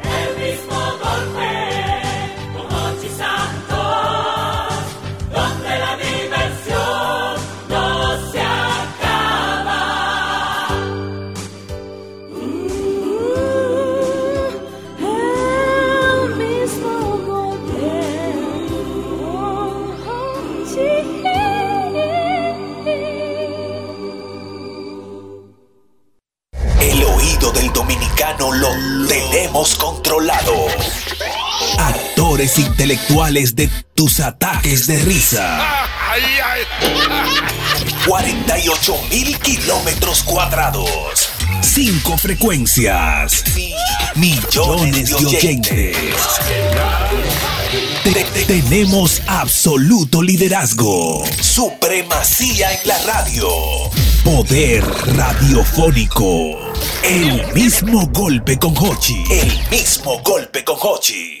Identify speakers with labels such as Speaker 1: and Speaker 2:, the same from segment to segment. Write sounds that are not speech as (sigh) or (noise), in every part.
Speaker 1: El mismo golpe, con Hochi Santos, donde la diversión no se acaba. Uh, el mismo oh, golpe, con
Speaker 2: El oído del dominicano lo tenemos controlado. Actores intelectuales de tus ataques de risa. 48 mil kilómetros cuadrados. Cinco frecuencias. Millones de oyentes. Te- te- tenemos absoluto liderazgo. Supremacía en la radio. Poder radiofónico. El mismo golpe con Hochi. El mismo golpe con Hochi.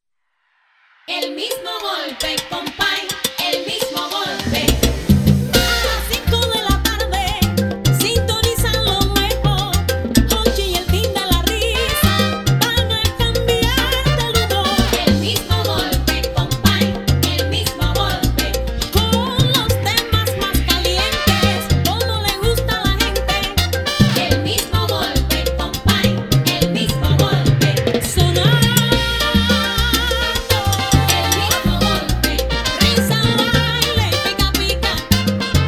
Speaker 1: El mismo golpe, compay, el mismo golpe. A las 5 de la tarde, sintonizan lo mejor. Hochi y el fin de la risa van a cambiar de humor. El mismo golpe, compay, el mismo golpe. Con los temas más calientes, como le gusta a la gente. El mismo golpe, compay, el mismo golpe. Sonar. El mismo golpe, risa, baile, pica, pica.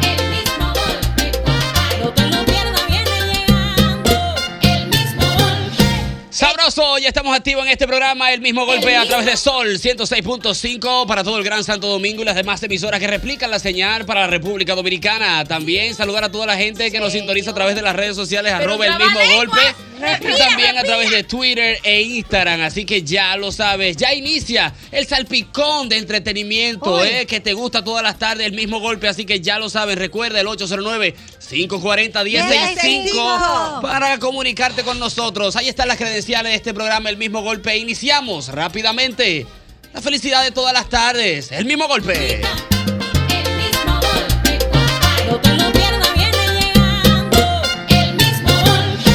Speaker 1: El mismo golpe, compay. No te lo pierdas, viene llegando. El mismo golpe.
Speaker 3: Sabroso, ya estamos activos en este programa, el mismo golpe a través de Sol 106.5 para todo el Gran Santo Domingo y las demás emisoras que replican la señal para la República Dominicana. También saludar a toda la gente que nos sintoniza a través de las redes sociales,
Speaker 4: Pero
Speaker 3: arroba el mismo
Speaker 4: trabalenguas.
Speaker 3: golpe.
Speaker 4: Respira,
Speaker 3: y también
Speaker 4: respira.
Speaker 3: a través de Twitter e Instagram. Así que ya lo sabes, ya inicia el salpicón de entretenimiento
Speaker 4: Uy.
Speaker 3: eh, que te gusta todas las tardes, el mismo golpe. Así que ya lo sabes, recuerda el 809 540 1065
Speaker 4: 1065.
Speaker 3: para comunicarte con nosotros. Ahí están las credenciales de este programa, el mismo golpe. Iniciamos rápidamente. La felicidad de todas las tardes, el mismo golpe.
Speaker 1: No te lo pierdas, viene llegando. El mismo golpe.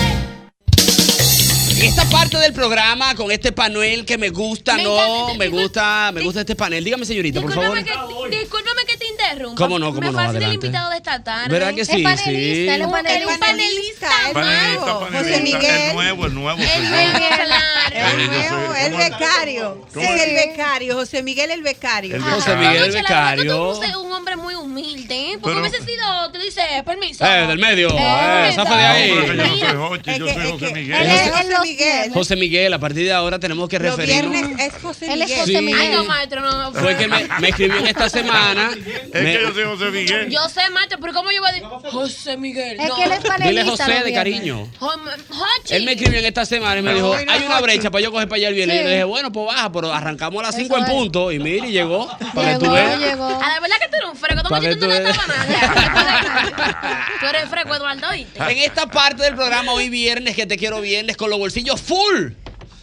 Speaker 3: En esta parte del programa, con este panel que me gusta, no, me gusta, me gusta este panel. Dígame, señorita, por favor.
Speaker 5: Discúlpame que, discúlpame que te interrumpa.
Speaker 3: ¿Cómo no? ¿Cómo
Speaker 5: Me
Speaker 3: no?
Speaker 5: fascina el
Speaker 3: Adelante.
Speaker 5: invitado de esta tarde.
Speaker 3: ¿Verdad que sí? Sí.
Speaker 5: él es un
Speaker 6: El
Speaker 5: panelista.
Speaker 6: panelista, el
Speaker 7: Panelista,
Speaker 6: nuevo,
Speaker 7: panelista,
Speaker 6: José Miguel.
Speaker 7: El nuevo, el nuevo. soy yo.
Speaker 5: Ven a hablar.
Speaker 7: Eh, yo soy-
Speaker 6: nuevo, el
Speaker 7: ¿cómo es?
Speaker 6: becario. Sí,
Speaker 7: ¿Cómo es?
Speaker 6: el becario, José Miguel el becario.
Speaker 7: El
Speaker 6: Ah,
Speaker 3: José
Speaker 5: Oye, la
Speaker 3: Miguel
Speaker 5: verdad que tú
Speaker 3: Becario.
Speaker 5: eres un hombre muy humilde, ¿eh? Porque
Speaker 7: Pero-
Speaker 5: hubiese sido otro, dice, permiso.
Speaker 3: Eh, del medio. Eh, zafa de
Speaker 7: No, pero que yo no
Speaker 3: ahí.
Speaker 7: soy Hochi, yo
Speaker 6: Es que-
Speaker 7: soy
Speaker 6: es
Speaker 7: José
Speaker 6: que-
Speaker 7: Miguel.
Speaker 6: Él
Speaker 5: Él es
Speaker 6: es José
Speaker 5: los
Speaker 6: Miguel.
Speaker 3: José Miguel, a partir de ahora tenemos que
Speaker 6: Los
Speaker 3: referirnos.
Speaker 6: viernes es José
Speaker 8: Él es
Speaker 6: Miguel.
Speaker 8: José
Speaker 3: Sí.
Speaker 5: Ay, no,
Speaker 8: Miguel.
Speaker 5: maestro, no.
Speaker 3: Fue que me, me escribió en esta semana.
Speaker 7: Es
Speaker 3: me-
Speaker 7: que yo soy José Miguel.
Speaker 5: Yo sé, maestro, pero ¿cómo yo voy a decir? José Miguel.
Speaker 8: Es
Speaker 5: no.
Speaker 8: que él es panelista.
Speaker 3: dile José
Speaker 8: los
Speaker 3: de
Speaker 8: viernes.
Speaker 3: cariño.
Speaker 5: Jo- Jochi. Ah,
Speaker 3: Él me escribió en esta semana y me dijo, hay una brecha para yo coger para allá el viernes. Y
Speaker 8: Sí.
Speaker 3: yo le dije, bueno, pues baja, pero arrancamos a las 5 en
Speaker 8: es.
Speaker 3: punto. Y mire, llegó. Para que tú
Speaker 8: Llegó,
Speaker 3: veas.
Speaker 8: llegó.
Speaker 5: A la verdad que tú eres un freco. ¿Cómo
Speaker 3: Pa'
Speaker 5: que
Speaker 3: que
Speaker 5: tú no
Speaker 3: tú
Speaker 5: estás
Speaker 3: veas.
Speaker 5: para nada? Tú eres freco, Eduardo, ¿oíste?
Speaker 3: En este- esta parte del programa hoy viernes, que te quiero viernes, con los bolsillos full.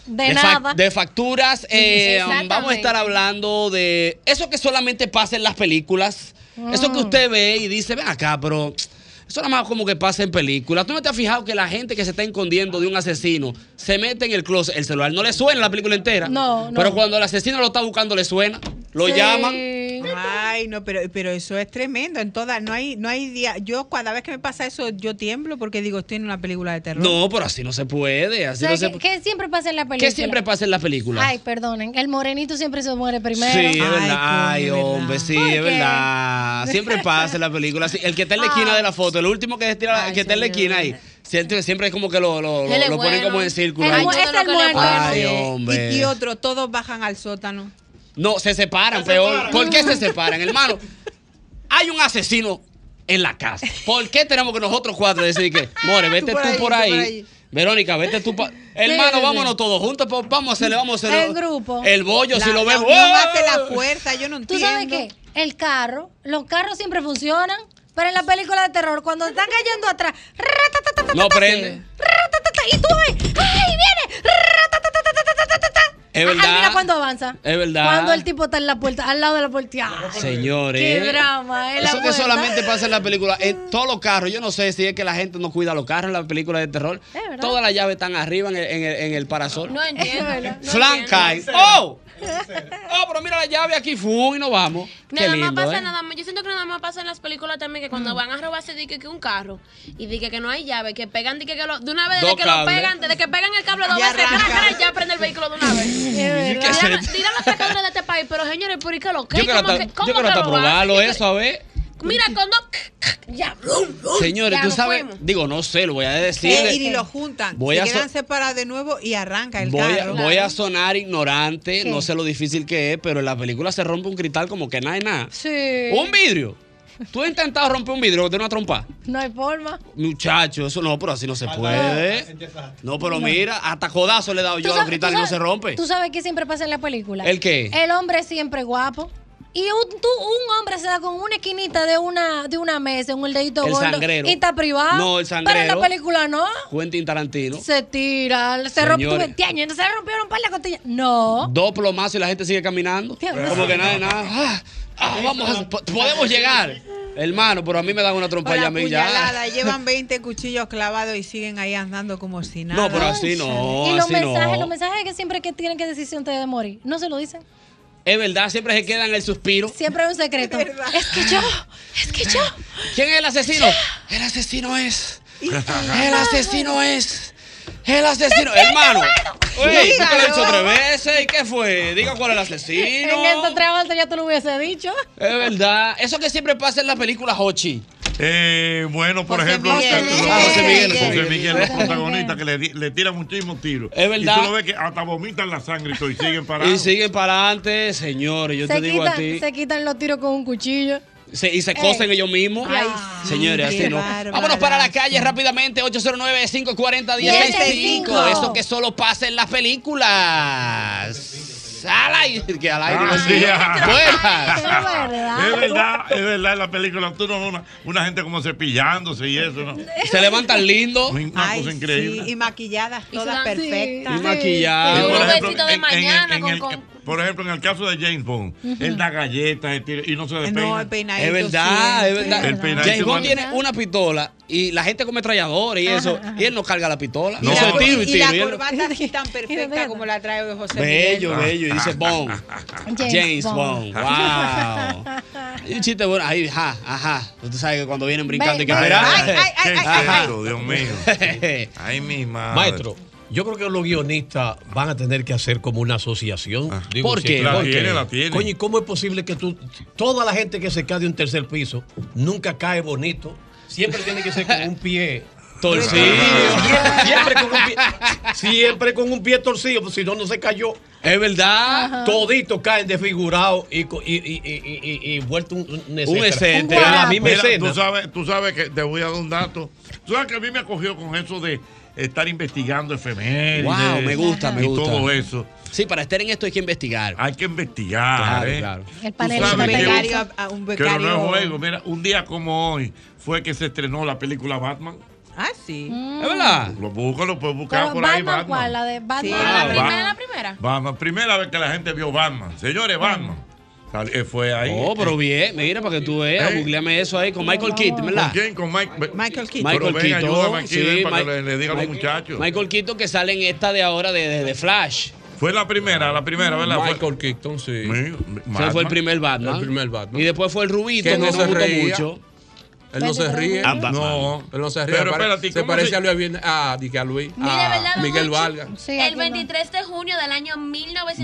Speaker 5: De
Speaker 3: fac-
Speaker 5: nada.
Speaker 3: de facturas. eh,
Speaker 5: Exactamente.
Speaker 3: vamos a estar hablando de eso que solamente pasa en las películas. Eso que usted ve y dice, ven acá, pero eso nada más como que pasa en películas. ¿Tú no te has fijado que la gente que se está escondiendo de un asesino se mete en el closet, el celular no le suena la película entera?
Speaker 8: No, no.
Speaker 3: Pero cuando el asesino lo está buscando le suena, lo llaman.
Speaker 6: Ay, no, pero, pero eso es tremendo. En todas, no hay, no hay día. Yo cada vez que me pasa eso, yo tiemblo porque digo, estoy en una película de terror.
Speaker 3: No, pero así no se puede. Así
Speaker 8: O sea,
Speaker 3: no se
Speaker 8: que,
Speaker 3: pu-
Speaker 8: que siempre pasa en la película.
Speaker 3: ¿Qué siempre pasa en las películas?
Speaker 8: Ay, perdonen. El morenito siempre se muere primero.
Speaker 3: Sí, es
Speaker 6: Ay,
Speaker 3: verdad. Ay,
Speaker 6: coño,
Speaker 3: hombre,
Speaker 6: ¿verdad?
Speaker 3: sí,
Speaker 8: ¿Por
Speaker 3: es
Speaker 8: qué?
Speaker 3: verdad. Siempre pasa en la película. Sí, El que está en la esquina de la foto, el último que, estira-
Speaker 8: Ay,
Speaker 3: que está en la
Speaker 8: señor.
Speaker 3: esquina ahí, Siempre, siempre es como que lo, lo, lo-
Speaker 6: Él es
Speaker 3: lo ponen
Speaker 6: bueno.
Speaker 3: como en círculo.
Speaker 6: Él es
Speaker 3: ahí.
Speaker 6: bueno, Este es el muerto.
Speaker 3: Ay,
Speaker 6: Sí.
Speaker 3: hombre.
Speaker 6: Y, y otro, todos bajan al sótano.
Speaker 3: No, se separan, peor. ¿Por qué se separan, hermano? Hay un asesino en la casa. ¿Por qué tenemos que nosotros cuatro decir que, More, vete tú por, ahí, Verónica, vete tú pa- Hermano,
Speaker 6: sí, sí.
Speaker 3: vámonos todos juntos, po- vamos a hacerle, vamos a hacerle.
Speaker 8: El grupo.
Speaker 3: El bollo,
Speaker 6: La-
Speaker 3: si lo
Speaker 6: la
Speaker 3: vemos.
Speaker 6: unión hace
Speaker 3: ¡eh!
Speaker 6: la fuerza, yo no
Speaker 8: ¿Tú
Speaker 6: entiendo.
Speaker 8: sabes qué? El carro, los carros siempre funcionan, pero en la película de terror, cuando están cayendo atrás,
Speaker 3: No prende.
Speaker 8: ratatata, y tú ves, ¡ah! ¡ay, viene! ratatatatatata.
Speaker 3: Es
Speaker 8: Ah, mira
Speaker 3: verdad.
Speaker 8: cuando avanza.
Speaker 3: Es verdad.
Speaker 8: Cuando el tipo está en la puerta, al lado de la puerta. ¡Ah!
Speaker 3: Señores.
Speaker 8: Qué drama, en la
Speaker 3: Eso que
Speaker 8: puerta.
Speaker 3: solamente pasa en la película. En todos los carros, yo no sé si es que la gente no cuida los carros en la película de terror.
Speaker 8: verdad.
Speaker 3: Todas las llaves están arriba en el, en el- en el parasol.
Speaker 5: No entiendo. no
Speaker 3: Flan
Speaker 5: entiendo.
Speaker 3: cae. ¡Oh! ¡Oh, pero mira la llave aquí! ¡Fum! Y nos vamos. Qué
Speaker 5: Nada
Speaker 3: lindo,
Speaker 5: más pasa,
Speaker 3: ¿eh? Mm.
Speaker 5: nada más. Yo siento que nada más pasa en las películas también que cuando van a robarse dique que un carro y dique que no hay llave, que pegan dique que lo, de una vez
Speaker 3: Dos
Speaker 5: desde que lo
Speaker 3: cables.
Speaker 5: pegan, desde que pegan el cable dos
Speaker 6: Ya
Speaker 5: veces,
Speaker 6: arranca.
Speaker 5: cara, cara, ya prende el vehículo de una
Speaker 3: (laughs)
Speaker 5: vez.
Speaker 8: Es
Speaker 3: ¿Qué
Speaker 8: verdad.
Speaker 3: es
Speaker 5: Tiran
Speaker 3: esto?
Speaker 5: tiran los sacadores de este país, pero señores, ¿por qué lo que?
Speaker 3: Yo quiero
Speaker 5: ¿Cómo
Speaker 3: hasta,
Speaker 5: que-
Speaker 3: yo
Speaker 5: cómo
Speaker 3: quiero
Speaker 5: que
Speaker 3: hasta
Speaker 5: lo hacen?
Speaker 3: probarlo ¿eh? eso, a ver.
Speaker 5: Mira, cuando ya.
Speaker 3: Señores,
Speaker 5: Ya
Speaker 3: tú
Speaker 5: nos
Speaker 3: sabes.
Speaker 5: fuimos.
Speaker 3: Digo, no sé, lo voy a decir.
Speaker 6: Eh, y lo juntan.
Speaker 3: Voy
Speaker 6: se
Speaker 3: a
Speaker 6: quedan
Speaker 3: so-
Speaker 6: separados de nuevo y arranca el
Speaker 3: Voy a,
Speaker 6: carro.
Speaker 3: voy a sonar ignorante,
Speaker 8: ¿Qué?
Speaker 3: no sé lo difícil que es, pero en la película se rompe un cristal como que nada es nada.
Speaker 8: Sí.
Speaker 3: Un vidrio. Tú has intentado romper un vidrio de una trompa.
Speaker 8: No hay forma.
Speaker 3: Muchacho, eso no, pero así no se puede. No, pero mira, hasta codazo le he dado
Speaker 8: Tú
Speaker 3: yo a
Speaker 8: sabes-
Speaker 3: los
Speaker 8: tú
Speaker 3: cristales y no
Speaker 8: sabes-
Speaker 3: se rompe.
Speaker 8: ¿Tú sabes qué siempre pasa en la película?
Speaker 3: ¿El qué?
Speaker 8: El hombre es siempre guapo. Y un, tú- un hombre se da con una esquinita de una, de una mesa, un el dedito
Speaker 3: El
Speaker 8: gordo.
Speaker 3: sangrero.
Speaker 8: Y está privado.
Speaker 3: No, el
Speaker 8: Pero en
Speaker 3: sangrero.
Speaker 8: la película no.
Speaker 3: Quentin Tarantino.
Speaker 8: Se tira, se rompe, tú
Speaker 3: Señores.
Speaker 8: ves, tiaño, se rompieron un par de costillas. No.
Speaker 3: Dos plomazos y la gente sigue caminando.
Speaker 8: Diablo.
Speaker 3: Como que nada de nada. Ah, ah, vamos, a- po- podemos llegar. Hermano, pero a mí me dan una
Speaker 6: Con
Speaker 3: trompa ya
Speaker 6: la
Speaker 3: a mí ya.
Speaker 7: (laughs)
Speaker 6: puñalada, llevan 20 cuchillos clavados y siguen ahí andando como si nada.
Speaker 3: No, pero así no,
Speaker 8: y los
Speaker 3: así
Speaker 8: mensajes,
Speaker 3: no.
Speaker 8: los mensajes que siempre que tienen que decisión te de morir, no se lo dicen.
Speaker 3: Es verdad, siempre se queda en el suspiro.
Speaker 8: Siempre hay un secreto.
Speaker 6: Es verdad.
Speaker 8: Es que yo, es que yo.
Speaker 3: ¿Quién es el asesino? El asesino es. El asesino es. El asesino, hermano. Ey, ¿tú que lo he hecho tres veces? ¿Y qué fue? Diga cuál es el asesino.
Speaker 8: En estos tres avances ya te lo hubiese dicho.
Speaker 3: Es verdad. Eso que siempre pasa en las películas, Hochi.
Speaker 7: Eh, bueno, por
Speaker 6: José
Speaker 7: ejemplo,
Speaker 6: Miguel.
Speaker 7: los-
Speaker 6: Ah, José Miguel,
Speaker 7: José
Speaker 3: José
Speaker 7: Miguel,
Speaker 3: Miguel.
Speaker 7: los protagonistas que le, di- le tiran muchísimos tiros.
Speaker 3: Es verdad.
Speaker 7: Y tú lo ves que hasta vomitan la sangre y todo, y siguen parados.
Speaker 3: Y siguen para adelante, señores. Yo
Speaker 8: Se
Speaker 3: te digo a
Speaker 8: quitan,
Speaker 3: ti.
Speaker 8: se quitan los tiros con un cuchillo.
Speaker 3: Se- y se cosen ellos mismos.
Speaker 6: Ay,
Speaker 3: Señores,
Speaker 6: sí,
Speaker 3: así
Speaker 6: qué
Speaker 3: no.
Speaker 6: bárbara.
Speaker 3: Vámonos para la calle rápidamente. 809-540-1065.
Speaker 8: 1065.
Speaker 3: Eso que solo pasa en las películas. Al aire. Que al aire.
Speaker 7: Ah, sí, ajá.
Speaker 8: Es
Speaker 3: Buenas.
Speaker 8: verdad.
Speaker 7: (laughs) Es verdad, es verdad, en la película tú no ves una, una gente como cepillándose y eso, ¿no?
Speaker 3: Se levantan lindo.
Speaker 7: Una
Speaker 6: Ay,
Speaker 7: cosa
Speaker 6: sí,
Speaker 7: increíble.
Speaker 6: y maquilladas
Speaker 5: Y
Speaker 6: todas
Speaker 5: se dan- sí.
Speaker 6: perfectas.
Speaker 3: Y maquillado.
Speaker 7: Y,
Speaker 5: Un
Speaker 7: por ejemplo,
Speaker 5: besito de
Speaker 7: en- en-
Speaker 5: mañana
Speaker 7: en
Speaker 5: con-
Speaker 7: el-
Speaker 5: con-
Speaker 7: Por ejemplo, en el caso de James Bond, él da galletas él tira- y no se
Speaker 6: No,
Speaker 7: despeina.
Speaker 6: el peinadito.
Speaker 3: Es verdad,
Speaker 6: sí.
Speaker 3: es verdad.
Speaker 7: El peinadito
Speaker 3: James Bond
Speaker 7: igual.
Speaker 3: tiene una pistola y la gente con metralladores y eso, y él no carga la pistola.
Speaker 7: No.
Speaker 3: Y eso es tiro y
Speaker 6: Y la
Speaker 3: tiro. y él-
Speaker 6: corbata así tan perfecta
Speaker 8: verdad.
Speaker 6: como la trae hoy José
Speaker 3: Bello,
Speaker 6: Miguel.
Speaker 3: bello. Y dice Bond.
Speaker 8: James
Speaker 3: James Bond.
Speaker 8: (laughs) Bond.
Speaker 3: Wow. Hay un chiste bueno. Ahí, ajá, ajá. Tú sabes que cuando vienen brincando y que
Speaker 8: Ve-
Speaker 7: Ay,
Speaker 8: ve-
Speaker 3: espera.
Speaker 7: ay, ay, qué
Speaker 3: ay, ay.
Speaker 7: cierto, Dios mío.
Speaker 9: (laughs)
Speaker 7: Ay, mi madre.
Speaker 9: Ah. Maestro, yo creo que los guionistas van a tener que hacer como una asociación.
Speaker 7: Ah.
Speaker 9: Digo,
Speaker 3: ¿Por
Speaker 9: si
Speaker 3: qué?
Speaker 9: es que-
Speaker 7: La
Speaker 3: ¿Por
Speaker 7: tiene,
Speaker 3: qué?
Speaker 7: la tiene.
Speaker 9: Coño, ¿y cómo es posible que tú, toda la gente que se cae de un tercer piso, nunca cae bonito? Siempre tiene que ser con un pie.
Speaker 3: Torcido.
Speaker 9: Siempre, siempre con un pie, siempre con un pie torcido, pues si no, no se cayó.
Speaker 3: Es verdad.
Speaker 9: Toditos caen desfigurados y, co- y, y, y- y- y- y vuelto un, un
Speaker 3: Un
Speaker 9: etcétera.
Speaker 3: etcétera.
Speaker 9: Pero la misma
Speaker 7: Mira,
Speaker 9: escena.
Speaker 7: tú sabes, tú sabes que te voy a dar un dato. Tú sabes que a mí me acogió con eso de estar investigando efemérides.
Speaker 3: Wow, me gusta, me
Speaker 7: y
Speaker 3: gusta.
Speaker 7: todo eso.
Speaker 3: Sí, para estar en esto hay que investigar.
Speaker 7: Hay que investigar.
Speaker 3: Claro,
Speaker 7: ¿eh?
Speaker 3: claro.
Speaker 8: El
Speaker 7: Tú sabes
Speaker 8: panelista
Speaker 6: Un
Speaker 7: que-
Speaker 6: becario,
Speaker 8: pegado.
Speaker 6: a- un
Speaker 7: Que no, no es juego.
Speaker 6: becario.
Speaker 7: Mira, un día como hoy fue que se estrenó la película Batman.
Speaker 6: Ah, sí.
Speaker 7: Mm,
Speaker 3: Es verdad.
Speaker 7: Lo buscan, lo puedes buscar
Speaker 8: Pero
Speaker 7: por ahí.
Speaker 8: Batman,
Speaker 7: Batman.
Speaker 8: ¿cuál? La de Batman.
Speaker 6: Sí,
Speaker 7: Ah,
Speaker 5: la
Speaker 7: Batman.
Speaker 5: primera, la primera.
Speaker 7: Batman. Primera vez que la gente vio Batman. Señores, Batman. Sal- eh, fue ahí.
Speaker 3: Oh, pero bien. Mira, para que tú veas,
Speaker 7: Eh.
Speaker 3: googleame eso ahí con Michael Keaton,
Speaker 7: ¿Con
Speaker 3: ¿verdad?
Speaker 7: quién? Con Mike-
Speaker 6: Michael Keaton.
Speaker 7: Pero
Speaker 3: Michael
Speaker 7: ven, ayúdame
Speaker 3: Keaton.
Speaker 7: aquí, ven, para
Speaker 3: Mi-
Speaker 7: que le, le diga a los
Speaker 3: Michael-
Speaker 7: muchachos.
Speaker 3: Michael Keaton que sale en esta de ahora de, de- de Flash.
Speaker 7: Fue la primera, la primera, ¿verdad? Fue-
Speaker 9: Michael Keaton, sí.
Speaker 7: Mío,
Speaker 3: Ese
Speaker 7: Batman.
Speaker 3: fue el primer Batman.
Speaker 9: El primer Batman.
Speaker 3: Y después fue el Rubito, que
Speaker 9: Que
Speaker 3: no
Speaker 9: no
Speaker 3: me
Speaker 9: se
Speaker 3: gustó
Speaker 9: reía.
Speaker 3: mucho.
Speaker 10: Él no se ríe.
Speaker 7: Ah, Batman. No.
Speaker 10: Él no se ríe.
Speaker 7: Pero
Speaker 10: Pare-
Speaker 7: espérate,
Speaker 10: se
Speaker 7: ¿cómo
Speaker 10: parece
Speaker 7: se-
Speaker 10: a Luis, Abin- a, dije a Luis,
Speaker 5: Mire,
Speaker 3: Ah,
Speaker 10: a
Speaker 5: ¿verdad, don
Speaker 10: Miguel
Speaker 5: Hochi?
Speaker 10: Valga.
Speaker 5: el 23 de junio del año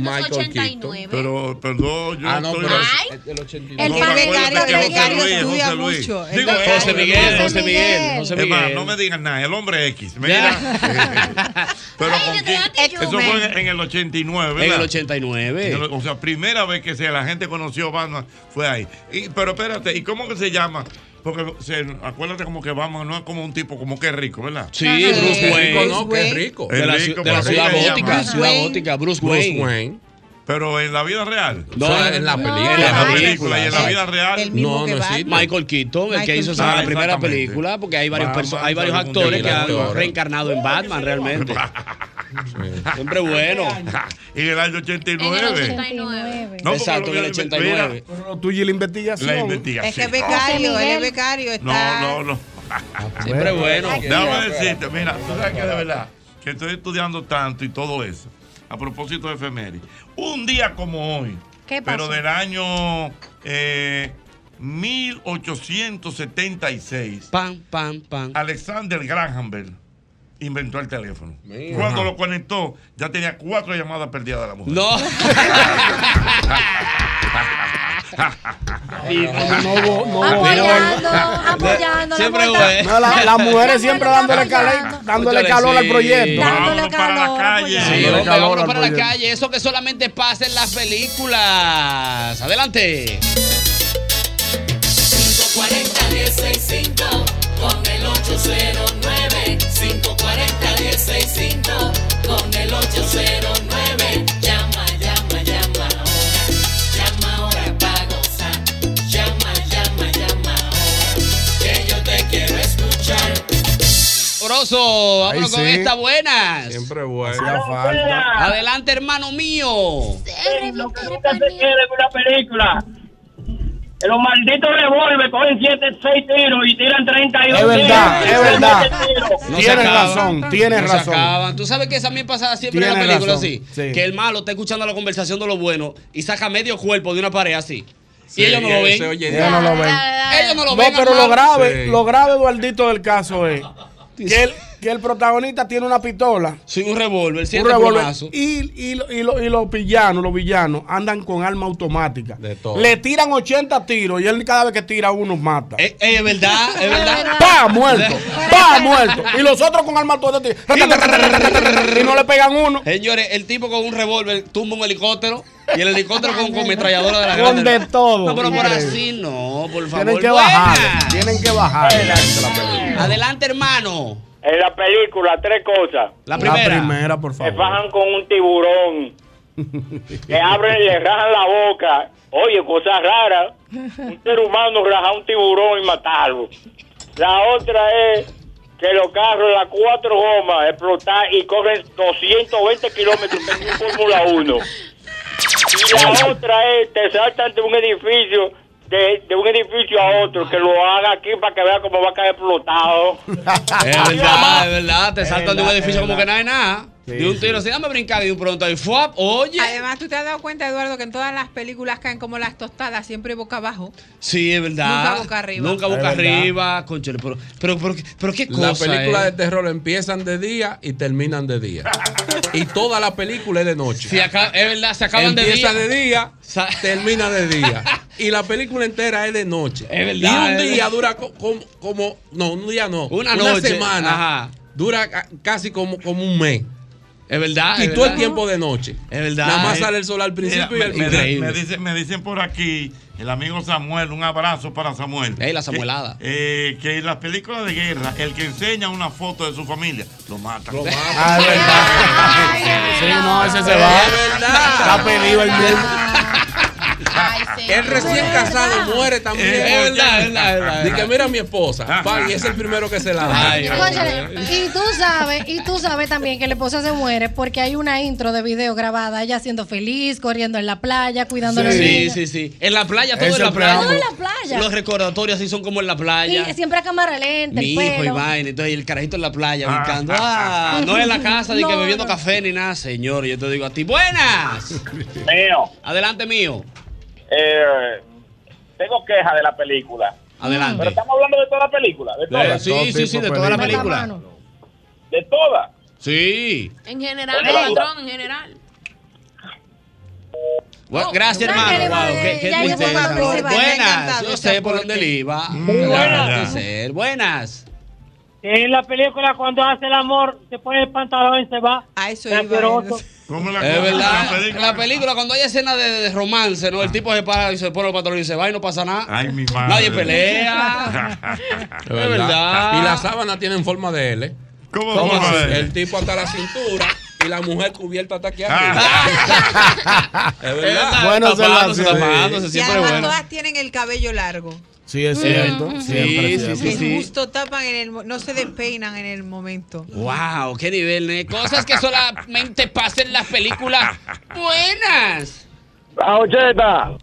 Speaker 5: 1989.
Speaker 7: Pero, perdón, yo
Speaker 10: Ah,
Speaker 7: no,
Speaker 10: no,
Speaker 7: estoy...
Speaker 10: pero
Speaker 5: Ay.
Speaker 10: el 89.
Speaker 5: El
Speaker 7: No, pero acuérdate
Speaker 5: becario-
Speaker 7: que
Speaker 5: el becario estudia
Speaker 7: José Luis,
Speaker 5: mucho.
Speaker 7: Digo,
Speaker 5: El
Speaker 7: eh,
Speaker 5: José Miguel, José José Miguel, Miguel. José
Speaker 7: Es más,
Speaker 5: Miguel.
Speaker 7: no me digan nada, el hombre X. Mira. pero con quién- eso fue en, en el 89, ¿verdad?
Speaker 3: En el 89.
Speaker 7: En el- o sea, primera vez que se, la gente conoció a Batman fue ahí. Y- pero espérate, ¿y cómo que se llama? Porque se, acuérdate como que Batman no es como un tipo como que es rico, ¿verdad?
Speaker 3: Sí, No, no, Bruce es Wayne. rico, no, que es rico. De la ciu- de la ciudad gótica, ciudad Wayne. gótica, Bruce Wayne.
Speaker 7: Pero en la vida real.
Speaker 3: No, O sea, en la no, película.
Speaker 7: En la
Speaker 3: no.
Speaker 7: película y en la
Speaker 3: El-
Speaker 7: vida real.
Speaker 3: el mismo No, que no Batman. existe. Michael Keaton, el que hizo esa- la primera película, porque hay varios perso- hay varios actores que han reencarnado en Batman
Speaker 7: (laughs)
Speaker 3: realmente. Siempre bueno.
Speaker 7: en el año 89. No, porque
Speaker 3: Exacto, en
Speaker 7: lo
Speaker 3: el
Speaker 7: vi-
Speaker 3: 89.
Speaker 7: mira,
Speaker 10: Lo tuyo y la investigación.
Speaker 7: La
Speaker 6: Es que es
Speaker 7: investigación.
Speaker 6: becario, él es becario. Está...
Speaker 7: No,
Speaker 3: (laughs)
Speaker 7: no, no.
Speaker 3: Siempre Ah. bueno.
Speaker 7: Déjame decirte, mira, tú sabes que de verdad, que estoy estudiando tanto y todo eso. A propósito de efemérides. Un día como hoy,
Speaker 8: ¿Qué pasó?
Speaker 7: pero del año eh, 1876.
Speaker 3: Pam, pam, pam.
Speaker 7: Alexander Graham Bell inventó el teléfono.
Speaker 3: Mira.
Speaker 7: Cuando
Speaker 3: Ajá.
Speaker 7: lo conectó, ya tenía cuatro llamadas perdidas de la mujer. (laughs)
Speaker 3: No. (laughs)
Speaker 7: Y
Speaker 11: no hubo- no hubo-
Speaker 8: Apoyando, apoyando.
Speaker 3: Siempre
Speaker 9: ¿eh?
Speaker 11: bueno. No, la- las mujeres siempre dándole
Speaker 8: calor,
Speaker 11: dándole calor al proyecto.
Speaker 3: Dándole
Speaker 7: calor.
Speaker 3: calle.
Speaker 11: Sí, dándole calor al
Speaker 3: para la
Speaker 11: proyecto.
Speaker 3: calle. Eso que solamente pasa en las películas. Adelante.
Speaker 1: 540-1065 con el 809. 540-1065 con el 809. Llama, llama, llama ahora. Llama ahora para gozar. Llama, llama, llama ahora. Que yo te quiero escuchar.
Speaker 3: Oroso, vámonos
Speaker 10: Ahí
Speaker 3: con
Speaker 10: sí.
Speaker 3: esta buenas.
Speaker 10: Siempre bueno.
Speaker 3: Adelante, hermano mío.
Speaker 4: Eh, Lo que nunca se queda en una película. Que Los malditos revólver cogen 7, 6 tiros y tiran 32
Speaker 11: Es verdad,
Speaker 4: tiros.
Speaker 11: es verdad.
Speaker 3: No se
Speaker 11: tienes
Speaker 3: acaban.
Speaker 11: razón, tienes
Speaker 3: No se
Speaker 11: razón.
Speaker 3: acaban. Tú sabes que esa mí pasa siempre en la
Speaker 11: Tienes
Speaker 3: película
Speaker 11: razón,
Speaker 3: así.
Speaker 11: sí.
Speaker 3: Que el malo está escuchando la conversación de los buenos y saca medio cuerpo de una pared así. y ellos no
Speaker 10: eh,
Speaker 3: lo ven.
Speaker 10: se oye
Speaker 11: Ellos no lo ven.
Speaker 3: Ellos no lo
Speaker 11: No,
Speaker 3: ven.
Speaker 11: pero
Speaker 3: hermano.
Speaker 11: lo grave, lo grave, Eduardito, del caso es que el, que el protagonista tiene una pistola.
Speaker 3: Sí, un revólver, siete plomazos.
Speaker 11: Y, y, lo- y, lo- y los villanos, los villanos, andan con arma automática. Le tiran 80 tiros y él cada vez que tira uno mata.
Speaker 3: Eh, Es verdad, es verdad.
Speaker 11: ¡Pa! Muerto. ¡Pa! Muerto. Y los otros con arma automática. Y no le pegan uno.
Speaker 3: Señores, el tipo con un revólver tumba un helicóptero y el helicóptero con, con metralladora de la
Speaker 11: Con
Speaker 3: grande.
Speaker 11: de todo.
Speaker 3: No, pero por
Speaker 11: Increíble.
Speaker 3: así no, por favor.
Speaker 11: Tienen que
Speaker 3: Buenas.
Speaker 11: bajar. Tienen que bajar.
Speaker 3: Adelante, hermano.
Speaker 4: En la película, tres cosas.
Speaker 3: La
Speaker 11: primera. primera, por
Speaker 4: Se bajan con
Speaker 11: (laughs)
Speaker 4: un tiburón. le abren, le rajan la boca. Oye, cosas raras. Un ser humano raja un tiburón y matarlo. La otra es que los carros, las cuatro gomas, explotar y corren 220 kilómetros en un Fórmula 1. Y la otra es te saltan de un edificio, de, de un edificio a otro, que lo haga aquí para que vea cómo va a caer explotado.
Speaker 3: Es verdad, es verdad. Te
Speaker 4: Es
Speaker 3: saltan de un
Speaker 4: verdad,
Speaker 3: edificio
Speaker 4: es
Speaker 3: como que
Speaker 4: verdad.
Speaker 3: nada de nada. de un tiro así, dame brincar y de un pronto ahí. ¡Fuap! Oye.
Speaker 6: Además, tú te has dado cuenta, Eduardo, que en todas las películas caen como las tostadas, siempre boca abajo.
Speaker 3: Sí, es verdad.
Speaker 6: Nunca boca arriba.
Speaker 3: Nunca
Speaker 10: Es
Speaker 3: boca
Speaker 10: verdad.
Speaker 3: arriba. Conchole, pero, pero, pero, pero qué cosa.
Speaker 10: Las películas
Speaker 3: eh.
Speaker 10: de terror empiezan de día y terminan de día. y toda la película es de noche.
Speaker 3: Si acá- es verdad, se acaban de
Speaker 10: Empieza
Speaker 3: día.
Speaker 10: de día, termina de
Speaker 3: (laughs)
Speaker 10: día. Y la película entera es de noche.
Speaker 3: Es verdad,
Speaker 10: Y
Speaker 3: es
Speaker 10: un día
Speaker 3: verdad.
Speaker 10: dura co- como, como- no, un día no.
Speaker 3: Una noche,
Speaker 10: semana.
Speaker 3: ajá.
Speaker 10: Dura ca- casi como, como un mes.
Speaker 3: Es verdad.
Speaker 10: Y
Speaker 3: es
Speaker 10: todo el
Speaker 3: verdad.
Speaker 10: tiempo de noche.
Speaker 3: Es verdad. eh.
Speaker 10: Nada más sale el sol al principio
Speaker 7: Mira,
Speaker 10: y al
Speaker 7: me,
Speaker 10: final.
Speaker 7: me- me dicen, me dicen por aquí, el amigo Samuel, un abrazo para Samuel.
Speaker 3: Ey, la Samuelada.
Speaker 7: Que, eh, que en las películas de guerra, el que enseña una foto de su familia, lo mata. Lo (laughs)
Speaker 11: Ah, es verdad. Sí, no, ese se va. "Ah, Está pedido el mismo.
Speaker 10: El recién casado muere también.
Speaker 11: Es verdad, es verdad, es verdad.
Speaker 10: Dice, mira mi esposa. pan, y es el primero que se la da.
Speaker 3: Ay,
Speaker 8: Cónchale, y tú sabes, y tú sabes también que la esposa se muere porque hay una intro de video grabada, ella siendo feliz, corriendo en la playa, cuidando a los
Speaker 3: Sí,
Speaker 8: niños.
Speaker 3: sí, sí. En la playa, todo
Speaker 8: Ese
Speaker 3: en la playa.
Speaker 8: preámbulo. Todo en la playa.
Speaker 3: Los recordatorios así son como en la playa.
Speaker 8: Y siempre a cámara lenta,
Speaker 3: Mi
Speaker 8: el
Speaker 3: hijo y
Speaker 8: pelo.
Speaker 3: vaina, entonces y el carajito en la playa brincando. Ah, no en la casa, ni que
Speaker 8: (laughs) No,
Speaker 3: bebiendo café ni nada, señor. Yo te digo a ti, buenas.
Speaker 4: Mío.
Speaker 3: Adelante, mío.
Speaker 4: Eh, tengo queja de la película.
Speaker 3: Adelante.
Speaker 4: Pero estamos hablando de toda la película. De toda.
Speaker 3: De- sí, sí, sí, de toda la película.
Speaker 4: De toda.
Speaker 3: Sí.
Speaker 5: En general,
Speaker 4: Hola.
Speaker 5: patrón, en general.
Speaker 3: Bueno, gracias, hermano. Wow, qué, qué
Speaker 5: Ya yo
Speaker 3: tristeza.
Speaker 5: por dónde se va,
Speaker 3: Buenas.
Speaker 5: encantado
Speaker 3: Yo
Speaker 5: este
Speaker 3: sé por dónde le iba.
Speaker 12: Muy
Speaker 3: Ya,
Speaker 12: buenas.
Speaker 3: ya sé. Buenas.
Speaker 12: En la película cuando hace el amor, se pone el pantalón y se va.
Speaker 6: A eso
Speaker 12: iba.
Speaker 3: es verdad. En la película, cuando hay escena de, de romance, ¿no? El tipo se para y se pone el pantalón y se va y no pasa nada.
Speaker 7: Ay, mi madre.
Speaker 10: (laughs)
Speaker 3: Nadie pelea.
Speaker 10: Es
Speaker 3: verdad.
Speaker 10: Y la sábana tiene en forma de L.
Speaker 7: ¿Cómo
Speaker 10: Toma,
Speaker 7: forma de L?
Speaker 10: El tipo hasta la cintura y la mujer cubierta hasta aquí arriba. es verdad.
Speaker 3: Buena
Speaker 10: Tapándose,
Speaker 3: observación.
Speaker 10: tapándose,
Speaker 6: Y
Speaker 10: siempre
Speaker 6: además
Speaker 10: bueno.
Speaker 6: todas tienen el cabello largo.
Speaker 11: Sí, es
Speaker 10: Mm.
Speaker 11: cierto.
Speaker 10: Sí,
Speaker 11: Siempre,
Speaker 10: sí,
Speaker 11: siempre.
Speaker 10: sí, sí.
Speaker 6: Que justo tapan en el mo- no se despeinan en el momento.
Speaker 3: Wow, qué nivel, ¿eh? Cosas que solamente pasan en las películas buenas.
Speaker 4: La ocheta.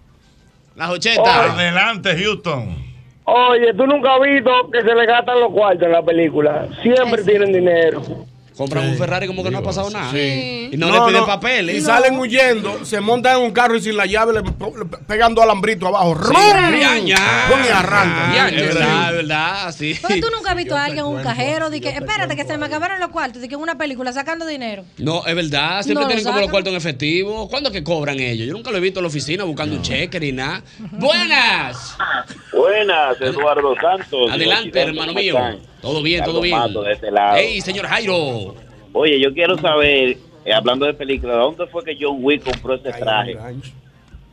Speaker 3: Las
Speaker 4: 80.
Speaker 7: Oh, Adelante, Houston.
Speaker 4: Oye, tú nunca has visto que se le gastan los cuartos en la película. Siempre tienen dinero.
Speaker 3: Compran un Ferrari como que no ha pasado nada.
Speaker 11: Sí.
Speaker 3: Y no, le piden papeles.
Speaker 11: Y salen huyendo, se montan en un carro y sin la llave le, le pegan dos alambritos abajo. ¡Rum!
Speaker 3: Ya, ya.
Speaker 11: Pum, y arranca.
Speaker 3: Ya, es verdad, es verdad, sí.
Speaker 8: Pero tú nunca has visto a alguien, un
Speaker 3: cuento,
Speaker 8: cajero, de que, espérate, que se me acabaron los cuartos, de que en una película sacando dinero.
Speaker 3: No, es verdad, siempre
Speaker 8: No,
Speaker 3: tienen como
Speaker 8: sacan.
Speaker 3: los cuartos en efectivo. ¿Cuándo que cobran ellos? Yo nunca lo he visto en la oficina buscando un cheque ni nada. Buenas.
Speaker 4: Buenas, Eduardo Santos.
Speaker 3: Adelante, hermano mío. Todo bien, todo bien.
Speaker 4: este
Speaker 3: Hey, señor Jairo.
Speaker 13: Oye, yo quiero saber, eh, hablando de películas, ¿dónde fue que John Wick compró ese traje?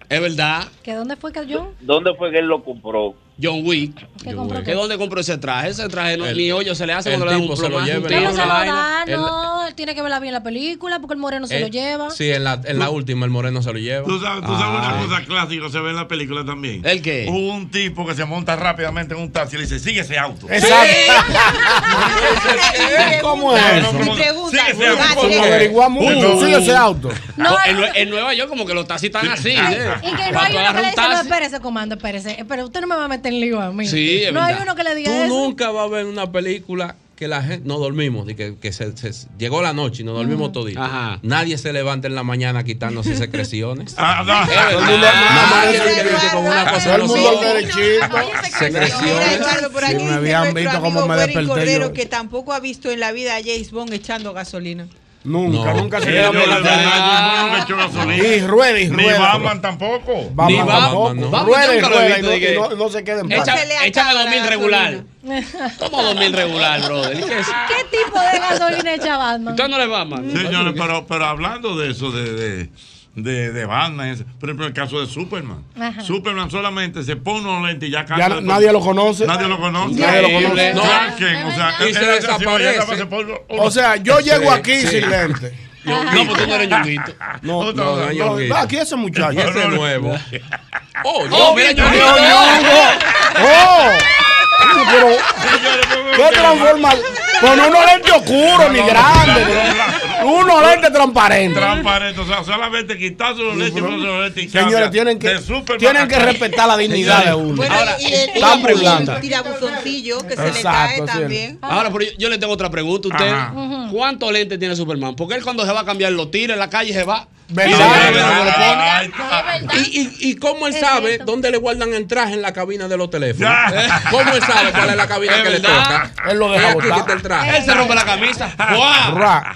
Speaker 3: Es verdad.
Speaker 8: ¿Que dónde fue que yo?
Speaker 13: ¿Dónde fue que él lo compró?
Speaker 3: John Wick.
Speaker 8: ¿Que compró
Speaker 3: ¿Que
Speaker 8: qué?
Speaker 3: dónde compró ese traje? Ese traje no, ni hoyo se le hace
Speaker 10: Ah, el
Speaker 3: cuando le dan un
Speaker 10: tipo se lo
Speaker 3: plomazo,
Speaker 10: lleva
Speaker 3: un
Speaker 10: en la
Speaker 3: tiro, una
Speaker 10: mano.
Speaker 3: vaina.
Speaker 8: Ah,
Speaker 10: El-
Speaker 8: no, él tiene que verla bien la película porque el moreno se
Speaker 10: Eh,
Speaker 8: lo lleva.
Speaker 10: Sí, en la, en la última el moreno se lo lleva.
Speaker 7: Tú sabes, tú sabes una cosa clásica que se ve en la película también.
Speaker 3: ¿El qué?
Speaker 7: Hubo un tipo que se monta rápidamente en un taxi y le dice, sigue ese auto.
Speaker 11: ¿Cómo es eso?
Speaker 7: Sigue ese
Speaker 11: Dale,
Speaker 7: auto.
Speaker 11: Como averiguamos mucho.
Speaker 7: No.
Speaker 11: Sigue ese auto.
Speaker 8: No,
Speaker 3: en, Nue- en Nueva York como que los taxis están así.
Speaker 8: Ay,
Speaker 3: ¿eh?
Speaker 8: Y que no
Speaker 3: Para
Speaker 8: hay
Speaker 3: tú
Speaker 8: uno que
Speaker 3: agarrar
Speaker 8: le
Speaker 3: un
Speaker 8: dice, no,
Speaker 3: taxi.
Speaker 8: espérese, comando, espérese. Pero usted no me va a meter en lío a mí.
Speaker 10: Sí, es
Speaker 8: No
Speaker 10: verdad.
Speaker 8: hay uno que le diga
Speaker 10: Tú
Speaker 8: eso.
Speaker 10: nunca vas a ver una película que la gente no dormimos, de que, que se, se- llegó la noche y nos dormimos
Speaker 3: Ujú.
Speaker 8: Mm.
Speaker 10: toditos. Nadie se levanta en la mañana quitándose secreciones.
Speaker 7: (laughs) Ah, no.
Speaker 10: Es verdad.
Speaker 7: Todo el mundo-
Speaker 10: Nadie
Speaker 7: Ay,
Speaker 10: se levanta con una cosa
Speaker 11: Todo el
Speaker 10: en los
Speaker 11: mundo
Speaker 10: ojos.
Speaker 11: derechito.
Speaker 6: Mira,
Speaker 10: Secreciones.
Speaker 6: Eduardo, por aquí
Speaker 11: Si me
Speaker 6: dice
Speaker 11: habían
Speaker 6: nuestro
Speaker 11: visto cómo
Speaker 6: amigo
Speaker 11: me
Speaker 6: Wery
Speaker 11: desperté
Speaker 6: Cordero
Speaker 11: yo.
Speaker 6: que tampoco ha visto en la vida a James Bond echando gasolina.
Speaker 11: Nunca,
Speaker 7: No.
Speaker 11: nunca
Speaker 7: Sí,
Speaker 11: se
Speaker 7: yo
Speaker 11: llevó
Speaker 7: de
Speaker 11: la
Speaker 7: verdad,
Speaker 11: verdad.
Speaker 7: yo no me echo gasolina.
Speaker 11: Y rueda, y
Speaker 7: Ni
Speaker 11: rueda.
Speaker 7: Batman tampoco.
Speaker 11: Vamos,
Speaker 7: Ni Batman,
Speaker 11: vamos,
Speaker 7: ¿no?
Speaker 11: vamos.
Speaker 7: Rueda
Speaker 11: Rueda
Speaker 7: y
Speaker 11: y
Speaker 7: rueda,
Speaker 11: no-
Speaker 7: y dije-
Speaker 11: y no- no se queden
Speaker 3: Echa- Échame 2000 regular. Como 2000 regular, brother. ¿Qué es?
Speaker 8: ¿Qué tipo de gasolina echa (laughs) Batman?
Speaker 3: Usted no le va, man.
Speaker 7: Señores, pero, pero hablando de eso, de, de, de, de Batman, eso, por ejemplo, el caso de Superman.
Speaker 11: Ajá.
Speaker 7: Superman solamente se pone unos lentes y ya
Speaker 11: Ya
Speaker 7: cambia.
Speaker 11: no- nadie lo conoce.
Speaker 7: Nadie lo conoce.
Speaker 11: Nadie lo conoce.
Speaker 7: No. Franken, o sea,
Speaker 11: Y se
Speaker 7: él- él decía,
Speaker 11: desaparece.
Speaker 7: "Oye, nada más se pone uno".
Speaker 11: O sea, yo llego aquí
Speaker 7: sí.
Speaker 11: sin lente.
Speaker 3: No, pues tú no eres ñonguito.
Speaker 11: No, no, no,
Speaker 10: no,
Speaker 11: no, aquí ese muchacho.
Speaker 10: Ese
Speaker 11: No, no,
Speaker 10: nuevo.
Speaker 3: Oh,
Speaker 11: no,
Speaker 10: mira,
Speaker 11: no,
Speaker 10: Ñonguito.
Speaker 11: no, no. No, pero ¿qué transforma? Con unos lentes oscuros ni grandes, pero unos lentes transparentes.
Speaker 7: Transparente, o sea, solamente quitarse los lentes y ponerse los lentes y
Speaker 11: Señores,
Speaker 7: cambia.
Speaker 11: tienen que,
Speaker 7: De Superman
Speaker 11: tienen que
Speaker 7: a-
Speaker 11: respetar la dignidad de uno.
Speaker 6: Bueno, y el, y
Speaker 11: Tan
Speaker 6: el- y el
Speaker 11: privada.
Speaker 6: tirabuzoncillo que se le
Speaker 11: Exacto,
Speaker 6: cae
Speaker 11: sí.
Speaker 6: también.
Speaker 3: Ahora, pero yo, yo le tengo otra pregunta a usted.
Speaker 11: Ajá.
Speaker 3: ¿Cuántos lentes tiene Superman? Porque él cuando se va a cambiar lo tira en la calle y se va.
Speaker 11: ¿Verdad?
Speaker 3: Y se vuelve,
Speaker 11: ¿Verdad?
Speaker 3: se lo pone.
Speaker 10: ¿Y, y, y cómo él sabe dónde le guardan el traje en la cabina de los teléfonos? Eh, ¿Cómo él sabe cuál es la cabina
Speaker 3: Es
Speaker 10: que le
Speaker 3: verdad.
Speaker 10: toca? Eh, Él lo deja
Speaker 3: botar.
Speaker 10: el traje.
Speaker 3: Él se rompe
Speaker 10: (laughs)
Speaker 3: la camisa. ¡Guau!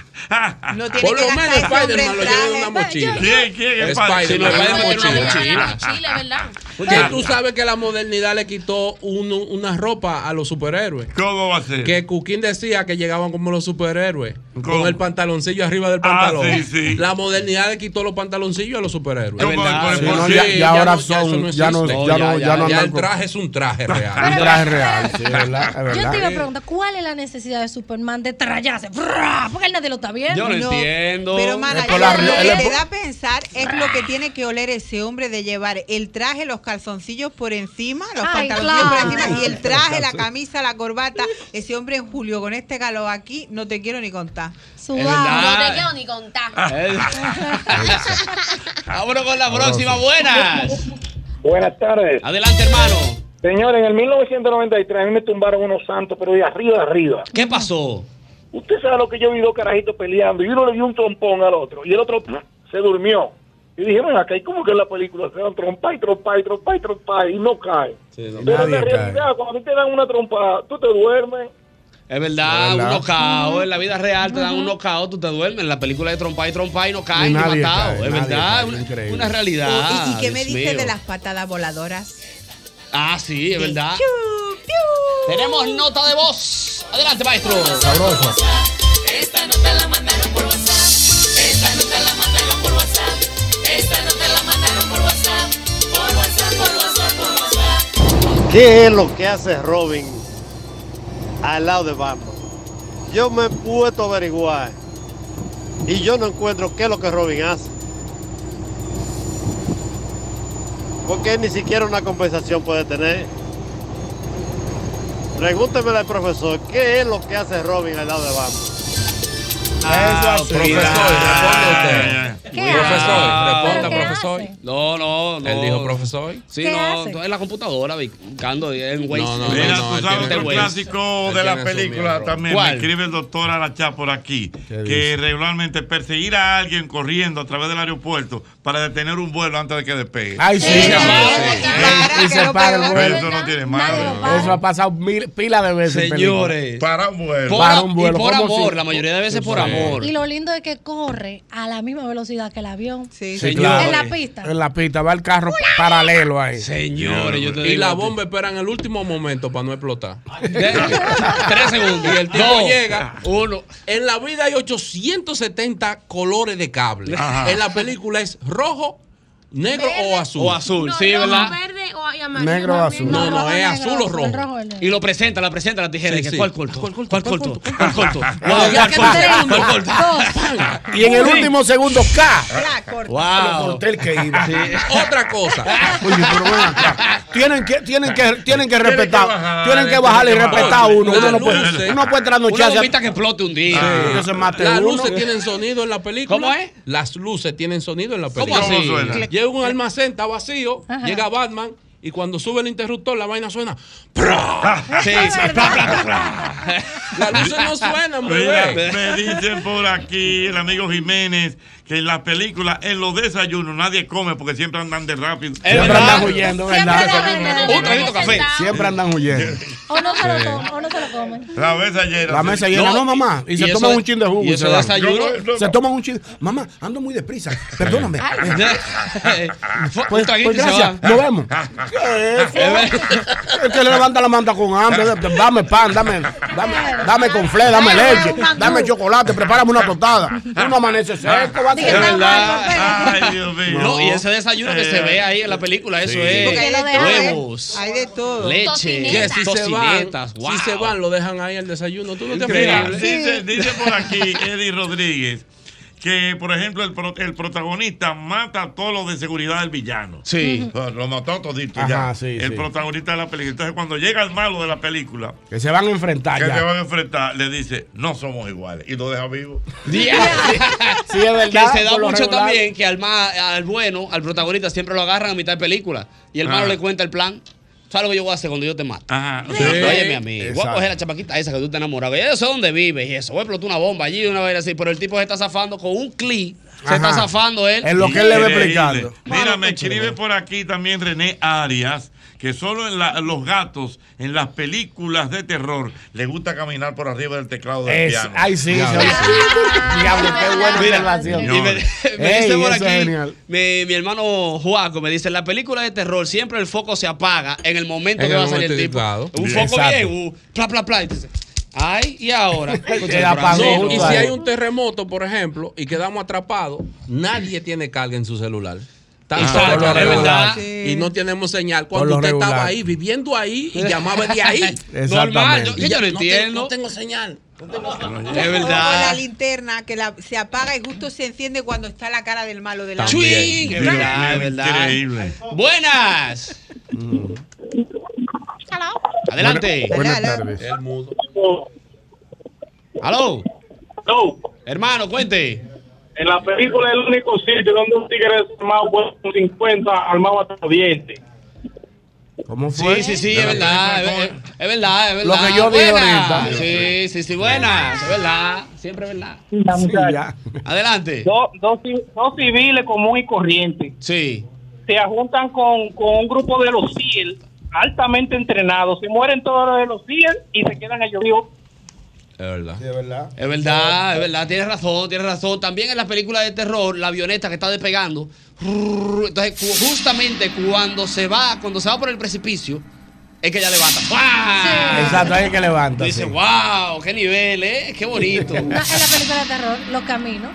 Speaker 6: No
Speaker 10: Por lo menos Spider-Man lo lleva en una mochila.
Speaker 3: ¿Quién? ¿Quién?
Speaker 10: Spider-Man
Speaker 3: Sí, lo
Speaker 10: en
Speaker 3: lleva
Speaker 10: una
Speaker 3: en una
Speaker 10: (laughs) mochila.
Speaker 1: Ah,
Speaker 5: Chile, ¿verdad?
Speaker 10: Porque tú sabes que la modernidad le quitó uno- una ropa a los superhéroes.
Speaker 7: ¿Cómo va a ser?
Speaker 10: Que Cuquín decía que llegaban como los superhéroes, con el pantaloncillo arriba del
Speaker 7: Ah,
Speaker 10: pantalón.
Speaker 7: sí, sí.
Speaker 10: La modernidad le quitó los pantaloncillos a los superhéroes.
Speaker 7: ¿Cómo? Por-
Speaker 10: Sí,
Speaker 7: por-
Speaker 10: no,
Speaker 7: sí.
Speaker 10: ya,
Speaker 7: Ya
Speaker 10: ya
Speaker 7: ahora
Speaker 10: no- ya eso
Speaker 7: son-
Speaker 10: no
Speaker 7: ya no-
Speaker 10: existe.
Speaker 7: ya no-
Speaker 10: ya,
Speaker 7: ya no andan
Speaker 10: el
Speaker 7: con-
Speaker 10: traje es un traje real.
Speaker 11: Un traje real, sí, es verdad, es
Speaker 8: Yo
Speaker 11: verdad.
Speaker 8: te iba a preguntar, ¿cuál es la necesidad de Superman de trallarse? ¡Fra! Porque él nadie lo está
Speaker 3: Yo
Speaker 8: viendo.
Speaker 3: no, entiendo.
Speaker 6: Pero, mana, yo
Speaker 3: la-
Speaker 6: lo
Speaker 3: la-
Speaker 6: que te da a pensar es lo que tiene que oler ese hombre de llevar el traje, los calzoncillos por encima, los
Speaker 8: Ay,
Speaker 6: pantaloncillos
Speaker 8: claro.
Speaker 6: por encima y el traje, la camisa, la corbata. Ese hombre en julio con este calor aquí, no te quiero ni contar.
Speaker 3: verdad.
Speaker 5: No te quiero ni contar.
Speaker 3: (laughs) Ah, Vámonos con la próxima. Buenas.
Speaker 4: Buenas tardes.
Speaker 3: Adelante, hermano.
Speaker 4: Señores, en el 1993 a mí me tumbaron unos santos, pero de arriba de arriba.
Speaker 3: ¿Qué pasó?
Speaker 4: Usted sabe lo que yo vi dos carajitos peleando y uno le dio un trompón al otro y el otro ¡pum! se durmió.
Speaker 14: Y dije, ven acá, ¿y cómo que en la película se dan trompa y trompa y trompa y trompa y no cae? Pero en
Speaker 3: Nadie
Speaker 14: la realidad, cuando a ti te dan una trompa, tú te duermes.
Speaker 3: Es verdad, un
Speaker 14: verdad.
Speaker 3: knockout. En la vida real te dan un knockout, tú te duermes. En la película de trompa y trompa y no caes,
Speaker 10: Y
Speaker 3: ni
Speaker 10: nadie
Speaker 3: matado.
Speaker 10: cae,
Speaker 3: es
Speaker 10: nadie
Speaker 3: verdad,
Speaker 10: cae,
Speaker 3: una,
Speaker 10: increíble.
Speaker 3: una realidad.
Speaker 6: Oh, ¿Y, y qué me
Speaker 3: Dios
Speaker 6: dices de
Speaker 3: mío.
Speaker 6: las patadas voladoras?
Speaker 3: Ah, sí, es verdad.
Speaker 6: Piu, piu.
Speaker 3: Tenemos nota de voz. Adelante, maestro.
Speaker 1: Sabroso. Esta no te la mandaron por WhatsApp. Esta no te la mandaron por WhatsApp. Esta no te la mandaron por WhatsApp. Por WhatsApp, por WhatsApp, por WhatsApp.
Speaker 15: ¿Qué es lo que hace Robin al lado de Batman? Yo me he puesto a averiguar y yo no encuentro qué es lo que Robin hace. Porque él ni siquiera una compensación puede tener. Pregúntemele al profesor, ¿qué es lo que hace Robin al lado de Batman?
Speaker 10: profesor, responde usted.
Speaker 3: ¿Qué hace?
Speaker 10: Ah, Profesor,
Speaker 3: ¿Pero
Speaker 10: responda,
Speaker 3: qué
Speaker 10: profesor.
Speaker 3: No, no, no.
Speaker 10: Él dijo profesor.
Speaker 3: Sí,
Speaker 10: ¿Qué
Speaker 3: no,
Speaker 10: hace?
Speaker 3: estoy en la computadora buscando en Waze.
Speaker 10: No, no, no,
Speaker 7: Mira,
Speaker 10: no,
Speaker 7: tú
Speaker 10: él
Speaker 7: sabes
Speaker 10: tiene
Speaker 7: otro
Speaker 10: su-
Speaker 7: clásico
Speaker 10: él
Speaker 7: de la
Speaker 10: tiene su
Speaker 7: película
Speaker 10: miembro.
Speaker 7: también. Me
Speaker 10: ¿Cuál?
Speaker 7: escribe el doctor Arachá por aquí. Que
Speaker 10: dice?
Speaker 7: regularmente perseguir a alguien corriendo a través del aeropuerto para detener un vuelo antes de que despegue.
Speaker 11: Ay, sí. Sí,
Speaker 7: Eh,
Speaker 11: sí. Y se para el
Speaker 7: Pero
Speaker 11: vuelo.
Speaker 7: Eso no tiene madre.
Speaker 11: Eso ha pasado mil, pila de veces. en
Speaker 3: Señores.
Speaker 11: películas.
Speaker 7: Para un vuelo.
Speaker 3: Por
Speaker 11: Para
Speaker 3: a-
Speaker 11: un vuelo.
Speaker 3: y por
Speaker 11: ¿cómo
Speaker 3: amor,
Speaker 11: si-
Speaker 3: la mayoría de veces por
Speaker 11: Sí.
Speaker 3: amor.
Speaker 8: Y lo lindo es que corre a la misma velocidad que el avión.
Speaker 6: Sí,
Speaker 11: Sí, claro.
Speaker 8: En la pista.
Speaker 11: En la pista, va el carro paralelo ahí.
Speaker 10: Señores, yo te digo. Y la bomba esperan el último momento para no explotar.
Speaker 3: (laughs) Tres segundos.
Speaker 10: Y el tipo
Speaker 3: Dos.
Speaker 10: llega. Uno. En la vida hay 870 colores de cable.
Speaker 3: Ajá.
Speaker 10: En la película es rojo, negro o azul.
Speaker 3: O azul, No, sí, rojo, ¿verdad?
Speaker 5: Verde o ay, amarillo.
Speaker 10: Negro o azul. No, no, es
Speaker 5: negro,
Speaker 10: azul o
Speaker 5: el
Speaker 10: rojo.
Speaker 5: el negro.
Speaker 3: Y lo presenta, la presenta la tijera.
Speaker 10: Sí, Ah,
Speaker 3: y que,
Speaker 10: sí.
Speaker 3: ¿Cuál corto? ¿Cuál corto? ¿Cuál corto? ¿Cuál corto? Wow,
Speaker 11: Wow,
Speaker 3: ¿Cuál corto? ¿Cuál
Speaker 11: ¿cuál
Speaker 3: corto?
Speaker 11: Ah, corta? Y en el
Speaker 10: Sí.
Speaker 11: último segundo,
Speaker 10: La
Speaker 11: K.
Speaker 10: corta.
Speaker 11: Lo corté el que iba. (laughs)
Speaker 10: Otra cosa.
Speaker 11: Oye, pero ven acá. Tienen que, tienen que, tienen que respetar.
Speaker 10: bajar,
Speaker 11: tienen que bajar y
Speaker 10: tienen que
Speaker 11: respetar a
Speaker 10: bajar.
Speaker 11: uno. Uno
Speaker 10: Las
Speaker 11: no puede,
Speaker 10: luces.
Speaker 11: uno puede
Speaker 10: Una
Speaker 11: trasnocharse.
Speaker 10: bombita
Speaker 3: que explote un día.
Speaker 11: Sí, que Ah. se mate
Speaker 10: Las
Speaker 11: uno.
Speaker 10: luces tienen sonido en la película.
Speaker 3: ¿Cómo es?
Speaker 10: Las luces tienen sonido en la
Speaker 3: ¿Cómo
Speaker 10: película.
Speaker 3: así? ¿Cómo suena?
Speaker 10: Llega un almacén, está vacío, llega Batman y cuando sube el interruptor la vaina
Speaker 3: (laughs)
Speaker 10: suena.
Speaker 7: Sí,
Speaker 10: Las luces no suenan,
Speaker 7: Mira,
Speaker 10: bebé.
Speaker 7: me dicen por aquí el amigo Jiménez que en las películas, en los desayunos, nadie come porque siempre andan de rápido.
Speaker 11: Siempre andan huyendo, ¿verdad?
Speaker 7: Un traguito de café.
Speaker 11: Siempre andan huyendo.
Speaker 8: O no se lo
Speaker 11: Sí.
Speaker 8: toman, o no se lo comen.
Speaker 7: La mesa llena.
Speaker 11: La mesa llena, no, mamá. Y, se
Speaker 7: eso
Speaker 11: toman
Speaker 7: de-
Speaker 11: un chin de jugo.
Speaker 7: y
Speaker 11: se
Speaker 7: eso de
Speaker 11: van.
Speaker 7: desayuno. No, no,
Speaker 11: Se
Speaker 7: no.
Speaker 11: toman un chin. Mamá, ando muy deprisa. Perdóname.
Speaker 3: Fue-
Speaker 11: (laughs) pues,
Speaker 3: un traguito
Speaker 11: pues
Speaker 3: y se
Speaker 11: gracias.
Speaker 3: va.
Speaker 11: Nos
Speaker 1: (laughs)
Speaker 11: vemos. ¿Qué es
Speaker 10: Eh,
Speaker 11: eso? (laughs) El que le levanta la manta con hambre. Dame pan, dame, dame, dame conflé, dame leche, dame chocolate, prepárame una tostada. Uno amanece
Speaker 10: Ah.
Speaker 11: seco, va a
Speaker 3: Es verdad.
Speaker 7: Ay, Dios mío. Eh,
Speaker 3: No, y ese desayuno que se ve ahí en la película, eso es huevos.
Speaker 6: Hay de todo.
Speaker 3: Leche,
Speaker 10: Que si se van,
Speaker 3: tocinetas,
Speaker 10: si
Speaker 3: wow.
Speaker 10: se van, lo dejan ahí al desayuno. Tú no te
Speaker 7: Mira,
Speaker 10: fijas.
Speaker 7: dice, dice por aquí Eddie Rodríguez que, por ejemplo, el, pro- el protagonista mata a todos los de seguridad del villano.
Speaker 11: Sí.
Speaker 7: Lo lo mató todito
Speaker 11: Ajá,
Speaker 7: ya.
Speaker 11: sí,
Speaker 7: el
Speaker 11: sí.
Speaker 7: protagonista de la película. Entonces, cuando llega el malo de la película,
Speaker 11: Que se van a enfrentar
Speaker 7: que
Speaker 11: ya.
Speaker 7: se van a enfrentar, le dice, no somos iguales. Y lo deja vivo.
Speaker 11: (laughs) Sí, es verdad.
Speaker 3: Que se da
Speaker 11: por lo
Speaker 3: mucho
Speaker 11: regular.
Speaker 3: también que al, ma- al bueno, al protagonista, siempre lo agarran a mitad de película. Y el
Speaker 10: Ah.
Speaker 3: malo le cuenta el plan. ¿Sabes lo que yo voy a hacer cuando yo te mato?
Speaker 7: Ajá.
Speaker 10: Sí.
Speaker 3: Oye, mi amigo, voy a
Speaker 10: Exacto.
Speaker 3: coger la chapaquita esa que tú te enamorado. Yo sé dónde vives y eso. Voy a explotar una bomba allí, una vaina así. Pero el tipo se está zafando con un clic. Se
Speaker 7: Ajá.
Speaker 3: está zafando él.
Speaker 11: Es lo que él le va
Speaker 7: Increíble.
Speaker 11: explicando.
Speaker 7: Mira, me escribe por aquí también René Arias, que solo en la- los gatos, en las películas de terror, le gusta caminar por arriba del teclado del
Speaker 11: Es-
Speaker 7: piano.
Speaker 11: ay, sí, se oye. Diablo, qué buena observación.
Speaker 3: Y me, (laughs) me
Speaker 11: Ey,
Speaker 3: dice
Speaker 11: eso
Speaker 3: por
Speaker 11: es
Speaker 3: aquí,
Speaker 11: genial.
Speaker 3: mi, mi hermano Juaco me dice, en la película de terror siempre el foco se apaga en el momento
Speaker 10: En
Speaker 3: que
Speaker 10: el
Speaker 3: va a salir el
Speaker 10: momento
Speaker 3: tipo.
Speaker 10: indicado.
Speaker 3: Un
Speaker 10: Bien.
Speaker 3: foco
Speaker 10: Exacto.
Speaker 3: bien, uh, pla, pla, pla. Y dice, ay,
Speaker 10: (laughs)
Speaker 3: y ahora.
Speaker 10: Se apagó.
Speaker 3: No,
Speaker 10: y si hay un terremoto, por ejemplo, y quedamos atrapados, nadie tiene carga en su celular. Tanto
Speaker 3: Exacto,
Speaker 10: por lo
Speaker 3: es
Speaker 10: regular.
Speaker 3: verdad.
Speaker 10: Y no tenemos señal.
Speaker 11: Por
Speaker 10: Cuando
Speaker 11: lo
Speaker 10: usted estaba
Speaker 11: regular.
Speaker 10: ahí, viviendo ahí,
Speaker 3: (laughs)
Speaker 10: y llamaba de ahí.
Speaker 11: Normal, yo-
Speaker 10: Y ya
Speaker 3: yo no
Speaker 10: te-
Speaker 3: entiendo. Ah,
Speaker 10: no tengo señal. No tengo señal.
Speaker 3: Es
Speaker 6: O la
Speaker 3: verdad.
Speaker 6: linterna que la- se apaga y justo se enciende cuando está la cara del malo de la
Speaker 3: Chuy, es verdad, es verdad.
Speaker 7: Increíble.
Speaker 3: Buenas. Adelante.
Speaker 7: Buenas
Speaker 3: tardes. Aló. Hermano, cuente.
Speaker 14: En la película es el único sitio donde un tigre es armado con 50 armado hasta los dientes.
Speaker 11: ¿Cómo
Speaker 3: fue? Sí, sí, sí,
Speaker 11: De
Speaker 3: es
Speaker 11: la
Speaker 3: verdad, es, es- es verdad, es
Speaker 11: Lo
Speaker 3: verdad.
Speaker 11: que yo dije
Speaker 3: Buenas.
Speaker 11: ahorita.
Speaker 3: Sí, sí, sí, buenas, es verdad, siempre es verdad. Adelante.
Speaker 12: Dos, dos ci- dos civiles común y corriente.
Speaker 3: Sí.
Speaker 12: Se juntan con, con un grupo de los CIEL altamente entrenados. Se mueren todos los de los CIEL y se quedan ellos vivos.
Speaker 3: Es verdad.
Speaker 11: Es verdad.
Speaker 3: Es verdad, es verdad, tienes razón, tienes razón. También en las películas de terror, la avioneta que está despegando, rrr, entonces cu- justamente cuando se va, cuando se va por el precipicio, es que ella levanta. ¡Guau!
Speaker 11: Exacto, ahí es que levanta.
Speaker 3: Dice,
Speaker 11: sí.
Speaker 3: wow, qué nivel, ¿eh? Qué bonito.
Speaker 8: No, en la película de terror, los caminos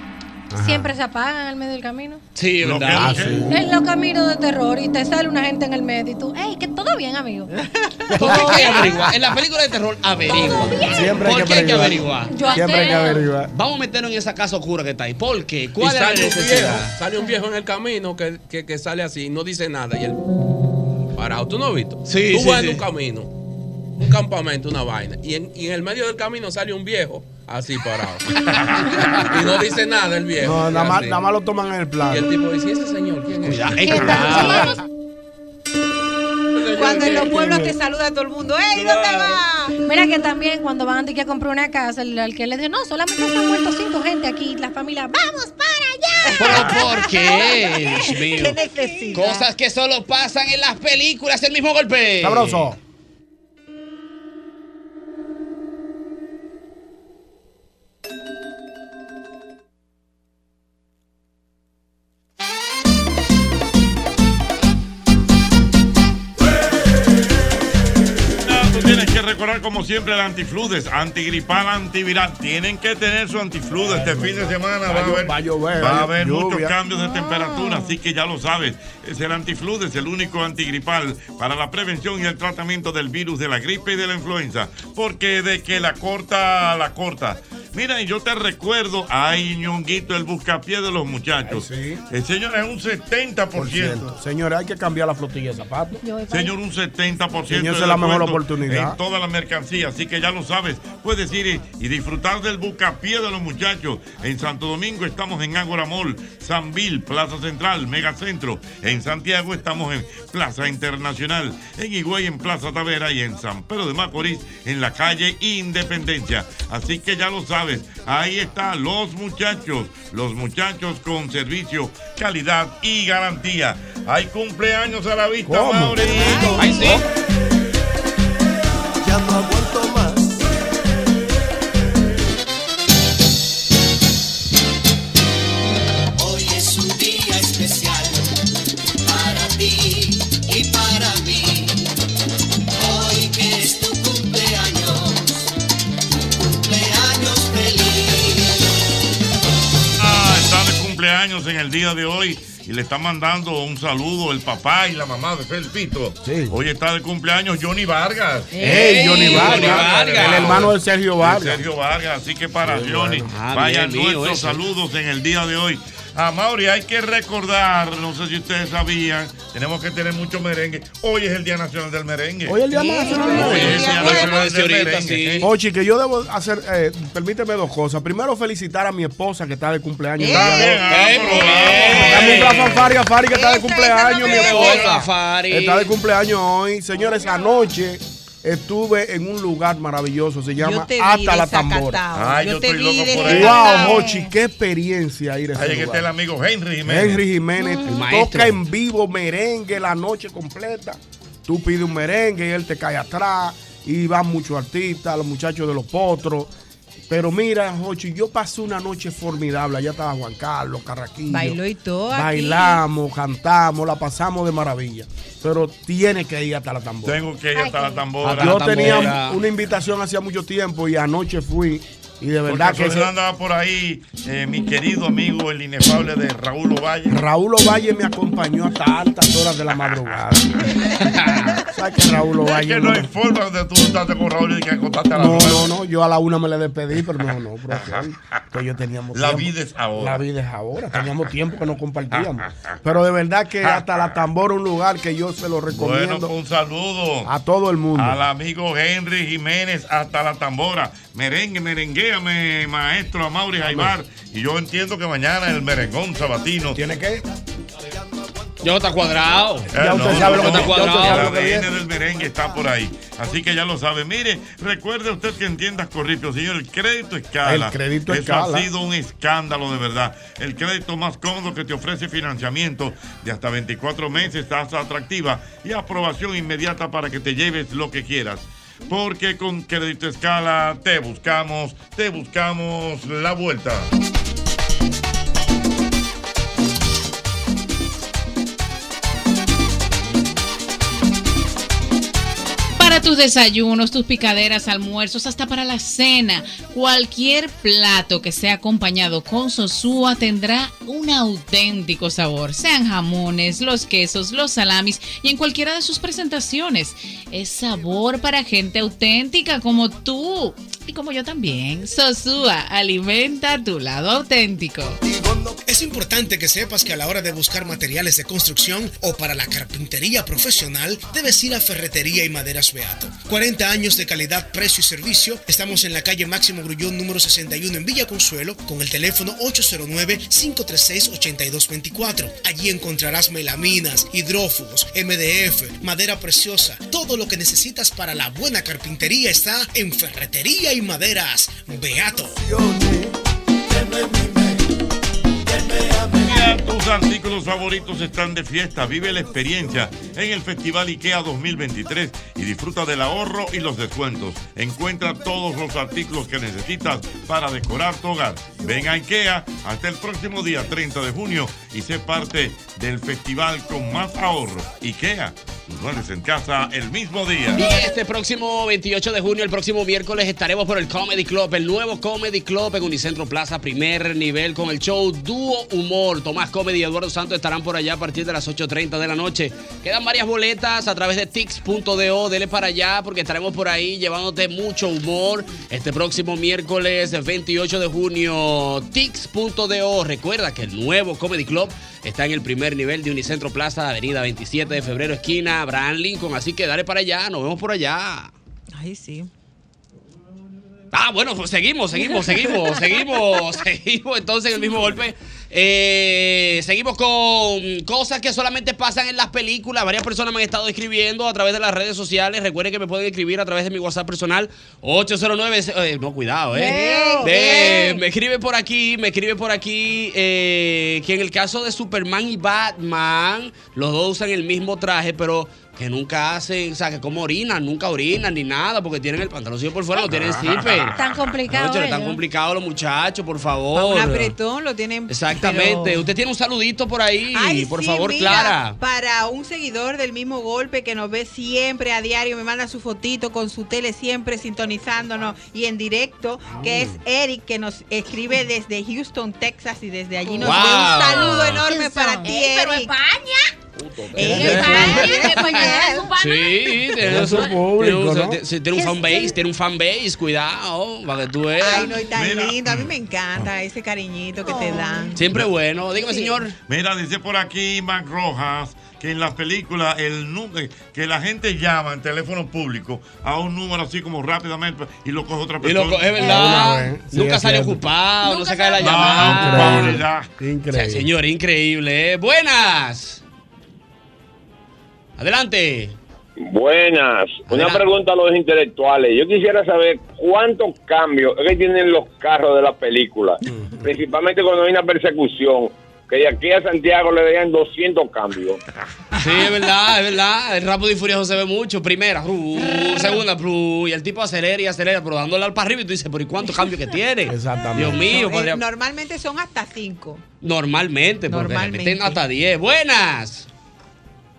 Speaker 3: Ajá.
Speaker 8: siempre se apagan al medio del camino.
Speaker 3: Sí, es verdad.
Speaker 8: En los caminos de terror y te sale una gente en el medio y tú, hey, que todo bien, amigo.
Speaker 3: Entonces hay que averiguar. En la película de terror, averigua.
Speaker 11: Siempre hay que
Speaker 3: ¿Por qué hay que
Speaker 11: averiguar.
Speaker 3: averiguar?
Speaker 8: Yo
Speaker 11: Siempre hay que
Speaker 10: antes-
Speaker 11: averiguar.
Speaker 3: Vamos a meternos en esa casa oscura que está ahí. ¿Por qué?
Speaker 10: Y
Speaker 3: ¿Cuál es la
Speaker 10: sale un viejo,
Speaker 3: necesidad?
Speaker 10: sale un viejo en el camino que, que, que sale así y no dice nada. Y él, parado, ¿tú no has visto?
Speaker 3: Sí,
Speaker 10: Tú
Speaker 3: sí,
Speaker 10: vas en
Speaker 3: sí.
Speaker 10: un camino, un campamento, una vaina. Y en, y en el medio del camino sale un viejo así
Speaker 3: (laughs)
Speaker 10: parado. y no dice nada el viejo.
Speaker 11: No, nada más,
Speaker 10: Así.
Speaker 11: nada más lo toman en el plan.
Speaker 10: Y el tipo dice, "¿Y ese señor quién es?
Speaker 11: eh, ¿Qué cuidado.
Speaker 6: Cuando en los pueblos te saluda todo el mundo, ¡Ey, dónde vas!
Speaker 8: Mira que también cuando van a que a comprar una casa, el alquiler le dice, no, solamente se han muerto cinco gente aquí, la familia, vamos para allá.
Speaker 3: ¿Pero por qué? Dios mío.
Speaker 8: Qué necesidad.
Speaker 3: Cosas que solo pasan en las películas, el mismo golpe.
Speaker 11: Sabroso.
Speaker 7: Tú tienes que recordar, como siempre, el antifludes, antigripal, antiviral. Tienen que tener su antifludes. Este fin de semana va a haber,
Speaker 11: a llover,
Speaker 7: va a
Speaker 11: hay
Speaker 7: haber
Speaker 11: lluvia. Ah.
Speaker 7: muchos cambios de temperatura, así que ya lo sabes. Es el antifludes, el único antigripal para la prevención y el tratamiento del virus de la gripe y de la influenza. Porque de que la corta, la corta. Mira, y yo te recuerdo, ay, ñonguito, el buscapié de los muchachos. El señor es un 70%.
Speaker 11: Por cierto. Señor, hay que cambiar la flotilla de zapatos.
Speaker 7: Señor, un 70%
Speaker 11: Señor,
Speaker 7: de
Speaker 11: esa es la mejor
Speaker 7: descuento
Speaker 11: oportunidad.
Speaker 7: En toda la mercancía, así que ya lo sabes. Puedes ir y- y disfrutar del bucapié de los muchachos. En Santo Domingo estamos en Ágora Mall, Sanvil, Plaza Central, Megacentro. En Santiago estamos en Plaza Internacional. En Higüey, en Plaza Tavera y en San Pedro de Macorís, en la calle Independencia. Así que ya lo sabes. Ahí están los muchachos. Los muchachos con servicio, calidad y garantía. Hay cumpleaños a la vista, Mauri. Ahí sí.
Speaker 16: Ya no aguanto más.
Speaker 1: Hoy es un día especial para ti y para mí. Hoy que es tu cumpleaños, cumpleaños feliz.
Speaker 7: Ah, está de cumpleaños en el día de hoy y le está mandando un saludo el papá y la mamá de Felpito. Hoy está de cumpleaños Johnny Vargas.
Speaker 11: Ey, Ey, Johnny Vargas. El hermano de Sergio Vargas.
Speaker 7: De Sergio Vargas, así que para
Speaker 11: Qué
Speaker 7: Johnny,
Speaker 11: bueno. Ah,
Speaker 7: vayan
Speaker 11: bien, mío,
Speaker 7: nuestros
Speaker 11: ese.
Speaker 7: saludos en el día de hoy. A Mauri, hay que recordar, no sé si ustedes sabían, tenemos que tener mucho merengue. Hoy es el Día Nacional del Merengue.
Speaker 11: Hoy es el Día Nacional del
Speaker 7: Hoy es el Día
Speaker 11: Merengue.
Speaker 7: Nacional del Merengue.
Speaker 11: Ochi, que yo debo hacer, eh, permíteme dos cosas. Primero, felicitar a mi esposa que está de cumpleaños.
Speaker 7: Está bien, ah, pero
Speaker 11: Dame un
Speaker 7: vamos.
Speaker 11: aplauso a Fari, a Fari que está de cumpleaños, mi esposa.
Speaker 3: Hola, Fari.
Speaker 11: Está de cumpleaños hoy. Señores, anoche estuve en un lugar maravilloso, se llama
Speaker 7: te vi
Speaker 11: Hasta la
Speaker 7: desacatado.
Speaker 11: Tambora.
Speaker 7: Ay, yo Yo te estoy vi loco por desacatado. ahí.
Speaker 11: Wow, Ochi, qué experiencia ir a ese
Speaker 7: Ahí es que
Speaker 11: lugar.
Speaker 7: está el amigo Henry Jiménez.
Speaker 11: Henry Jiménez
Speaker 7: El maestro.
Speaker 11: toca en vivo merengue la noche completa. Tú pides un merengue y él te cae atrás. Y van muchos artistas, los muchachos de los potros. Pero mira, Jochi, yo pasé una noche formidable. Allá estaba Juan Carlos, Carraquillo.
Speaker 6: Bailó y todo aquí.
Speaker 11: Bailamos, cantamos, la pasamos de maravilla. Pero tiene que ir hasta la tambora. Ah,
Speaker 7: Tengo que ir hasta la tambora.
Speaker 11: Yo tenía una invitación hacía mucho tiempo y anoche fui. Y de verdad
Speaker 7: Por
Speaker 11: que
Speaker 7: casualidad
Speaker 11: se-
Speaker 7: andaba por ahí eh, mi querido amigo, el inefable de Raúl Ovalle.
Speaker 11: Raúl Ovalle me acompañó hasta altas horas de la
Speaker 7: (laughs)
Speaker 11: madrugada. ¿Sabes que Raúl Ovalle?
Speaker 7: Es que no hay forma de tú estarte con Raúl y que acostaste a la
Speaker 11: No,
Speaker 7: mujer.
Speaker 11: no, no, yo a la una me le despedí, pero no, no, profe. Que yo teníamos
Speaker 7: La
Speaker 11: tiempo.
Speaker 7: vida es ahora.
Speaker 11: La vida es ahora, teníamos tiempo que no compartíamos. Pero de verdad que hasta la tambora un lugar que yo se lo
Speaker 7: Bueno, pues,
Speaker 11: recomiendo
Speaker 7: un saludo
Speaker 11: a todo el mundo.
Speaker 7: al amigo Henry Jiménez hasta la tambora. Merengue, merenguéame, maestro a Mauri Jaibar. Y yo entiendo que mañana el merengón sabatino.
Speaker 11: ¿Tiene que?
Speaker 3: Yo está cuadrado.
Speaker 7: Eh, no, no,
Speaker 3: Yo
Speaker 7: no,
Speaker 3: está cuadrado.
Speaker 7: El ADN del merengue está por ahí. Así que ya lo sabe. Mire, recuerde usted que en tiendas Corripio, señor, el crédito escala.
Speaker 11: El crédito
Speaker 7: Eso
Speaker 11: escala.
Speaker 7: ha sido un escándalo de verdad. El crédito más cómodo que te ofrece financiamiento de hasta 24 meses, tasa atractiva y aprobación inmediata para que te lleves lo que quieras. Porque con Crédito Escala te buscamos, te buscamos la vuelta.
Speaker 17: Para tus desayunos, tus picaderas, almuerzos, hasta para la cena, cualquier plato que sea acompañado con sosúa tendrá un auténtico sabor. Sean jamones, los quesos, los salamis y en cualquiera de sus presentaciones. Es sabor para gente auténtica como tú y como yo también. Sosúa, alimenta tu lado auténtico.
Speaker 18: Es importante que sepas que a la hora de buscar materiales de construcción o para la carpintería profesional, debes ir a Ferretería y Maderas Beato. 40 años de calidad, precio y servicio. Estamos en la calle Máximo Grullón número 61 en Villa Consuelo con el teléfono 809-536-8224. Allí encontrarás melaminas, hidrófugos, MDF, madera preciosa. Todo lo que necesitas para la buena carpintería está en Ferretería y Maderas Beato.
Speaker 7: Ya Eh, tus artículos favoritos están de fiesta. Vive la experiencia en el Festival IKEA 2023 y disfruta del ahorro y los descuentos. Encuentra todos los artículos que necesitas para decorar tu hogar. Ven a IKEA hasta el próximo día 30 de junio y sé parte del festival con más ahorro. IKEA, tus muebles en casa el mismo día.
Speaker 3: Bien, este próximo 28 de junio, el próximo miércoles, estaremos por el Comedy Club, el nuevo Comedy Club en Unicentro Plaza, primer nivel, con el show Dúo Humor. Tomás Comedy y Eduardo Santos estarán por allá a partir de las 8.30 de la noche. Quedan varias boletas a través de tix.do, dele para allá porque estaremos por ahí llevándote mucho humor. Este próximo miércoles 28 de junio, tix.do. Recuerda que el nuevo Comedy Club está en el primer nivel de Unicentro Plaza, avenida 27 de febrero, esquina Abraham Lincoln. Así que dale para allá, nos vemos por allá.
Speaker 6: Ay, sí.
Speaker 3: Ah, bueno, pues seguimos, seguimos, seguimos, seguimos, seguimos. Entonces, en el mismo golpe, eh, seguimos con cosas que solamente pasan en las películas. Varias personas me han estado escribiendo a través de las redes sociales. Recuerden que me pueden escribir a través de mi WhatsApp personal 809. eh, no, cuidado, ¿eh?
Speaker 19: Bien,
Speaker 3: De-
Speaker 19: bien.
Speaker 3: me escribe por aquí, me escribe por aquí eh, que en el caso de Superman y Batman, los dos usan el mismo traje, pero que nunca hacen, o sea, que como orinan, nunca orinan ni nada, porque tienen el pantaloncillo por fuera, no tienen
Speaker 6: Ah. (laughs)
Speaker 3: zipper.
Speaker 8: Tan complicado.
Speaker 3: Oye, pues. tan
Speaker 8: ello.
Speaker 3: complicado los muchachos, por
Speaker 6: Un
Speaker 3: favor.
Speaker 6: apretón lo tienen.
Speaker 3: Exactamente.
Speaker 6: pero-
Speaker 3: Usted tiene un saludito por ahí,
Speaker 6: Ay,
Speaker 3: por
Speaker 6: sí,
Speaker 3: favor,
Speaker 6: mira,
Speaker 3: Clara.
Speaker 6: Para un seguidor del mismo golpe que nos ve siempre a diario, me manda su fotito con su tele siempre sintonizándonos y en directo, que es
Speaker 3: Mm.
Speaker 6: Eric, que nos escribe desde Houston, Texas y desde allí nos
Speaker 3: Wow.
Speaker 6: ve un saludo enorme para ti,
Speaker 1: Ey, pero
Speaker 6: Eric.
Speaker 3: Sí, tiene
Speaker 11: su
Speaker 3: su
Speaker 11: público,
Speaker 3: Tiene
Speaker 11: ¿no?
Speaker 3: un, tiene- tiene un fan base, tiene un fan base, cuidado, para que tú veas.
Speaker 6: Ay, no, y tan lindo. A mí me encanta ese cariñito que te dan.
Speaker 3: Siempre bueno. Dígame, señor.
Speaker 7: Mira, dice por aquí Mac Rojas que en las películas el número que la gente llama en teléfono público a un número así como rápidamente y lo coge otra
Speaker 3: Y
Speaker 7: persona.
Speaker 3: lo co- es verdad. Nunca sale ocupado, no se cae la llamada. O sea, señor, increíble. ¿eh? Buenas. Adelante.
Speaker 14: Buenas. Una pregunta a los intelectuales. Yo quisiera saber cuántos cambios es que tienen los carros de la película. Principalmente cuando hay una persecución. Que de aquí a Santiago le dejan 200 cambios.
Speaker 3: Sí, es verdad, es verdad. El Rápido y Furioso se ve mucho. Primera, ru, segunda, ru, y el tipo acelera y acelera, pero dándole al para arriba y tú dices, pero ¿y cuánto cambio que tiene? Exactamente. Dios mío,
Speaker 6: Eh,
Speaker 3: podría-
Speaker 6: Normalmente son hasta cinco.
Speaker 3: Normalmente, porque le
Speaker 6: Normalmente.
Speaker 3: meten hasta 10. Buenas.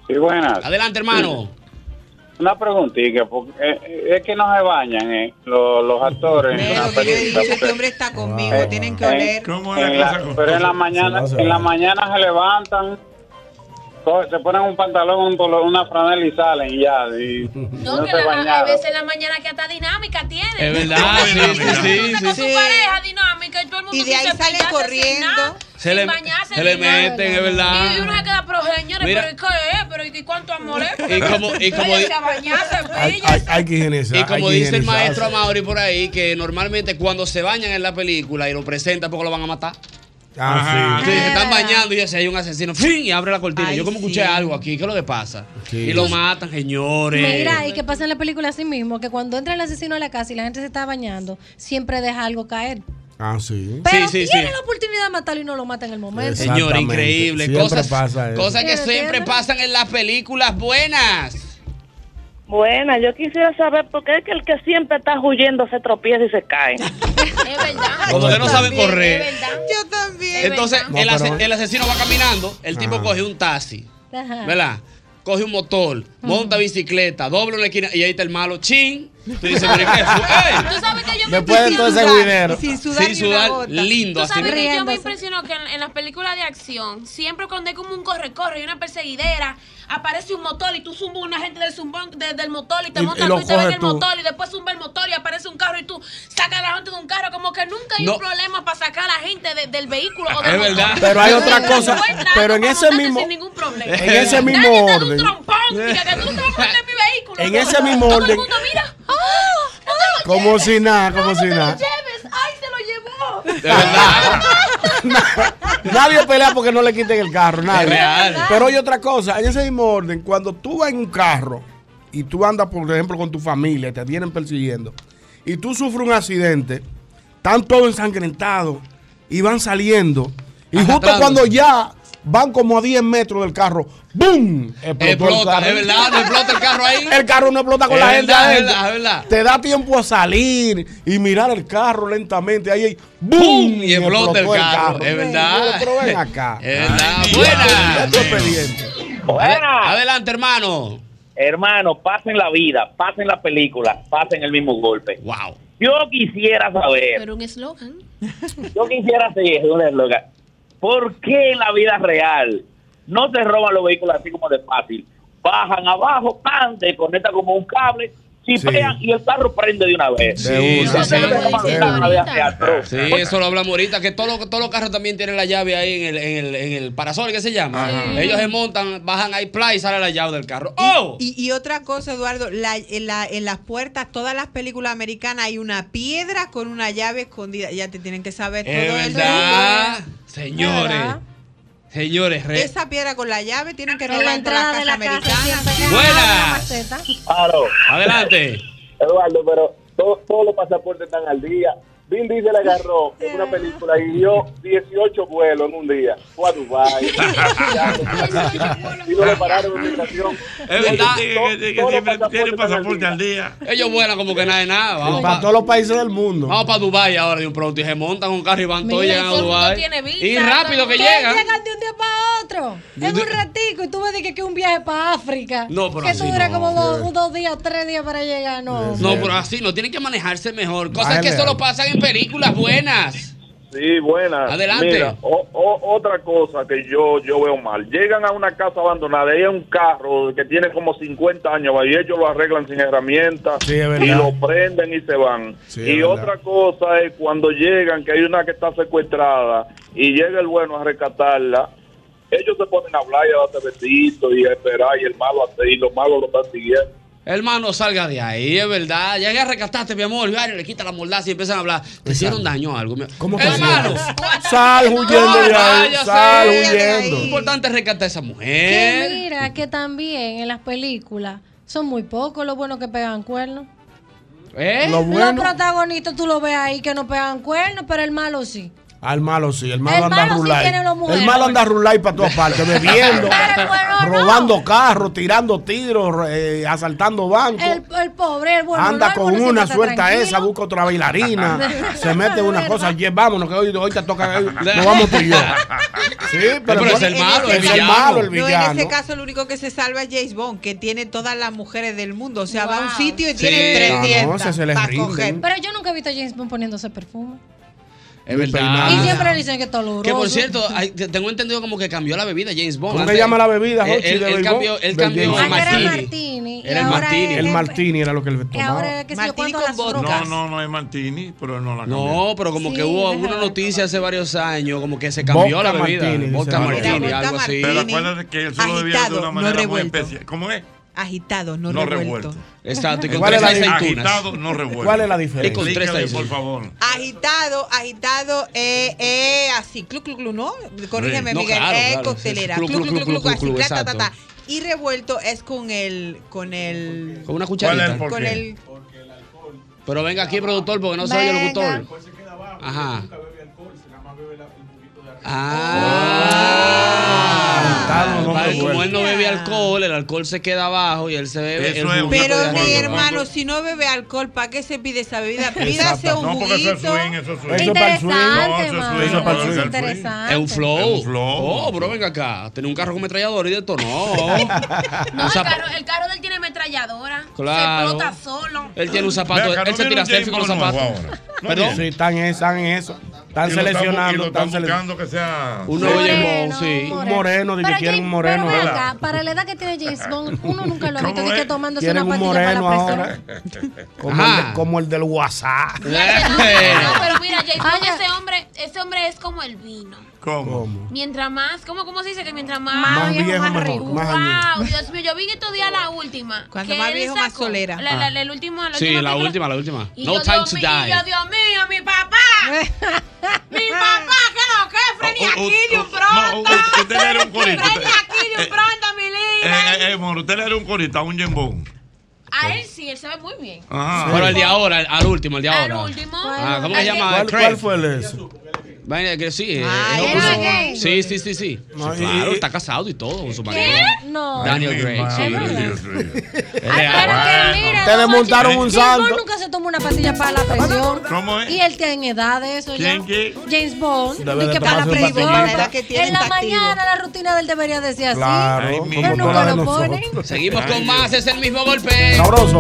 Speaker 20: Sí, buenas.
Speaker 3: Adelante, hermano.
Speaker 20: Una preguntita, porque eh, eh, es que no se bañan eh, los, los actores en la película. porque-
Speaker 6: Está conmigo,
Speaker 20: Eh,
Speaker 6: tienen que
Speaker 20: eh,
Speaker 6: oler.
Speaker 20: en la- pero en la mañana, en la mañana se levantan, co- se ponen un pantalón, un polo- una franela y salen y ya. y
Speaker 5: No,
Speaker 20: no,
Speaker 5: que
Speaker 20: se
Speaker 5: la- a
Speaker 20: bañaron.
Speaker 5: veces en la mañana que hasta dinámica tiene.
Speaker 3: Es verdad, sí, sí, sí,
Speaker 5: Con
Speaker 3: sí.
Speaker 5: su pareja dinámica y todo el mundo
Speaker 6: Eh, Y de ahí
Speaker 5: sin
Speaker 6: sale
Speaker 5: cepillarse,
Speaker 6: corriendo.
Speaker 5: sin nada,
Speaker 3: Se
Speaker 5: sin
Speaker 3: le-
Speaker 5: bañarse,
Speaker 3: se le
Speaker 5: sin nada.
Speaker 3: meten, es verdad.
Speaker 5: Y uno se queda, pero señores,
Speaker 3: Mira.
Speaker 5: pero ¿y qué es? Pero ¿y cuánto amor
Speaker 3: (laughs)
Speaker 5: es?
Speaker 3: Y como- y como
Speaker 5: Oye,
Speaker 3: di-
Speaker 5: se bañarse,
Speaker 11: Hay,
Speaker 5: brilla.
Speaker 11: hay- hay que higienizar.
Speaker 3: Y como
Speaker 11: hay que
Speaker 3: dice
Speaker 11: higienizarse.
Speaker 3: el maestro Amaury por ahí, que normalmente cuando se bañan en la película y lo presentan, poco lo van a matar. Ajá,
Speaker 11: Ah, sí.
Speaker 3: sí, se están bañando y dice, hay un asesino. ¡Fin! Y abre la cortina.
Speaker 8: Ay,
Speaker 3: Yo como escuché
Speaker 8: sí.
Speaker 3: algo aquí, ¿qué es lo que pasa?
Speaker 11: Sí.
Speaker 3: Y lo matan, señores.
Speaker 8: Mira, y que pasa en la película así mismo, que cuando entra el asesino a la casa y la gente se está bañando, siempre deja algo caer.
Speaker 11: Ah, sí.
Speaker 8: Pero tiene la oportunidad de matarlo y no lo mata en el momento.
Speaker 11: Exactamente.
Speaker 3: Señores, increíble.
Speaker 11: Siempre
Speaker 3: cosas
Speaker 11: pasa eso.
Speaker 3: cosas que
Speaker 8: Pero
Speaker 3: siempre
Speaker 8: tiene-
Speaker 3: pasan en las películas buenas.
Speaker 21: Bueno, yo quisiera saber por qué es que el que siempre está huyendo se tropieza y se cae.
Speaker 3: Como ustedes no saben correr.
Speaker 6: Yo también.
Speaker 3: Entonces,
Speaker 21: verdad.
Speaker 3: el,
Speaker 21: No,
Speaker 3: ase-
Speaker 21: pero-
Speaker 3: el asesino va caminando, el tipo coge un taxi,
Speaker 5: Ah.
Speaker 8: Ajá.
Speaker 3: ¿verdad? Coge un motor,
Speaker 5: Mm.
Speaker 3: monta bicicleta, doble una esquina y ahí está el malo, ¡chin! Tú dices, pero ¿y
Speaker 5: (laughs)
Speaker 3: ¿qué fue?
Speaker 5: Tú sabes que yo me
Speaker 3: Después de
Speaker 5: impresiono-
Speaker 3: todo ese
Speaker 5: sudar,
Speaker 3: guinero.
Speaker 5: y Sin sudar,
Speaker 3: Sin
Speaker 5: ni una
Speaker 3: sudar,
Speaker 5: gota.
Speaker 3: lindo,
Speaker 5: Tú
Speaker 3: así
Speaker 5: sabes que yo me
Speaker 3: riéndose.
Speaker 5: impresionó que en, en las películas de acción, siempre cuando hay como un corre-corre y una perseguidera, aparece un motor y tú zumbas una gente del, zumbón- de- del motor y te
Speaker 11: Y- y
Speaker 5: montas
Speaker 11: lo
Speaker 5: tú y te ven
Speaker 11: coges
Speaker 5: el
Speaker 11: tú.
Speaker 5: motor y después zumba el motor y aparece un carro y tú sacas a la gente de un carro. Como que nunca hay
Speaker 11: No.
Speaker 5: un problema para sacar a la gente de- del vehículo. o
Speaker 11: Es
Speaker 3: Eh.
Speaker 5: del motor.
Speaker 11: verdad. Pero hay
Speaker 5: Tú
Speaker 11: otra
Speaker 5: encuentras
Speaker 11: cosa,
Speaker 5: un buen trato
Speaker 11: pero en
Speaker 5: para
Speaker 11: ese
Speaker 5: montarte
Speaker 11: mismo-
Speaker 5: sin ningún problema.
Speaker 11: En ese mismo
Speaker 5: Nadie te da un
Speaker 11: orden.
Speaker 5: trompón, diga que tú te vas a montar en mi vehículo.
Speaker 11: En ese mismo
Speaker 5: Todo el
Speaker 11: orden.
Speaker 5: mundo mira. ¡ah!
Speaker 11: Como si nada, como si nada.
Speaker 5: lleves! ¡Ay, se lo llevó!
Speaker 11: Nadie pelea porque no le quiten el carro, nadie.
Speaker 3: real.
Speaker 11: Pero hay otra cosa, en ese mismo orden, cuando tú vas en un carro y tú andas, por ejemplo, con tu familia, te vienen persiguiendo, y tú sufres un accidente, están todos ensangrentados y van saliendo, y justo
Speaker 3: Arrastrándose.
Speaker 11: cuando ya van como a 10 metros del carro, ¡boom!
Speaker 3: Explota, es verdad, no explota el carro ahí.
Speaker 11: El carro no explota con
Speaker 3: Es
Speaker 11: la gente
Speaker 3: verdad, es
Speaker 11: adentro.
Speaker 3: verdad, es verdad.
Speaker 11: Te da tiempo a salir y mirar el carro lentamente. Ahí, ahí ¡boom!
Speaker 3: Y explota el
Speaker 11: explotó
Speaker 3: carro, es verdad.
Speaker 11: Pero ven acá.
Speaker 3: Es verdad.
Speaker 11: Ya te- ya te
Speaker 3: Buenas.
Speaker 11: pedí.
Speaker 3: Adelante, hermano.
Speaker 4: Hermano, pasen la vida, pasen la película, pasen el mismo golpe.
Speaker 3: Wow.
Speaker 4: Yo quisiera saber,
Speaker 5: Pero un eslogan.
Speaker 3: Ah,
Speaker 4: yo quisiera saber, una loca, ¿por qué en la vida real no se roban los vehículos así como de fácil? Bajan abajo, pan, te conectan como un cable, chipean y el carro prende de una vez.
Speaker 3: Sí,
Speaker 4: Eso
Speaker 3: sí,
Speaker 4: es lo que
Speaker 3: sí.
Speaker 4: se pasa en la vida real, bro.
Speaker 3: Sí, eso lo hablamos ahorita, que todos los, todos los carros también tienen la llave ahí en el, en el, en el parasol, ¿qué se llama?
Speaker 6: Ajá.
Speaker 3: Ellos se montan, bajan ahí, play, y sale la llave del carro. ¡Oh!
Speaker 6: Y, y otra cosa, Eduardo, la- en, la- en las puertas, todas las películas americanas hay una piedra con una llave escondida. Ya te tienen que saber
Speaker 3: Es
Speaker 6: todo el
Speaker 3: verdad,
Speaker 6: truco.
Speaker 3: señores.
Speaker 6: ¿Verdad?
Speaker 3: Señores, re-
Speaker 6: Esa piedra con la llave tienen que
Speaker 8: la
Speaker 6: robar la
Speaker 8: entrada
Speaker 6: entrada
Speaker 8: de
Speaker 6: la
Speaker 8: la casa
Speaker 6: casa americana.
Speaker 3: Buenas.
Speaker 4: Claro.
Speaker 3: Adelante.
Speaker 4: Eduardo, pero to- todos los pasaportes están al día. Vin Diesel agarró en una película y dio 18 vuelos en un día. Fue a Dubái. y no le pararon en migración.
Speaker 7: Es verdad que, que- que siempre tiene pasaporte al día.
Speaker 3: ellos vuelan como que nada de nada. Vamos
Speaker 11: Para
Speaker 3: para
Speaker 11: todos los países del mundo.
Speaker 3: vamos pa Dubái ahora de un pronto y se montan un carro y van todos y
Speaker 8: Mira,
Speaker 3: llegan a
Speaker 8: todo el mundo
Speaker 3: Dubái.
Speaker 8: tiene visa,
Speaker 3: Y rápido que
Speaker 8: ¿Qué?
Speaker 3: llegan.
Speaker 8: de un día para otro.
Speaker 3: De
Speaker 8: En
Speaker 3: un
Speaker 8: un ratico. Y tú me dijiste que un viaje para África.
Speaker 3: No, pero
Speaker 8: Que
Speaker 3: así
Speaker 8: eso dura
Speaker 3: no.
Speaker 8: como dos,
Speaker 3: Sí.
Speaker 8: dos días, tres días para llegar. No.
Speaker 3: No, pero así no, tienen que manejarse mejor. Cosas
Speaker 4: Bájale.
Speaker 3: que solo pasan en películas buenas.
Speaker 4: Sí, buena.
Speaker 3: Adelante.
Speaker 4: Mira, o- o- otra cosa que yo, yo veo mal. Llegan a una casa abandonada y hay un carro que tiene como 50 años y ellos lo arreglan sin herramientas
Speaker 11: Sí, es
Speaker 4: y
Speaker 11: verdad.
Speaker 4: lo prenden y se van.
Speaker 11: Sí, es
Speaker 4: y
Speaker 11: verdad.
Speaker 4: otra cosa es cuando llegan, que hay una que está secuestrada y llega el bueno a rescatarla. Ellos se ponen a hablar y a darse besitos y a esperar y el malo hace y los malos lo están siguiendo.
Speaker 3: Hermano, salga de ahí, es verdad. Ya, ya rescataste, mi amor. Y le quita la mordaza y empiezan a hablar. Te hicieron daño a algo. mi- Hermano,
Speaker 11: Sal huyendo de ahí.
Speaker 3: Váyase.
Speaker 11: Sal huyendo.
Speaker 3: Lo importante es rescatar a esa mujer.
Speaker 8: Que mira que también en las películas son muy pocos los buenos que pegan cuernos.
Speaker 3: (laughs) ¿Eh?
Speaker 8: Los protagonistas tú lo ves ahí que no pegan cuernos, pero el malo sí.
Speaker 11: Al malo sí, el malo anda
Speaker 8: malo sí
Speaker 11: rulay.
Speaker 8: tiene los mujeres.
Speaker 11: El malo anda rulay para todas
Speaker 8: (laughs)
Speaker 11: partes, bebiendo, robando carros, tirando tiros, eh, asaltando bancos.
Speaker 8: El, el pobre, el bueno.
Speaker 11: Anda
Speaker 8: no, el
Speaker 11: con
Speaker 8: bueno siempre
Speaker 11: una,
Speaker 8: está
Speaker 11: suelta
Speaker 8: tranquilo.
Speaker 11: esa, busca otra
Speaker 8: (laughs)
Speaker 11: bailarina, se mete una cosa, oye, vámonos, que hoy, hoy te
Speaker 3: (laughs)
Speaker 11: toca, hoy nos vamos tú y yo. Sí, pero,
Speaker 3: pero es el
Speaker 11: en
Speaker 3: malo,
Speaker 11: ese
Speaker 3: el
Speaker 11: caso-
Speaker 3: Ah, villano.
Speaker 11: malo, el
Speaker 6: No, en
Speaker 11: villano.
Speaker 6: ese caso, lo único que se salva es James Bond, que tiene todas las mujeres del mundo. O sea, va a un sitio y
Speaker 11: Sí.
Speaker 6: tiene
Speaker 11: No,
Speaker 6: tres
Speaker 11: no,
Speaker 6: dientes.
Speaker 11: se- se les
Speaker 6: pa'
Speaker 11: rinden.
Speaker 6: coger.
Speaker 8: Pero yo nunca he visto a James Bond poniéndose perfume.
Speaker 3: Es verdad.
Speaker 8: Y siempre le dicen que es oloroso.
Speaker 3: Ah. Que por cierto, hay- te- tengo entendido como que cambió la bebida James Bond.
Speaker 11: ¿Cómo que
Speaker 3: Antes-
Speaker 11: llama la bebida,
Speaker 3: Él-
Speaker 11: Jochi,
Speaker 3: él-
Speaker 11: de
Speaker 3: él
Speaker 11: Bond?
Speaker 3: cambió, él
Speaker 11: De
Speaker 3: cambió
Speaker 11: James
Speaker 3: el
Speaker 11: Bond.
Speaker 8: Era
Speaker 3: martini.
Speaker 8: Martini. y
Speaker 3: Era el
Speaker 8: ahora
Speaker 3: martini.
Speaker 8: es-
Speaker 11: El martini era lo que él
Speaker 8: Y ahora
Speaker 11: tomaba.
Speaker 8: es que se yo
Speaker 6: Martini
Speaker 8: cuánto
Speaker 6: con
Speaker 8: las
Speaker 6: vodka.
Speaker 8: rocas.
Speaker 7: No, no, no es Martini, pero no la
Speaker 3: No, pero como que
Speaker 8: Sí,
Speaker 3: hubo
Speaker 8: déjame
Speaker 3: una
Speaker 8: ver.
Speaker 3: noticia hace varios años, como que se cambió
Speaker 7: Vodka
Speaker 3: la bebida.
Speaker 7: Martini, dice
Speaker 3: Vodka
Speaker 7: Manolo.
Speaker 3: martini,
Speaker 7: Era
Speaker 3: algo así.
Speaker 7: Pero acuérdate que él solo bebía de una manera muy especial. ¿Cómo es?
Speaker 6: agitado, no,
Speaker 7: No
Speaker 6: revuelto.
Speaker 7: revuelto.
Speaker 3: Exacto, y con
Speaker 7: ¿Cuál
Speaker 3: tres
Speaker 7: es la
Speaker 3: aceitunas.
Speaker 7: diferencia? Agitado, no revuelto.
Speaker 3: ¿Cuál es la diferencia?
Speaker 7: Y con tres
Speaker 3: Explícale,
Speaker 7: aceitunas.
Speaker 3: por favor.
Speaker 6: Agitado, agitado, eh, eh, así, clu, clu, clu, ¿no? Corrígeme,
Speaker 3: Sí. No,
Speaker 6: Miguel,
Speaker 3: claro,
Speaker 6: eh,
Speaker 3: claro,
Speaker 6: coctelera,
Speaker 3: sí, sí.
Speaker 6: clu, clu, clu, clu,
Speaker 3: clu,
Speaker 6: así,
Speaker 3: clu,
Speaker 6: ta, ta,
Speaker 3: exacto.
Speaker 6: ta. Y revuelto es con el, con el...
Speaker 3: Con una cucharita.
Speaker 6: Con el...
Speaker 3: Pero venga aquí, productor, porque no se oye el
Speaker 6: Venga.
Speaker 3: locutor. Ajá. Ah, Vale, como él no bebe alcohol, el alcohol se queda abajo y él se bebe. el juguito de
Speaker 6: Pero mi
Speaker 3: alcohol.
Speaker 6: hermano, si no bebe alcohol, ¿para qué se pide esa bebida? Pídase
Speaker 7: Exacto.
Speaker 6: un
Speaker 7: No, porque eso es
Speaker 6: juguito.
Speaker 7: swing, eso es swing.
Speaker 3: Eso es para el swing.
Speaker 6: Interesante,
Speaker 7: No, eso es
Speaker 6: mano.
Speaker 7: swing,
Speaker 3: Eso es para el swing.
Speaker 8: Interesante.
Speaker 3: Es un flow.
Speaker 7: Es un flow.
Speaker 3: Oh, bro, venga acá. Tiene un carro con metrallador y de esto no.
Speaker 5: No,
Speaker 3: Un
Speaker 5: el
Speaker 3: zap-
Speaker 5: carro, el carro de él tiene ametralladora.
Speaker 3: Claro.
Speaker 5: Se explota solo.
Speaker 3: Él tiene un zapato.
Speaker 11: Ve acá,
Speaker 3: él
Speaker 11: ¿no
Speaker 3: se
Speaker 11: viene
Speaker 3: tira
Speaker 11: un
Speaker 3: selfie con los
Speaker 11: James Bond
Speaker 3: zapatos.
Speaker 11: nuevo
Speaker 3: Perdón.
Speaker 11: Sí, están en están en eso. Están
Speaker 7: Y lo
Speaker 11: seleccionando.
Speaker 7: estamos- y lo están
Speaker 11: están sele-
Speaker 7: buscando que sea
Speaker 11: Un
Speaker 7: un
Speaker 11: nuevo
Speaker 7: moreno,
Speaker 11: James Bond, sí. Un moreno, de que
Speaker 8: Pero
Speaker 11: quieren
Speaker 8: James-
Speaker 11: un moreno.
Speaker 8: Pero ven
Speaker 11: ¿verdad?
Speaker 8: acá, para la edad que tiene James Bond, uno
Speaker 3: (laughs)
Speaker 8: nunca lo ha visto
Speaker 11: ¿Cómo
Speaker 8: de que
Speaker 11: es?
Speaker 8: tomándose
Speaker 11: Quieren
Speaker 8: una
Speaker 11: un
Speaker 8: pastilla para la
Speaker 11: moreno
Speaker 8: presión.
Speaker 11: ahora. Como el, de- como el del
Speaker 3: (laughs)
Speaker 11: WhatsApp.
Speaker 3: Eh.
Speaker 5: No, pero mira, James Bond, ese hombre, ese hombre es como el vino.
Speaker 11: ¿Cómo?
Speaker 5: Mientras más, ¿cómo, cómo se dice que mientras más?
Speaker 11: Más viejo, viejo, más más rico. rico. Más
Speaker 5: wow,
Speaker 11: añejo.
Speaker 5: Dios mío, yo vi en estos días la última.
Speaker 6: Cuando
Speaker 5: que
Speaker 6: más
Speaker 5: él
Speaker 6: viejo, más
Speaker 5: sacó.
Speaker 6: solera.
Speaker 5: La, la,
Speaker 3: Ah.
Speaker 5: la, la última, la
Speaker 3: Sí,
Speaker 5: última.
Speaker 3: la
Speaker 5: película.
Speaker 3: última, la última.
Speaker 5: Y
Speaker 3: No
Speaker 5: yo,
Speaker 3: time
Speaker 5: Dios
Speaker 3: to
Speaker 5: mío, y yo,
Speaker 3: die.
Speaker 5: Dios mío, mi
Speaker 6: (laughs)
Speaker 5: papá. mi papá, ¿qué lo que? Freddy
Speaker 7: Oh, oh, oh,
Speaker 5: Aquilio,
Speaker 7: oh, no,
Speaker 5: pronto.
Speaker 7: oh, usted era un corito.
Speaker 5: Freddy Aquilio, pronto, mi
Speaker 7: Eh,
Speaker 5: linda.
Speaker 7: eh, eh, moro, usted le era un corita, un jembón.
Speaker 5: A
Speaker 3: eh.
Speaker 5: él sí, él sabe muy bien.
Speaker 7: Ajá.
Speaker 3: Pero el de ahora, el- al último, el de
Speaker 5: Al
Speaker 3: ahora.
Speaker 5: último.
Speaker 3: Ah, ¿Cómo se
Speaker 5: Al
Speaker 3: llama?
Speaker 11: ¿Cuál,
Speaker 3: Craig.
Speaker 11: cuál fue el eso?
Speaker 3: Vaina que sí. eh,
Speaker 11: Ah,
Speaker 3: no
Speaker 11: era
Speaker 3: puso-
Speaker 11: gay.
Speaker 3: Sí, sí, sí, sí. Sí, claro, está casado y todo con su marido.
Speaker 8: No.
Speaker 3: Daniel Craig, sí.
Speaker 8: Mira,
Speaker 11: Te
Speaker 8: no,
Speaker 11: desmontaron
Speaker 8: James-
Speaker 11: un
Speaker 8: James Bond
Speaker 11: saldo.
Speaker 8: nunca se toma una pastilla para la presión.
Speaker 11: ¿Cómo es?
Speaker 8: Y él tiene edad de eso ya.
Speaker 11: ¿Quién qué?
Speaker 8: James Bond.
Speaker 11: Debe
Speaker 8: y
Speaker 11: de
Speaker 8: que para la
Speaker 11: tomarse una
Speaker 8: presión.
Speaker 11: pastillita. La edad que
Speaker 8: En la mañana la rutina de él debería decir así.
Speaker 11: Claro,
Speaker 8: Pero
Speaker 11: como
Speaker 8: nunca
Speaker 11: todas
Speaker 8: lo
Speaker 11: nosotros.
Speaker 8: ponen.
Speaker 3: Seguimos con más, es el mismo golpe.
Speaker 11: Sabroso.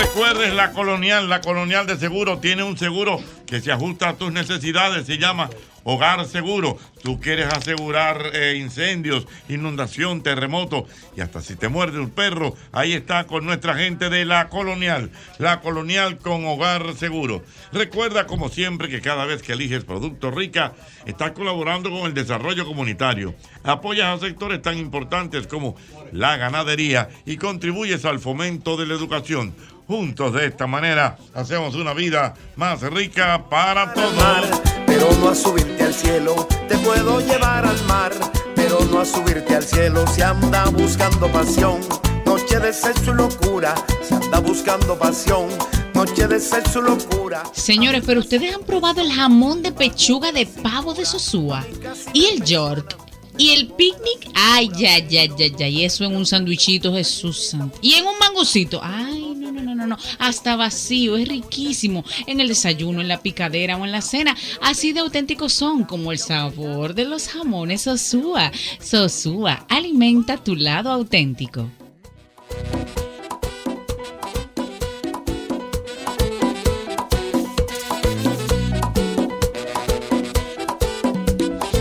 Speaker 7: Recuerdes la colonial, la colonial de seguro tiene un seguro que se ajusta a tus necesidades, se llama Hogar Seguro. Tú quieres asegurar eh, incendios, inundación, terremoto y hasta si te muerde un perro, ahí está con nuestra gente de la colonial, la colonial con Hogar Seguro. Recuerda como siempre que cada vez que eliges Producto Rica, estás colaborando con el desarrollo comunitario, apoyas a sectores tan importantes como la ganadería y contribuyes al fomento de la educación. Juntos de esta manera hacemos una vida más rica para todos.
Speaker 16: pero no a subirte al cielo. Te puedo llevar al mar, pero no a subirte al cielo. Se anda buscando pasión, noche de sexo y locura. Se anda buscando pasión, noche de sexo y locura.
Speaker 17: Señores, pero ustedes han probado el jamón de pechuga de pavo de Sosúa y el York y el picnic. Ay, ya, ya, ya, ya. Y eso en un sandwichito, Jesús santo. Y en un mangocito. Ay, no, no, no, no, no. Hasta vacío, es riquísimo. En el desayuno, en la picadera o en la cena. Así de auténticos son como el sabor de los jamones Sosúa. Sosúa, alimenta tu lado auténtico.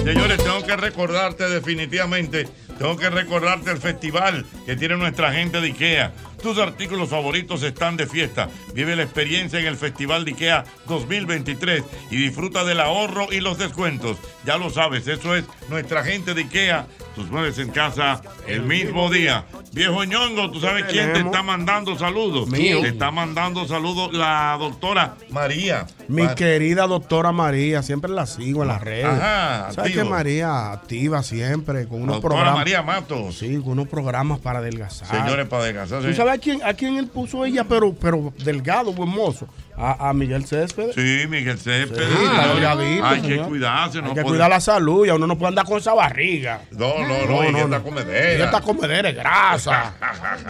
Speaker 7: Señores, tengo que recordarte definitivamente, tengo que recordarte el festival que tiene nuestra gente de IKEA. Tus artículos favoritos están de fiesta. Vive la experiencia en el Festival de IKEA 2023 y disfruta del ahorro y los descuentos. Ya lo sabes, eso es nuestra gente de IKEA. Tus muebles en casa el mismo día. Viejo ñongo, ¿tú sabes quién te está mandando saludos?
Speaker 11: Mío.
Speaker 7: Te está mandando saludos la doctora María.
Speaker 11: Mi
Speaker 7: Ma-
Speaker 11: querida doctora María, siempre la sigo en las redes.
Speaker 7: Ajá,
Speaker 11: ¿Sabes
Speaker 7: activo.
Speaker 11: que María activa siempre con unos
Speaker 7: Doctora
Speaker 11: programas?
Speaker 7: María Matos.
Speaker 11: Sí, con unos programas para adelgazar.
Speaker 7: Señores, para adelgazar,
Speaker 11: Ah. ¿Tú
Speaker 7: Ah, sí.
Speaker 11: sabes a quién, a quién él puso ella, pero, pero delgado, buen mozo? A, a Miguel Céspedes.
Speaker 7: Sí, Miguel Céspedes.
Speaker 11: Sí, está
Speaker 7: Señor,
Speaker 11: delgadito,
Speaker 7: hay que
Speaker 11: señor.
Speaker 7: cuidarse, no
Speaker 11: Hay que
Speaker 7: puede-
Speaker 11: cuidar la salud y a uno no puede andar con esa barriga.
Speaker 7: No, no, no, y esta comedera.
Speaker 11: Y esta comedera es
Speaker 7: (laughs)
Speaker 11: grasa.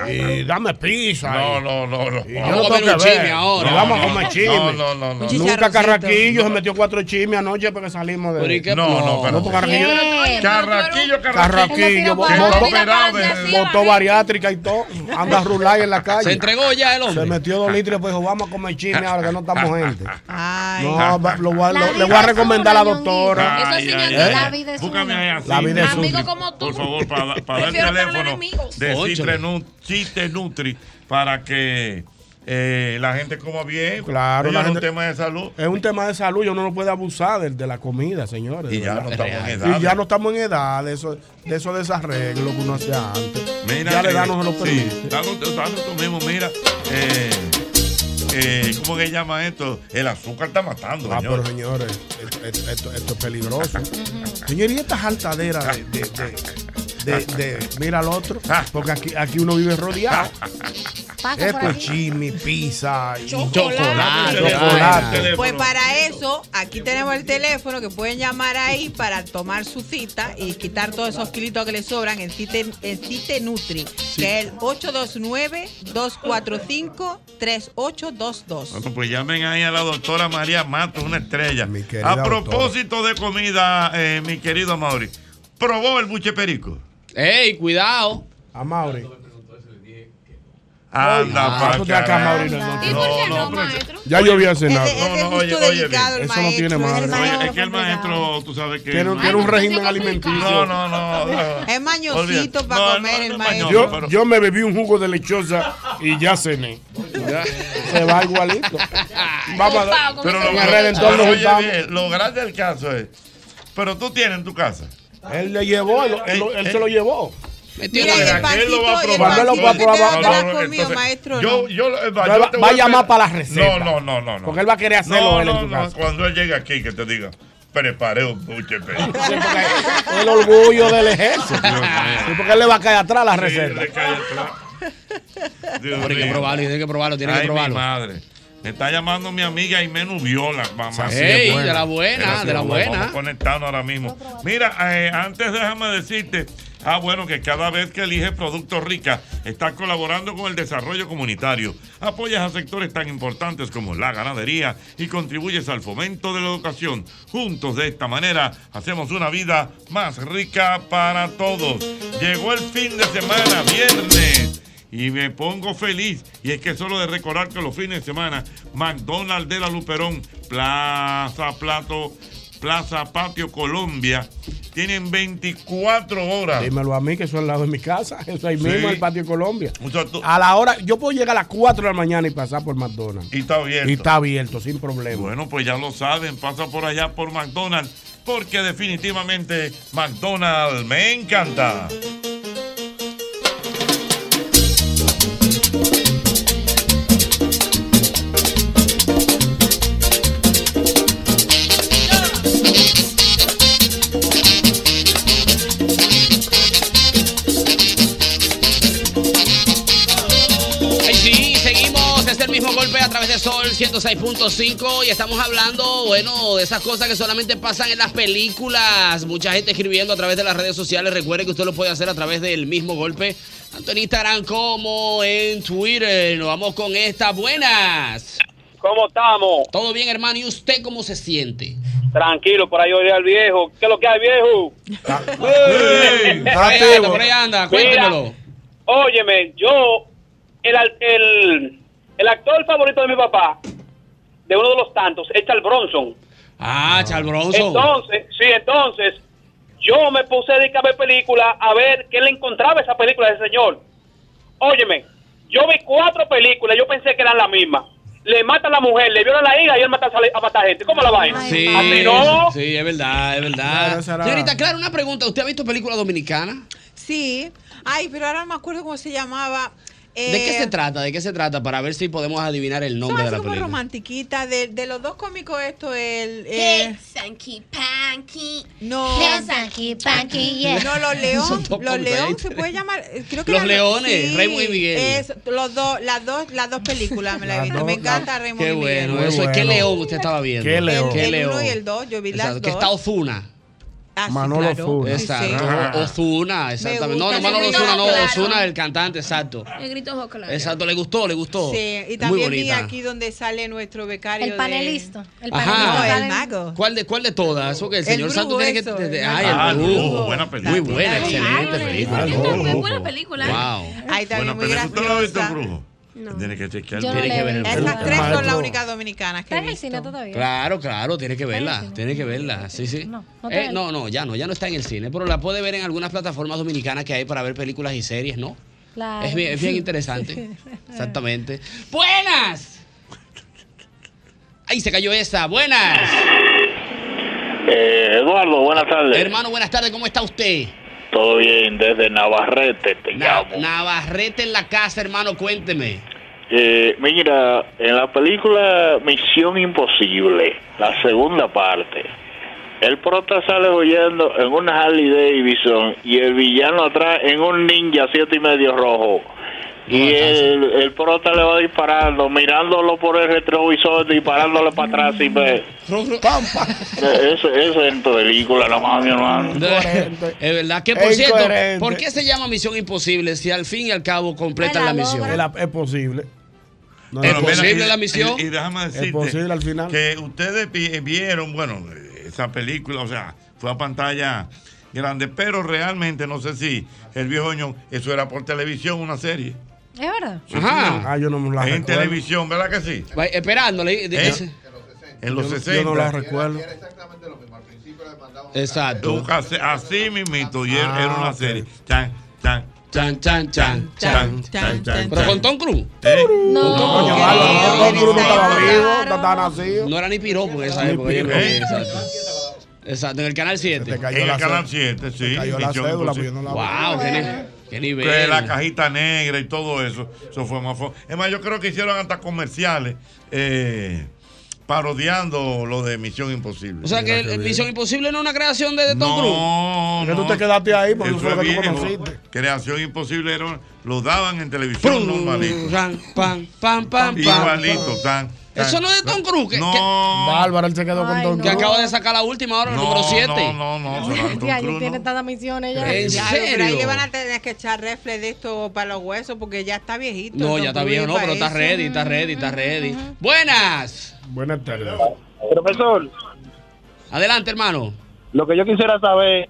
Speaker 11: y dame pizza.
Speaker 7: No,
Speaker 11: y-
Speaker 7: no, no, no.
Speaker 11: y yo no tengo que ver. Y vamos a comer chisme.
Speaker 7: No, no, no. no.
Speaker 11: Nunca Carraquillo se metió cuatro chimes anoche porque salimos de.
Speaker 7: Pero ¿y qué- No, no, pero-
Speaker 11: no, porque Carraquillo.
Speaker 7: ¿Qué?
Speaker 11: Carraquillo,
Speaker 7: Carraquillo, Carraquillo.
Speaker 11: botó,
Speaker 7: Que
Speaker 11: botó-
Speaker 7: operado de-
Speaker 11: botó bariátrica y todo. Anda a rular en la calle.
Speaker 3: Se entregó ya el hombre.
Speaker 11: Se metió dos litros y pues dijo, vamos a comer chisme ahora que no estamos gente.
Speaker 7: La
Speaker 11: No, va- lo voy a- lo-
Speaker 7: vida
Speaker 11: le voy a
Speaker 7: es
Speaker 11: recomendar a la
Speaker 7: una,
Speaker 11: doctora.
Speaker 7: Ñonguito. Eso sí, Ñonguito,
Speaker 11: ¿Eh?
Speaker 7: la vida es Búscame una. ahí así.
Speaker 11: La vida es
Speaker 7: Amigo
Speaker 11: una.
Speaker 5: como tú.
Speaker 7: Por favor, para, para dar el
Speaker 5: Prefiero tener
Speaker 7: teléfono
Speaker 5: enemigos.
Speaker 7: de
Speaker 5: Óchale.
Speaker 7: Citre Nu- Cite Nutri para que eh, la gente coma bien.
Speaker 11: Claro,
Speaker 7: Ellos
Speaker 11: la
Speaker 7: no
Speaker 11: gente-
Speaker 7: tema de salud.
Speaker 11: Es un tema de salud, yo no lo puede abusar del- de, la comida, señores.
Speaker 7: Y
Speaker 11: de
Speaker 7: ya
Speaker 11: verdad.
Speaker 7: no estamos en
Speaker 11: Y
Speaker 7: edad.
Speaker 11: ya no estamos en edad de esos de eso desarreglos que uno hacía antes.
Speaker 7: Mira,
Speaker 11: ya le
Speaker 7: eh,
Speaker 11: damos los
Speaker 7: sí, danos- danos tú mismo, mira. eh, eh, ¿Cómo que llama esto? El azúcar está matando,
Speaker 11: Ah,
Speaker 7: señor. Eh,
Speaker 11: pero señores, esto, esto- esto- esto es peligroso. Señor, y estas jaltaderas de, de- de-
Speaker 7: Ah.
Speaker 11: de- de- Mira al otro, porque aquí, aquí uno vive rodeado.
Speaker 7: Ah.
Speaker 6: Pasa por
Speaker 11: Esto es
Speaker 6: aquí.
Speaker 11: chisme, pizza, y-
Speaker 6: Chocolate.
Speaker 11: chocolate.
Speaker 6: Pues para eso, aquí tenemos el teléfono que pueden llamar ahí para tomar su cita y quitar todos esos kilitos que les sobran en Cite, en Cite Nutri, que es el 829-245-3822.
Speaker 7: Bueno, pues llamen ahí a la doctora María Matos, una estrella.
Speaker 11: querida
Speaker 7: a propósito de comida, eh, mi querido Mauri, ¿probó el buche perico?
Speaker 3: ¡Ey, cuidado!
Speaker 11: A Mauri.
Speaker 7: Anda,
Speaker 11: Ay,
Speaker 7: pa'
Speaker 11: Ah, tú te acá,
Speaker 7: carajo.
Speaker 11: Mauri, no, no,
Speaker 7: No, no, pero-
Speaker 11: Ya yo había cenado.
Speaker 7: No, no, oye, oye, bien.
Speaker 11: Eso no tiene madre.
Speaker 7: Oye, es que el maestro, tú sabes que.
Speaker 11: Tiene- tiene un Ay, no, régimen es complicado. alimenticio.
Speaker 7: No, no, no. no.
Speaker 6: Es
Speaker 7: Olvídate.
Speaker 6: mañosito para
Speaker 7: No,
Speaker 6: comer
Speaker 7: no,
Speaker 6: el
Speaker 7: no,
Speaker 6: maestro.
Speaker 7: mañoso,
Speaker 11: Yo, yo me bebí un jugo de lechosa y ya cené. Ya. Se va igualito. Vamos a dar-
Speaker 7: Pero
Speaker 11: en
Speaker 7: lo,
Speaker 11: la red, entonces,
Speaker 7: pero
Speaker 11: nos
Speaker 7: oye,
Speaker 11: juntamos.
Speaker 7: bien, lo grande del caso es. Pero tú tienes en tu casa. Eh,
Speaker 11: Él le llevó, él, él- él se lo llevó.
Speaker 7: Mira, y el
Speaker 11: Raquel lo va a
Speaker 7: pancito- y el
Speaker 11: probar.
Speaker 7: pancito
Speaker 11: No, no,
Speaker 7: que te da-
Speaker 11: no,
Speaker 7: te da
Speaker 11: no,
Speaker 7: comido,
Speaker 11: entonces,
Speaker 7: maestro,
Speaker 11: yo-
Speaker 7: no. yo- eh,
Speaker 11: No, va-
Speaker 7: yo te voy
Speaker 11: va a
Speaker 7: a
Speaker 11: llamar
Speaker 7: hacer-
Speaker 11: para la receta.
Speaker 7: No, no, no, no, no.
Speaker 11: Porque él va a querer hacerlo
Speaker 7: No,
Speaker 11: él en
Speaker 7: no,
Speaker 11: su
Speaker 7: no.
Speaker 11: casa.
Speaker 7: Cuando él llegue aquí, que te diga, preparé un buche perico.
Speaker 11: (laughs) El orgullo del ejército. Sí, porque él le va a caer atrás la receta.
Speaker 7: Dios
Speaker 3: Pero hay que
Speaker 7: mío.
Speaker 3: probarlo, tiene que probarlo, tiene
Speaker 7: Ay,
Speaker 3: que probarlo.
Speaker 7: Mi madre. Me está llamando mi amiga Imenú Viola, mamá.
Speaker 3: Sí, Ey, de la buena,
Speaker 7: Gracias,
Speaker 3: de la
Speaker 7: vamos,
Speaker 3: buena.
Speaker 7: Vamos conectando ahora mismo. Mira, eh, antes déjame decirte, ah, bueno, que cada vez que eliges Productos Rica, estás colaborando con el desarrollo comunitario. Apoyas a sectores tan importantes como la ganadería y contribuyes al fomento de la educación. Juntos de esta manera hacemos una vida más rica para todos. Llegó el fin de semana, viernes. Y me pongo feliz. Y es que solo de recordar que los fines de semana, McDonald's de la Luperón, Plaza Plato, Plaza Patio Colombia, tienen 24 horas.
Speaker 11: Dímelo a mí, que eso es al lado de mi casa. (laughs) Eso ahí
Speaker 7: Sí.
Speaker 11: mismo, en el patio Colombia.
Speaker 7: O sea, tú-
Speaker 11: A la hora, yo puedo llegar a las 4 de la mañana y pasar por McDonald's.
Speaker 7: Y está abierto.
Speaker 11: Y está abierto, sin problema.
Speaker 7: Bueno, pues ya lo saben, pasa por allá por McDonald's, porque definitivamente McDonald's me encanta.
Speaker 3: Ay, sí, seguimos. Es el mismo golpe a través de Sol 106.5 y estamos hablando, bueno, de esas cosas que solamente pasan en las películas. Mucha gente escribiendo a través de las redes sociales. Recuerde que usted lo puede hacer a través del mismo golpe, tanto en Instagram como en Twitter. Nos vamos con esta. Buenas.
Speaker 22: ¿Cómo estamos?
Speaker 3: Todo bien, hermano. ¿Y usted cómo se siente?
Speaker 22: Tranquilo, por ahí oye al viejo. ¿Qué es lo que hay, viejo? (laughs)
Speaker 3: Ey, por ahí anda, por ahí anda,
Speaker 22: Mira,
Speaker 3: cuéntemelo.
Speaker 22: Óyeme, yo, el, al- el, el actor favorito de mi papá, de uno de los tantos, es Charles Bronson.
Speaker 3: Ah, Charles Bronson.
Speaker 22: Entonces, sí, entonces, yo me puse de que a ver película a ver qué le encontraba a esa película de ese señor. Óyeme, yo vi cuatro películas, yo pensé que eran la misma. Le matan a la mujer, le violan a la hija y él mata a sale- a matar gente. ¿Cómo la vaina?
Speaker 3: Sí,
Speaker 22: Así ¿Ah, no.
Speaker 3: sí, es verdad, es verdad.
Speaker 22: Claro, será.
Speaker 3: Señorita, claro, una pregunta. ¿Usted ha visto película dominicana?
Speaker 6: Sí. Ay, pero ahora no me acuerdo cómo se llamaba.
Speaker 3: ¿De qué
Speaker 6: Eh,
Speaker 3: se trata? ¿De qué se trata? Para ver si podemos adivinar el nombre de la
Speaker 6: como
Speaker 3: película.
Speaker 6: romantiquita de, de los dos cómicos esto el
Speaker 5: Cake,
Speaker 6: Sanky Panky no
Speaker 5: Leo
Speaker 6: Sanky
Speaker 5: Panky, yeah.
Speaker 6: no los
Speaker 5: Son
Speaker 6: león
Speaker 5: todos
Speaker 6: los león
Speaker 3: completos.
Speaker 6: se puede llamar eh, creo que
Speaker 3: Los
Speaker 6: eran-
Speaker 3: Leones, Raymond y Miguel.
Speaker 6: es- los dos las dos las dos películas me las he
Speaker 3: Las
Speaker 6: visto
Speaker 3: dos,
Speaker 6: me
Speaker 3: las-
Speaker 6: encanta Raymond
Speaker 3: Qué
Speaker 6: y Miguel
Speaker 3: bueno, eso es. ¿Qué león usted estaba viendo?
Speaker 6: El- el, uno y el dos yo vi
Speaker 3: Exacto,
Speaker 6: las
Speaker 3: que
Speaker 6: dos
Speaker 3: está Ozuna.
Speaker 6: Ah, sí,
Speaker 11: Manolo
Speaker 6: claro.
Speaker 11: Ozuna.
Speaker 6: Sí, sí.
Speaker 3: Exacto.
Speaker 11: Ah.
Speaker 3: Ozuna, exactamente. No,
Speaker 6: gusta
Speaker 3: no, Manolo
Speaker 6: ese
Speaker 3: Ozuna, no,
Speaker 6: claro.
Speaker 3: Ozuna, el cantante, exacto.
Speaker 5: El grito ojo claro.
Speaker 3: Exacto, le gustó, le gustó.
Speaker 6: Sí, y
Speaker 3: Muy
Speaker 6: también vi
Speaker 3: bonita.
Speaker 6: aquí donde sale nuestro becario.
Speaker 8: El panelista,
Speaker 6: El
Speaker 3: Ajá.
Speaker 6: No, el mago.
Speaker 3: ¿Cuál de, cuál de todas? Eso que el
Speaker 6: El
Speaker 3: señor Santo
Speaker 6: brujo
Speaker 3: tiene que.
Speaker 6: eso,
Speaker 3: de- de-
Speaker 6: el
Speaker 3: ay,
Speaker 7: Ah,
Speaker 3: el
Speaker 7: el
Speaker 3: brujo.
Speaker 7: brujo, buena película.
Speaker 3: Muy buena,
Speaker 7: También.
Speaker 3: excelente
Speaker 7: Ah,
Speaker 3: película.
Speaker 7: el brujo, muy buena
Speaker 5: película.
Speaker 3: Wow.
Speaker 6: Ahí también muy
Speaker 7: pero ¿Usted lo ha visto,
Speaker 6: graciosa.
Speaker 7: Brujo? Tiene que chequear.
Speaker 3: Yo no Tiene le que he ver el visto.
Speaker 6: Esas
Speaker 3: brujo.
Speaker 6: tres
Speaker 3: El
Speaker 6: son las
Speaker 3: maestro.
Speaker 6: únicas dominicanas que he visto. en el cine todavía?
Speaker 3: Claro, claro, tiene que verla, tiene que verla, sí, sí.
Speaker 6: No,
Speaker 3: No,
Speaker 6: no está
Speaker 3: eh,
Speaker 6: en-
Speaker 3: no, no, ya no, ya no está en el cine, pero la puede ver en algunas plataformas dominicanas que hay para ver películas y series, ¿no?
Speaker 8: Claro.
Speaker 3: Es bien, es bien interesante. Exactamente. ¡Buenas! Ahí se cayó esa. ¡Buenas!
Speaker 23: Eh, Eduardo, buenas tardes.
Speaker 3: Hermano, buenas tardes. ¿Cómo está usted?
Speaker 23: Todo bien, desde Navarrete te llamo.
Speaker 3: Navarrete en la casa, hermano. Cuénteme.
Speaker 23: Eh, mira, en la película Misión Imposible, la segunda parte, el prota sale huyendo en una Harley Davidson y el villano atrás en un ninja siete y medio rojo. Y el, el prota le va disparando, mirándolo por el retrovisor, disparándole para atrás
Speaker 3: (laughs)
Speaker 23: y ve. Eh, Eso, eso es en tu película, la más, mi hermano.
Speaker 3: Es verdad que, por
Speaker 23: Es
Speaker 3: cierto,
Speaker 23: incoherente.
Speaker 3: ¿por qué se llama Misión Imposible si al fin y al cabo completan la, misión?
Speaker 11: Es, la- es posible. No,
Speaker 3: ¿Es
Speaker 11: no, no.
Speaker 3: posible la misión?
Speaker 7: Y, y déjame
Speaker 11: Es
Speaker 7: decirte
Speaker 11: posible al final.
Speaker 7: que ustedes vi- eh, vieron, bueno, esa película, o sea, fue a pantalla grande, pero realmente no sé si el viejo ñon, eso era por televisión, una serie.
Speaker 8: Es verdad.
Speaker 11: Ah, yo no me la
Speaker 7: En
Speaker 11: recuerdo.
Speaker 7: televisión, ¿verdad que sí?
Speaker 3: Esperándole.
Speaker 7: ¿Eh? En los
Speaker 11: Yo no-
Speaker 7: 60.
Speaker 11: Yo no la recuerdo.
Speaker 7: Exacto. Así, así mismito, y era- era una serie. Chan, chan,
Speaker 3: Ah, chan, chan, chan,
Speaker 7: chan, chan, chan. ¿Eh?
Speaker 3: ¿Pero con Tom Cruise?
Speaker 11: No, coño, Álvaro, Tom Cruise no estaba vivo, no estaba nacido.
Speaker 3: No era ni piropo en esa
Speaker 11: Ni
Speaker 3: época. yo
Speaker 11: piropo.
Speaker 3: creo, Exacto. Exacto, en el canal 7.
Speaker 7: cayó En la el Canal cédula. 7, sí,
Speaker 11: cayó la
Speaker 7: Misión
Speaker 11: cédula,
Speaker 7: Imposible.
Speaker 11: pues yo no la
Speaker 3: Wow, qué, ni- qué nivel.
Speaker 7: Que la cajita negra y todo eso. Eso fue más fuerte. Es más, yo creo que hicieron hasta comerciales eh, parodiando lo de Misión Imposible.
Speaker 3: O sea que el- el Misión Imposible no es una creación de, de Tom Cruise.
Speaker 7: No, no.
Speaker 11: tú te quedaste ahí porque
Speaker 7: Eso
Speaker 11: fue lo
Speaker 7: es
Speaker 11: que tú
Speaker 7: viejo.
Speaker 11: conociste.
Speaker 7: Creación Imposible era- lo daban en televisión normalito.
Speaker 3: Pam, pam, pam, pam.
Speaker 7: Igualito, tan.
Speaker 3: Eso no es de Tom Cruise. Que,
Speaker 11: Bárbaro, él se quedó con Tom
Speaker 3: que, que
Speaker 11: Cruise.
Speaker 3: acaba de sacar la última ahora, el número 7.
Speaker 7: No, no, no.
Speaker 8: Ya, yo tiene tantas misiones ya.
Speaker 3: ¿En
Speaker 8: Ya,
Speaker 6: Claro, pero ahí
Speaker 3: serio?
Speaker 6: le van a tener que echar refle de esto para los huesos porque ya está viejito.
Speaker 3: No,
Speaker 6: Tom
Speaker 3: ya está
Speaker 6: Cruise
Speaker 3: bien, no,
Speaker 6: para
Speaker 3: pero está
Speaker 6: eso.
Speaker 3: ready, está ready, está ready. Buenas.
Speaker 11: Buenas tardes.
Speaker 3: Profesor. Adelante, hermano.
Speaker 19: Lo que yo quisiera saber,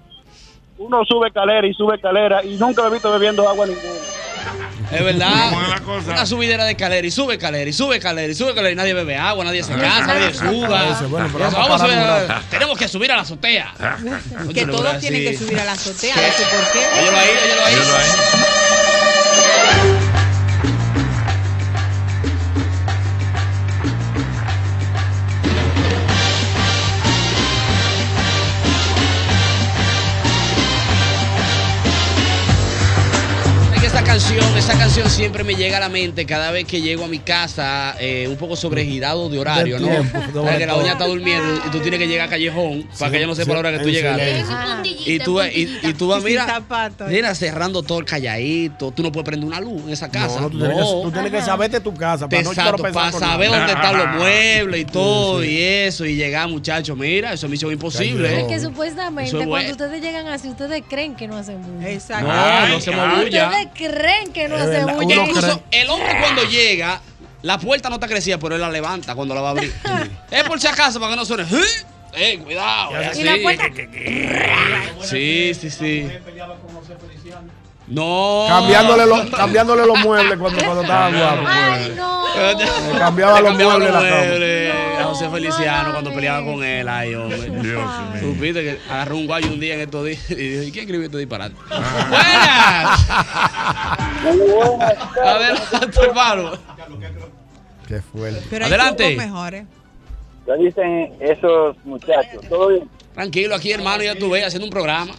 Speaker 19: uno sube escalera y sube escalera y nunca lo he visto bebiendo agua ninguna.
Speaker 3: Es verdad.
Speaker 19: ¿Cómo es
Speaker 3: Una subidera de escalera y sube escalera y sube escalera y sube escalera y nadie bebe agua, nadie se cansa, nadie suda.
Speaker 11: Dice, bueno, pero
Speaker 3: Eso,
Speaker 11: vamos
Speaker 3: vamos
Speaker 11: a
Speaker 3: a
Speaker 11: parar
Speaker 3: subir a- tenemos que subir a la azotea.
Speaker 6: Que
Speaker 3: Óyelo,
Speaker 6: todos
Speaker 3: Brasil.
Speaker 6: tienen que subir a la azotea, no sé por qué.
Speaker 3: Óyelo ahí, óyelo ahí. Es que esa canción, esa canción siempre me llega a la mente cada vez que llego a mi casa, eh, un poco sobregirado de horario,
Speaker 11: De
Speaker 3: ¿no?
Speaker 11: tiempo,
Speaker 3: Porque
Speaker 11: sobre
Speaker 3: la
Speaker 11: todo.
Speaker 3: doña está durmiendo y tú tienes que llegar a callejón para que ella no sepa la hora que tú
Speaker 11: en
Speaker 3: llegaste.
Speaker 11: silencio.
Speaker 8: Ah.
Speaker 3: Y tú, y, y tú vas,
Speaker 8: Y sin
Speaker 3: mira,
Speaker 8: zapatos.
Speaker 3: mira, cerrando todo el calladito. Tú no puedes prender una luz en esa casa.
Speaker 11: No, no, tú tienes,
Speaker 3: No.
Speaker 11: que, tú tienes que saberte tu casa para no
Speaker 3: Exacto,
Speaker 11: tropezar
Speaker 3: para
Speaker 11: con
Speaker 3: saber
Speaker 11: nada.
Speaker 3: dónde están los muebles y todo y eso. Y llegar, muchachos, mira, eso es misión imposible.
Speaker 8: Es que
Speaker 3: ¿eh?
Speaker 8: supuestamente
Speaker 3: Eso es
Speaker 8: cuando
Speaker 3: bueno.
Speaker 8: ustedes llegan así, ustedes creen que no hacen bulla. Exacto.
Speaker 3: No, no se mobulla.
Speaker 8: Ustedes creen que no
Speaker 3: Es
Speaker 1: Eh,
Speaker 8: hacen
Speaker 3: verdad,
Speaker 8: bulla.
Speaker 3: uno Incluso el hombre cuando llega, la puerta no está crecida, pero él la levanta cuando la va a
Speaker 1: (laughs)
Speaker 3: abrir. es por si acaso, para que no suene. ¿eh? Eh, cuidado. es
Speaker 1: Y la
Speaker 3: así.
Speaker 1: puerta-
Speaker 3: Sí, sí, sí. No.
Speaker 11: Cambiándole, los- cambiándole los Eh, muebles cuando, cuando
Speaker 3: (laughs)
Speaker 11: estaba guapo.
Speaker 3: Ay,
Speaker 8: no.
Speaker 11: Le cambiaba los muebles la cama.
Speaker 3: a José Feliciano cuando peleaba con él. Ay, hombre.
Speaker 6: Ah.
Speaker 3: Supiste que agarró un guayo un día en estos días y dijo, ¿y quién escribió este disparate?
Speaker 11: Ah.
Speaker 3: (laughs) ¡Buenas! Adelante, hermano.
Speaker 11: Qué fuerte.
Speaker 6: Pero hay
Speaker 3: Adelante.
Speaker 6: trucos mejores.
Speaker 3: Ya dicen esos muchachos, todo bien. Tranquilo, aquí hermano, ya tú ves, haciendo un programa.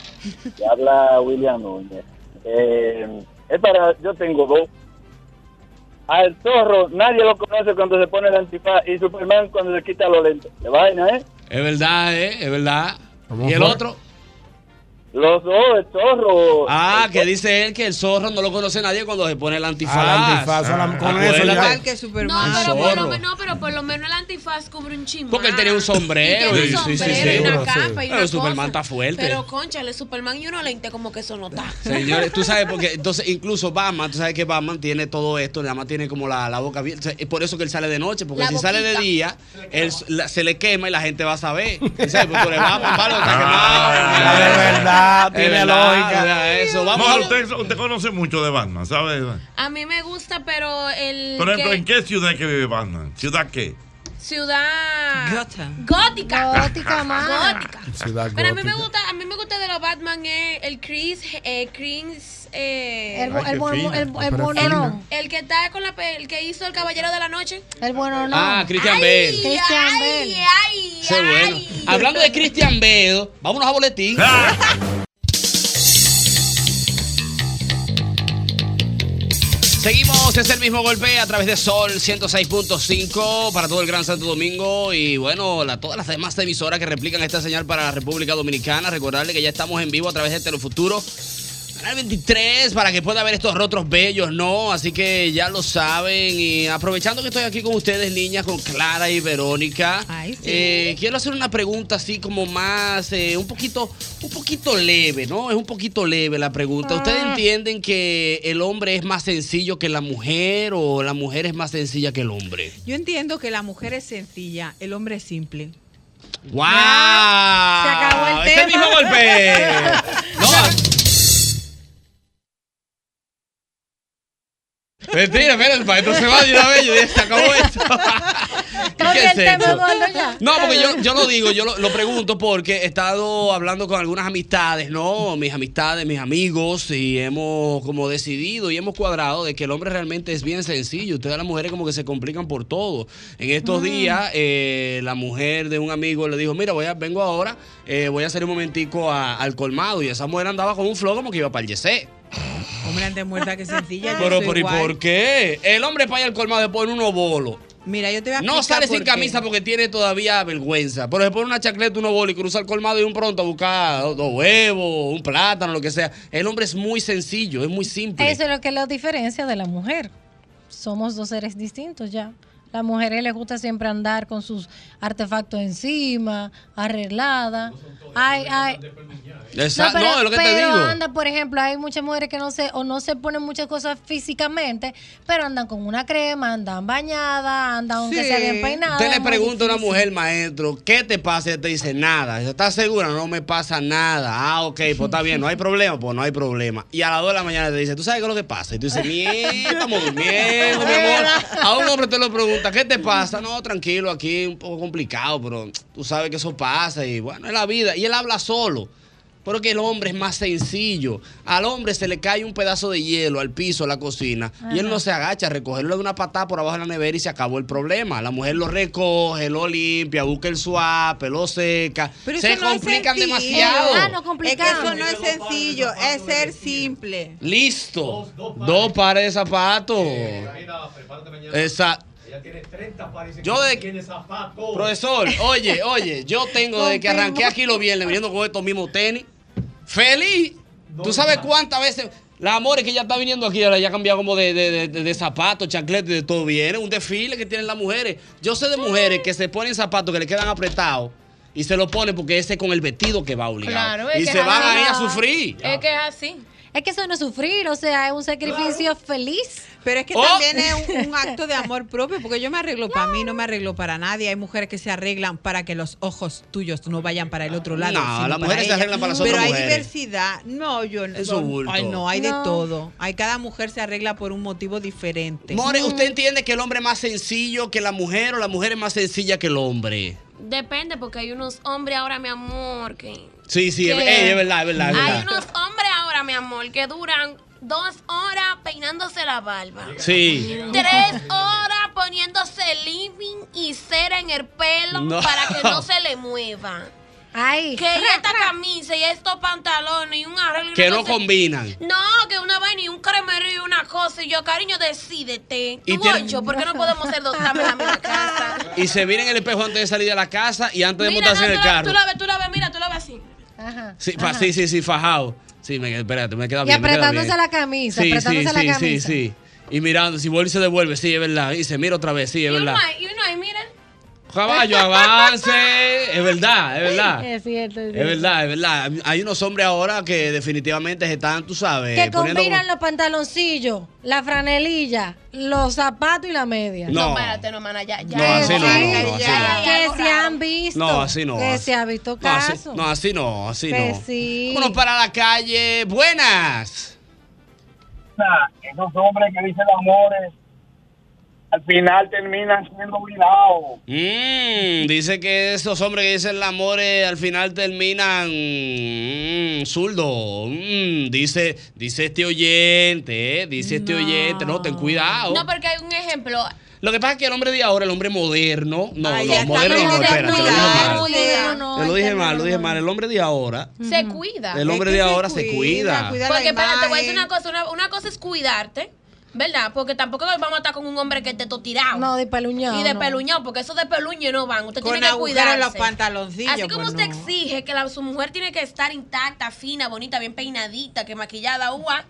Speaker 23: Habla William Núñez. Eh, es para, yo tengo dos. Al zorro nadie lo conoce cuando se pone el antifaz y Superman cuando se quita los lentes. De vaina, ¿eh?
Speaker 3: Es verdad, ¿eh? Es verdad. ¿Y el
Speaker 23: fue?
Speaker 3: otro?
Speaker 23: Los dos, el zorro.
Speaker 3: Ah, que dice él que el zorro no lo conoce nadie cuando se pone el antifaz.
Speaker 11: Ah, el antifaz, a la- con eso
Speaker 3: Acuérdate.
Speaker 11: ya.
Speaker 6: Igual que
Speaker 5: No,
Speaker 6: Superman.
Speaker 5: pero por, lo,
Speaker 3: zorro.
Speaker 5: men- no, pero por lo menos el antifaz cubre un chimbo.
Speaker 3: Porque él tenía un sombrero.
Speaker 5: Y tiene un sombrero y una
Speaker 3: Seguro, sí.
Speaker 5: capa y una
Speaker 3: Pero Superman
Speaker 5: cosa.
Speaker 3: está fuerte.
Speaker 5: Pero conchale, Superman y uno lente como que eso no está.
Speaker 3: Señores, tú sabes,
Speaker 5: (laughs)
Speaker 3: porque entonces incluso Batman, tú sabes que Batman tiene todo esto, nada más tiene como la, la boca abierta. Es por eso que él sale de noche, porque
Speaker 5: La
Speaker 3: si sale de
Speaker 5: boquita.
Speaker 3: día, él la- se le quema y la gente va a
Speaker 5: (laughs)
Speaker 3: saber. Tú sabes, Porque tú eres Batman, Pablo, está quemado.
Speaker 11: Es verdad,
Speaker 3: (laughs) Es
Speaker 11: tiene
Speaker 3: verdad,
Speaker 11: lógica.
Speaker 3: verdad, eso. Vamos
Speaker 7: Mora,
Speaker 3: a-
Speaker 7: usted, usted conoce mucho de Batman, ¿sabe?
Speaker 5: A mí me gusta, pero el
Speaker 7: Por ejemplo,
Speaker 5: que-
Speaker 7: ¿en qué ciudad que vive Batman? ¿Ciudad qué?
Speaker 5: ciudad
Speaker 6: Gotham.
Speaker 5: gótica.
Speaker 7: (laughs)
Speaker 8: Gótica, más.
Speaker 5: Gótica. Pero a mí me gusta, a mí me gusta de los Batman es el Chris, eh, Chris es. eh,
Speaker 8: El bu- Ay, el qué buen- fina. el- el Pero bueno
Speaker 5: El-
Speaker 8: no.
Speaker 5: El que está con la. pe- El que hizo El Caballero de la Noche.
Speaker 8: El bueno no.
Speaker 3: Ah, Christian Bale.
Speaker 8: Christian
Speaker 5: Ay,
Speaker 8: Bale.
Speaker 5: ay.
Speaker 3: Eso es bueno. Hablando de Christian Bale, vámonos a
Speaker 5: (laughs)
Speaker 3: boletín. Seguimos, es el mismo golpe a través de Sol 106.5 para todo el Gran Santo Domingo y bueno, la- todas las demás emisoras que replican esta señal para la República Dominicana. Recordarle que ya estamos en vivo a través de Telefuturo. Canal 23 para que pueda ver estos rostros bellos, ¿no? Así que ya lo saben. Y aprovechando que estoy aquí con ustedes, niñas, con Clara y Verónica, eh, quiero hacer una pregunta así como más, eh, un poquito, un poquito leve, ¿no? Es un poquito leve la pregunta. ¿Ustedes entienden que el hombre es más sencillo que la mujer o la mujer es más sencilla que el hombre?
Speaker 6: Yo entiendo que la mujer es sencilla, el hombre es simple.
Speaker 3: ¡Wow! Se
Speaker 6: acabó el
Speaker 3: ¡Ese
Speaker 6: tema.
Speaker 3: mismo (laughs) golpe! Mentira, espérate, para esto se va de una vez. Yo dije, se acabó esto. ¿Qué es esto? No, porque yo, yo lo digo, yo lo, lo pregunto porque he estado hablando con algunas amistades, ¿no? Mis amistades, mis amigos, y hemos como decidido y hemos cuadrado de que el hombre realmente es bien sencillo. Ustedes las mujeres como que se complican por todo. En estos
Speaker 9: Mm.
Speaker 3: días, eh, la mujer de un amigo le dijo, mira, voy a, vengo ahora, eh, voy a hacer un momentico a- al colmado. Y esa mujer andaba con un flow como que iba para el yesé.
Speaker 6: Hombre, antes muerta que sencilla. yo
Speaker 3: Pero,
Speaker 6: soy
Speaker 3: pero, ¿y
Speaker 6: igual.
Speaker 3: por qué? El hombre para ir al colmado después pone unos bolos.
Speaker 6: Mira, yo te voy a
Speaker 3: No
Speaker 6: explicar
Speaker 3: sale sin
Speaker 6: por qué.
Speaker 3: camisa porque tiene todavía vergüenza. Pero se pone una chacleta, unos bolos y cruza el colmado y un pronto a buscar dos, dos huevos, un plátano, lo que sea. El hombre es muy sencillo, es muy simple.
Speaker 8: Eso es lo que lo diferencia de la mujer. Somos dos seres distintos ya. Las mujeres les gusta siempre andar con sus artefactos encima, arreglada. Ay, ay.
Speaker 3: Exacto, no, es lo que te
Speaker 8: pero
Speaker 3: digo.
Speaker 8: anda, por ejemplo, hay muchas mujeres que no se o no se ponen muchas cosas físicamente, pero andan con una crema, andan bañadas, andan aunque sea bien peinadas.
Speaker 3: Usted le
Speaker 8: es muy
Speaker 3: pregunta a una
Speaker 8: difícil.
Speaker 3: mujer, maestro, ¿qué te pasa? Y te dice nada. ¿Estás segura? No me pasa nada. Ah, ok, pues está bien, no hay problema. Pues no hay problema. Y a las 2 de la mañana te dice, ¿tú sabes qué es lo que pasa? Y tú dices, mierda,
Speaker 8: (laughs)
Speaker 3: estamos durmiendo, mi amor. A un hombre te lo pregunta, ¿qué te pasa? No, tranquilo, aquí un poco complicado, pero tú sabes que eso pasa y bueno, es la vida. Y él habla solo. Porque el hombre es más sencillo. Al hombre se le cae un pedazo de hielo al piso, a la cocina, y él
Speaker 9: Ajá.
Speaker 3: no se agacha a recogerlo de una patada por abajo de la nevera y se acabó el problema. La mujer lo recoge, lo limpia, busca el swap, lo seca.
Speaker 6: Pero
Speaker 3: se
Speaker 6: eso no es
Speaker 3: complican
Speaker 6: sencillo.
Speaker 3: demasiado.
Speaker 17: Ah,
Speaker 6: Es que eso no es sencillo, es ser simple.
Speaker 3: Listo. Dos, pares Eh, de zapatos. Exacto. Yo de Profesor, oye, oye, yo tengo desde que arranqué aquí los viernes viniendo con estos mismos tenis. ¡Feliz! ¿Tú sabes cuántas veces? La amor es que ya está viniendo aquí, ahora ya ha cambiado como de, de, de- de- de zapatos, chancletas, de todo. Viene un desfile que tienen las mujeres. Yo sé de mujeres que se ponen zapatos que le quedan apretados y se los ponen porque ese es con el vestido que va obligado.
Speaker 8: Claro, es
Speaker 3: y
Speaker 8: que
Speaker 3: se
Speaker 8: es Este.
Speaker 3: van ahí a
Speaker 8: obligado.
Speaker 3: sufrir.
Speaker 8: Es que es así. Es que eso no es sufrir, o sea, es un sacrificio feliz.
Speaker 6: Pero es
Speaker 3: (laughs) Oh.
Speaker 6: que también es un, un acto de amor propio, porque yo me arreglo para mí, no me arreglo para nadie. Hay mujeres que se arreglan para que los ojos tuyos no vayan para el otro lado.
Speaker 3: No,
Speaker 6: sino
Speaker 3: las
Speaker 6: para
Speaker 3: mujeres se
Speaker 6: ella.
Speaker 3: arreglan para las
Speaker 6: Pero
Speaker 3: otras
Speaker 6: hay
Speaker 3: mujeres.
Speaker 6: diversidad. No, yo no.
Speaker 3: Eso es bulto.
Speaker 6: Ay, no, hay de
Speaker 3: No.
Speaker 6: todo. Hay cada mujer se arregla por un motivo diferente.
Speaker 8: Mm.
Speaker 5: Mm.
Speaker 3: More, ¿usted entiende que el hombre es más sencillo que la mujer o la mujer es más sencilla que el hombre?
Speaker 5: Depende, porque hay unos hombres ahora, mi amor, que.
Speaker 3: Sí, sí, es,
Speaker 5: ¿Qué?
Speaker 3: ey, es verdad, es verdad. es
Speaker 5: Hay
Speaker 3: verdad.
Speaker 5: unos hombres ahora, mi amor, que duran dos horas peinándose la barba.
Speaker 3: Sí.
Speaker 5: Tres horas poniéndose living y cera en el pelo
Speaker 3: No.
Speaker 5: para
Speaker 3: (laughs)
Speaker 5: que no se le mueva.
Speaker 8: Ay.
Speaker 5: Que y esta camisa y estos pantalones y un arreglo. y
Speaker 3: Que
Speaker 5: una
Speaker 3: no
Speaker 5: cosa-
Speaker 3: combinan.
Speaker 5: No, que una vaina y un cremero y una cosa. Y yo, cariño, decídete.
Speaker 3: Y
Speaker 5: Tú
Speaker 3: tiene-
Speaker 5: ocho, ¿por qué no podemos ser dos también
Speaker 3: (laughs)
Speaker 5: en la misma casa?
Speaker 3: Y se miran en el espejo antes de salir de la casa y antes de
Speaker 5: Mira,
Speaker 3: montarse en
Speaker 5: no, tú
Speaker 3: el
Speaker 5: la-
Speaker 3: carro.
Speaker 5: Tú la ves, tú la ves, mira, tú la ves así.
Speaker 8: Ajá.
Speaker 3: Sí, fa- sí, sí, sí, fajado. Sí, me, espérate, me queda
Speaker 8: Y
Speaker 3: bien. me queda
Speaker 8: apretándose
Speaker 3: bien.
Speaker 8: la camisa,
Speaker 3: Sí, sí,
Speaker 8: apretándose
Speaker 3: sí,
Speaker 8: la
Speaker 3: sí,
Speaker 8: camisa.
Speaker 3: sí. Y mirando, si vuelve y se devuelve, sí, es verdad. Y se mira otra vez, sí, es
Speaker 5: Y
Speaker 3: verdad.
Speaker 5: uno ahí, y uno ahí, mira.
Speaker 3: Caballo, avance. Es verdad, es verdad.
Speaker 8: Es cierto,
Speaker 3: Es verdad, es verdad. Hay unos hombres ahora que definitivamente se están, tú sabes,
Speaker 8: Que
Speaker 3: Eh, poniendo.
Speaker 8: combinan los pantaloncillos, la franelilla, los zapatos y la media.
Speaker 3: No. No,
Speaker 8: espérate,
Speaker 5: no, mana, ya,
Speaker 3: ya. No, así no, no, no, así no.
Speaker 8: Que se han visto.
Speaker 3: No, así no,
Speaker 8: Que
Speaker 3: así-
Speaker 8: se ha visto
Speaker 3: No, así
Speaker 8: caso.
Speaker 3: no, así no. Así
Speaker 8: Que
Speaker 3: no.
Speaker 8: sí.
Speaker 3: Vámonos para la calle. Buenas.
Speaker 19: Esos hombres que dicen amores
Speaker 20: al final termina siendo obligado.
Speaker 3: Mm, dice que esos hombres que dicen el amor eh, al final terminan mm, zurdo. Mm, dice, dice este oyente, eh, dice este oyente. No, ten cuidado.
Speaker 5: No, porque hay un ejemplo.
Speaker 3: Lo que pasa es que el hombre de ahora, el hombre moderno, no,
Speaker 5: Ay,
Speaker 3: no,
Speaker 5: ya está,
Speaker 3: moderno
Speaker 5: no,
Speaker 3: no,
Speaker 5: de
Speaker 3: espérate, te lo dije
Speaker 5: cuidado,
Speaker 3: mal.
Speaker 5: cuidado,
Speaker 3: Te
Speaker 5: no,
Speaker 3: lo
Speaker 5: hay
Speaker 3: dije
Speaker 5: que
Speaker 3: mal, lo dije mal. El hombre de ahora,
Speaker 5: Se cuida.
Speaker 3: el hombre de ahora se cuida.
Speaker 5: Porque espérate, te voy a decir una cosa. Una, una cosa es cuidarte, ¿verdad? Porque tampoco vamos a estar con un hombre que esté todo tirado. No,
Speaker 8: de peluñado.
Speaker 5: Y de
Speaker 8: no.
Speaker 5: peluñado, porque esos de peluño no van. Usted
Speaker 6: Con
Speaker 5: tiene que
Speaker 6: agujero
Speaker 5: cuidarse.
Speaker 6: en los pantaloncillos,
Speaker 5: Así como
Speaker 6: pues,
Speaker 5: usted
Speaker 6: no.
Speaker 5: exige que la- su mujer tiene que estar intacta, fina, bonita, bien peinadita, que maquillada, uva.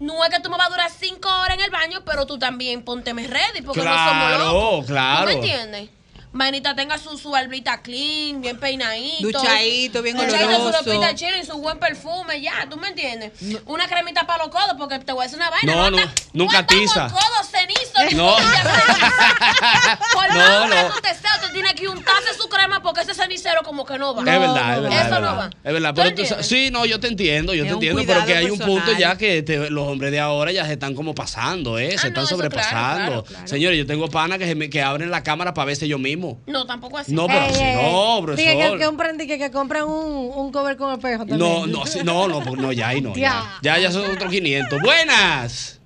Speaker 5: No es que tú me vas a durar cinco horas en el baño, pero tú también ponteme ready, porque no somos
Speaker 3: Claro,
Speaker 5: locos.
Speaker 3: claro.
Speaker 5: ¿Tú me entiendes? Manita tenga su, su barbita clean, bien peinadito.
Speaker 6: Duchadito, bien
Speaker 5: Duchadito,
Speaker 6: oloroso.
Speaker 5: su ropita chilling, su buen perfume, ya, ¿tú me entiendes? Una cremita para los codos, porque te voy a decir una vaina.
Speaker 3: No, no, nunca tiza.
Speaker 5: Codos cenizos.
Speaker 3: No. (laughs)
Speaker 5: Por
Speaker 3: No,
Speaker 5: no,
Speaker 3: no.
Speaker 5: no. Usted, sea, usted tiene que untarse su crema porque ese cenicero como que no va.
Speaker 3: es verdad, es verdad.
Speaker 5: Eso
Speaker 3: es
Speaker 5: no
Speaker 3: verdad.
Speaker 5: va.
Speaker 3: Es verdad, pero tú sa- sí, no, yo te entiendo, yo
Speaker 5: Es
Speaker 3: te
Speaker 5: un
Speaker 3: entiendo, pero que
Speaker 5: cuidado
Speaker 3: hay un punto
Speaker 5: personal. Ah,
Speaker 3: ya que te- los hombres de ahora ya se están como pasando, ¿eh? se están
Speaker 5: eso claro,
Speaker 3: sobrepasando.
Speaker 5: claro, claro.
Speaker 3: Señores, yo tengo panas que, se me- que abren la cámara para verse yo mismo.
Speaker 5: No, tampoco así.
Speaker 3: No, pero
Speaker 8: Ey,
Speaker 3: así
Speaker 8: ey,
Speaker 3: no,
Speaker 8: ey.
Speaker 3: profesor.
Speaker 8: Dije eh. que, que compren, dije que compran un, un cover con espejo también.
Speaker 3: No, no, sí, no, no, no, ya ahí no. Ya, ya, ya son otros 500. Buenas.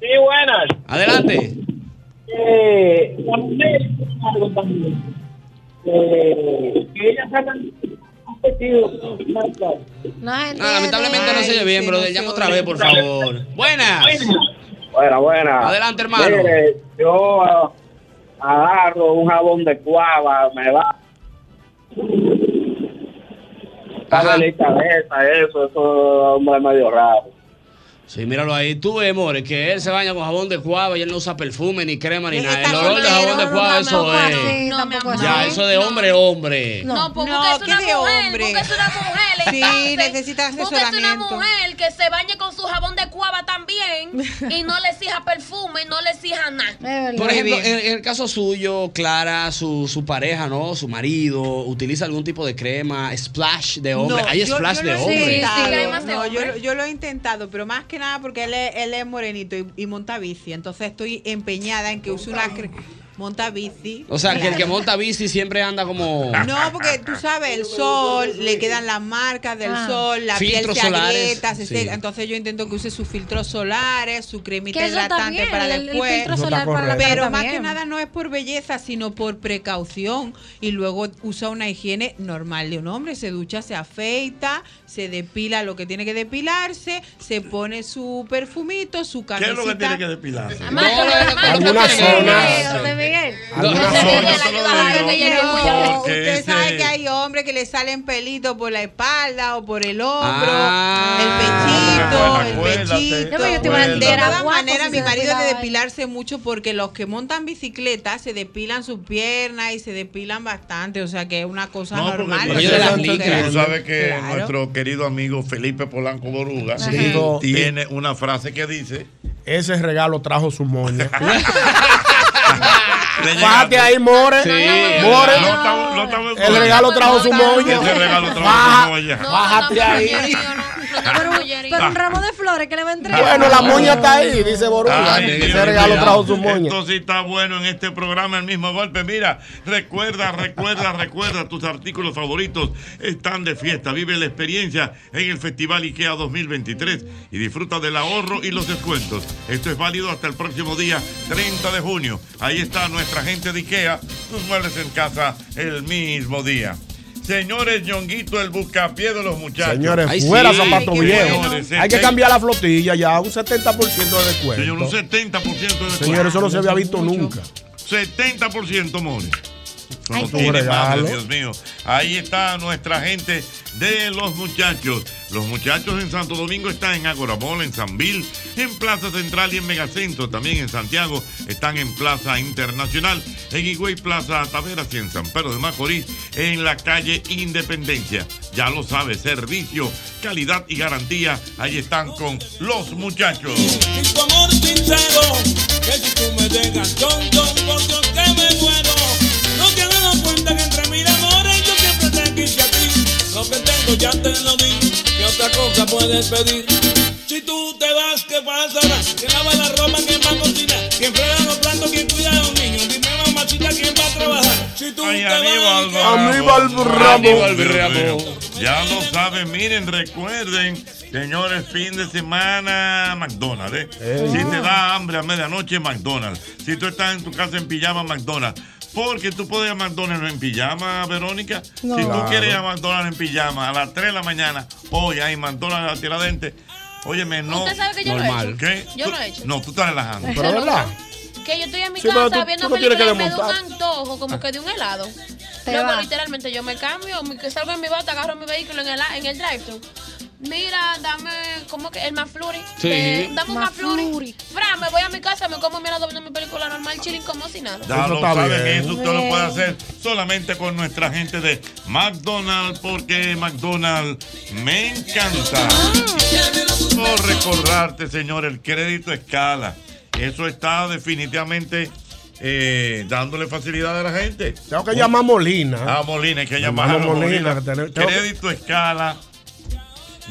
Speaker 20: Sí, buenas.
Speaker 3: Adelante.
Speaker 20: Eh, la mujer es algo también. Eh, que ellas hagan un vestido más claro.
Speaker 3: Ah, lamentablemente no se oye bien, brother. Llama otra vez, por favor. Buenas.
Speaker 20: Buena, buena.
Speaker 3: Adelante, hermano.
Speaker 20: Mire, yo ah, agarro un jabón de cuava, me va. Una velita de esa, eso, eso hombre, es medio raro.
Speaker 3: Sí, míralo ahí. Tú ves, More, que él se baña con jabón de cuava y él no usa perfume, ni crema, ni nada. El olor de jabón de cuava, eso es.
Speaker 8: No, mi amor.
Speaker 3: Ya, eso de hombre, hombre.
Speaker 5: No, porque
Speaker 6: No,
Speaker 5: busca es
Speaker 6: ¿qué
Speaker 5: una
Speaker 6: de
Speaker 5: mujer,
Speaker 6: hombre?
Speaker 5: busca es una mujer.
Speaker 6: Sí,
Speaker 5: entonces,
Speaker 6: necesita
Speaker 5: busca es una
Speaker 6: asesoramiento.
Speaker 5: mujer que se bañe con su jabón de cuava también y no le exija perfume y no le exija nada.
Speaker 3: Por ejemplo, en, en el caso suyo, Clara, su, su pareja, ¿no? Su marido, ¿utiliza algún tipo de crema? Splash de hombre.
Speaker 6: No,
Speaker 3: Hay
Speaker 6: yo-
Speaker 3: splash
Speaker 6: yo
Speaker 3: de
Speaker 6: lo he
Speaker 3: hombre.
Speaker 6: intentado.
Speaker 5: cremas de
Speaker 6: Ah, No, yo,
Speaker 5: hombre.
Speaker 6: lo- yo lo he intentado, pero más que nada porque él es, él es morenito y, y monta bici. Entonces estoy empeñada en que use una cre- monta bici.
Speaker 3: O sea, que el que monta bici siempre anda como...
Speaker 7: (laughs)
Speaker 6: No, porque tú sabes, el sol, le quedan las marcas del
Speaker 8: Ah.
Speaker 6: sol, la
Speaker 3: Filtros
Speaker 6: piel se
Speaker 3: solares,
Speaker 6: agrieta, se
Speaker 3: sí.
Speaker 6: seca. Entonces yo intento que use sus filtros solares, su cremita
Speaker 8: Que eso está
Speaker 6: hidratante
Speaker 8: bien,
Speaker 6: para
Speaker 8: el- el
Speaker 6: después.
Speaker 8: filtro Eso está solar para la correcto. cara
Speaker 6: Pero
Speaker 8: está
Speaker 6: más que
Speaker 8: bien.
Speaker 6: nada no es por belleza, sino por precaución. Y luego usa una higiene normal de un hombre. Se ducha, se afeita, se depila lo que tiene que depilarse, se pone su perfumito, su
Speaker 7: ¿Qué es
Speaker 6: camisita.
Speaker 7: lo que tiene que depilarse?
Speaker 11: Algunas zonas. Algunas zonas.
Speaker 6: No,
Speaker 11: Porque
Speaker 6: usted sabe
Speaker 11: ese-
Speaker 6: que hay hombres que le salen pelitos por la espalda o por el hombro,
Speaker 7: Ah,
Speaker 3: Ah.
Speaker 6: el pechito, el pechito. de todas maneras, mi marido de depilarse mucho porque los que montan bicicleta se depilan sus piernas y se depilan bastante, o sea que es una cosa normal.
Speaker 7: porque
Speaker 6: Eso es
Speaker 7: Tú sabes que
Speaker 6: Claro.
Speaker 7: nuestro querido amigo Felipe Polanco Boruga
Speaker 11: Sí.
Speaker 7: Ajá. tiene una frase que dice:
Speaker 11: Ese regalo trajo su moña.
Speaker 7: Le llega-
Speaker 11: Bájate ahí, More.
Speaker 7: Sí.
Speaker 11: More.
Speaker 7: No estamos- no estamos-
Speaker 11: El regalo trajo su moña.
Speaker 7: Ese regalo trajo
Speaker 11: Baja-
Speaker 7: su moña.
Speaker 11: Bájate ahí.
Speaker 8: Pero un ramo de flores que le va a entregar.
Speaker 11: Bueno, la moña está ahí, dice Boruga.
Speaker 7: Ay, Dios
Speaker 11: Ese regalo
Speaker 7: mío.
Speaker 11: trajo su moña.
Speaker 7: ah, Esto sí está bueno en este programa, el mismo golpe. Mira, recuerda, recuerda, recuerda, tus artículos favoritos están de fiesta. Vive la experiencia en el Festival IKEA 2023 y disfruta del ahorro y los descuentos. Esto es válido hasta el próximo día 30 de junio. Ahí está nuestra gente de IKEA, tus muebles en casa el mismo día. Señores, Ñonguito, el buscapié de los muchachos.
Speaker 11: Señores, fuera zapatos viejos.
Speaker 7: Señores,
Speaker 11: Hay que
Speaker 7: este-
Speaker 11: cambiar la flotilla ya, un 70% de descuento.
Speaker 7: Señor, un 70% de descuento.
Speaker 11: Señores, eso no se había visto nunca.
Speaker 7: 70%, More. Eso
Speaker 11: Ay,
Speaker 7: no
Speaker 11: qué
Speaker 7: tiene
Speaker 11: regalo.
Speaker 7: madre, Dios mío. Ahí está nuestra gente de los muchachos. Los muchachos en Santo Domingo están en Agora Mall, en San Bill, en Plaza Central y en Megacentro. También en Santiago están en Plaza Internacional, en Higüey Plaza Taveras y en San Pedro de Macorís, en la calle Independencia. Ya lo sabes, servicio, calidad y garantía. Ahí están con los muchachos.
Speaker 1: Tu amor sincero, que si tú me dejas, don, don, por Dios que me muero. No te has dado cuenta que entre mil amores yo siempre te quise a ti. Lo que tengo ya te lo di, ¿qué otra cosa puedes pedir? Si tú te vas, ¿qué pasará? Que lava la ropa, que va a cocinar, que enfrega los platos,
Speaker 9: viendo quién cuida a los niños. Dime, mamachita, quién va a trabajar. Si tú
Speaker 7: Ay,
Speaker 9: te vas.
Speaker 7: Aníbal Bravo. Aníbal Bravo. Ya lo saben, miren, recuerden, señores, fin de semana, McDonald's. ¿eh? Si te da hambre a medianoche, McDonald's. Si tú estás en tu casa en pijama, McDonald's. Porque tú puedes ir a McDonald's en pijama, Verónica.
Speaker 4: No.
Speaker 7: Si tú
Speaker 4: Claro.
Speaker 7: quieres ir a McDonald's en pijama a las 3 de la mañana, hoy hay McDonald's a Tiradentes. Óyeme, no.
Speaker 5: Usted sabe que yo lo he hecho.
Speaker 7: ¿Qué?
Speaker 5: Yo
Speaker 7: Tú-
Speaker 5: lo he hecho.
Speaker 7: No, tú estás relajando.
Speaker 5: Pero, ¿verdad? Que yo estoy en mi
Speaker 7: Sí, pero
Speaker 5: casa
Speaker 7: tú- tú
Speaker 5: viendo
Speaker 7: no tienes que
Speaker 5: películas y me da un
Speaker 7: desmontar.
Speaker 5: antojo como que de un helado.
Speaker 8: Te
Speaker 5: Luego,
Speaker 8: va.
Speaker 5: literalmente, yo me cambio, mi- que salgo en mi bata, agarro mi vehículo en el, en el drive-thru. Mira, dame, ¿cómo que? El McFlurry.
Speaker 1: Sí.
Speaker 5: Eh, dame un McFlurry. Fra, me voy a mi casa, me como mi helado viendo mi película normal, chilling como si nada.
Speaker 7: Ya lo saben,
Speaker 4: bien.
Speaker 7: eso usted lo puede
Speaker 4: Bueno.
Speaker 7: hacer solamente con nuestra gente de McDonald's, porque McDonald's me encanta.
Speaker 4: Ah.
Speaker 7: Por recordarte, señor, el crédito escala. Eso está definitivamente eh, dándole facilidad a la gente.
Speaker 11: Tengo que llamar a Molina.
Speaker 7: A Ah, Molina, hay que
Speaker 11: Hermano
Speaker 7: llamar a
Speaker 11: Molina,
Speaker 7: Molina.
Speaker 11: que tenemos- tengo que-
Speaker 7: Crédito escala.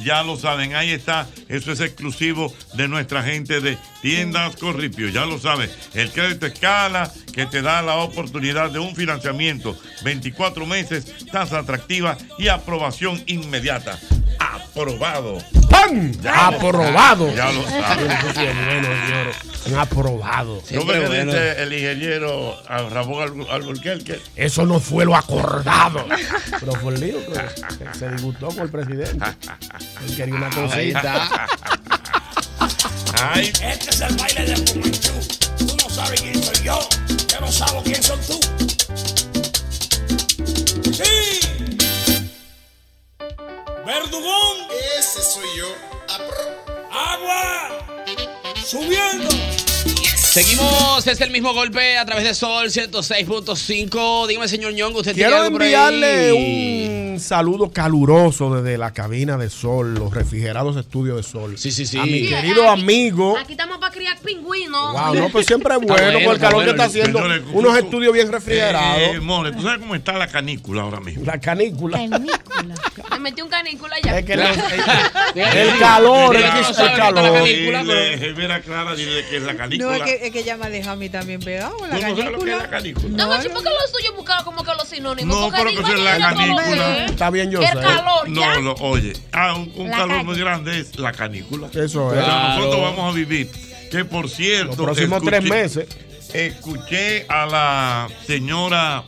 Speaker 7: Ya lo saben, ahí está. Eso es exclusivo de nuestra gente de Tiendas Corripio. Ya lo saben. El crédito escala que te da la oportunidad de un financiamiento. 24 meses, tasa atractiva y aprobación inmediata. Aprobado.
Speaker 11: ¡Pam!
Speaker 7: Ya lo-
Speaker 11: Aprobado.
Speaker 7: Ya (laughs) lo saben.
Speaker 11: Eso sí es bueno, señores. Un aprobado.
Speaker 7: Yo creo que dice el ingeniero a Ramón Albu- Alburquerque.
Speaker 11: Eso no fue lo acordado. Pero fue el lío que se disgustó con el presidente. Él quería una cosita.
Speaker 7: Ay.
Speaker 9: Este es el baile de Pumanchu. Tú no sabes quién soy yo. Yo no sabo quién son tú. ¡Sí! ¡Verdugón! Ese soy yo. ¡Agua! ¡Subiendo!
Speaker 3: Seguimos, es el mismo golpe a través de Sol 106.5. Dígame, señor Ñongo, usted
Speaker 11: Quiero
Speaker 3: tiene algo por ahí?
Speaker 11: enviarle un saludo caluroso desde la cabina de Sol, los refrigerados estudios de Sol. A mi
Speaker 5: Sí,
Speaker 11: querido
Speaker 5: aquí-
Speaker 11: amigo.
Speaker 5: Aquí estamos para criar pingüinos.
Speaker 11: Wow, no, pues siempre es bueno,
Speaker 7: bueno,
Speaker 11: por el calor que
Speaker 7: está
Speaker 11: está haciendo.
Speaker 7: bueno. Señores,
Speaker 11: unos
Speaker 7: tú-
Speaker 11: estudios bien refrigerados.
Speaker 7: Eh, Mole, ¿tú sabes cómo está la canícula ahora mismo?
Speaker 11: La canícula.
Speaker 5: (laughs) Me metí un canícula ya.
Speaker 11: Es que
Speaker 5: (laughs)
Speaker 11: los- (laughs) El calor, es que es el calor.
Speaker 7: Dile, Vera Clara, dile que es la
Speaker 6: No,
Speaker 7: canícula.
Speaker 6: es que, es que ya me dejó a mí también pegado la
Speaker 7: ¿Tú no sabes lo que es
Speaker 6: canícula.
Speaker 7: la canícula?
Speaker 5: No, macho, ¿por qué los tuyos buscaban como que los sinónimos?
Speaker 7: No,
Speaker 5: Porque
Speaker 7: pero que
Speaker 5: digo,
Speaker 7: eso es la
Speaker 5: yo no lo
Speaker 7: canícula.
Speaker 5: sé. El calor, ya.
Speaker 7: No, lo- oye, ah, un, un
Speaker 5: La
Speaker 7: calor
Speaker 5: calle.
Speaker 7: muy grande es la canícula.
Speaker 11: Eso es.
Speaker 7: Pero
Speaker 11: Claro.
Speaker 7: Nosotros vamos a vivir. Que por cierto.
Speaker 11: Los próximos tres meses.
Speaker 7: Escuché a la señora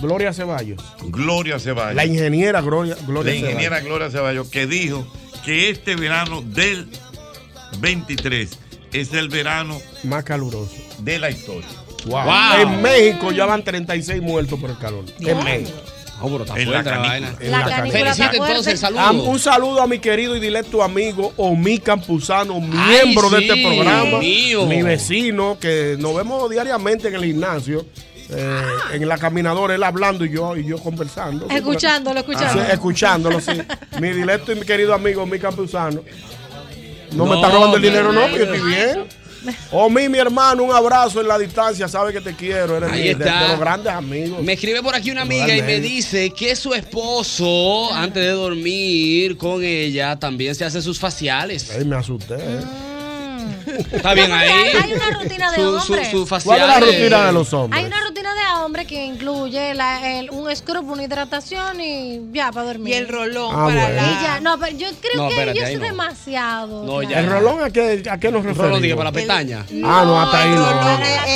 Speaker 11: Gloria Ceballos.
Speaker 7: Gloria Ceballos.
Speaker 11: La ingeniera Gloria, Gloria
Speaker 7: la ingeniera Gloria Ceballos, que dijo que este verano del 23 es el verano
Speaker 11: Ceballos. Más caluroso.
Speaker 7: de la historia.
Speaker 11: Wow. En México ya van 36 muertos por el calor. En México.
Speaker 7: En la canícula.
Speaker 11: En la canícula.
Speaker 3: Felicite entonces,
Speaker 11: Ah,
Speaker 3: saludos.
Speaker 11: Un saludo a mi querido y directo amigo Omi Campuzano, miembro
Speaker 3: sí,
Speaker 11: de este programa.
Speaker 3: mío.
Speaker 11: Mi vecino, que nos vemos diariamente en el gimnasio, eh, en la caminadora, él hablando y yo, y yo conversando.
Speaker 8: Escuchándolo, escuchándolo.
Speaker 11: Sí, escuchándolo, sí. Mi directo y mi querido amigo Omi Campuzano. No, me está
Speaker 4: No,
Speaker 11: robando el
Speaker 4: mi
Speaker 11: dinero, no,
Speaker 4: hermano.
Speaker 11: yo estoy bien. Omi, ¿Eh? mi hermano, un abrazo en la distancia, sabe que te quiero, eres
Speaker 3: Ahí
Speaker 11: mi- de,
Speaker 3: está.
Speaker 11: de los grandes amigos.
Speaker 3: Me escribe por aquí una amiga y me
Speaker 11: Realmente.
Speaker 3: dice que su esposo, antes de dormir con ella, también se hace sus faciales.
Speaker 11: Ay, me asusté. ¿eh?
Speaker 8: Ah.
Speaker 3: Está bien ahí.
Speaker 8: Hay una rutina de
Speaker 3: Su, su,
Speaker 8: hombres.
Speaker 3: su facial.
Speaker 11: ¿Cuál es la rutina de los hombres?
Speaker 8: Hay una rutina de hombre que incluye la- el- un scrub, una hidratación y ya para dormir.
Speaker 6: Y el rolón
Speaker 11: Ah,
Speaker 6: para
Speaker 11: bueno.
Speaker 6: la.
Speaker 8: Y ya, no, pero yo creo
Speaker 11: No,
Speaker 8: que
Speaker 11: espérate,
Speaker 8: ellos
Speaker 11: ahí
Speaker 8: son
Speaker 11: no.
Speaker 8: demasiado.
Speaker 3: No, ya.
Speaker 11: ¿El rolón a qué, a qué nos referimos?
Speaker 3: diga, para la pestaña.
Speaker 11: Ah, no, hasta ahí no.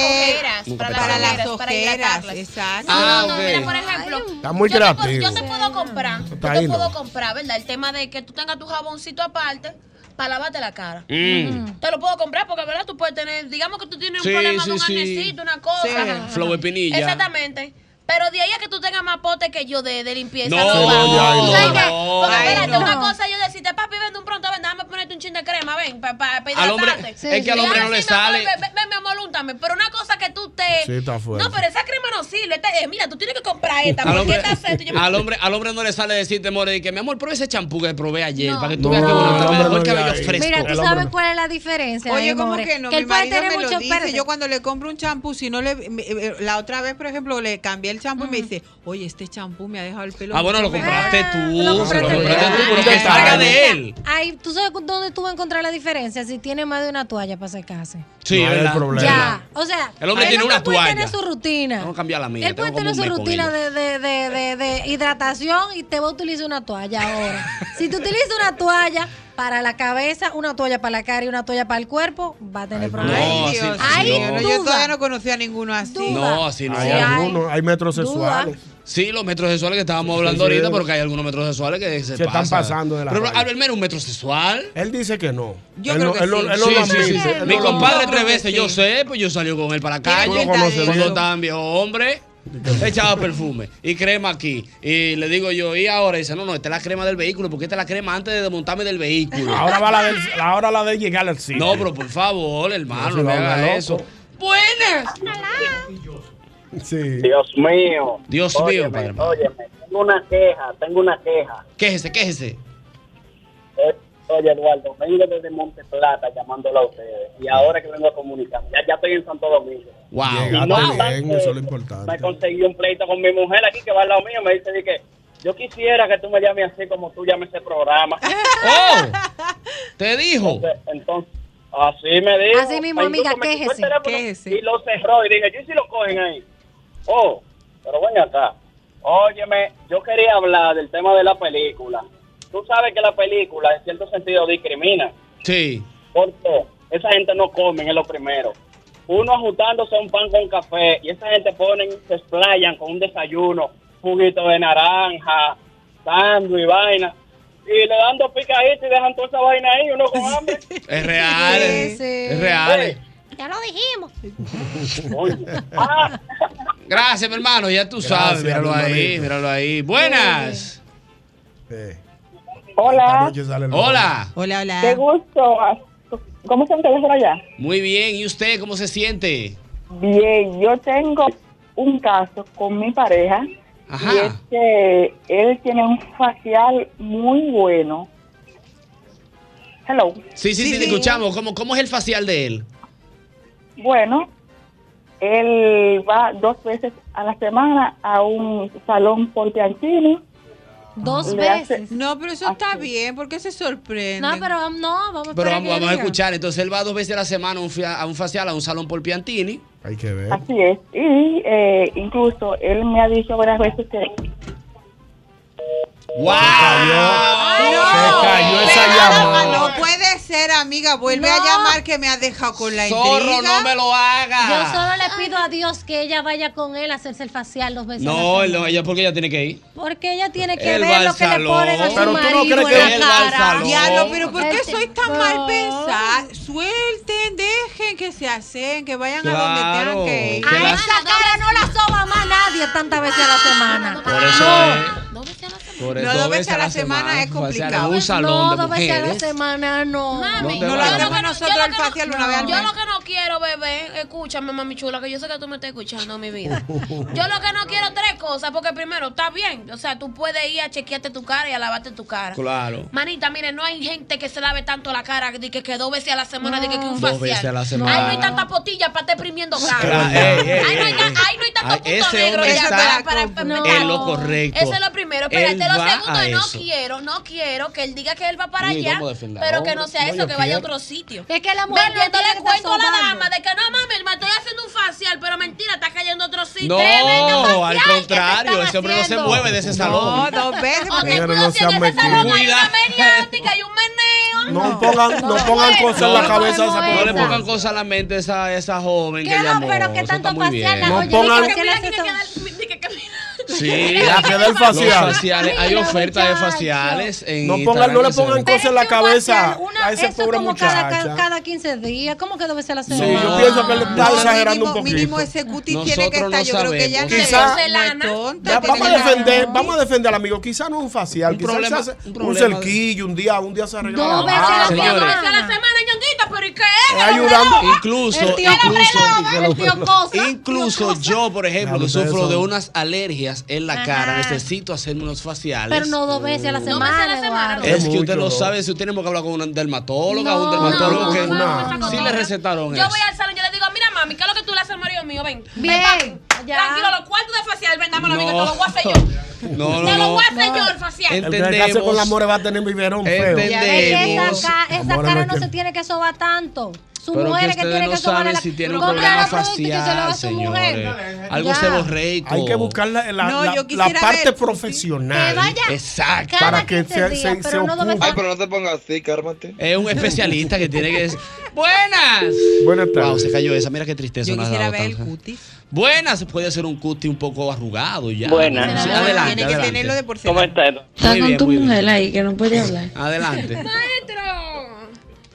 Speaker 5: Para
Speaker 6: para
Speaker 5: las
Speaker 6: las
Speaker 5: ojeras, para hidratarlas.
Speaker 6: ojeras, exacto.
Speaker 5: No, no, no,
Speaker 11: Ah,
Speaker 5: mira,
Speaker 11: ok.
Speaker 5: por ejemplo.
Speaker 11: Está muy
Speaker 5: yo te puedo-
Speaker 11: creativo.
Speaker 5: yo te puedo comprar. Yo
Speaker 11: Está
Speaker 5: te
Speaker 11: ahí, ¿no?
Speaker 5: puedo comprar, ¿verdad? El tema de que tú tengas tu jaboncito aparte para lavarte la cara.
Speaker 3: Mm.
Speaker 5: Te lo puedo comprar porque, ¿verdad? Tú puedes tener, digamos que tú tienes
Speaker 3: Sí,
Speaker 5: un problema
Speaker 3: sí,
Speaker 5: de un
Speaker 3: sí.
Speaker 5: arnecito, una cosa.
Speaker 3: Sí.
Speaker 5: Ajá.
Speaker 3: Flow de pinilla.
Speaker 5: Exactamente. Pero de ahí a que tú tengas más pote que yo de, de limpieza.
Speaker 3: No,
Speaker 5: va.
Speaker 3: no,
Speaker 5: ¿Tú
Speaker 3: no,
Speaker 5: sabes qué?
Speaker 3: no.
Speaker 5: Porque
Speaker 3: Ay,
Speaker 5: espérate,
Speaker 3: no.
Speaker 5: una cosa yo decirte, papi, vende un pronto, ven, déjame ponerte un chin de crema, ven, para pa, pa
Speaker 3: Al hombre-
Speaker 5: hidratarte.
Speaker 3: es que al
Speaker 5: Y
Speaker 3: hombre no
Speaker 5: ahora
Speaker 3: le
Speaker 5: sí, mi amor,
Speaker 3: sale.
Speaker 5: Ven, ven, mi amor, úntame. Pero una cosa que tú usted.
Speaker 11: Sí, está fuerte.
Speaker 5: No, pero esa crema no sirve. Esta- eh, mira, tú tienes que comprar esta.
Speaker 3: Al
Speaker 5: Porque
Speaker 3: hombre,
Speaker 5: esta hace- tú llevas-
Speaker 3: al, hombre, al hombre no le sale decirte, more, que mi amor, pruebe ese champú que probé ayer para que tú
Speaker 11: No,
Speaker 3: veas que
Speaker 11: el
Speaker 3: bonito.
Speaker 11: hombre
Speaker 3: me dejó
Speaker 11: no
Speaker 3: el cabello
Speaker 11: viaja.
Speaker 3: fresco.
Speaker 8: Mira, ¿tú
Speaker 3: El
Speaker 8: sabes
Speaker 3: hombre-
Speaker 8: cuál es la diferencia?
Speaker 6: Oye,
Speaker 8: como
Speaker 6: ¿cómo que no?
Speaker 8: Que
Speaker 6: Mi
Speaker 8: él puede
Speaker 6: marido
Speaker 8: tener
Speaker 6: me lo
Speaker 8: muchos
Speaker 6: dice.
Speaker 8: verdes.
Speaker 6: Yo cuando le compro un champú, si no le... me- eh, la otra vez, por ejemplo, le cambié el champú y
Speaker 8: Mm.
Speaker 6: me dice, oye, este champú me ha dejado el pelo...
Speaker 3: Ah, bueno, lo
Speaker 6: mucho
Speaker 3: compraste tú.
Speaker 8: lo
Speaker 3: Lo
Speaker 8: compraste tú.
Speaker 3: compraste tú, pero
Speaker 8: Ah,
Speaker 3: te encarga de él.
Speaker 8: Ay, ¿tú sabes cu- dónde tú vas a encontrar la diferencia? Si tiene más de una toalla para secarse.
Speaker 3: Sí,
Speaker 11: No hay
Speaker 3: ¿verdad?
Speaker 11: problema.
Speaker 8: Ya, o sea,
Speaker 3: El hombre
Speaker 8: él
Speaker 3: tiene
Speaker 8: no
Speaker 3: una
Speaker 8: puede
Speaker 3: toalla.
Speaker 8: tener su rutina.
Speaker 3: Vamos a cambiar la mía.
Speaker 8: Él puede
Speaker 3: tengo como
Speaker 8: tener
Speaker 3: un
Speaker 8: su
Speaker 3: mes con
Speaker 8: rutina
Speaker 3: ella.
Speaker 8: de, de- de- de- de hidratación y te va a utilizar una toalla ahora. si tú utilizas una toalla para la cabeza, una toalla para la cara y una toalla para el cuerpo, va a tener problemas.
Speaker 3: No, así- así
Speaker 8: Ahí
Speaker 3: no.
Speaker 6: Yo todavía no conocía a ninguno así.
Speaker 3: No, así no.
Speaker 11: Hay algunos, hay metrosexuales.
Speaker 3: Sí, los metrosexuales que estábamos
Speaker 11: Sí,
Speaker 3: hablando
Speaker 11: sí, sí.
Speaker 3: ahorita, porque hay algunos metrosexuales que se,
Speaker 11: Se están
Speaker 3: pasan.
Speaker 11: pasando de la
Speaker 3: Pero
Speaker 11: raya.
Speaker 3: Albert Mera es un metrosexual.
Speaker 11: Él dice que no.
Speaker 3: Yo
Speaker 11: Él
Speaker 3: creo
Speaker 11: no-
Speaker 3: que
Speaker 11: él no-
Speaker 3: sí.
Speaker 11: él no
Speaker 3: Sí,
Speaker 11: lo
Speaker 3: sí,
Speaker 11: admite,
Speaker 3: sí.
Speaker 11: él
Speaker 3: Mi
Speaker 11: no lo-
Speaker 3: compadre
Speaker 11: Yo
Speaker 3: tres
Speaker 11: creo que
Speaker 3: veces, yo
Speaker 11: sí.
Speaker 3: sé, pues yo salí con él para la
Speaker 11: Tiene
Speaker 3: calle.
Speaker 11: pinta de eso.
Speaker 3: Cuando estaba viejo hombre, echaba perfume y crema aquí. Y le digo yo, y ahora dice, no, no, esta es la crema del vehículo, porque esta es la crema antes de desmontarme del vehículo.
Speaker 11: Ahora va la del-
Speaker 3: (laughs)
Speaker 11: ahora la de llegar al sitio.
Speaker 3: No, pero por favor, hermano,
Speaker 11: se
Speaker 3: Ah, no me
Speaker 11: va a volver
Speaker 3: haga
Speaker 11: loco.
Speaker 3: eso.
Speaker 5: Buenas.
Speaker 11: Dios
Speaker 4: mío.
Speaker 3: Dios mío, padre.
Speaker 4: Óyeme, tengo una queja, tengo una queja.
Speaker 3: Quéjese, quéjese.
Speaker 4: Eh, Oye, Eduardo, vengo desde Monte Plata llamándolo a ustedes. Y ahora que vengo a comunicar, ya, ya estoy en Santo Domingo.
Speaker 3: Wow.
Speaker 4: Y no
Speaker 11: Llegaste
Speaker 4: obstante,
Speaker 11: bien, eso es lo importante.
Speaker 4: me conseguí un pleito con mi mujer aquí que va al lado mío. Me dice, que yo quisiera que tú me llames así como tú llames ese
Speaker 8: (laughs)
Speaker 4: programa.
Speaker 3: ¡Oh! Te dijo.
Speaker 4: Entonces, así me dijo.
Speaker 8: Así mismo,
Speaker 4: Ahí incluso
Speaker 8: amiga,
Speaker 4: me quitó el
Speaker 8: quéjese,
Speaker 4: teléfono Y lo cerró y dije, yo sí lo cogen ahí. Oh, pero bueno, acá. Óyeme, yo quería hablar del tema de la película. Tú sabes que la película, en cierto sentido, discrimina.
Speaker 3: Sí.
Speaker 4: Porque esa gente no come, es lo primero. Uno ajustándose a un pan con café y esa gente ponen, se explayan con un desayuno, juguito de naranja, sándwich, vaina. Y le dan dos picaditas y dejan toda esa vaina ahí, uno con
Speaker 3: (laughs)
Speaker 4: hambre.
Speaker 3: Es real.
Speaker 4: Sí,
Speaker 3: Es
Speaker 4: sí.
Speaker 3: es real.
Speaker 4: Ya lo dijimos.
Speaker 3: (laughs) Gracias, mi hermano. Ya tú
Speaker 11: Gracias,
Speaker 3: sabes. Míralo
Speaker 11: mi
Speaker 3: ahí,
Speaker 11: hermanito.
Speaker 3: míralo ahí. Buenas.
Speaker 11: Esta
Speaker 15: Hola.
Speaker 11: noche sale el-
Speaker 3: (laughs) Hola.
Speaker 15: Hola, hola. Qué gusto. ¿Cómo están ustedes por allá?
Speaker 3: Muy bien. ¿Y usted cómo se siente?
Speaker 15: Bien, yo tengo un caso con mi pareja.
Speaker 3: Ajá.
Speaker 15: Y es que él tiene un facial muy bueno. Hello.
Speaker 3: Sí, sí, sí, te escuchamos. ¿Cómo, ¿Cómo es el facial de él?
Speaker 15: Bueno, él va dos veces a la semana a un salón por Piantini.
Speaker 8: Dos
Speaker 15: Le hace-
Speaker 8: veces.
Speaker 6: No, pero eso está bien, porque se sorprende.
Speaker 8: No, pero vamos- no, vamos a
Speaker 3: Pero
Speaker 8: esperar
Speaker 3: vamos,
Speaker 8: Pues que
Speaker 3: vamos a
Speaker 8: diga.
Speaker 3: escuchar. Entonces él va dos veces a la semana a un, fia- a un facial, a un salón por Piantini.
Speaker 11: Hay que ver.
Speaker 15: Así es. Y eh, incluso él me ha dicho varias veces que
Speaker 3: ¡Wow!
Speaker 11: Se cayó esa
Speaker 6: Ah,
Speaker 11: llamada.
Speaker 6: no puede ser, amiga. Vuelve a llamar que me ha dejado con la
Speaker 3: Zorro,
Speaker 6: intriga.
Speaker 3: no me lo hagas.
Speaker 8: Yo solo le pido a Dios que ella vaya con él a hacerse el facial dos veces.
Speaker 3: No,
Speaker 8: a la
Speaker 3: él no,
Speaker 8: semana.
Speaker 3: ella porque ella tiene que ir.
Speaker 8: Porque ella tiene que
Speaker 3: Él va
Speaker 8: ver
Speaker 3: al
Speaker 8: lo que le
Speaker 3: salón.
Speaker 8: ponen a su
Speaker 3: Pero tú no
Speaker 8: marido
Speaker 3: crees
Speaker 8: en
Speaker 3: que él
Speaker 8: la
Speaker 3: va al
Speaker 8: cara.
Speaker 3: salón.
Speaker 6: Diablo, pero ¿por qué
Speaker 8: Él
Speaker 6: soy tan mal pensada? Suelten, dejen que se hacen, que vayan a
Speaker 3: Claro,
Speaker 6: donde tengan
Speaker 3: que
Speaker 6: que ir.
Speaker 3: la-
Speaker 8: Esa cara no la soba más nadie tantas veces a la semana.
Speaker 3: Por eso es. Por eso
Speaker 6: No, dos veces a la semana es
Speaker 3: un facial,
Speaker 6: complicado.
Speaker 3: Un salón de
Speaker 8: no, dos veces a la
Speaker 3: mujeres.
Speaker 8: semana no.
Speaker 5: Mami,
Speaker 3: ¿Dónde va?
Speaker 6: hacemos nosotros el facial una vez al
Speaker 5: Yo
Speaker 6: mes.
Speaker 5: lo que no quiero, bebé, escúchame, mami chula, que yo sé que tú me estás escuchando, mi vida.
Speaker 3: (laughs)
Speaker 5: Yo lo que no quiero tres cosas, porque primero, está bien. O sea, tú puedes ir a chequearte tu cara y a lavarte tu cara.
Speaker 3: Claro.
Speaker 5: Manita, mire, no hay gente que se lave tanto la cara, de que, que dos veces a la semana, de que, que un
Speaker 3: Dos
Speaker 5: facial.
Speaker 3: veces a la
Speaker 5: Ahí
Speaker 3: semana.
Speaker 5: no hay tanta potilla para estar exprimiendo cara.
Speaker 3: Claro, ey, ey,
Speaker 5: Ahí no hay
Speaker 3: ey,
Speaker 5: na-
Speaker 3: ey.
Speaker 5: ahí no hay tanto
Speaker 3: Ay,
Speaker 5: punto
Speaker 3: ese
Speaker 5: negro
Speaker 3: hombre
Speaker 5: ya
Speaker 3: está
Speaker 5: para, para, para
Speaker 3: en lo correcto.
Speaker 5: Eso es lo primero. Espérate,
Speaker 3: Él
Speaker 5: lo
Speaker 3: va
Speaker 5: segundo,
Speaker 3: a
Speaker 5: no
Speaker 3: eso.
Speaker 5: quiero, no quiero que él diga que él va para
Speaker 3: Ni
Speaker 5: allá,
Speaker 3: cómo defender.
Speaker 5: pero que no sea
Speaker 3: No,
Speaker 5: eso,
Speaker 3: yo
Speaker 5: que vaya a
Speaker 3: quiero.
Speaker 5: otro sitio.
Speaker 8: Es que la mujer no tiene que
Speaker 5: le
Speaker 8: estar
Speaker 5: cuento a la
Speaker 8: sobando.
Speaker 5: dama de que no mames, me estoy haciendo un facial, pero mentira, está cayendo a otro sitio. Tremendo facial
Speaker 3: No, al
Speaker 5: que te
Speaker 3: contrario,
Speaker 5: están
Speaker 3: ese hombre no se
Speaker 5: haciendo.
Speaker 3: mueve de ese salón.
Speaker 6: No,
Speaker 5: (laughs)
Speaker 6: dos veces.
Speaker 5: O te
Speaker 11: Pero
Speaker 5: cuido
Speaker 11: no
Speaker 5: si en
Speaker 11: sean
Speaker 5: ese salón hay
Speaker 3: mezquinos.
Speaker 5: una mediática y un meneo.
Speaker 11: No pongan, no pongan cosas en la cabeza a esa
Speaker 3: No le
Speaker 11: persona.
Speaker 3: pongan cosas a la mente a esa, esa joven que
Speaker 8: ¿Qué no?
Speaker 3: llamó.
Speaker 8: Pero qué
Speaker 3: Eso
Speaker 8: tanto
Speaker 3: está muy bien.
Speaker 8: facial la oye,
Speaker 11: pongan-
Speaker 8: ¿y por qué le hace eso?
Speaker 3: Sí,
Speaker 11: La que del facial.
Speaker 3: Los faciales, hay
Speaker 11: Mira,
Speaker 3: ofertas de faciales en
Speaker 11: No
Speaker 3: Instagram
Speaker 11: pongan, no le
Speaker 3: que se
Speaker 11: pongan
Speaker 3: ven.
Speaker 11: cosas en la cabeza
Speaker 8: Una,
Speaker 11: a ese
Speaker 8: eso
Speaker 11: pobre
Speaker 8: como cada,
Speaker 11: muchacha.
Speaker 8: cada, cada 15 días, ¿cómo que dos veces a la
Speaker 11: Sí,
Speaker 8: semana?
Speaker 11: yo pienso que le está
Speaker 6: No,
Speaker 11: exagerando un
Speaker 6: mínimo-
Speaker 11: poquito.
Speaker 6: mínimo ese cutis tiene que
Speaker 11: Nosotros
Speaker 6: estar.
Speaker 11: no
Speaker 6: yo creo que ya
Speaker 11: sabemos. Quizá-
Speaker 6: no es tonta,
Speaker 11: Ya,
Speaker 6: tiene
Speaker 11: vamos a
Speaker 6: que-
Speaker 11: defender, vamos a defender al amigo. Quizá no es un facial, quizá
Speaker 3: problema-
Speaker 11: se hace
Speaker 3: un
Speaker 11: un,
Speaker 3: problema.
Speaker 11: cerquillo, un día, un día se arregla.
Speaker 3: Dos
Speaker 11: la
Speaker 3: veces a la
Speaker 11: barba.
Speaker 5: Mira,
Speaker 3: Ah, Señores.
Speaker 5: dos veces a la semana, ñonguita, pero ¿y qué es?
Speaker 11: está ayudando.
Speaker 3: Incluso, incluso, incluso yo, por ejemplo, que
Speaker 11: ustedes
Speaker 3: sufro de
Speaker 11: son-
Speaker 3: unas alergias en la cara, necesito hacerme unos faciales.
Speaker 8: Pero no dos veces a la semana. Eduardo.
Speaker 3: Es que usted
Speaker 11: mucho,
Speaker 3: lo
Speaker 11: no.
Speaker 3: sabe si usted tenemos que hablar con un dermatólogo,
Speaker 8: No,
Speaker 3: un dermatólogo
Speaker 8: no,
Speaker 3: que
Speaker 8: no, no, no.
Speaker 3: sí le recetaron
Speaker 5: Yo
Speaker 3: eso.
Speaker 5: voy al salón, yo le digo, mira mami, ¿qué es lo que tú le haces al marido mío? Ven. ven,
Speaker 8: Bien,
Speaker 5: papi.
Speaker 8: ya.
Speaker 5: Tranquilo, los cuartos de facial, ven, dámelo a mí, que te
Speaker 11: No.
Speaker 5: lo voy a hacer yo.
Speaker 3: No,
Speaker 5: Te
Speaker 3: no,
Speaker 5: lo
Speaker 3: no.
Speaker 5: voy a hacer yo el facial.
Speaker 11: El que se case con la more va a tener biberón feo.
Speaker 8: Ya ve que Esa, ca- esa
Speaker 11: Amores,
Speaker 8: cara
Speaker 11: no
Speaker 8: no
Speaker 11: es
Speaker 8: se tiene que sobar tanto. Su
Speaker 3: Pero
Speaker 8: mujer
Speaker 3: que
Speaker 8: es que
Speaker 3: ustedes
Speaker 8: tiene
Speaker 3: no
Speaker 8: que sobar
Speaker 3: saben
Speaker 8: la
Speaker 3: si tiene un
Speaker 8: Compra
Speaker 3: problema
Speaker 8: los productos y se lo da a su
Speaker 3: facial,
Speaker 8: mujer.
Speaker 3: señores. Algo
Speaker 8: Ya.
Speaker 3: se borreico.
Speaker 11: Hay que buscar la, la-
Speaker 8: No,
Speaker 11: la-
Speaker 8: yo
Speaker 11: la
Speaker 8: quisiera
Speaker 11: parte
Speaker 8: ver-
Speaker 11: profesional.
Speaker 8: Que vaya
Speaker 3: Exacto.
Speaker 11: Para que se, se, se ocupe.
Speaker 1: Ay, pero no te pongas así, cármate.
Speaker 3: Es un especialista que tiene que. Buenas.
Speaker 11: Buenas
Speaker 3: tardes. Wow, se cayó esa. Mira qué tristeza.
Speaker 6: Yo
Speaker 3: nos ha
Speaker 6: quisiera
Speaker 3: dado
Speaker 6: ver el
Speaker 3: tanto.
Speaker 6: cutis.
Speaker 3: Buenas. Puede ser un cuti un poco arrugado ya.
Speaker 6: Buenas.
Speaker 3: Sí, adelante.
Speaker 6: Tiene que
Speaker 3: adelante.
Speaker 6: tenerlo de por
Speaker 3: ¿Cómo está?
Speaker 17: Está
Speaker 3: Muy
Speaker 17: con
Speaker 3: bien,
Speaker 17: tu
Speaker 3: muy bien.
Speaker 17: mujer ahí que no puede hablar.
Speaker 3: Adelante.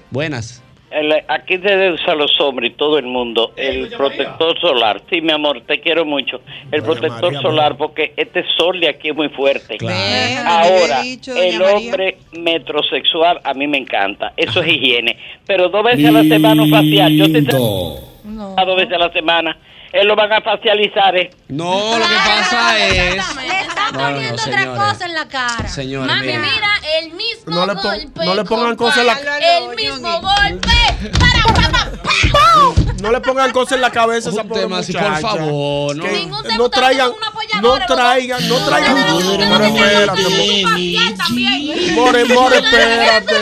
Speaker 3: Buenas.
Speaker 21: El- aquí desde a los hombres y todo el mundo, el protector solar. Sí, mi amor, te quiero mucho. El protector
Speaker 4: María,
Speaker 21: solar, porque este sol de aquí es muy fuerte. Ah, Ahora, el hombre metrosexual a mí me encanta. Eso es higiene. Pero dos veces pues, a la semana un facial. Yo te a dos veces a la semana. Él lo van a facializar. ¿eh?
Speaker 3: No, lo que pasa es.
Speaker 8: Le está
Speaker 3: No, no, no,
Speaker 8: poniendo otra
Speaker 3: señores.
Speaker 8: cosa en la cara.
Speaker 3: Señores,
Speaker 8: Mami,
Speaker 3: miren.
Speaker 8: mira.
Speaker 5: el mismo
Speaker 3: No le pon-
Speaker 5: golpe.
Speaker 11: no le pongan
Speaker 5: compa,
Speaker 11: cosas en la-
Speaker 5: El mismo golpe.
Speaker 11: No le pongan cosas en la cabeza a esa pobre
Speaker 3: tema así, por
Speaker 11: muchacha.
Speaker 3: favor, no.
Speaker 11: Que
Speaker 3: Ningún
Speaker 11: no traigan, no traigan, no traigan. More, espérate, more, more, espérate.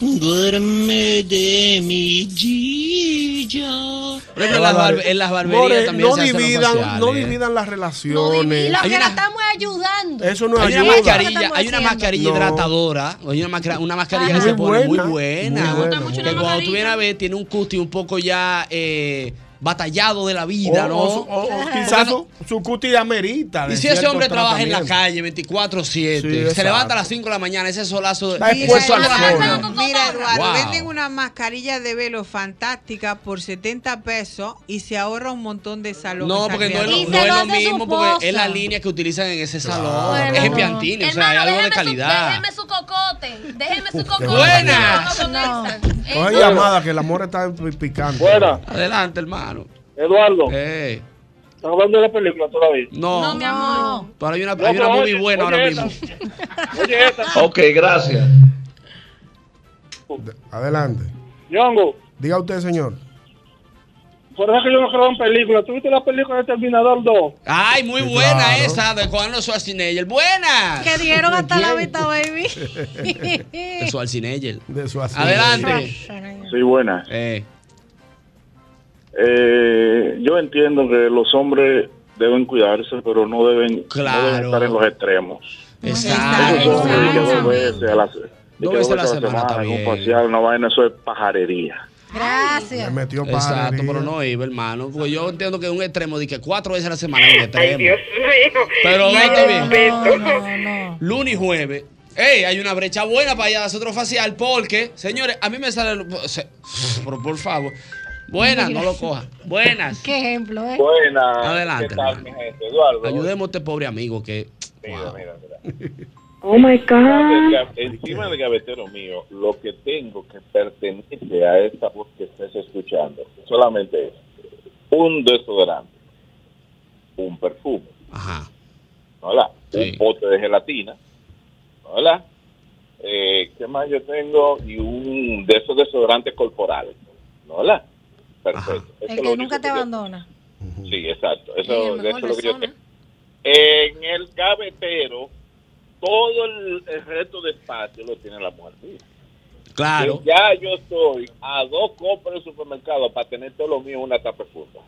Speaker 1: Duerme de mi Gillo.
Speaker 3: Por ejemplo, en las, barbe- en las barberías
Speaker 11: More,
Speaker 3: también
Speaker 11: no
Speaker 3: se hacen los
Speaker 11: dividan,
Speaker 3: faciales.
Speaker 11: no dividan las relaciones.
Speaker 8: Lo
Speaker 3: Hay
Speaker 8: que la
Speaker 3: una-
Speaker 8: estamos ayudando.
Speaker 11: Eso no
Speaker 3: hay
Speaker 11: ayuda.
Speaker 3: una mascarilla, hay una
Speaker 8: haciendo.
Speaker 3: mascarilla
Speaker 11: No.
Speaker 3: hidratadora, hay una, masca- una mascarilla que
Speaker 11: Muy
Speaker 3: se pone
Speaker 11: buena,
Speaker 3: muy buena.
Speaker 11: muy buena.
Speaker 3: que cuando tú vienes a ver, tiene un cuti un poco ya eh, batallado de la vida,
Speaker 11: O-
Speaker 3: ¿no?
Speaker 11: o su- o- o quizás su, su cuti amerita. de
Speaker 3: Y si ese
Speaker 11: ciertos
Speaker 3: hombre trabaja en la
Speaker 11: tratamientos.
Speaker 3: calle 24-7,
Speaker 11: Sí,
Speaker 3: se
Speaker 11: exacto.
Speaker 3: levanta a las 5 de la mañana, ese solazo,
Speaker 11: Está
Speaker 3: ese
Speaker 11: expuesto al
Speaker 3: sol de la
Speaker 11: sol.
Speaker 3: mañana.
Speaker 6: Mira, Eduardo,
Speaker 3: Wow.
Speaker 6: venden una mascarilla de velo fantástica por 70 pesos y se ahorra un montón de salones.
Speaker 3: No, porque no es
Speaker 6: sangrientos.
Speaker 3: lo, no es lo mismo, porque es la línea que utilizan en ese salón.
Speaker 6: Claro.
Speaker 3: Es espiantini, o sea, hay algo de calidad.
Speaker 5: Déjeme su cocote. Déjeme su cocote.
Speaker 3: Buenas.
Speaker 11: No hay
Speaker 5: Bueno.
Speaker 11: llamada que el amor está picante.
Speaker 3: Buena. Adelante, hermano. Eh.
Speaker 21: Eduardo.
Speaker 3: ¿Estás hablando de la película todavía? No.
Speaker 21: No, mi
Speaker 8: amor.
Speaker 3: Pero hay una,
Speaker 21: No,
Speaker 3: hay una
Speaker 21: pero
Speaker 3: movie
Speaker 21: oye,
Speaker 3: buena
Speaker 21: oye
Speaker 3: ahora
Speaker 21: esa.
Speaker 3: mismo.
Speaker 5: (laughs)
Speaker 3: Oh.
Speaker 1: Ok, gracias.
Speaker 11: Adelante.
Speaker 4: Ñongo,
Speaker 11: Diga usted, señor.
Speaker 4: por eso es que yo no creo en películas. ¿Tú viste la película de Terminador 2?
Speaker 3: Ay, muy buena esa de Juan Los Schwarzenegger. Buena.
Speaker 8: Que dieron hasta la vista, baby. (laughs)
Speaker 3: De Schwarzenegger.
Speaker 11: De
Speaker 3: Adelante.
Speaker 1: Sí, buenas. Eh, yo entiendo que los hombres deben cuidarse, pero no deben, no deben estar en los extremos. Esos hombres que dos veces a la, se-
Speaker 3: Dos
Speaker 1: que
Speaker 3: veces a la semana,
Speaker 1: semana,
Speaker 3: está
Speaker 1: en un
Speaker 3: bien.
Speaker 1: facial, una vaina, eso es pajarería.
Speaker 8: Gracias.
Speaker 11: metió
Speaker 3: Exacto, pero no iba, hermano. Porque yo entiendo que un extremo, de que cuatro veces a la semana es un extremo. Pero no está bien. Lunes y jueves. Ey, hay una brecha buena para allá hacer otro facial porque, señores, a mí me sale... lo- se- (laughs) Pero por favor. Buenas, no lo coja. Buenas.
Speaker 8: Qué ejemplo, ¿eh?
Speaker 21: Buenas.
Speaker 3: Adelante.
Speaker 21: ¿Qué tal,
Speaker 3: hermano.
Speaker 21: mi gente? Eduardo.
Speaker 3: Ayudemos a este pobre amigo que... wow.
Speaker 21: Oh my
Speaker 4: God.
Speaker 21: Encima
Speaker 4: del gavetero mío, lo que tengo que pertenece a esta voz que estés escuchando, solamente es un desodorante, un perfume,
Speaker 3: Ajá.
Speaker 4: ¿hola?
Speaker 3: Sí.
Speaker 4: un bote de gelatina, ¿hola? Eh, ¿Qué más yo tengo? Y un de esos desodorantes corporales, ¿hola? Perfecto. Eso
Speaker 8: El
Speaker 4: es lo
Speaker 8: que
Speaker 4: único
Speaker 8: nunca te abandona.
Speaker 4: Sí, exacto. Eso,
Speaker 8: Sí, el
Speaker 4: de eso es lo que yo
Speaker 8: mejor de
Speaker 4: tengo. En el gavetero, todo el, el resto de espacio lo tiene la mujer mía.
Speaker 3: Claro.
Speaker 4: Que Ya yo estoy a dos compras del supermercado para tener todo lo mío en una tapa funda.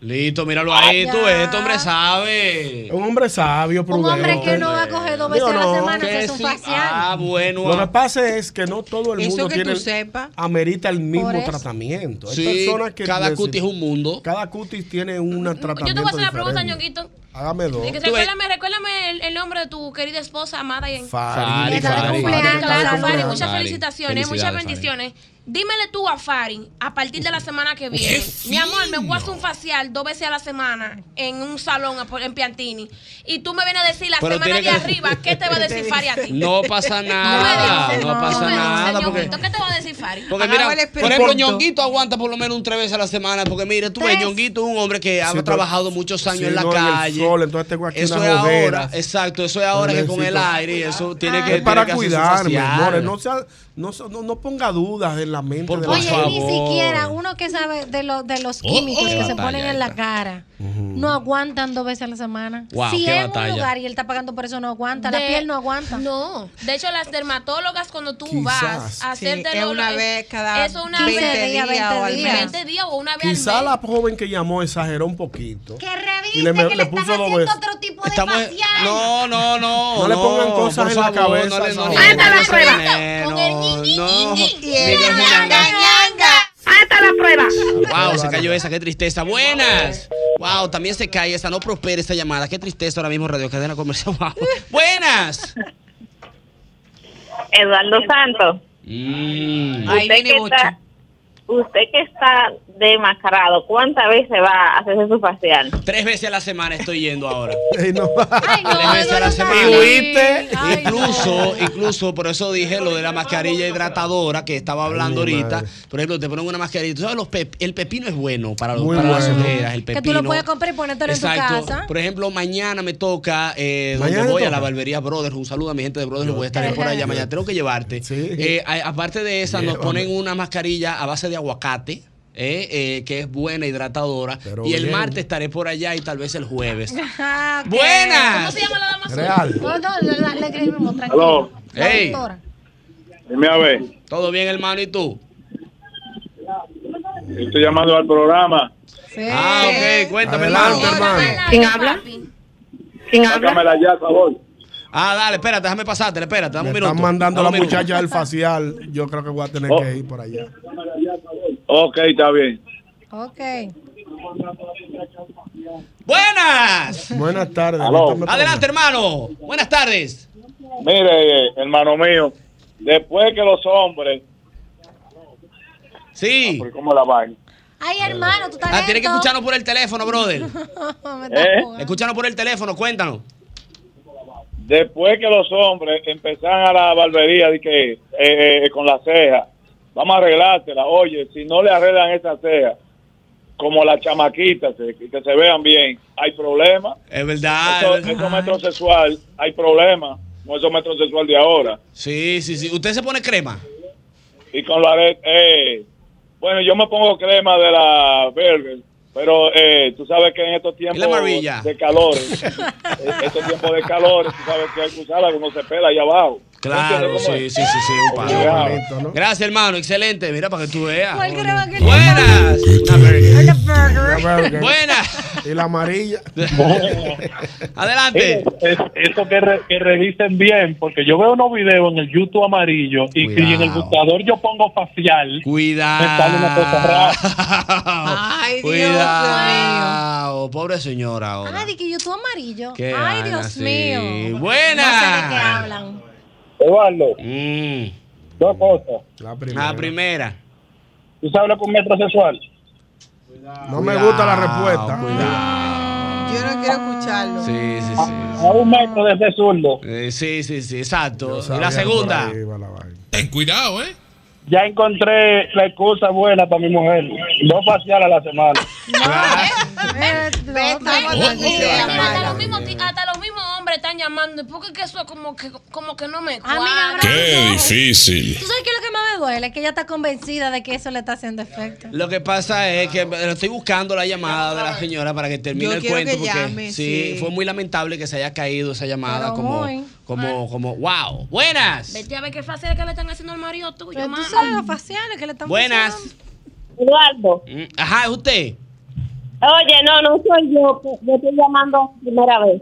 Speaker 3: Listo, míralo ahí, tú ves, este hombre sabe.
Speaker 11: Un hombre sabio, prudente.
Speaker 8: hombre que no va a coger dos
Speaker 11: Digo,
Speaker 8: veces a la
Speaker 11: no,
Speaker 8: semana
Speaker 11: que
Speaker 8: se hace un
Speaker 11: sí.
Speaker 8: facial.
Speaker 3: Ah, bueno.
Speaker 11: Lo que pasa es que no todo el
Speaker 6: Eso
Speaker 11: mundo
Speaker 6: que
Speaker 11: tiene
Speaker 6: tú sepas.
Speaker 11: amerita el mismo
Speaker 6: Por eso.
Speaker 11: tratamiento. Hay
Speaker 3: Sí,
Speaker 11: personas que
Speaker 3: cada
Speaker 11: neces-
Speaker 3: cutis es un mundo.
Speaker 11: Cada cutis tiene un tratamiento
Speaker 5: Yo te voy a hacer una pregunta,
Speaker 11: diferente.
Speaker 5: ñonguito.
Speaker 11: Hágame dos.
Speaker 5: Y que Recuérdame, recuérdame el, el nombre de tu querida esposa amada y
Speaker 11: Fari,
Speaker 3: Fari, Fari,
Speaker 5: Fari,
Speaker 3: Fari,
Speaker 5: Fari,
Speaker 3: Fari,
Speaker 5: muchas
Speaker 3: Fari.
Speaker 5: felicitaciones, muchas
Speaker 3: Felicidades,
Speaker 5: bendiciones. Dímele tú a Farin, a partir de la semana que viene, mi amor, me voy a hacer un facial dos veces a la semana en un salón a- en Piantini. Y tú me vienes a decir la
Speaker 3: Pero
Speaker 5: semana
Speaker 3: tiene
Speaker 5: de
Speaker 3: que-
Speaker 5: arriba, ¿qué te va a decir Farin a ti?
Speaker 3: No pasa nada, no pasa nada, porque-
Speaker 5: Ñonguito, ¿Qué te va a decir Farin?
Speaker 3: Porque mira, por ejemplo, Ñonguito aguanta por lo menos un tres veces a la semana. Porque mire, tú ves, Ñonguito es un hombre que ha
Speaker 11: Sí, no-
Speaker 3: trabajado muchos años
Speaker 11: Sí,
Speaker 3: en la
Speaker 11: no, el
Speaker 3: calle.
Speaker 11: sol, entonces tengo aquí
Speaker 3: eso
Speaker 11: unas
Speaker 3: es ahora,
Speaker 11: ojeras.
Speaker 3: exacto, eso es ahora que con el
Speaker 11: necesito-
Speaker 3: aire y eso
Speaker 8: Ah.
Speaker 3: tiene que
Speaker 11: Ah, es para
Speaker 3: tiene que hacer su
Speaker 11: cuidarme,
Speaker 3: facial.
Speaker 11: amores. No, sea- no, sea- no, no ponga dudas en la mente de la
Speaker 8: Oye,
Speaker 11: gente.
Speaker 8: ni siquiera uno que sabe de, lo- de los químicos
Speaker 11: oh.
Speaker 8: que se
Speaker 11: Batalla
Speaker 8: ponen en la cara no aguantan dos veces a la semana.
Speaker 3: Guau,
Speaker 8: si
Speaker 3: qué
Speaker 8: es en
Speaker 3: batalla.
Speaker 8: un lugar y él está pagando por eso, no aguanta. la
Speaker 5: De-
Speaker 8: piel no aguanta.
Speaker 5: No. De hecho, las dermatólogas, cuando tú
Speaker 11: Quizás.
Speaker 5: vas a
Speaker 6: Sí,
Speaker 5: hacerte
Speaker 6: es una vez cada
Speaker 5: eso una
Speaker 6: 15
Speaker 5: vez,
Speaker 6: días, 20
Speaker 5: o al
Speaker 6: días.
Speaker 5: mes. 20 días o una vez al
Speaker 11: Quizá
Speaker 5: mes.
Speaker 11: la joven que llamó exageró un poquito.
Speaker 5: Que
Speaker 11: Y le, me- le puso dos veces.
Speaker 3: Estamos- no, no, no.
Speaker 11: No le pongan cosas
Speaker 3: por
Speaker 11: en la
Speaker 3: favor,
Speaker 11: cabeza,
Speaker 3: No le, no,
Speaker 11: no.
Speaker 3: le-
Speaker 11: Ahí está la
Speaker 3: no,
Speaker 11: prueba.
Speaker 3: no, no.
Speaker 1: Y el ñanga, ñanga.
Speaker 3: ¡Hasta la prueba! ¡Wow! Se cayó esa, qué tristeza. ¡Buenas! ¡Wow! También se cae esa, no prospera esta llamada. ¡Qué tristeza ahora mismo, Radio Cadena Comercial! Wow. ¡Buenas!
Speaker 21: (laughs) Eduardo Santos.
Speaker 3: Mm.
Speaker 21: usted que está- Usted que está demacrado, ¿cuántas veces va a hacerse su facial?
Speaker 3: Tres veces a la semana estoy yendo ahora.
Speaker 21: no,
Speaker 3: Tres veces a la semana.
Speaker 21: Y huiste.
Speaker 3: Incluso, incluso, por eso dije lo de la mascarilla hidratadora que estaba hablando ahorita. Por ejemplo, te ponen una mascarilla. Tú sabes, los pep- el pepino es bueno para, los,
Speaker 11: Muy
Speaker 3: para las
Speaker 11: bueno.
Speaker 3: ojeras. El
Speaker 8: que
Speaker 3: pepino.
Speaker 8: tú lo puedes comprar y ponértelo en
Speaker 3: Exacto.
Speaker 8: tu casa.
Speaker 3: Por ejemplo, mañana me toca, eh,
Speaker 11: Mañana
Speaker 3: donde
Speaker 11: te
Speaker 3: voy a
Speaker 11: toca.
Speaker 3: la barbería Brothers. Un saludo a mi gente de Brothers, voy a estar por allá mañana. Tengo que llevarte. Eh, a- aparte de esa, nos
Speaker 11: Llévame.
Speaker 3: ponen una mascarilla a base de aguacate. eh, eh, que es buena hidratadora y el
Speaker 11: bien.
Speaker 3: martes estaré por allá y tal vez el jueves
Speaker 8: Ah, ok.
Speaker 3: Buenas.
Speaker 8: ¿Cómo se llama la dama?
Speaker 3: Real.
Speaker 8: No, no, la- la- le escribimos,
Speaker 3: Aló.
Speaker 8: tranquilo. La
Speaker 3: Ey.
Speaker 8: doctora.
Speaker 3: Dime a ver. ¿Todo bien, hermano? ¿Y tú?
Speaker 4: Estoy llamando al programa.
Speaker 3: Ah, ok. Cuéntame,
Speaker 4: Adelante,
Speaker 3: hermano.
Speaker 4: ¿Quién
Speaker 3: habla?
Speaker 4: ¿Quién habla? Sácamela ya, por favor.
Speaker 3: Ah, dale, espérate, déjame pasarte, espérate, dame
Speaker 11: Me
Speaker 3: un minuto.
Speaker 11: están mandando
Speaker 3: dame
Speaker 11: la
Speaker 3: un minuto.
Speaker 11: muchacha del facial. Yo creo que voy a tener que ir por allá.
Speaker 4: Oh. Ok, está bien.
Speaker 8: Ok.
Speaker 3: Buenas.
Speaker 11: Buenas tardes.
Speaker 4: Aló.
Speaker 11: Cuéntame-
Speaker 3: Adelante, hermano. Buenas tardes.
Speaker 4: Mire, eh, hermano mío, después que los hombres. Ah,
Speaker 3: Sí.
Speaker 4: ¿Cómo la vaina?
Speaker 8: Ay, hermano, tú estás
Speaker 3: Ah, tienes que
Speaker 8: lento.
Speaker 3: escucharnos por el teléfono, brother.
Speaker 8: (laughs) Me está
Speaker 4: ¿Eh?
Speaker 8: jugando.
Speaker 3: Escúchanos por el teléfono, cuéntanos.
Speaker 4: Después que los hombres empezaron a la barbería de que, eh, eh, con la ceja, vamos a arreglártela. Oye, si no le arreglan esa ceja, como la chamaquita, se- que se vean bien, hay problema.
Speaker 3: Es verdad.
Speaker 4: Eso,
Speaker 3: es verdad.
Speaker 4: eso metrosexual, hay problema. No eso metrosexual de ahora.
Speaker 3: Sí, sí, sí. ¿Usted se pone crema?
Speaker 4: Y con la red, eh, bueno, yo me pongo crema de la verde, pero eh, tú sabes que en estos tiempos
Speaker 3: amarilla?
Speaker 4: de (laughs) calores, en estos tiempos de calores, tú sabes que hay que usarla, uno se pela ahí abajo.
Speaker 3: Claro, sí, sí, sí, sí, un palo. Gracias, hermano, excelente. Mira para que tú veas. Buenas. Buenas.
Speaker 11: Y la amarilla.
Speaker 3: Adelante.
Speaker 15: Eh, Eso que, re- que revisen bien, porque yo veo unos videos en el YouTube amarillo y que en el buscador yo pongo facial.
Speaker 3: Cuidado.
Speaker 15: Me sale una cosa rara.
Speaker 8: Ay,
Speaker 3: Cuidado, pobre señora ahora.
Speaker 8: Ay, de que YouTube amarillo.
Speaker 3: Qué
Speaker 8: Ay,
Speaker 3: vaina,
Speaker 8: Dios
Speaker 3: sí.
Speaker 8: mío.
Speaker 3: Buena.
Speaker 8: No sé de qué hablan.
Speaker 4: Eduardo, dos cosas.
Speaker 11: La
Speaker 3: Mm. La primera.
Speaker 4: ¿Tú sabes lo que es un metrosexual?
Speaker 11: No me gusta la respuesta.
Speaker 6: Yo no quiero escucharlo.
Speaker 3: Sí, sí, sí.
Speaker 4: A un metro desde zurdo.
Speaker 3: sí, sí, sí, exacto. Y
Speaker 4: sabía
Speaker 3: la
Speaker 4: que
Speaker 3: segunda.
Speaker 15: Ten cuidado, ¿eh?
Speaker 4: Ya encontré la excusa buena para mi mujer. Dos faciales a la semana.
Speaker 5: Hasta los mismos ti- hasta los mismos hombres están llamando. ¿Por qué que eso como que, como que no me cuadra?
Speaker 7: Qué difícil.
Speaker 8: ¿Tú sabes qué es lo que más me duele? Que ella está convencida de que eso le está haciendo efecto.
Speaker 3: Lo que pasa es que estoy buscando la llamada de la señora para que termine
Speaker 8: Yo
Speaker 3: el
Speaker 8: quiero
Speaker 3: cuento.
Speaker 8: que
Speaker 3: Porque
Speaker 8: llame,
Speaker 3: sí,
Speaker 8: sí.
Speaker 3: fue muy lamentable que se haya caído esa llamada.
Speaker 8: Pero
Speaker 3: Como,
Speaker 8: muy.
Speaker 3: como, como, wow. Buenas.
Speaker 5: Vete a ver qué facial que le están haciendo al marido tuyo,
Speaker 8: Pero tú
Speaker 5: mano.
Speaker 8: sabes los faciales que le están
Speaker 3: Buenas.
Speaker 21: Eduardo.
Speaker 3: Mm, Ajá, es usted.
Speaker 21: Oye, no, no soy yo, que- yo estoy llamando primera vez.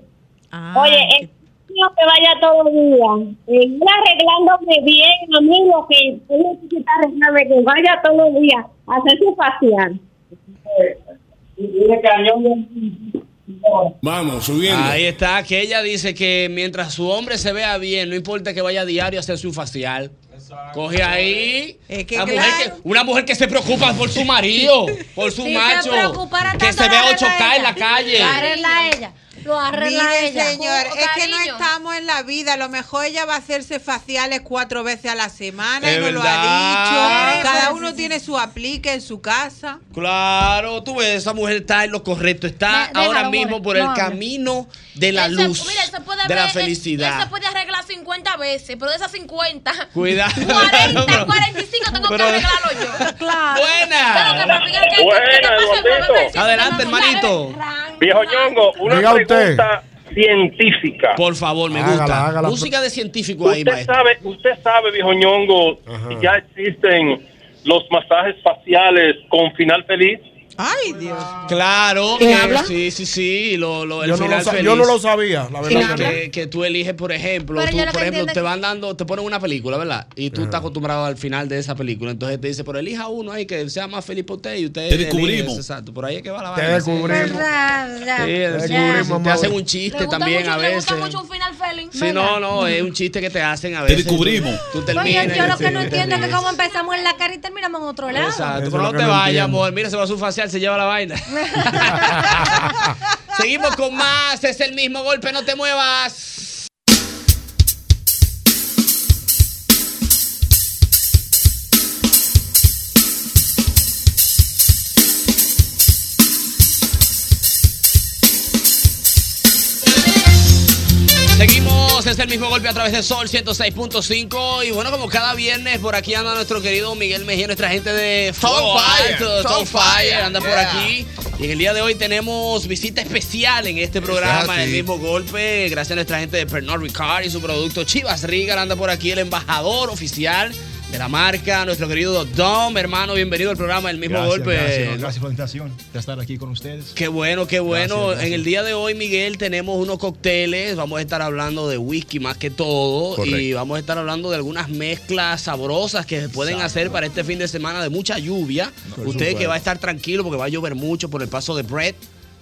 Speaker 8: Ah,
Speaker 21: Oye, el mío que vaya todo el día, eh, ir arreglándome bien, amigo, que tú necesitas arreglarme, que vaya todo el día a hacer su facial.
Speaker 3: Vamos, subiendo. Ahí está, que ella dice que mientras su hombre se vea bien, no importa que vaya a diario a hacer su facial. Coge ahí.
Speaker 6: Es que
Speaker 3: una, mujer
Speaker 6: claro.
Speaker 3: que, una mujer que se preocupa por su marido, por su
Speaker 8: Si se
Speaker 3: macho.
Speaker 8: preocupara
Speaker 3: que
Speaker 8: tanto,
Speaker 3: se
Speaker 8: lo
Speaker 3: vea
Speaker 8: arregla
Speaker 3: 8K en la
Speaker 8: ella.
Speaker 3: calle.
Speaker 8: Lo arregla ella. Lo arregla
Speaker 6: Mire,
Speaker 8: ella.
Speaker 6: señor,
Speaker 8: Cu-
Speaker 6: es que no
Speaker 8: cariño.
Speaker 6: estamos en la vida. A lo mejor ella va a hacerse faciales cuatro veces a la semana
Speaker 3: Es
Speaker 6: y no lo
Speaker 3: verdad.
Speaker 5: Ah,
Speaker 6: ha dicho. ¿eh? Cada uno tiene su aplique en su casa.
Speaker 3: Claro, tú ves, esa mujer está en lo correcto. Está
Speaker 6: déjalo,
Speaker 3: ahora
Speaker 6: more,
Speaker 3: mismo por
Speaker 6: no
Speaker 3: el
Speaker 6: hable.
Speaker 3: camino de la
Speaker 5: Él se-
Speaker 3: luz,
Speaker 5: mira, él se puede
Speaker 3: de la
Speaker 5: haber- él-
Speaker 3: felicidad.
Speaker 5: él se puede arreglar 50 veces, pero de esas 50.
Speaker 3: Cuidado.
Speaker 5: 40, 45
Speaker 3: (laughs)
Speaker 5: tengo
Speaker 3: Pero-
Speaker 5: que arreglarlo yo.
Speaker 8: Claro.
Speaker 5: Buena.
Speaker 13: Buena, Eduardito.
Speaker 3: Adelante, hermanito.
Speaker 13: Viejo Ñongo, una
Speaker 3: Diga usted.
Speaker 13: pregunta científica.
Speaker 3: Por favor, me gusta.
Speaker 13: Hágala, hágala.
Speaker 3: Música de científico ahí,
Speaker 13: Usted
Speaker 3: maestro.
Speaker 13: sabe, usted sabe, viejo Ñongo, que ya existen los masajes faciales con final feliz.
Speaker 6: Ay, Dios.
Speaker 3: Claro,
Speaker 13: ¿Quién
Speaker 3: eh,
Speaker 13: habla?
Speaker 3: sí, sí, sí, lo, lo, el
Speaker 11: Yo no
Speaker 3: final
Speaker 11: lo sa-
Speaker 3: feliz.
Speaker 11: yo no lo sabía, la
Speaker 3: Sí,
Speaker 11: verdad que no.
Speaker 3: que, que tú eliges, por ejemplo,
Speaker 11: Pero
Speaker 3: tú,
Speaker 11: yo lo que
Speaker 3: por ejemplo,
Speaker 11: entiendo
Speaker 3: te
Speaker 11: es-
Speaker 3: van dando, te ponen una película, ¿verdad? Y tú estás acostumbrado al final de esa película, entonces te dice, pero elija uno ahí que sea más feliz por usted y usted
Speaker 11: Te
Speaker 3: elige
Speaker 11: descubrimos.
Speaker 3: ese, exacto, por ahí es que va la
Speaker 11: Te
Speaker 3: vaina, sí.
Speaker 11: descubrimos.
Speaker 8: Ya, ya,
Speaker 3: Sí,
Speaker 8: ya.
Speaker 3: sí,
Speaker 11: descubrimos,
Speaker 3: te
Speaker 11: Mauro.
Speaker 3: hacen un chiste
Speaker 5: Le gusta
Speaker 3: también
Speaker 5: mucho-
Speaker 3: a
Speaker 5: le
Speaker 3: veces.
Speaker 5: gusta mucho un final feliz.
Speaker 3: Sí, no, no, es un chiste que te hacen a veces. Te descubrimos. Tú,
Speaker 8: Oye,
Speaker 3: terminas.
Speaker 8: yo lo
Speaker 3: sí,
Speaker 8: que no entiendo es que
Speaker 3: terminas.
Speaker 8: como empezamos en la cara y terminamos en otro lado.
Speaker 3: Exacto, pero
Speaker 8: Eso es
Speaker 3: no
Speaker 8: lo
Speaker 3: te
Speaker 8: que no
Speaker 3: vayas,
Speaker 8: entiendo.
Speaker 3: amor. Mira, se va a su facial, se lleva la vaina. (laughs) Seguimos con más. Es el mismo golpe, no te muevas. Seguimos, es el mismo golpe a través de Sol 106.5 y bueno, como cada viernes por aquí anda nuestro querido Miguel Mejía, nuestra gente de
Speaker 14: Soul Fire,
Speaker 3: Soul
Speaker 14: Soul
Speaker 3: Fire,
Speaker 14: Fire,
Speaker 3: anda por
Speaker 14: yeah.
Speaker 3: aquí. Y en el día de hoy tenemos visita especial en este programa,
Speaker 14: Exacto.
Speaker 3: el mismo golpe, gracias a nuestra gente de Pernod Ricard y su producto Chivas Regal, anda por aquí el embajador oficial de la marca, nuestro querido Dom, hermano, bienvenido al programa, el mismo
Speaker 16: Gracias,
Speaker 3: golpe.
Speaker 16: Gracias, gracias por la invitación de estar aquí con ustedes.
Speaker 3: Qué bueno, qué bueno.
Speaker 16: Gracias, gracias.
Speaker 3: En el día de hoy, Miguel, tenemos unos cócteles. Vamos a estar hablando de whisky más que todo.
Speaker 16: Correcto.
Speaker 3: Y vamos a estar hablando de algunas mezclas sabrosas que se pueden hacer para este fin de semana de mucha lluvia.
Speaker 16: por
Speaker 3: Usted que
Speaker 16: supuesto.
Speaker 3: va a estar tranquilo porque va a llover mucho por el paso de Brett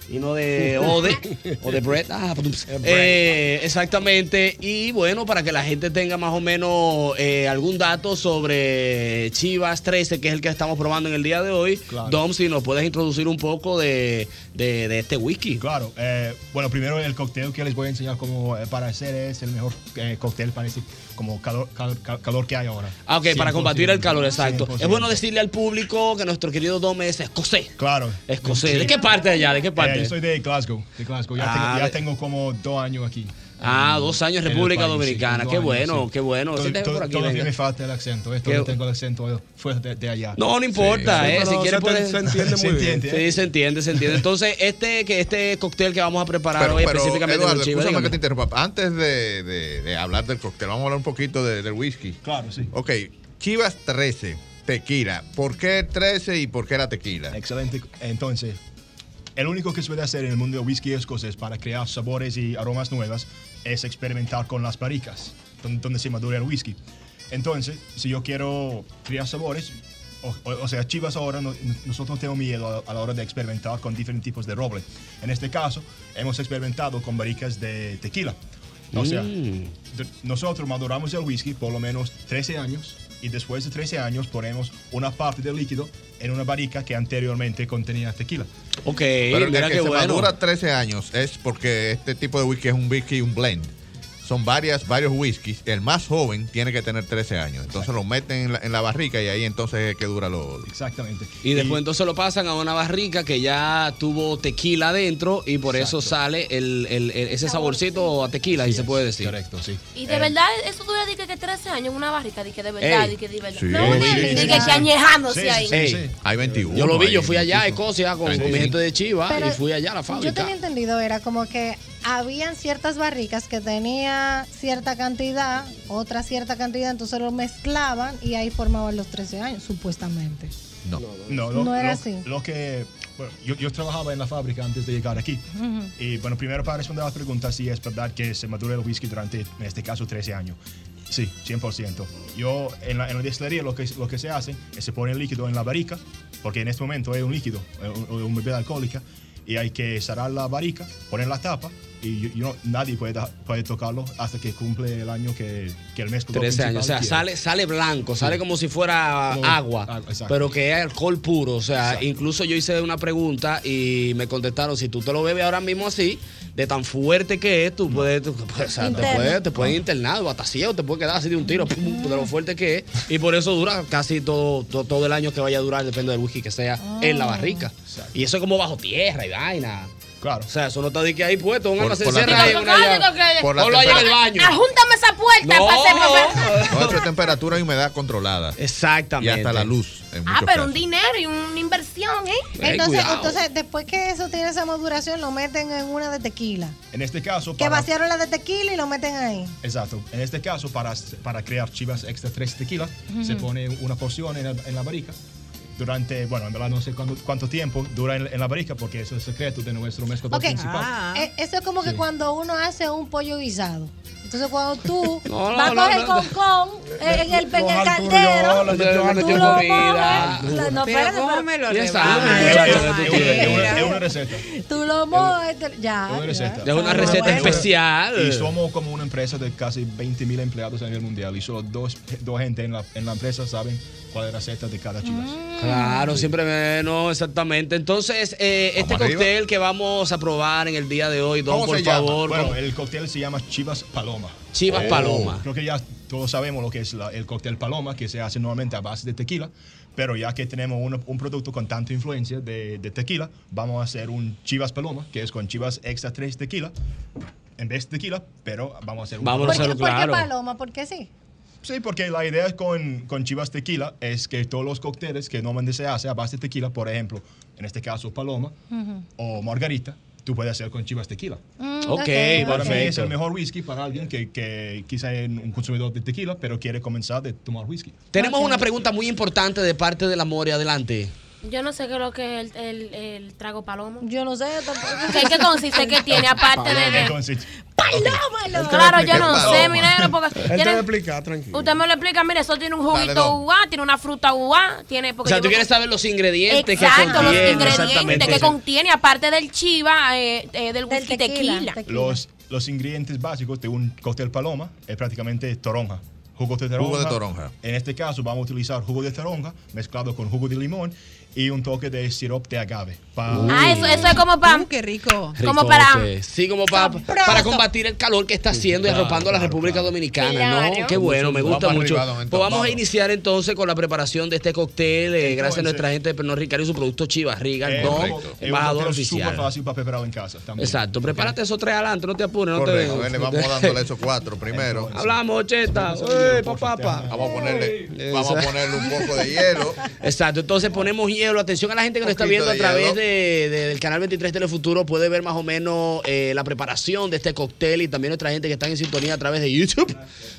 Speaker 3: y no
Speaker 16: (laughs)
Speaker 3: de Ode. Eh, o de Brett. Ah, pues, eh, exactamente. Y bueno, para que la gente tenga más o menos eh, algún dato sobre Chivas 13, que es el que estamos probando en el día de hoy. Dom, si nos puedes introducir un poco de, de- de este whisky.
Speaker 16: Claro. Eh, bueno, primero el cóctel que les voy a enseñar cómo eh, para hacer es el mejor eh, cóctel para ese como calor, cal- cal- calor que hay ahora.
Speaker 3: Ah, ok, para
Speaker 16: 100%.
Speaker 3: combatir el calor, exacto. Es
Speaker 16: 100%.
Speaker 3: bueno decirle al público que nuestro querido Dom es escocés.
Speaker 16: Claro.
Speaker 3: Escocés.
Speaker 16: Sí.
Speaker 3: ¿De qué parte allá? ¿De qué
Speaker 16: Eh,
Speaker 3: parte?
Speaker 16: yo soy de Glasgow, de Glasgow. Ya,
Speaker 3: Ah,
Speaker 16: tengo, ya
Speaker 3: de-
Speaker 16: tengo como dos años aquí.
Speaker 3: Ah, dos años en
Speaker 16: en el
Speaker 3: República
Speaker 16: país, sí,
Speaker 3: Dominicana.
Speaker 16: dos
Speaker 3: Qué
Speaker 16: años,
Speaker 3: bueno,
Speaker 16: sí.
Speaker 3: qué bueno. Sí,
Speaker 16: Tod-
Speaker 3: te veo
Speaker 16: tod-
Speaker 3: por aquí,
Speaker 16: todavía
Speaker 3: venga.
Speaker 16: me falta el acento. eh,
Speaker 3: Qué-
Speaker 16: todavía tengo el acento fuerte de, de allá.
Speaker 3: No, no importa,
Speaker 16: Sí,
Speaker 3: eh,
Speaker 16: sí.
Speaker 3: si
Speaker 16: Pero
Speaker 3: quieres
Speaker 16: se te-
Speaker 3: puedes-
Speaker 16: se
Speaker 3: (laughs)
Speaker 16: entiende muy bien.
Speaker 3: Sí, se entiende, se entiende. Entonces, este que este cóctel que vamos a preparar
Speaker 18: Pero,
Speaker 3: hoy
Speaker 18: pero,
Speaker 3: específicamente
Speaker 18: Eduardo,
Speaker 3: con Chivas,
Speaker 18: escúchame que
Speaker 3: dígame.
Speaker 18: te interrumpa. Antes de, de- de hablar del cóctel, vamos a hablar un poquito de- del whisky.
Speaker 16: Claro, sí.
Speaker 18: Ok, Chivas 13, tequila. ¿Por qué 13 y por qué la tequila?
Speaker 16: Excelente. Entonces, el único que se puede hacer en el mundo del whisky escocés para crear sabores y aromas nuevas es experimentar con las barricas, don- donde se madura el whisky. Entonces, si yo quiero crear sabores, o, o- o sea, Chivas ahora, no- nosotros no tenemos miedo a, a la hora de experimentar con diferentes tipos de roble. En este caso, hemos experimentado con barricas de tequila. O sea,
Speaker 3: Mm.
Speaker 16: de- nosotros maduramos el whisky por lo menos 13 años y después de 13 años ponemos una parte del líquido en una barrica que anteriormente contenía tequila.
Speaker 3: Ok,
Speaker 18: Pero el que se madura 13 años es porque este tipo de whisky es un whisky, un blend. Son varias, varios whiskies. El más joven tiene que tener 13 años. Entonces lo meten en la, en la barrica y ahí entonces es que dura lo...
Speaker 16: Exactamente.
Speaker 3: Y después entonces lo pasan a una barrica que ya tuvo tequila adentro y por eso sale el, el- el- ese saborcito a tequila, si se puede decir.
Speaker 16: Correcto, sí.
Speaker 5: Y de verdad, eso dura de que, que 13 años en una barrica, de que de verdad,
Speaker 3: Ey.
Speaker 5: de que de verdad.
Speaker 3: Sí,
Speaker 5: no, una
Speaker 3: sí, sí,
Speaker 5: de
Speaker 3: sí,
Speaker 5: que,
Speaker 3: sí.
Speaker 5: que añejándose
Speaker 3: Sí, sí,
Speaker 5: ahí.
Speaker 3: sí, sí.
Speaker 18: Hay 21.
Speaker 3: Yo lo vi,
Speaker 18: ahí,
Speaker 3: yo fui allá a
Speaker 18: 25.
Speaker 3: Escocia con,
Speaker 18: Sí,
Speaker 3: con mi
Speaker 18: sí.
Speaker 3: gente de Chivas
Speaker 18: Pero
Speaker 3: y fui allá a la
Speaker 8: Yo
Speaker 3: fábrica.
Speaker 8: tenía entendido, era como que habían ciertas barricas que tenía cierta cantidad, otra cierta cantidad, entonces lo mezclaban y ahí formaban los 13 años, supuestamente.
Speaker 16: No, no,
Speaker 8: No era así.
Speaker 16: Lo que, bueno, yo, yo trabajaba en la fábrica antes de llegar aquí.
Speaker 8: Ujú.
Speaker 16: Y bueno, primero para responder a la pregunta, sí es verdad que se madura el whisky durante, en este caso, 13 años. Sí, 100%. Yo, en la, en la destilería, lo que, lo que se hace es se pone el líquido en la barrica, porque en este momento es un líquido, eh, un- una bebida alcohólica, y hay que cerrar la barrica, poner la tapa y yo- yo no- nadie puede, da- puede tocarlo hasta que cumple el año que, que el mes
Speaker 3: 13 años. O sea, sale, sale blanco, sale como si fuera
Speaker 16: Como-
Speaker 3: agua,
Speaker 16: agua, exacto.
Speaker 3: pero que es alcohol puro. O sea, incluso yo hice una pregunta y me contestaron: si tú te lo bebes ahora mismo así, de tan fuerte que es, tú puedes, tú- o sea, te
Speaker 22: Interno.
Speaker 3: puedes, te puedes internar, o hasta ciego, te puedes quedar así de un tiro, pum, de lo fuerte que es. Y por eso dura casi todo, todo, todo el año que vaya a durar, depende del whisky que sea, en la barrica. Y eso es como bajo tierra y vaina.
Speaker 16: Claro.
Speaker 3: O sea, eso no está de que ahí puesto, un
Speaker 18: Por-
Speaker 3: almacén
Speaker 18: por la
Speaker 3: cierra ahí
Speaker 18: tem-
Speaker 3: una llave.
Speaker 18: Por la
Speaker 3: Ponlo ahí en el
Speaker 18: temperatura.
Speaker 3: baño.
Speaker 5: Ajúntame esa puerta
Speaker 3: No.
Speaker 5: para hacer papel.
Speaker 18: No, eso es temperatura y humedad controlada.
Speaker 3: Exactamente.
Speaker 18: Y hasta la luz. en
Speaker 5: Ah,
Speaker 18: muchos
Speaker 5: pero
Speaker 18: casos.
Speaker 5: un dinero y una inversión, ¿eh?
Speaker 8: Entonces,
Speaker 18: cuidado.
Speaker 8: entonces, después que eso tiene esa maduración, lo meten en una de tequila.
Speaker 16: En este caso,
Speaker 8: Que
Speaker 16: para-
Speaker 8: vaciaron la de tequila y lo meten ahí.
Speaker 16: Exacto. En este caso, para, para crear chivas extra tres tequilas,
Speaker 8: Ujú.
Speaker 16: se pone una porción en la, en la barrica. Durante, bueno, en verdad no sé cuánto, cuánto tiempo dura en, en la barrica porque eso es el secreto de nuestro mezclador
Speaker 8: Ok,
Speaker 16: principal.
Speaker 8: eh, eso es como que
Speaker 16: Sí.
Speaker 8: cuando uno hace un pollo guisado. Entonces, cuando tú
Speaker 16: No, no,
Speaker 8: vas
Speaker 16: no,
Speaker 8: a coger
Speaker 16: no.
Speaker 8: concón eh, en el, en el
Speaker 11: Coja el
Speaker 8: caldero,
Speaker 11: turrón, le echó
Speaker 8: tú
Speaker 11: algo.
Speaker 8: lo
Speaker 16: Ah,
Speaker 8: mojas. No,
Speaker 6: Pero
Speaker 8: espérate,
Speaker 6: cómelo,
Speaker 8: espérate.
Speaker 16: Es una receta.
Speaker 8: Tú lo mojas. te- Ya.
Speaker 16: Es una receta.
Speaker 3: Es una receta especial.
Speaker 16: pues, Y somos como una empresa de casi 20.000 empleados a nivel mundial y solo dos, dos gente en la, en la empresa saben cuál es la receta de cada chivas.
Speaker 8: Mm.
Speaker 3: Claro, siempre menos, exactamente. Entonces, eh, este
Speaker 16: arriba.
Speaker 3: cóctel que vamos a probar en el día de hoy, Don,
Speaker 16: ¿Cómo
Speaker 3: por
Speaker 16: se
Speaker 3: favor.
Speaker 16: Llama? Bueno,
Speaker 3: con-
Speaker 16: el cóctel se llama Chivas Paloma.
Speaker 3: Chivas Paloma.
Speaker 16: Creo que ya todos sabemos lo que es la- el cóctel Paloma, que se hace normalmente a base de tequila. Pero ya que tenemos un, un producto con tanta influencia de, de tequila, vamos a hacer un Chivas Paloma, que es con Chivas Extra 3 tequila. En vez de tequila, pero vamos a hacer un
Speaker 3: Vamos a
Speaker 8: ¿Por qué- ¿Por qué paloma? ¿Por qué sí?
Speaker 16: Sí, porque la idea con, con Chivas Tequila es que todos los cócteles que normalmente se hace a base de tequila, por ejemplo, en este caso Paloma o Margarita, tú puedes hacer con Chivas Tequila.
Speaker 3: Mm, Ok, ok, ok.
Speaker 16: Para mí es
Speaker 3: perfecto.
Speaker 16: el mejor whisky para alguien que, que quizá es un consumidor de tequila, pero quiere comenzar de tomar whisky.
Speaker 3: Tenemos una pregunta muy importante de parte de la More. Adelante.
Speaker 5: Yo no sé qué es lo que es el, el- el trago palomo.
Speaker 8: Yo no sé.
Speaker 5: ¿Qué, qué consiste? ¿Qué
Speaker 3: (laughs)
Speaker 5: tiene? Aparte de... de-
Speaker 16: Entonces,
Speaker 5: ¡Palómalo! Claro, yo no sé, mi negro,
Speaker 3: Este
Speaker 5: porque...
Speaker 11: Él te va a
Speaker 5: tiene-
Speaker 11: explicar, tranquilo.
Speaker 5: Usted me lo explica, mire, eso tiene un
Speaker 3: Dale,
Speaker 5: juguito
Speaker 3: don.
Speaker 5: uva, tiene una fruta uva, tiene...
Speaker 3: O
Speaker 5: Porque
Speaker 3: sea, tú
Speaker 5: yo-
Speaker 3: quieres saber los ingredientes que
Speaker 5: Exacto, los
Speaker 3: contiene.
Speaker 5: ingredientes
Speaker 3: exactamente.
Speaker 5: que contiene, aparte del chiva, eh, eh, del whisky tequila.
Speaker 16: los, los ingredientes básicos de un cóctel Paloma es prácticamente toronja. Jugo de toronja.
Speaker 18: Jugo de toronja.
Speaker 16: En este caso vamos a utilizar jugo de toronja mezclado con jugo de limón y un toque de sirope de agave. pa-
Speaker 5: Ah, eso, eso es como para... qué rico. Como para...
Speaker 3: Ricote. Sí, como pa- para combatir el calor que está haciendo y
Speaker 16: Claro,
Speaker 3: arropando a la República Dominicana.
Speaker 16: Claro.
Speaker 3: No, qué bueno, me gusta
Speaker 18: Vamos
Speaker 3: mucho.
Speaker 18: arriba, don, entonces.
Speaker 3: pues vamos
Speaker 18: Vamos.
Speaker 3: a iniciar entonces con la preparación de este cóctel. eh, gracias a nuestra gente de Pernod Ricard y su producto Chivas Rigal,
Speaker 16: Eh,
Speaker 3: don
Speaker 16: correcto. Es un
Speaker 3: embajador
Speaker 16: cóctel súper
Speaker 3: oficial.
Speaker 16: fácil para prepararlo en casa también.
Speaker 3: Exacto, prepárate esos tres adelante, no te apures, no te
Speaker 18: Correcto. A ver, le vamos dándole esos cuatro primero.
Speaker 3: (laughs) Hablamos, ocheta. Ah, Ey, papá, papá.
Speaker 18: Vamos a
Speaker 3: Eh,
Speaker 18: ponerle, vamos a
Speaker 3: Exacto.
Speaker 18: ponerle un poco de hielo.
Speaker 3: (laughs) Exacto, entonces ponemos hielo. Atención a la gente que nos está
Speaker 18: Poquito
Speaker 3: viendo a
Speaker 18: de
Speaker 3: través
Speaker 18: hielo.
Speaker 3: de- de- del canal 23 Telefuturo. Puede ver más o menos eh, la preparación de este cóctel y también nuestra gente que está en sintonía a través de YouTube.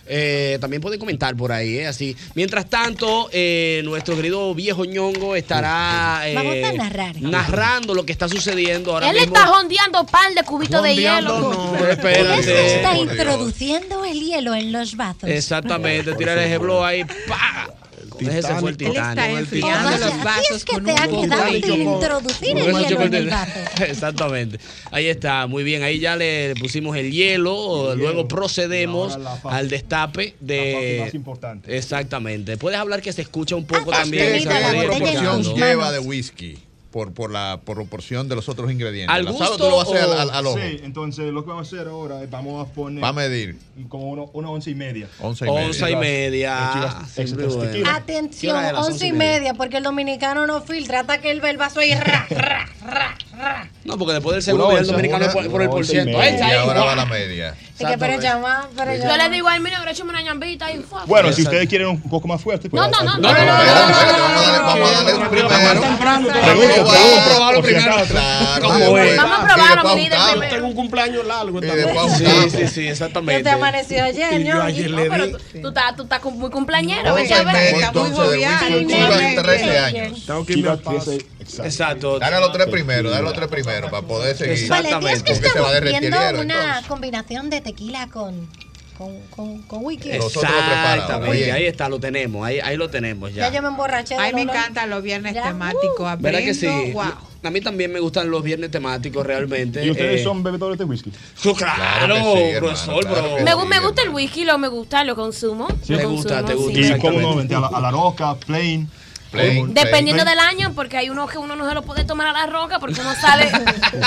Speaker 3: Eh, también pueden comentar por ahí, ¿eh? Así. Mientras tanto, eh, nuestro querido viejo ñongo estará eh,
Speaker 5: Vamos a narrar.
Speaker 3: narrando lo que está sucediendo ahora
Speaker 5: Él
Speaker 3: mismo.
Speaker 5: está jondeando par de cubitos de hielo.
Speaker 3: No, espérate.
Speaker 8: Está
Speaker 3: Por Dios.
Speaker 8: introduciendo el hielo en los vasos.
Speaker 3: Exactamente, tira el ejemplo ahí. ¡pa! Ese fue el
Speaker 8: Él está
Speaker 3: Titanic.
Speaker 8: enfriando los vasos es que con te un ha poco quedado de sin hielo. introducir
Speaker 3: Con
Speaker 8: el
Speaker 3: un
Speaker 8: hielo en
Speaker 3: chocolate.
Speaker 8: el vaso.
Speaker 3: (laughs) Exactamente. Ahí está, muy bien. Ahí ya le pusimos el hielo. Luego procedemos al destape de.
Speaker 16: más importante.
Speaker 3: Exactamente. Puedes hablar que se escucha un
Speaker 8: Ah.
Speaker 3: poco también.
Speaker 18: ¿Qué
Speaker 3: esa botella
Speaker 18: proporción
Speaker 3: escuchando.
Speaker 18: lleva de whisky por, por la por proporción de los otros ingredientes?
Speaker 3: ¿Al
Speaker 18: ¿La
Speaker 3: gusto
Speaker 18: sabes? tú lo vas a hacer al, al- al ojo.
Speaker 16: Sí, entonces lo que vamos a hacer ahora es vamos a poner...
Speaker 18: Va a medir.
Speaker 16: Como uno- una once y media.
Speaker 18: Once y media.
Speaker 3: Once y media.
Speaker 16: Chivas,
Speaker 3: Siempre
Speaker 16: chivas,
Speaker 3: bueno.
Speaker 16: tequila.
Speaker 8: Atención, once y media, porque el dominicano no filtra, hasta que él ve el vaso ahí. ra, ra, ra, ra.
Speaker 3: No, porque después del segundo el dominicano por, por el por ciento.
Speaker 18: Y
Speaker 3: Echa ahí,
Speaker 18: ahora va
Speaker 3: guau.
Speaker 18: la media.
Speaker 8: Así que, pero llamar, pero
Speaker 5: Yo
Speaker 8: llamar.
Speaker 5: le digo a él, mira, ahora échame una ñambita y fue.
Speaker 16: Bueno, si ustedes quieren un poco más fuerte... pues-
Speaker 5: No, no, no, no, no,
Speaker 16: Vamos a darle-
Speaker 18: Vamos a darle un primero.
Speaker 22: Ah,
Speaker 16: Pregunto,
Speaker 18: Vamos a
Speaker 16: pregunto,
Speaker 18: probarlo
Speaker 16: por si
Speaker 18: primero.
Speaker 16: acaso.
Speaker 18: Claro.
Speaker 3: Como es.
Speaker 8: Vamos a probarlo,
Speaker 18: Y después
Speaker 8: mi líder
Speaker 18: ajustamos.
Speaker 8: primero.
Speaker 11: Tengo un cumpleaños largo.
Speaker 18: Y después
Speaker 3: Sí,
Speaker 18: ajustamos.
Speaker 3: Ah, sí, sí,
Speaker 8: ¿Qué
Speaker 3: exactamente.
Speaker 8: te amaneció ayer,
Speaker 3: Y yo
Speaker 8: ño?
Speaker 3: ayer le
Speaker 8: No, pero
Speaker 3: di-
Speaker 8: tú-
Speaker 5: Tú estás, tú estás con- muy cumpleañero,
Speaker 18: Once
Speaker 5: ven, ya
Speaker 18: y media,
Speaker 5: ven.
Speaker 18: entonces, de whisky, chivas 13 años.
Speaker 11: Tengo
Speaker 16: Chivas 13, exacto.
Speaker 3: Exacto.
Speaker 18: Dale a los tres primero, dale a los tres primero para poder seguir.
Speaker 8: Vale, tienes que
Speaker 18: Porque se va a
Speaker 8: estamos
Speaker 18: derretir el
Speaker 8: viendo
Speaker 18: hielo.
Speaker 8: una
Speaker 18: entonces.
Speaker 8: combinación de tequila con, con, con, con whisky.
Speaker 3: Exactamente,
Speaker 18: Oye.
Speaker 3: ahí está, lo tenemos, ahí, ahí lo tenemos ya.
Speaker 8: Ya yo me emborraché.
Speaker 6: Ay, me encantan los viernes temáticos.
Speaker 3: ¿Verdad que sí?
Speaker 6: Wow.
Speaker 3: A mí también me gustan los viernes temáticos realmente.
Speaker 16: ¿Y ustedes
Speaker 3: eh,
Speaker 16: son bebedores de whisky?
Speaker 3: Claro, profesor, bro.
Speaker 5: Me, gu- me gusta el whisky, lo me gusta, lo consumo.
Speaker 16: ¿Sí?
Speaker 5: Lo consumo, sí.
Speaker 16: Y cómo no, vente a la, a la roca, plain. plain
Speaker 5: Dependiendo del año, porque hay unos que uno no se lo puede tomar a la roca porque uno
Speaker 8: (laughs)
Speaker 5: sale.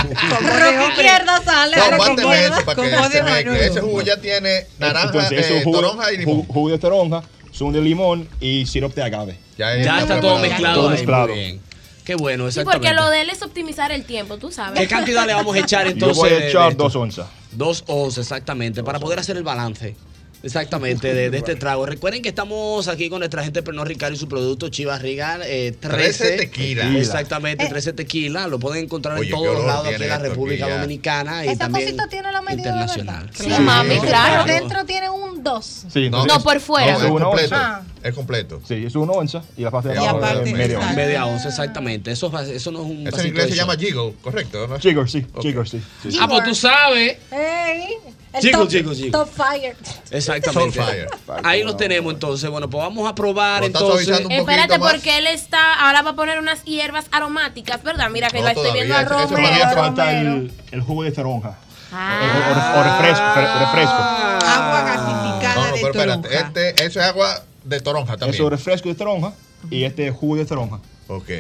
Speaker 8: Roca izquierda sale.
Speaker 18: No,
Speaker 8: roca
Speaker 18: aguánteme
Speaker 8: izquierda.
Speaker 18: eso para que
Speaker 8: Como
Speaker 18: se
Speaker 8: de
Speaker 18: mezcle.
Speaker 8: Manolo.
Speaker 18: Ese jugo ya tiene naranja,
Speaker 16: Entonces, eso
Speaker 18: eh,
Speaker 16: es Pues, jugo,
Speaker 18: toronja y limón.
Speaker 16: ju- jugo de toronja, zumo de limón y sirope de agave.
Speaker 18: Ya,
Speaker 3: Ya está todo mezclado.
Speaker 16: Todo
Speaker 3: ahí,
Speaker 16: mezclado.
Speaker 3: muy bien. Qué bueno,
Speaker 5: Sí, porque
Speaker 3: exactamente.
Speaker 5: lo de él es optimizar el tiempo, tú sabes.
Speaker 3: ¿Qué cantidad le vamos a echar entonces?
Speaker 16: Yo voy
Speaker 3: de-
Speaker 16: a
Speaker 3: de
Speaker 16: echar
Speaker 3: esto?
Speaker 16: dos onzas.
Speaker 3: Dos once, exactamente, para poder hacer el balance. Exactamente, de, de este trago. Recuerden que estamos aquí con nuestra gente Pernod Ricard y su producto Chivas Regal. eh, 13,
Speaker 18: 13 tequila.
Speaker 3: Exactamente, 13 tequila. Lo pueden encontrar
Speaker 18: Oye,
Speaker 3: en
Speaker 18: qué
Speaker 3: todos
Speaker 18: olor
Speaker 3: lados aquí
Speaker 18: tiene
Speaker 3: en la
Speaker 18: esto aquí
Speaker 3: República
Speaker 18: ya.
Speaker 3: (laughs) Dominicana y
Speaker 8: Esa
Speaker 3: también
Speaker 8: cosita tiene la medida. ¿verdad?
Speaker 3: internacional.
Speaker 8: Sí, mami, claro.
Speaker 3: Claro.
Speaker 8: Dentro tiene un Ah. 2.
Speaker 16: Sí,
Speaker 8: No,
Speaker 16: entonces-
Speaker 8: por fuera.
Speaker 16: No, es una onza.
Speaker 18: Es completo.
Speaker 16: Sí, es una onza y la parte de
Speaker 18: Y
Speaker 16: abajo
Speaker 18: aparte
Speaker 16: es media onza.
Speaker 3: Media once, exactamente. Eso, es- eso no es un.
Speaker 18: Eso en
Speaker 3: vasito
Speaker 18: inglés
Speaker 3: de
Speaker 18: se llama
Speaker 3: shot.
Speaker 18: Jigo, correcto. ¿no?
Speaker 16: Chicos, sí, chicos, sí. sí.
Speaker 3: Ah, pues tú sabes.
Speaker 8: Ey, el
Speaker 3: Chico,
Speaker 8: top,
Speaker 3: chico, chico.
Speaker 8: top fire.
Speaker 3: Exactamente.
Speaker 18: Soulfire.
Speaker 3: Ahí los tenemos entonces. Bueno, pues vamos a probar
Speaker 18: Lo está
Speaker 3: entonces.
Speaker 18: suavizando
Speaker 5: Espérate, porque él está. Ahora va a poner unas hierbas aromáticas, ¿verdad? Mira que
Speaker 16: No,
Speaker 5: la estoy
Speaker 16: todavía,
Speaker 5: viendo a
Speaker 16: eso- eso
Speaker 5: Romero.
Speaker 16: todavía falta el, el jugo de toronja.
Speaker 18: Ah.
Speaker 16: O, o- o refresco. re- refresco. Ah.
Speaker 18: Agua gasificada. No, no, pero espérate. Este, eso es agua de toronja también.
Speaker 16: Eso es refresco de toronja y este es jugo de toronja.
Speaker 18: Ok.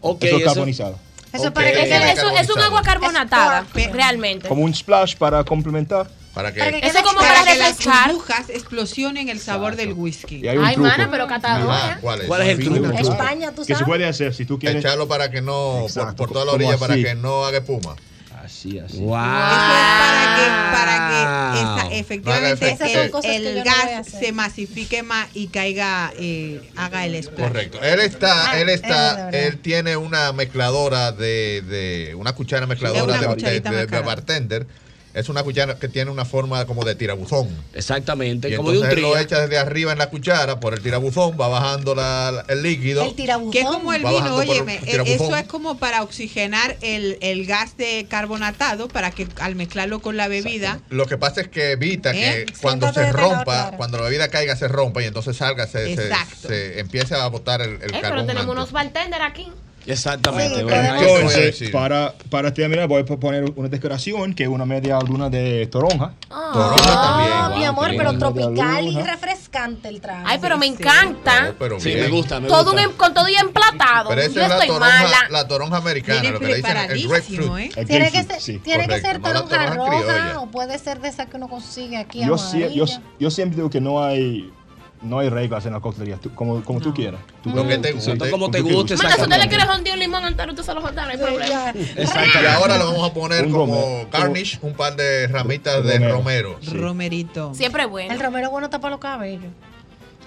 Speaker 3: Ok,
Speaker 16: eso es
Speaker 3: eso-
Speaker 16: carbonizado.
Speaker 5: Eso para que-
Speaker 16: Ok.
Speaker 5: es, eso- es un agua carbonatada, realmente.
Speaker 16: Como un splash para complementar.
Speaker 18: ¿Para
Speaker 5: Para que Eso quede como para
Speaker 6: que las
Speaker 5: refrescar.
Speaker 6: burbujas explosionen el sabor del whisky.
Speaker 16: Y hay un Ay, truco. mana,
Speaker 5: pero
Speaker 16: catadora. Ah, ¿cuál es? ¿Cuál es el truco?
Speaker 8: España, tú
Speaker 16: Que se
Speaker 8: sabes.
Speaker 16: puede hacer si tú quieres.
Speaker 18: Echarlo para que no, por, por toda la
Speaker 16: como
Speaker 18: orilla, para
Speaker 16: así.
Speaker 18: que no haga espuma.
Speaker 3: Así, así.
Speaker 6: Esa- efectivamente
Speaker 18: Esas son
Speaker 6: el-
Speaker 18: cosas
Speaker 8: que
Speaker 6: el,
Speaker 8: yo no voy a
Speaker 6: gas
Speaker 8: hacer.
Speaker 6: se masifique más y caiga, eh, haga el splash.
Speaker 18: Correcto. Él está,
Speaker 6: Ah,
Speaker 18: él
Speaker 6: es
Speaker 18: está,
Speaker 6: verdad.
Speaker 18: él tiene una mezcladora de, de una cuchara mezcladora
Speaker 6: Es una
Speaker 18: de,
Speaker 6: cucharita
Speaker 18: de- de- de
Speaker 6: mezcladora.
Speaker 18: bartender. Es una cuchara que tiene una forma como de tirabuzón.
Speaker 3: Exactamente,
Speaker 18: y
Speaker 3: como de un
Speaker 18: entonces él lo
Speaker 3: trío.
Speaker 18: echa desde arriba en la cuchara por el tirabuzón, va bajando la- la- el líquido.
Speaker 6: Que es como el
Speaker 18: Va
Speaker 6: vino,
Speaker 18: bajando por-
Speaker 6: óyeme,
Speaker 18: por
Speaker 6: eh, eso
Speaker 18: tirabuzón.
Speaker 6: es como para oxigenar el, el gas de carbonatado para que al mezclarlo con la bebida
Speaker 18: Lo que pasa es que evita
Speaker 6: ¿Eh?
Speaker 18: que cuando
Speaker 6: Siéntate
Speaker 18: se
Speaker 6: de lado,
Speaker 18: rompa,
Speaker 6: claro.
Speaker 18: cuando la bebida caiga, se rompa y entonces salga, se, se,
Speaker 6: Exacto.
Speaker 18: se empieza a botar el, el
Speaker 5: Eh, pero
Speaker 18: carbón.
Speaker 5: tenemos
Speaker 18: antes.
Speaker 5: unos bartender aquí.
Speaker 3: Exactamente.
Speaker 5: Sí,
Speaker 3: bueno.
Speaker 5: tenemos-
Speaker 18: Eso voy a
Speaker 16: Entonces,
Speaker 18: decir.
Speaker 16: para, para terminar, voy a poner una decoración que es una media luna de toronja.
Speaker 8: Ah, mi amor,
Speaker 16: Tiene
Speaker 8: pero
Speaker 16: una media
Speaker 8: tropical y
Speaker 16: luna.
Speaker 8: refrescante el trago.
Speaker 5: Ay, pero me encanta.
Speaker 3: Sí, me gusta, me
Speaker 5: Todo
Speaker 3: gusta.
Speaker 5: un, con todo y emplatado.
Speaker 18: Pero
Speaker 5: Yo
Speaker 18: esa es la
Speaker 5: estoy
Speaker 18: toronja,
Speaker 5: mala.
Speaker 18: la toronja americana, lo que le dicen el grapefruit.
Speaker 16: ¿eh?
Speaker 8: Tiene que ser, tiene que ser
Speaker 18: no la
Speaker 8: toronja
Speaker 18: toronja criolla.
Speaker 8: roja o puede ser de esa que uno consigue aquí
Speaker 16: Yo, sí-
Speaker 8: amarilla.
Speaker 16: yo, yo siempre digo que no hay, no hay reglas en la coctelería, tú- como, como tú quieras. Tú
Speaker 18: Lo que
Speaker 16: puedes-
Speaker 18: te
Speaker 16: sí,
Speaker 18: guste.
Speaker 3: Como te
Speaker 16: quieras.
Speaker 3: guste,
Speaker 5: Mano, si usted le quiere jondear un limón entero, usted se lo jondea, no hay problema.
Speaker 18: Y ahora le vamos a poner
Speaker 16: Un
Speaker 18: como
Speaker 16: romero.
Speaker 18: garnish un par de ramitas de romero.
Speaker 16: Romero.
Speaker 6: romerito.
Speaker 5: Siempre bueno.
Speaker 8: El romero bueno está para los cabellos.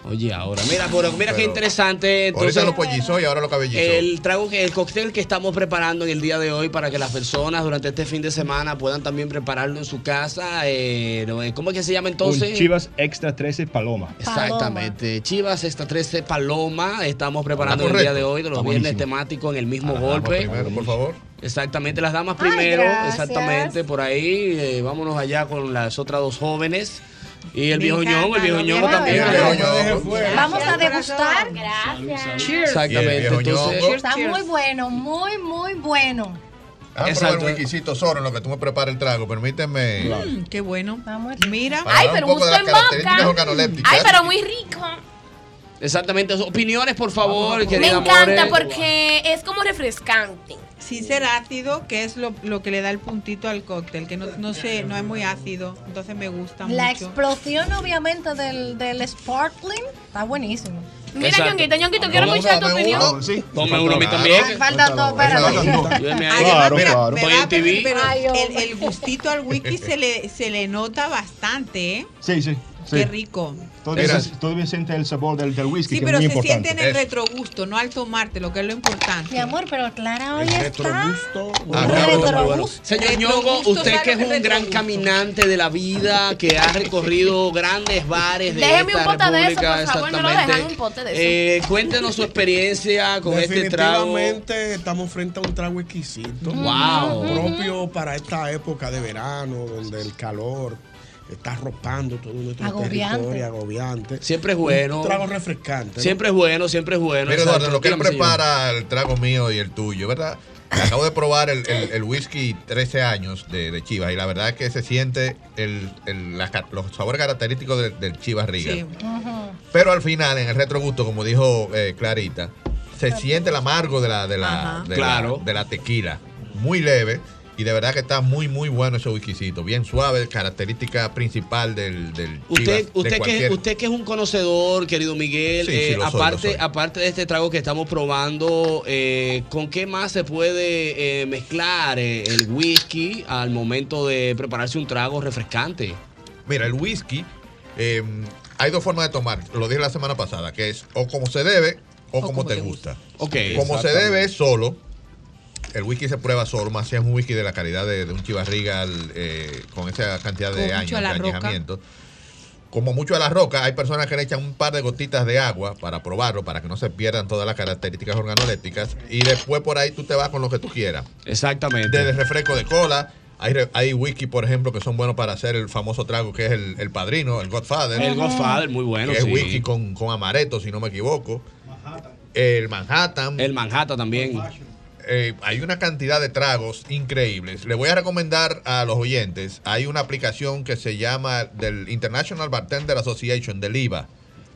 Speaker 3: Oye, ahora, mira, pero mira qué
Speaker 18: Pero-
Speaker 3: interesante.
Speaker 18: Ahorita
Speaker 3: Entonces,
Speaker 18: lo pollizó y ahora lo cabellizó.
Speaker 3: el trago, que- el cóctel que estamos preparando en el día de hoy para que las personas durante este fin de semana puedan también prepararlo en su casa. eh, no, eh, ¿Cómo es que se llama entonces?
Speaker 16: Un Chivas Extra 13 Paloma.
Speaker 3: Exactamente. Chivas Extra 13 Paloma. Estamos preparando
Speaker 16: Está
Speaker 3: el día
Speaker 16: correcto.
Speaker 3: de hoy de los
Speaker 16: Está
Speaker 3: viernes
Speaker 16: buenísimo.
Speaker 3: temáticos en el mismo
Speaker 18: A las damas
Speaker 3: golpe.
Speaker 18: primero, por favor.
Speaker 3: Exactamente, las damas
Speaker 8: Ay,
Speaker 3: primero.
Speaker 8: gracias.
Speaker 3: exactamente, por ahí. eh, vámonos allá con las otras dos jóvenes. Y el
Speaker 8: Me
Speaker 3: viejo
Speaker 8: encanta,
Speaker 3: ñongo, el viejo
Speaker 8: lo
Speaker 3: ñongo
Speaker 8: viejo
Speaker 3: también.
Speaker 8: ñongo.
Speaker 3: El
Speaker 8: Lo
Speaker 3: viejo ñongo.
Speaker 8: Vamos a degustar.
Speaker 5: Gracias.
Speaker 18: Y el
Speaker 3: Exactamente.
Speaker 18: viejo
Speaker 3: Entonces,
Speaker 18: ñongo.
Speaker 8: Está muy bueno, muy, muy bueno.
Speaker 18: Déjame probar
Speaker 3: Exacto.
Speaker 18: un whiskycito solo en lo que tú me preparas el trago. Permíteme.
Speaker 6: Mm, qué bueno. Mira.
Speaker 18: Para dar un poco de las características organolépticas.
Speaker 5: Ay, pero muy rico.
Speaker 3: Exactamente. Opiniones, por favor,
Speaker 5: Me
Speaker 3: querida
Speaker 5: encanta
Speaker 3: More.
Speaker 5: porque es como refrescante.
Speaker 6: Sin ser ácido, que es lo, lo que le da el puntito al cóctel, que no, no sé, no es muy ácido, entonces me gusta
Speaker 8: La
Speaker 6: mucho.
Speaker 8: explosión, obviamente, del, del sparkling está buenísimo.
Speaker 5: Mira, Ñonguito, Ñonguito, quiero
Speaker 18: Vamos
Speaker 5: escuchar
Speaker 18: a
Speaker 5: tu
Speaker 18: darme
Speaker 5: opinión.
Speaker 18: uno.
Speaker 16: Sí.
Speaker 3: Tome uno a mí
Speaker 18: Claro.
Speaker 3: también.
Speaker 8: Me falta todo, espérate.
Speaker 3: Yo me-
Speaker 16: Claro,
Speaker 3: Mira,
Speaker 16: claro.
Speaker 3: Estoy en TV.
Speaker 6: Pero
Speaker 8: Ay, oh.
Speaker 6: el, el gustito al whisky se le, se le nota bastante, ¿eh?
Speaker 16: Sí, sí. sí.
Speaker 6: Qué rico.
Speaker 16: Todavía,
Speaker 18: Mira.
Speaker 16: todavía siente el sabor del, del whisky,
Speaker 6: Sí,
Speaker 16: que
Speaker 6: pero
Speaker 16: es muy
Speaker 6: se
Speaker 16: importante.
Speaker 6: siente en el retrogusto, no al tomarte, lo que es lo importante.
Speaker 8: Mi amor, pero Clara hoy está.
Speaker 11: Retrogusto.
Speaker 3: Ah,
Speaker 8: Muy
Speaker 3: claro,
Speaker 8: retrogusto.
Speaker 3: muy bueno. Señor Ñongo,
Speaker 6: Retrogusto,
Speaker 3: usted que es
Speaker 6: claro,
Speaker 3: un gran
Speaker 6: retrogusto.
Speaker 3: caminante de la vida, que ha recorrido grandes bares de
Speaker 5: Déjeme
Speaker 3: esta
Speaker 5: un pote de eso,
Speaker 3: república,
Speaker 5: por favor. No lo
Speaker 3: exactamente.
Speaker 5: dejan un pote de eso.
Speaker 3: Eh, cuéntenos su experiencia con este trago.
Speaker 11: Definitivamente estamos frente a un trago exquisito.
Speaker 3: Wow.
Speaker 11: Propio para esta época de verano, donde el calor está arropando todo nuestro
Speaker 8: Agobiante.
Speaker 11: territorio, agobiante.
Speaker 3: Siempre es bueno.
Speaker 11: Un trago refrescante. ¿no?
Speaker 3: Siempre es bueno, siempre es bueno.
Speaker 18: Mira,
Speaker 3: exacto.
Speaker 18: Eduardo, lo que él
Speaker 3: Dígame, señor.
Speaker 18: prepara el trago mío y el tuyo, ¿verdad? Acabo de probar el, el- el whisky 13 años de, de Chivas y la verdad es que se siente el, el- la ca- los sabores característicos del, del Chivas Riga. Pero al final, en el retrogusto, como dijo eh, Clarita, se siente el amargo de la, de la,
Speaker 3: Ajá.
Speaker 18: de
Speaker 3: Claro.
Speaker 18: la- de la tequila. Muy leve. Y de verdad que está muy, muy bueno ese whiskycito. Bien suave, característica principal del, del
Speaker 3: Usted,
Speaker 18: Chivas, de
Speaker 3: usted, que,
Speaker 18: cualquier-
Speaker 3: usted que es un conocedor, querido Miguel,
Speaker 18: Sí, sí,
Speaker 3: eh,
Speaker 18: lo soy, lo
Speaker 3: aparte,
Speaker 18: soy.
Speaker 3: aparte de este trago que estamos probando, eh, ¿con qué más se puede eh, mezclar eh, el whisky al momento de prepararse un trago refrescante?
Speaker 18: Mira, el whisky, eh, hay dos formas de tomar. Lo dije la semana pasada, que es o como se debe o, como, te, gusta. Como
Speaker 3: Ok.
Speaker 18: se
Speaker 3: Exactamente.
Speaker 18: debe es solo. El whisky se prueba solo, más si es un whisky de la calidad de, de un chivarriga con esa cantidad de
Speaker 3: Como mucho
Speaker 18: años de
Speaker 3: a la roca.
Speaker 18: añejamiento. Como mucho a la roca, hay personas que le echan un par de gotitas de agua para probarlo, para que no se pierdan todas las características organolépticas. Y después por ahí tú te vas con lo que tú quieras.
Speaker 3: Exactamente.
Speaker 18: Desde refresco de cola. Hay, re- hay whisky, por ejemplo, que son buenos para hacer el famoso trago que es el, el padrino, el Godfather.
Speaker 3: El Godfather, muy bueno,
Speaker 18: Que es
Speaker 3: sí.
Speaker 18: whisky con, con amaretto, si no me equivoco. El Manhattan.
Speaker 3: El Manhattan también.
Speaker 18: Eh, hay una cantidad de tragos increíbles. Le voy a recomendar a los oyentes, hay una aplicación que se llama del International Bartender Association del IVA,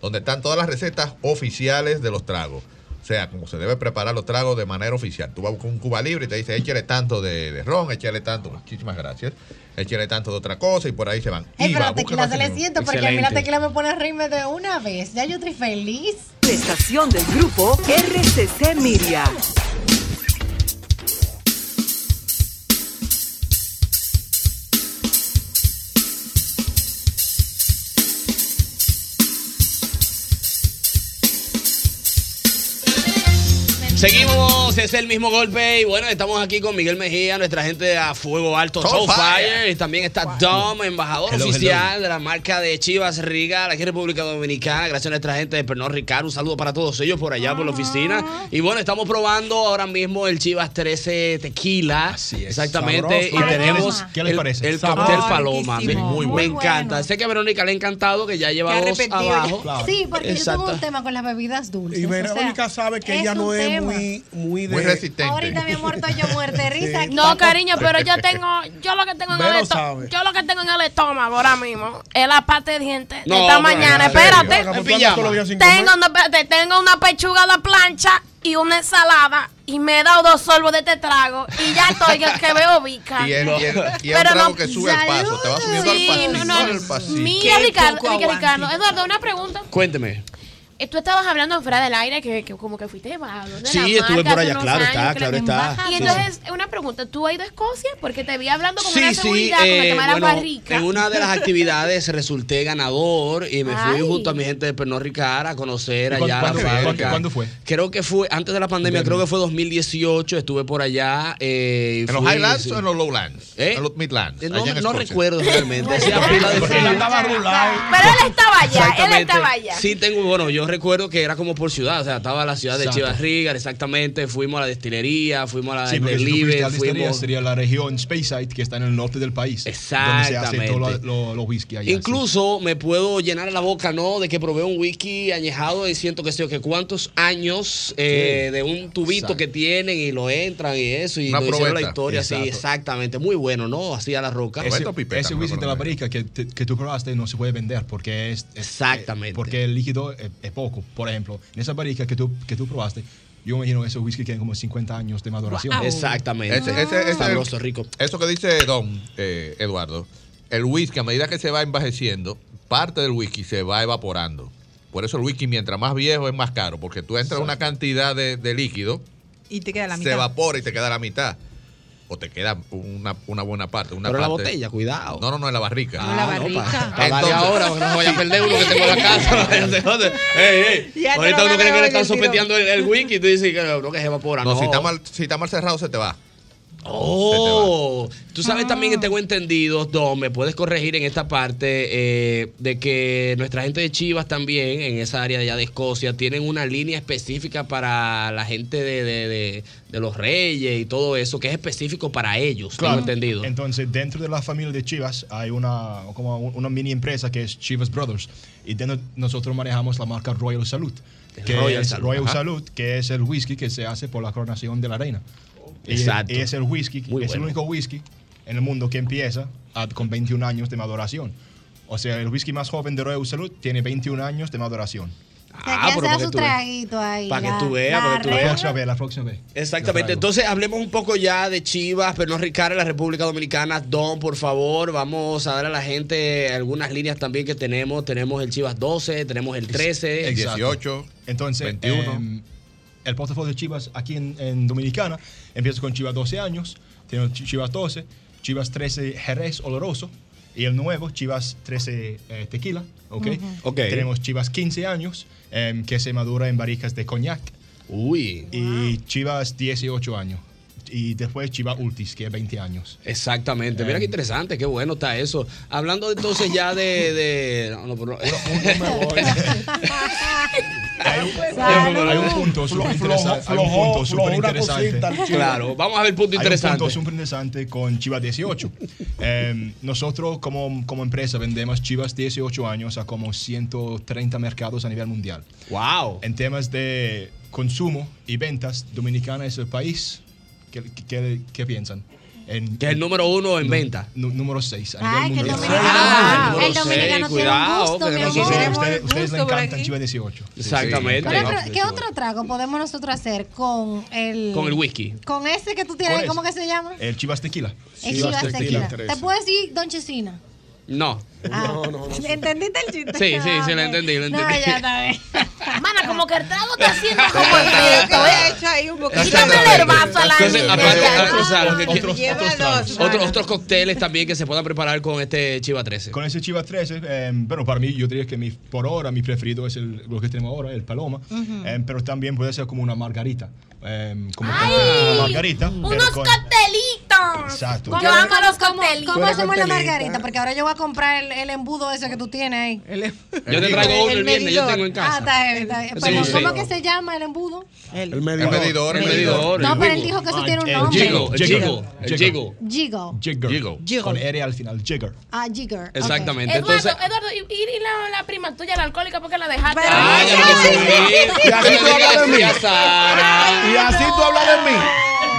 Speaker 18: donde están todas las recetas oficiales de los tragos. O sea, como se debe preparar los tragos de manera oficial. Tú vas con un Cuba Libre y te dice, échale tanto de, de ron, échale tanto, muchísimas gracias, échale tanto de otra cosa y por ahí se van.
Speaker 22: Ey, pero
Speaker 18: IVA,
Speaker 22: la tequila
Speaker 18: búscalo
Speaker 22: se
Speaker 18: así
Speaker 22: le
Speaker 18: mismo.
Speaker 22: siento porque a mí la tequila me pone a reírme de una vez. Ya yo estoy feliz.
Speaker 23: La estación del grupo RCC Miria.
Speaker 3: Seguimos, es el mismo golpe. Y bueno, estamos aquí con Miguel Mejía, nuestra gente de a fuego alto,
Speaker 18: Soul
Speaker 3: Soul
Speaker 18: Fire.
Speaker 3: Fire. Y también está Dom, embajador
Speaker 18: Hello,
Speaker 3: oficial de la marca de Chivas Riga, aquí en República Dominicana. Gracias a nuestra gente de Pernod Ricard. Un saludo para todos ellos por allá, por la
Speaker 18: Ah.
Speaker 3: oficina. Y bueno, estamos probando ahora mismo el Chivas 13 Tequila. Exactamente.
Speaker 18: Sabroso.
Speaker 3: Y tenemos
Speaker 18: ¿Qué les
Speaker 3: el-
Speaker 18: parece?
Speaker 3: el,
Speaker 18: Sabroso.
Speaker 3: cóctel
Speaker 18: Ay,
Speaker 3: Paloma. Me,
Speaker 18: riquísimo. Muy
Speaker 3: me
Speaker 18: bueno.
Speaker 3: encanta. Sé que a Verónica le ha encantado, que ya lleva dos abajo.
Speaker 22: Sí, porque yo
Speaker 3: Exacto.
Speaker 22: tengo un tema con las bebidas dulces.
Speaker 11: Y
Speaker 22: o sea,
Speaker 11: Verónica sabe que
Speaker 22: es
Speaker 11: ella no
Speaker 22: un
Speaker 11: es
Speaker 22: tema.
Speaker 11: muy, muy, de,
Speaker 18: Muy resistente.
Speaker 22: Ahorita mi
Speaker 11: (laughs)
Speaker 22: amor, estoy yo muerte de risa. aquí.
Speaker 5: No, cariño, pero yo tengo, yo lo que tengo en
Speaker 11: Vero
Speaker 5: el estómago,
Speaker 11: sabe.
Speaker 5: yo lo que tengo en el estómago ahora mismo es la pasta de dientes
Speaker 11: No,
Speaker 5: de esta
Speaker 11: pero,
Speaker 5: mañana.
Speaker 11: ¿en serio?
Speaker 5: Espérate.
Speaker 11: Acá, pues, tú andas todos los días sin
Speaker 5: Tengo,
Speaker 11: comer.
Speaker 5: no, espérate, tengo una pechuga a la plancha y una ensalada y me he dado dos sorbos de este trago y ya estoy que, que veo bica.
Speaker 18: Y es, y es- y es un
Speaker 5: Pero
Speaker 18: trago
Speaker 5: no-
Speaker 18: que sube al paso, te va subiendo
Speaker 5: Sí,
Speaker 18: al
Speaker 5: no,
Speaker 18: pasito,
Speaker 5: no.
Speaker 18: al pasito.
Speaker 5: Mira, Ricardo,
Speaker 3: poco
Speaker 5: mira,
Speaker 3: aguante.
Speaker 5: Ricardo, Eduardo, una pregunta.
Speaker 3: Cuénteme.
Speaker 5: Eh, Tú estabas hablando fuera del aire que, que como que fuiste embajador de
Speaker 3: Sí,
Speaker 5: la
Speaker 3: estuve
Speaker 5: marca
Speaker 3: por
Speaker 5: hace
Speaker 3: allá,
Speaker 5: unos
Speaker 3: claro
Speaker 5: años,
Speaker 3: está,
Speaker 5: que
Speaker 3: claro
Speaker 5: la
Speaker 3: está.
Speaker 5: embajada.
Speaker 3: Sí,
Speaker 5: Y entonces, una pregunta, ¿tú has ido a Escocia? Porque te vi hablando con
Speaker 3: Sí,
Speaker 5: una
Speaker 3: sí,
Speaker 5: seguridad, con el
Speaker 3: eh,
Speaker 5: tema de la
Speaker 3: bueno,
Speaker 5: barrica.
Speaker 3: en una
Speaker 5: (laughs)
Speaker 3: de las actividades resulté ganador y me fui
Speaker 5: Ay.
Speaker 3: junto a mi gente de Pernod Ricard a conocer
Speaker 16: ¿Y cuándo-
Speaker 3: allá.
Speaker 16: cuándo
Speaker 3: la
Speaker 16: fue?
Speaker 3: fábrica.
Speaker 16: ¿Cuándo- cuándo fue?
Speaker 3: Creo que fue antes de la pandemia, creo que fue 2018, estuve por allá. eh,
Speaker 18: ¿En los
Speaker 3: fui-
Speaker 18: Highlands
Speaker 3: sí.
Speaker 18: o en los Lowlands? ¿En los Midlands?
Speaker 3: Eh, No,
Speaker 18: allá en
Speaker 3: no
Speaker 18: Escocia.
Speaker 3: recuerdo realmente. hacía fila de
Speaker 18: Porque
Speaker 3: fila.
Speaker 18: él andaba rulado.
Speaker 5: Pero él estaba allá, él
Speaker 3: Exactamente.
Speaker 5: estaba allá.
Speaker 3: Sí, tengo, bueno, yo recuerdo que era como por ciudad, o sea, estaba la ciudad de
Speaker 16: Exacto.
Speaker 3: Chivas Rigar, exactamente, fuimos a la destilería, fuimos a la
Speaker 16: Sí, porque si tú fuiste
Speaker 3: delivery,
Speaker 16: a la destilería,
Speaker 3: Ah, fuimos...
Speaker 16: sería la región Speyside que está en el norte del país. Donde se hace todo lo,
Speaker 3: Exactamente.
Speaker 16: lo- lo whisky allá.
Speaker 3: Incluso me puedo llenar la boca, ¿no? De que probé un whisky añejado y siento que sé yo que cuántos años eh,
Speaker 18: Sí.
Speaker 3: de un tubito
Speaker 18: Exacto.
Speaker 3: que tienen y lo entran y eso, y
Speaker 18: Una
Speaker 3: lo hicieron la
Speaker 18: probeta.
Speaker 3: historia, sí,
Speaker 18: Exacto.
Speaker 3: exactamente. Muy bueno, ¿no? Así a la roca.
Speaker 16: Ese, ese whisky de la barrica que, te- que tú probaste no se puede vender porque es, es- eh, porque el líquido es, es poco. Por ejemplo, en esa barrica que tú, que tú probaste, yo imagino que ese whisky tiene como 50 años de maduración.
Speaker 3: Exactamente.
Speaker 18: Ese- ese- ese-
Speaker 3: Sabroso, rico.
Speaker 18: Eso que dice Don, eh, Eduardo, el whisky a medida que se va envejeciendo, parte del whisky se va evaporando. Por eso el whisky mientras más viejo es más caro, porque tú entras una cantidad de, de líquido,
Speaker 6: Y te queda la
Speaker 18: se
Speaker 6: mitad.
Speaker 18: evapora y te queda la mitad. O te queda una, una buena parte. Una
Speaker 3: Pero en la
Speaker 18: parte-
Speaker 3: botella, cuidado.
Speaker 18: No, no, no, en la barrica.
Speaker 3: Ah, En la no, barrica. pa- pa' darle
Speaker 18: Entonces-
Speaker 3: ahora, porque no se vaya a perder uno que tengo en la
Speaker 18: (laughs)
Speaker 3: casa. Ey, ey,
Speaker 18: Ya te lo
Speaker 3: Ahorita uno cree que
Speaker 18: ganaron
Speaker 3: le
Speaker 18: en
Speaker 3: están
Speaker 18: el tirón.
Speaker 3: sopeteando el, el whisky y tú dices que no, que se evapora.
Speaker 18: No,
Speaker 3: No,
Speaker 18: Si, está mal, si está mal cerrado, se te va.
Speaker 3: Oh, tú sabes también que tengo entendido, Don, me puedes corregir en esta parte, eh, de que nuestra gente de Chivas también, en esa área de allá de Escocia, tienen una línea específica para la gente de, de- de- de los reyes y todo eso, que es específico para ellos, tengo entendido.
Speaker 16: Entonces, dentro de la familia de Chivas hay una, como un- una mini empresa que es Chivas Brothers. Y dentro- nosotros manejamos la marca Royal Salud. Que
Speaker 3: Royal
Speaker 16: es
Speaker 3: Salud,
Speaker 16: Royal
Speaker 3: ajá.
Speaker 16: Salud, que es el whisky que se hace por la coronación de la reina. Y es- Y es el whisky, que es el único whisky en el mundo que empieza a- con 21 años de maduración. O sea, el whisky más joven de Royal Salud tiene 21 años de maduración.
Speaker 3: Ah,
Speaker 8: ya se da su traguito ahí.
Speaker 3: Para
Speaker 8: la-
Speaker 3: que tú veas,
Speaker 8: la
Speaker 3: para que tú
Speaker 16: La
Speaker 3: veas.
Speaker 16: próxima vez, la próxima vez.
Speaker 3: Exactamente. Entonces, hablemos un poco ya de Chivas, pero no Ricardo en la República Dominicana. Don, por favor, vamos a dar a la gente algunas líneas también que tenemos. Tenemos el Chivas 12, tenemos el 13,
Speaker 16: Exacto. Entonces,
Speaker 18: 21.
Speaker 16: em, el portafolio de Chivas aquí en, en Dominicana empieza con Chivas 12 años, tenemos Chi- Chivas 12, Chivas 13 Jerez Oloroso y el nuevo Chivas 13 eh, Tequila. ¿ok?
Speaker 3: Ujú. Ok.
Speaker 16: Tenemos Chivas 15 años em, que se madura en barricas de coñac.
Speaker 3: Uy.
Speaker 16: Y Chivas 18 años. Y después Chivas Ultis, que es 20 años.
Speaker 3: Exactamente. Mira
Speaker 16: Em.
Speaker 3: qué interesante, qué bueno está eso. Hablando entonces ya de. de- no, no, pero
Speaker 5: (laughs)
Speaker 3: no.
Speaker 16: Hay un punto súper interesante. Hay un punto súper interesante.
Speaker 3: Claro, vamos a ver el punto
Speaker 16: Hay un punto
Speaker 3: interesante.
Speaker 16: súper interesante con Chivas 18. Em, nosotros como, como empresa vendemos Chivas 18 años a como 130 mercados a nivel mundial.
Speaker 3: ¡Wow!
Speaker 16: En temas de consumo y ventas, Dominicana es el país. ¿Qué, qué- qué- qué piensan? En,
Speaker 3: Que es el número uno en
Speaker 16: nu-
Speaker 3: venta.
Speaker 16: nu- número 6 a
Speaker 3: Ay,
Speaker 16: nivel
Speaker 3: que el
Speaker 16: mundial.
Speaker 3: dominicano- Ah, el el número seis, dominicano tiene un cuidado, gusto, que mi no se amor. sepa.
Speaker 16: Ustedes, ustedes le
Speaker 3: Gusto por
Speaker 16: encantan
Speaker 3: aquí.
Speaker 16: Chivas 18.
Speaker 3: Exactamente.
Speaker 8: Pero, pero, ¿Qué otro trago podemos nosotros hacer con el.
Speaker 16: Con el whisky.
Speaker 8: Con ese que tú
Speaker 16: Con
Speaker 8: tienes,
Speaker 16: ese.
Speaker 8: ¿cómo que se llama?
Speaker 16: El Chivas Tequila.
Speaker 8: El Chivas Tequila. ¿Te Ah. puedes decir Don Chesina?
Speaker 3: No.
Speaker 8: No, no, no. ¿Entendiste el chiste?
Speaker 3: Sí, sí, sí, lo entendí, lo entendí.
Speaker 8: No, ya está bien.
Speaker 5: Mana, como que el trago está
Speaker 3: (laughs)
Speaker 5: haciendo (laughs)
Speaker 6: Yo
Speaker 5: como el
Speaker 6: creo que
Speaker 5: viento,
Speaker 6: voy
Speaker 5: ¿eh?
Speaker 6: a echar ahí un
Speaker 5: (laughs)
Speaker 6: poquito.
Speaker 5: Quítame el herbazo a la
Speaker 3: Entonces,
Speaker 5: niña.
Speaker 3: aparte,
Speaker 5: ya.
Speaker 3: ah, o sea, lo que quiero-
Speaker 16: Otros-
Speaker 3: otros
Speaker 16: otros
Speaker 3: tragos.
Speaker 16: tragos.
Speaker 3: Otros- otros cócteles también que se puedan preparar con este Chiva 13.
Speaker 16: Con ese Chivas 13, eh, bueno, para mí yo diría que mi, por ahora mi preferido es el, lo que tenemos ahora, el Paloma,
Speaker 5: Ujú.
Speaker 16: eh, pero también puede ser como una margarita. eh, como
Speaker 5: ¡Ay!
Speaker 3: Ah,
Speaker 16: cóctel, una margarita.
Speaker 5: Unos coctelitos.
Speaker 16: Exacto.
Speaker 5: Yo amo los coctelitos.
Speaker 8: ¿Cómo hacemos la
Speaker 16: Coctelito.
Speaker 8: margarita? Porque ahora yo voy a comprar el, el embudo ese que tú tienes ahí.
Speaker 3: Yo te traigo uno el viernes, yo
Speaker 8: medidor.
Speaker 3: tengo en
Speaker 8: Ah,
Speaker 3: casa.
Speaker 8: está bien, está bien.
Speaker 3: Sí,
Speaker 8: Pero,
Speaker 3: sí.
Speaker 8: ¿Cómo que se llama el embudo?
Speaker 3: El medidor. El medidor.
Speaker 8: No, pero él dijo
Speaker 16: Ah,
Speaker 8: que eso tiene un nombre.
Speaker 3: Jigo, el Jigo, el Jigo.
Speaker 8: Jigo.
Speaker 16: Jigger. Con R al final, Jigger.
Speaker 8: Ah, Jigger. ok.
Speaker 3: Exactamente.
Speaker 5: Eduardo,
Speaker 3: Entonces,
Speaker 5: Eduardo, y, y la, la prima tuya, la alcohólica, porque la dejaste.
Speaker 3: Ay, ya lo subí.
Speaker 11: Y así tú hablas de mí.
Speaker 3: Ya, Sara.
Speaker 11: Y así tú hablas de mí.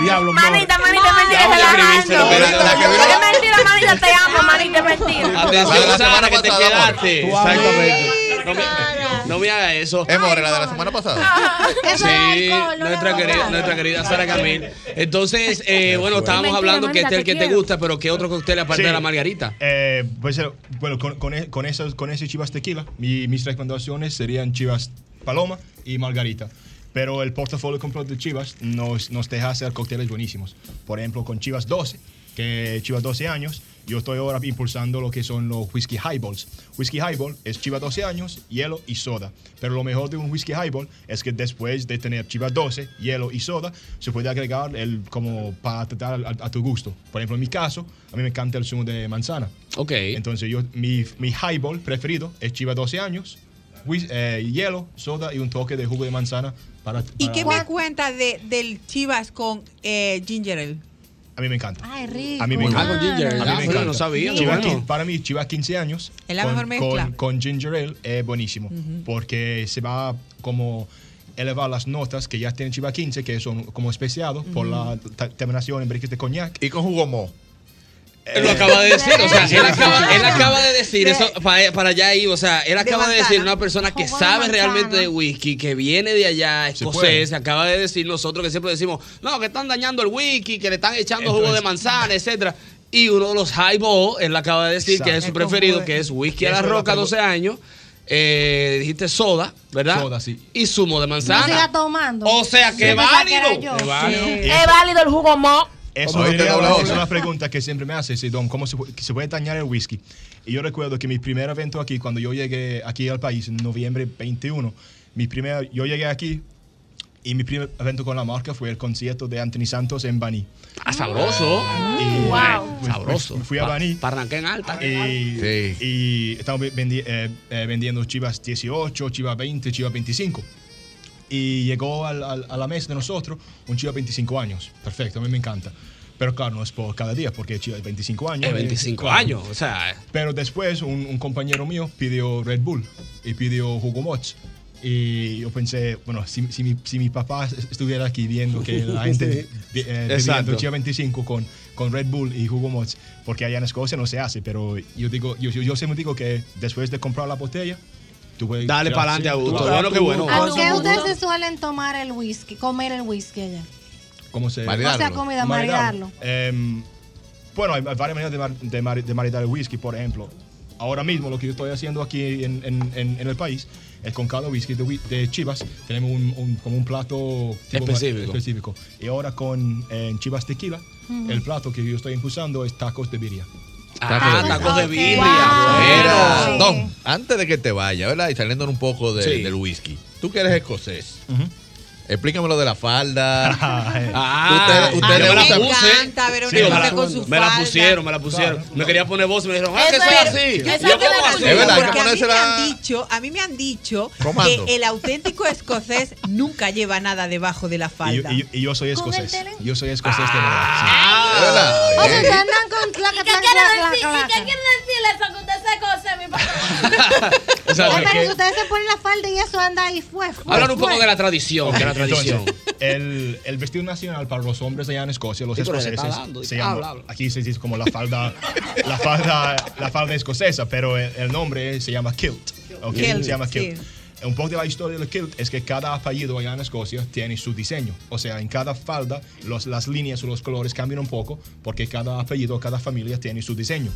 Speaker 11: Diablo, no.
Speaker 5: Manita, manita,
Speaker 3: Ya
Speaker 5: mentira,
Speaker 3: me escribiste,
Speaker 5: relajando.
Speaker 3: la verdad, la que vino-
Speaker 5: Es mentira, manita, te amo, manita, es mentira.
Speaker 3: Atención,
Speaker 18: La
Speaker 3: Sara,
Speaker 18: semana
Speaker 3: que te
Speaker 18: pasada, amor.
Speaker 3: quedaste.
Speaker 18: Tu
Speaker 3: Exactamente. No me, no me haga eso. Es
Speaker 18: More, la de la semana pasada.
Speaker 3: Sí, nuestra querida, nuestra querida Sara Camil. Entonces, eh, bueno, estábamos
Speaker 16: Mentira,
Speaker 3: hablando que
Speaker 16: Mónica,
Speaker 3: este es el
Speaker 16: te
Speaker 3: que te
Speaker 16: quiero.
Speaker 3: gusta, pero ¿qué otro cóctel aparte
Speaker 16: Sí.
Speaker 3: de la margarita?
Speaker 16: Eh, pues, eh, bueno, con, con, e- con esas, con ese Chivas Tequila, mi- mis recomendaciones serían Chivas Paloma y Margarita. Pero el portafolio completo de Chivas nos, nos deja hacer cócteles buenísimos. Por ejemplo, con Chivas 12, que Chivas 12 años, yo estoy ahora impulsando lo que son los whisky highballs. Whisky highball es Chivas 12 años, hielo y soda. Pero lo mejor de un whisky highball es que después de tener Chivas 12, hielo y soda, se puede agregar el como para tratar a, a tu gusto. Por ejemplo, en mi caso, a mí me encanta el zumo de manzana.
Speaker 3: Ok.
Speaker 16: Entonces, yo, mi, mi highball preferido es Chivas 12 años, whis- eh, hielo, soda y un toque de jugo de manzana para.
Speaker 6: ¿Y
Speaker 16: para-
Speaker 6: qué me cuenta de, del Chivas con eh, Ginger Ale?
Speaker 16: A mí me encanta.
Speaker 6: Ay,
Speaker 16: A mí me encanta.
Speaker 3: con ginger ale.
Speaker 16: A mí me
Speaker 3: Ah, pero
Speaker 16: encanta.
Speaker 3: no sabía, qué
Speaker 16: Chivas
Speaker 3: bueno.
Speaker 16: quin- para mí, Chivas 15 años.
Speaker 6: Es la
Speaker 16: con,
Speaker 6: mejor mezcla.
Speaker 16: Con, con ginger ale es buenísimo. Porque se va como elevar las notas que ya tiene Chivas 15, que son como especiados por la ta- terminación en briquet de coñac.
Speaker 18: Y con jugo mo.
Speaker 3: Él lo acaba
Speaker 16: Eh,
Speaker 3: de decir, o sea,
Speaker 16: (laughs)
Speaker 3: él acaba, él acaba de decir eso para, para allá ahí, o sea, él
Speaker 18: De
Speaker 3: acaba de
Speaker 18: manzana.
Speaker 3: decir una persona que
Speaker 18: Jugo de
Speaker 3: sabe
Speaker 18: manzana.
Speaker 3: realmente de whisky, que viene de allá,
Speaker 18: puede.
Speaker 3: escocés, acaba de decir nosotros que siempre decimos, no, que están dañando el whisky, que le están echando jugo de
Speaker 16: Entonces-
Speaker 3: manzana, etcétera. Y uno de los highball, él acaba de decir que es su
Speaker 16: Exacto.
Speaker 3: preferido, que es whisky a la
Speaker 16: Eso es
Speaker 3: roca,
Speaker 16: lo que-
Speaker 3: 12 años. Eh, dijiste soda, ¿verdad?
Speaker 16: Soda, sí.
Speaker 3: Y zumo de
Speaker 8: No siga
Speaker 3: manzana.
Speaker 8: tomando.
Speaker 3: O sea, que
Speaker 8: Yo pensaba que era
Speaker 3: válido.
Speaker 8: yo.
Speaker 16: Es válido. Y
Speaker 5: Es válido el jugo mo.
Speaker 16: Eso
Speaker 18: Como
Speaker 16: es,
Speaker 18: viste, doble
Speaker 16: es
Speaker 18: doble.
Speaker 16: una pregunta que siempre me hace, si Don, ¿cómo se, pu- que se puede dañar el whisky? Y yo recuerdo que mi primer evento aquí, cuando yo llegué aquí al país en noviembre 21, mi primer, yo llegué aquí y mi primer evento con la marca fue el concierto de Anthony Santos en Baní.
Speaker 3: Ah, sabroso.
Speaker 16: Y-
Speaker 3: Wow.
Speaker 16: pues,
Speaker 3: Sabroso.
Speaker 16: pues, Fui a
Speaker 3: Pa-
Speaker 16: Baní.
Speaker 3: Parranca en alta.
Speaker 16: Y, y estamos vendi- eh, eh, vendiendo chivas 18, chivas 20, chivas 25. Y llegó al- al- a la mesa de nosotros un chiva 25 años. Perfecto, a mí me encanta. Pero claro, no es por cada día, porque chiva de 25 años.
Speaker 3: Es
Speaker 16: eh,
Speaker 3: 25
Speaker 16: claro.
Speaker 3: años, o sea. eh.
Speaker 16: Pero después un, un compañero mío pidió Red Bull y pidió Hugo Mots. Y yo pensé, bueno, si, si mi, si mi papá estuviera aquí viendo que la gente vi- eh,
Speaker 7: Exacto.
Speaker 16: bebiendo Chia 25 con, con Red Bull y Hugo Mots, porque allá en Escocia no se hace, pero yo digo, yo, yo, yo siempre digo que después de comprar la botella, tú puedes...
Speaker 7: Dale
Speaker 16: ya,
Speaker 7: pa'lante,
Speaker 16: sí, tú-
Speaker 7: Augusto.
Speaker 16: tú-
Speaker 7: Bueno, qué
Speaker 16: tú-
Speaker 7: bueno.
Speaker 8: ¿A qué ustedes se suelen tomar el whisky, comer el whisky allá?
Speaker 16: ¿Cómo se
Speaker 8: Maridarlo. O sea, comida, maridarlo.
Speaker 16: Em, bueno, hay hay varias maneras de, mar- de, mar- de maridar el whisky, por ejemplo. Ahora mismo lo que yo estoy haciendo aquí en, en- en- en el país es con cada whisky de, whi- de Chivas tenemos un, un- como un plato tipo mar-
Speaker 3: Específico.
Speaker 16: específico. Y ahora con eh, Chivas Tequila,
Speaker 3: Ujú.
Speaker 16: el plato que yo estoy impulsando es tacos de birria.
Speaker 3: Ah, tacos de birria.
Speaker 18: Mira,
Speaker 3: Bueno.
Speaker 18: Don, antes de que te vaya, ¿verdad? Y saliendo un poco de-
Speaker 3: Sí.
Speaker 18: del whisky. Tú que eres escocés. Explícame lo de la falda.
Speaker 3: Ah,
Speaker 18: Usted- usted
Speaker 3: yo
Speaker 18: le
Speaker 3: me
Speaker 18: gusta-
Speaker 3: la puse.
Speaker 6: encanta ver a una mujer con su
Speaker 3: me la
Speaker 6: falda.
Speaker 3: pusieron, me la pusieron. Me quería poner voz y me dijeron, ah, que
Speaker 6: Eso
Speaker 3: soy
Speaker 6: es-
Speaker 3: así.
Speaker 6: eso es
Speaker 3: Yo,
Speaker 6: de
Speaker 3: ¿cómo
Speaker 6: la
Speaker 3: así?
Speaker 6: cultura, porque a mí me han dicho, a mí me han dicho
Speaker 16: Comando.
Speaker 6: que el auténtico escocés (laughs) nunca lleva nada debajo de la
Speaker 16: Y, yo-
Speaker 6: falda.
Speaker 16: y yo- y yo soy
Speaker 6: ¿Con el
Speaker 16: escocés.
Speaker 6: tele?
Speaker 16: Yo soy escocés de
Speaker 3: Ah,
Speaker 1: Ah,
Speaker 16: verdad. sí.
Speaker 8: O sea, ustedes
Speaker 16: Eh.
Speaker 8: andan con claca,
Speaker 5: ¿Qué
Speaker 8: claca,
Speaker 5: quiere
Speaker 8: claca,
Speaker 5: decir? ¿Y
Speaker 8: claca.
Speaker 5: qué quiere decirle eso que usted se cose, mi papá?
Speaker 3: O sea,
Speaker 8: Ay, pero
Speaker 3: que-
Speaker 8: si ustedes se ponen la falda y eso anda ahí fue, fue,
Speaker 3: Hablan un poco
Speaker 8: fue.
Speaker 3: de la tradición, de la
Speaker 16: Entonces,
Speaker 3: tradición.
Speaker 16: el, el vestido nacional para los hombres allá en Escocia, los
Speaker 3: Sí, pero le
Speaker 16: escoceses,
Speaker 3: está dando,
Speaker 16: se
Speaker 3: habla,
Speaker 16: llama-
Speaker 3: habla.
Speaker 16: aquí se dice como la falda, la falda, la falda escocesa, pero el, el nombre se llama kilt. ¿ok?
Speaker 7: Kilt,
Speaker 16: se llama kilt.
Speaker 7: sí.
Speaker 16: Un poco de la historia del kilt es que cada apellido allá en Escocia tiene su diseño. O sea, en cada falda los, las líneas o los colores cambian un poco porque cada apellido, cada familia tiene su diseño.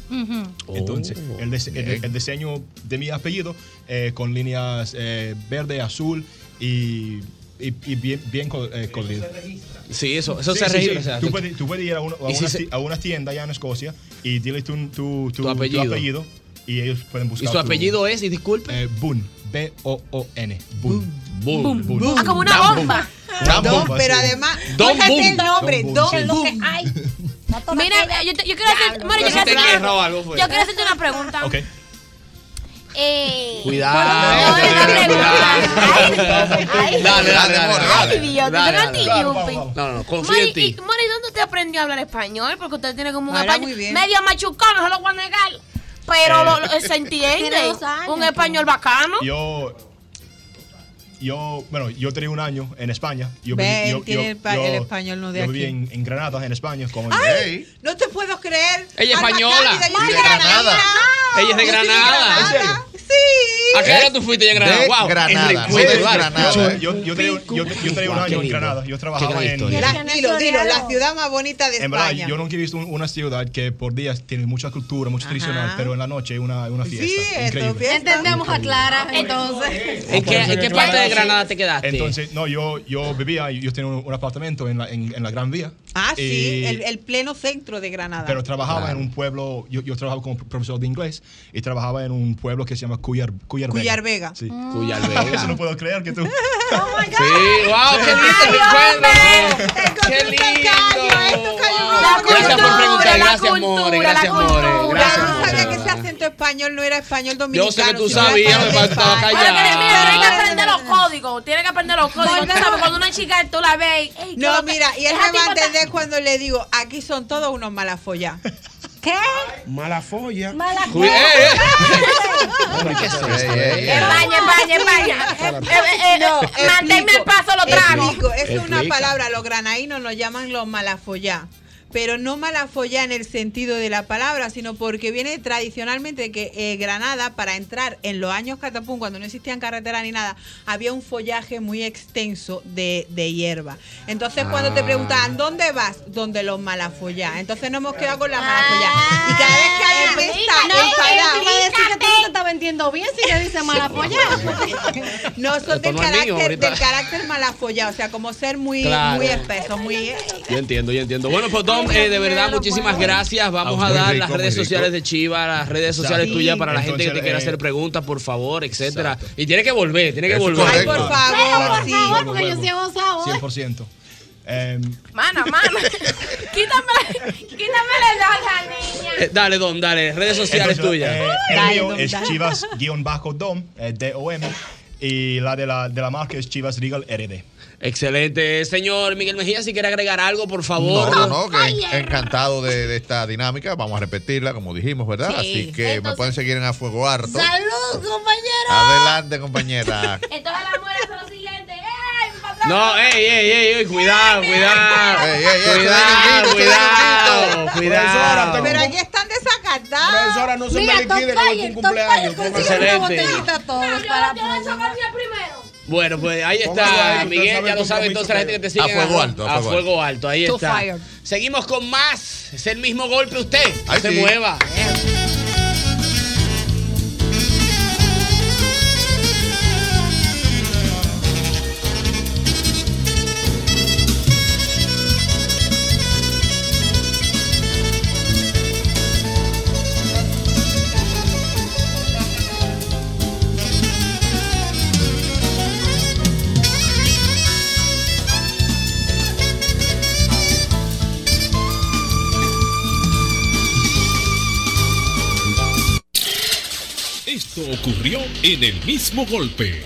Speaker 3: Oh.
Speaker 16: Entonces, el, dise- el- el diseño de mi apellido eh, con líneas eh, verde, azul y, y- y bien, bien co- eh, colorido.
Speaker 3: Sí, eso- eso
Speaker 16: Sí,
Speaker 3: se
Speaker 16: sí,
Speaker 3: registra,
Speaker 16: sí.
Speaker 3: o sea,
Speaker 16: Tú
Speaker 3: tú-
Speaker 16: puedes, tú puedes ir a, uno- a
Speaker 3: ¿Y si
Speaker 16: una,
Speaker 3: se-
Speaker 16: ti- a una tienda allá en Escocia y dile tu, tu, tu- tu
Speaker 3: apellido.
Speaker 16: apellido. y ellos pueden buscar.
Speaker 3: ¿Y su
Speaker 16: tu-
Speaker 3: apellido es? Y disculpe.
Speaker 16: eh, Boone. B-O-O-N. Boone.
Speaker 3: Boom,
Speaker 16: Boom.
Speaker 5: Ah, como una
Speaker 16: Don
Speaker 5: bomba.
Speaker 16: Don
Speaker 6: Don,
Speaker 16: Bomba,
Speaker 6: pero
Speaker 16: sí.
Speaker 6: además,
Speaker 16: Don
Speaker 6: fíjate
Speaker 16: Boom.
Speaker 6: el nombre,
Speaker 16: Don
Speaker 6: Don
Speaker 16: Boom, sí.
Speaker 6: Boom.
Speaker 5: Mira, yo, te- yo quiero hacer, Mari, yo
Speaker 3: Pero si te
Speaker 5: quiero hacer-
Speaker 3: quejó algo pues. fue.
Speaker 5: yo quiero hacerte una pregunta.
Speaker 16: Ok.
Speaker 5: Eh,
Speaker 3: Cuidado. Dale, dale, dale.
Speaker 5: Ay,
Speaker 3: dale.
Speaker 5: idiota,
Speaker 3: Dale,
Speaker 5: son
Speaker 3: dale.
Speaker 8: pues.
Speaker 5: anti-yuppie.
Speaker 3: No, no, confía
Speaker 5: Mari,
Speaker 3: en
Speaker 5: y,
Speaker 3: ti.
Speaker 5: Mari, ¿dónde usted aprendió a hablar español? Porque usted tiene como un
Speaker 3: Habla
Speaker 5: español
Speaker 3: muy bien.
Speaker 5: medio machucón, no se lo voy a negar. Pero
Speaker 16: Eh.
Speaker 5: lo- lo- se
Speaker 8: (laughs)
Speaker 5: entiende.
Speaker 8: Tiene dos años, pues.
Speaker 5: Un español bacano.
Speaker 16: Yo. Yo, bueno, yo tenía un año en España. Yo
Speaker 6: Ve,
Speaker 16: viví-
Speaker 6: él
Speaker 16: yo,
Speaker 6: tiene
Speaker 16: yo-
Speaker 6: el pa- el
Speaker 16: yo-
Speaker 6: español no de
Speaker 16: yo viví
Speaker 6: aquí.
Speaker 16: en, en Granada, en España. Como
Speaker 6: ¡Ay! No te puedo creer.
Speaker 3: Ella es
Speaker 6: Alma
Speaker 3: española.
Speaker 6: Cándida, yo soy
Speaker 3: Y de
Speaker 6: de
Speaker 3: Granada. Ella es de
Speaker 6: Yo soy de
Speaker 3: Granada.
Speaker 6: Granada.
Speaker 3: ¿A qué hora tú fuiste ya en Granada?
Speaker 18: De
Speaker 3: Wow,
Speaker 18: Granada,
Speaker 3: es
Speaker 18: no
Speaker 3: recuerdo,
Speaker 18: de
Speaker 3: claro.
Speaker 18: Granada,
Speaker 3: Yo-
Speaker 18: ¿eh?
Speaker 16: yo, yo tenía, un- yo, yo tenía un
Speaker 18: Guau, qué
Speaker 16: año en
Speaker 18: lindo.
Speaker 16: Granada. Yo
Speaker 18: Qué
Speaker 16: trabajaba
Speaker 18: gran
Speaker 16: en.
Speaker 18: historia.
Speaker 6: La- Dilo, dilo, la ciudad más bonita de
Speaker 16: En verdad,
Speaker 6: España.
Speaker 16: yo nunca he visto un- una ciudad que por días tiene mucha cultura, mucho tradicional, pero en la noche es una, una fiesta. increíble.
Speaker 8: Entendemos a Clara, entonces.
Speaker 3: ¿En qué, en qué parte de Granada te quedaste?
Speaker 16: Entonces, no, yo, yo vivía, yo tenía un, un apartamento en la, en, en la Gran Vía.
Speaker 6: Ah,
Speaker 16: Y-
Speaker 6: sí, el, el pleno centro de Granada.
Speaker 16: Eh, Pero trabajaba en un pueblo, yo, yo trabajaba como profesor de inglés y trabajaba en un pueblo que se llama Cuyar, Cuyar,
Speaker 6: Cuyar Vega.
Speaker 16: Sí. (laughs)
Speaker 6: Cuyar Vega.
Speaker 16: Eso no puedo creer que tú.
Speaker 3: Sí, wow, qué lindo recuerdo. Qué lindo. Gracias por preguntar, gracias, amores. Gracias, amores. Gracias,
Speaker 6: Yo no sabía que
Speaker 3: amores.
Speaker 6: ese acento español no era español
Speaker 3: Yo
Speaker 6: dominicano.
Speaker 3: sé que tú
Speaker 6: sino era
Speaker 3: sabías, me
Speaker 6: español de
Speaker 3: faltaba
Speaker 6: España.
Speaker 5: Pero que- mira, tiene que
Speaker 3: callar.
Speaker 5: aprender los códigos. Tiene que aprender los códigos. Tú sabes, cuando una chica tú la ves. ey, ¿qué
Speaker 6: No,
Speaker 5: lo que-
Speaker 6: mira, y él
Speaker 5: esa
Speaker 6: me va a
Speaker 5: tipa está-
Speaker 6: entender cuando le digo, aquí son todos unos malafollados.
Speaker 8: ¿Qué?
Speaker 11: Mala folla.
Speaker 3: Cuida- eh, eh.
Speaker 6: Ah.
Speaker 5: España, España, España. Eh, eh, eh, manténme al paso los tragos.
Speaker 6: explico, Es una
Speaker 5: Explica.
Speaker 6: palabra, los granadinos nos llaman los malafollá. Pero no malafollá en el sentido de la palabra, sino porque viene tradicionalmente que eh, Granada, para entrar en los años catapum, cuando no existían carreteras ni nada, había un follaje muy extenso de, de hierba. Entonces, cuando te
Speaker 14: Ah.
Speaker 6: preguntaban, ¿dónde vas? Donde los malafollá. Entonces, nos hemos quedado con
Speaker 5: Ah.
Speaker 6: la malafollá. Y cada vez que
Speaker 5: Eh, pues,
Speaker 6: alguien está
Speaker 8: No,
Speaker 6: enfadado,
Speaker 8: él va a decir que tú no te estás vendiendo bien si le dices mala polla.
Speaker 6: No, son
Speaker 3: Esto
Speaker 6: del
Speaker 3: no es mío
Speaker 6: carácter,
Speaker 3: ahorita.
Speaker 6: del carácter malafollado, o sea, como ser muy,
Speaker 3: Claro.
Speaker 6: muy espeso, muy...
Speaker 3: Yo entiendo, yo entiendo. Bueno, pues Dom, eh, de verdad, muchísimas gracias. Vamos
Speaker 16: Ah,
Speaker 3: a
Speaker 16: muy
Speaker 3: dar
Speaker 16: rico,
Speaker 3: las
Speaker 16: muy
Speaker 3: redes
Speaker 16: rico.
Speaker 3: sociales de Chiva, las redes
Speaker 16: Exacto.
Speaker 3: sociales
Speaker 16: Sí.
Speaker 3: tuyas para la gente que te
Speaker 16: Entonces,
Speaker 3: quiera
Speaker 16: eh,
Speaker 3: hacer preguntas, por favor, etcétera. Y tiene que volver, tiene que
Speaker 16: Eso es
Speaker 3: volver.
Speaker 16: correcto. Ay, por favor,
Speaker 8: Pero por
Speaker 16: sí.
Speaker 8: favor, porque yo
Speaker 16: Huevo.
Speaker 8: sí he gozado. ¿eh?
Speaker 16: 100%. Em,
Speaker 5: Mana,
Speaker 7: (laughs)
Speaker 5: mana. Quítame, quítame la edad a la niña.
Speaker 3: Eh, dale, Dom, dale, redes sociales
Speaker 16: Entonces,
Speaker 3: tuyas.
Speaker 16: eh, el
Speaker 5: Dale,
Speaker 16: mío
Speaker 5: Dom,
Speaker 16: es
Speaker 5: dale.
Speaker 16: eh, Chivas-Dom, eh, D-O-M. Y la de la, de la marca es Chivas Regal RD.
Speaker 3: Excelente. Señor Miguel Mejía, si quiere agregar algo, por favor.
Speaker 18: No, no, no, que encantado de, de esta dinámica. Vamos a repetirla, como dijimos, ¿verdad?
Speaker 3: Sí.
Speaker 18: Así que me pueden seguir en A Fuego Harto.
Speaker 5: ¡Salud, compañero!
Speaker 18: Adelante, compañera.
Speaker 5: Entonces las mujeres son lo siguiente. ¡Ey, mi patrón!
Speaker 3: No, ey, ey, ey, ey, cuidado, cuidado.
Speaker 18: Ey, ey, ey,
Speaker 3: cuidado, cuidado,
Speaker 11: Profesora,
Speaker 3: cuidado.
Speaker 11: tengo-
Speaker 6: Pero aquí están desacatadas.
Speaker 11: Profesora, no se me liquide con el cumpleaños.
Speaker 3: consígueme una Excelente.
Speaker 6: botellita a todos
Speaker 5: para yo le choco primero.
Speaker 3: Bueno, pues ahí
Speaker 11: Póngalo ahí,
Speaker 3: está,
Speaker 11: usted
Speaker 3: Miguel,
Speaker 11: sabe
Speaker 3: ya lo
Speaker 11: el
Speaker 3: sabe, entonces la gente que te sigue.
Speaker 18: A fuego alto, a
Speaker 3: A
Speaker 18: fuego
Speaker 3: fuego alto, ahí
Speaker 18: To
Speaker 3: está.
Speaker 18: fire.
Speaker 3: Seguimos con más. Es el mismo golpe usted. No
Speaker 18: Ahí
Speaker 3: se
Speaker 18: sí.
Speaker 3: mueva.
Speaker 24: Esto ocurrió en el mismo golpe.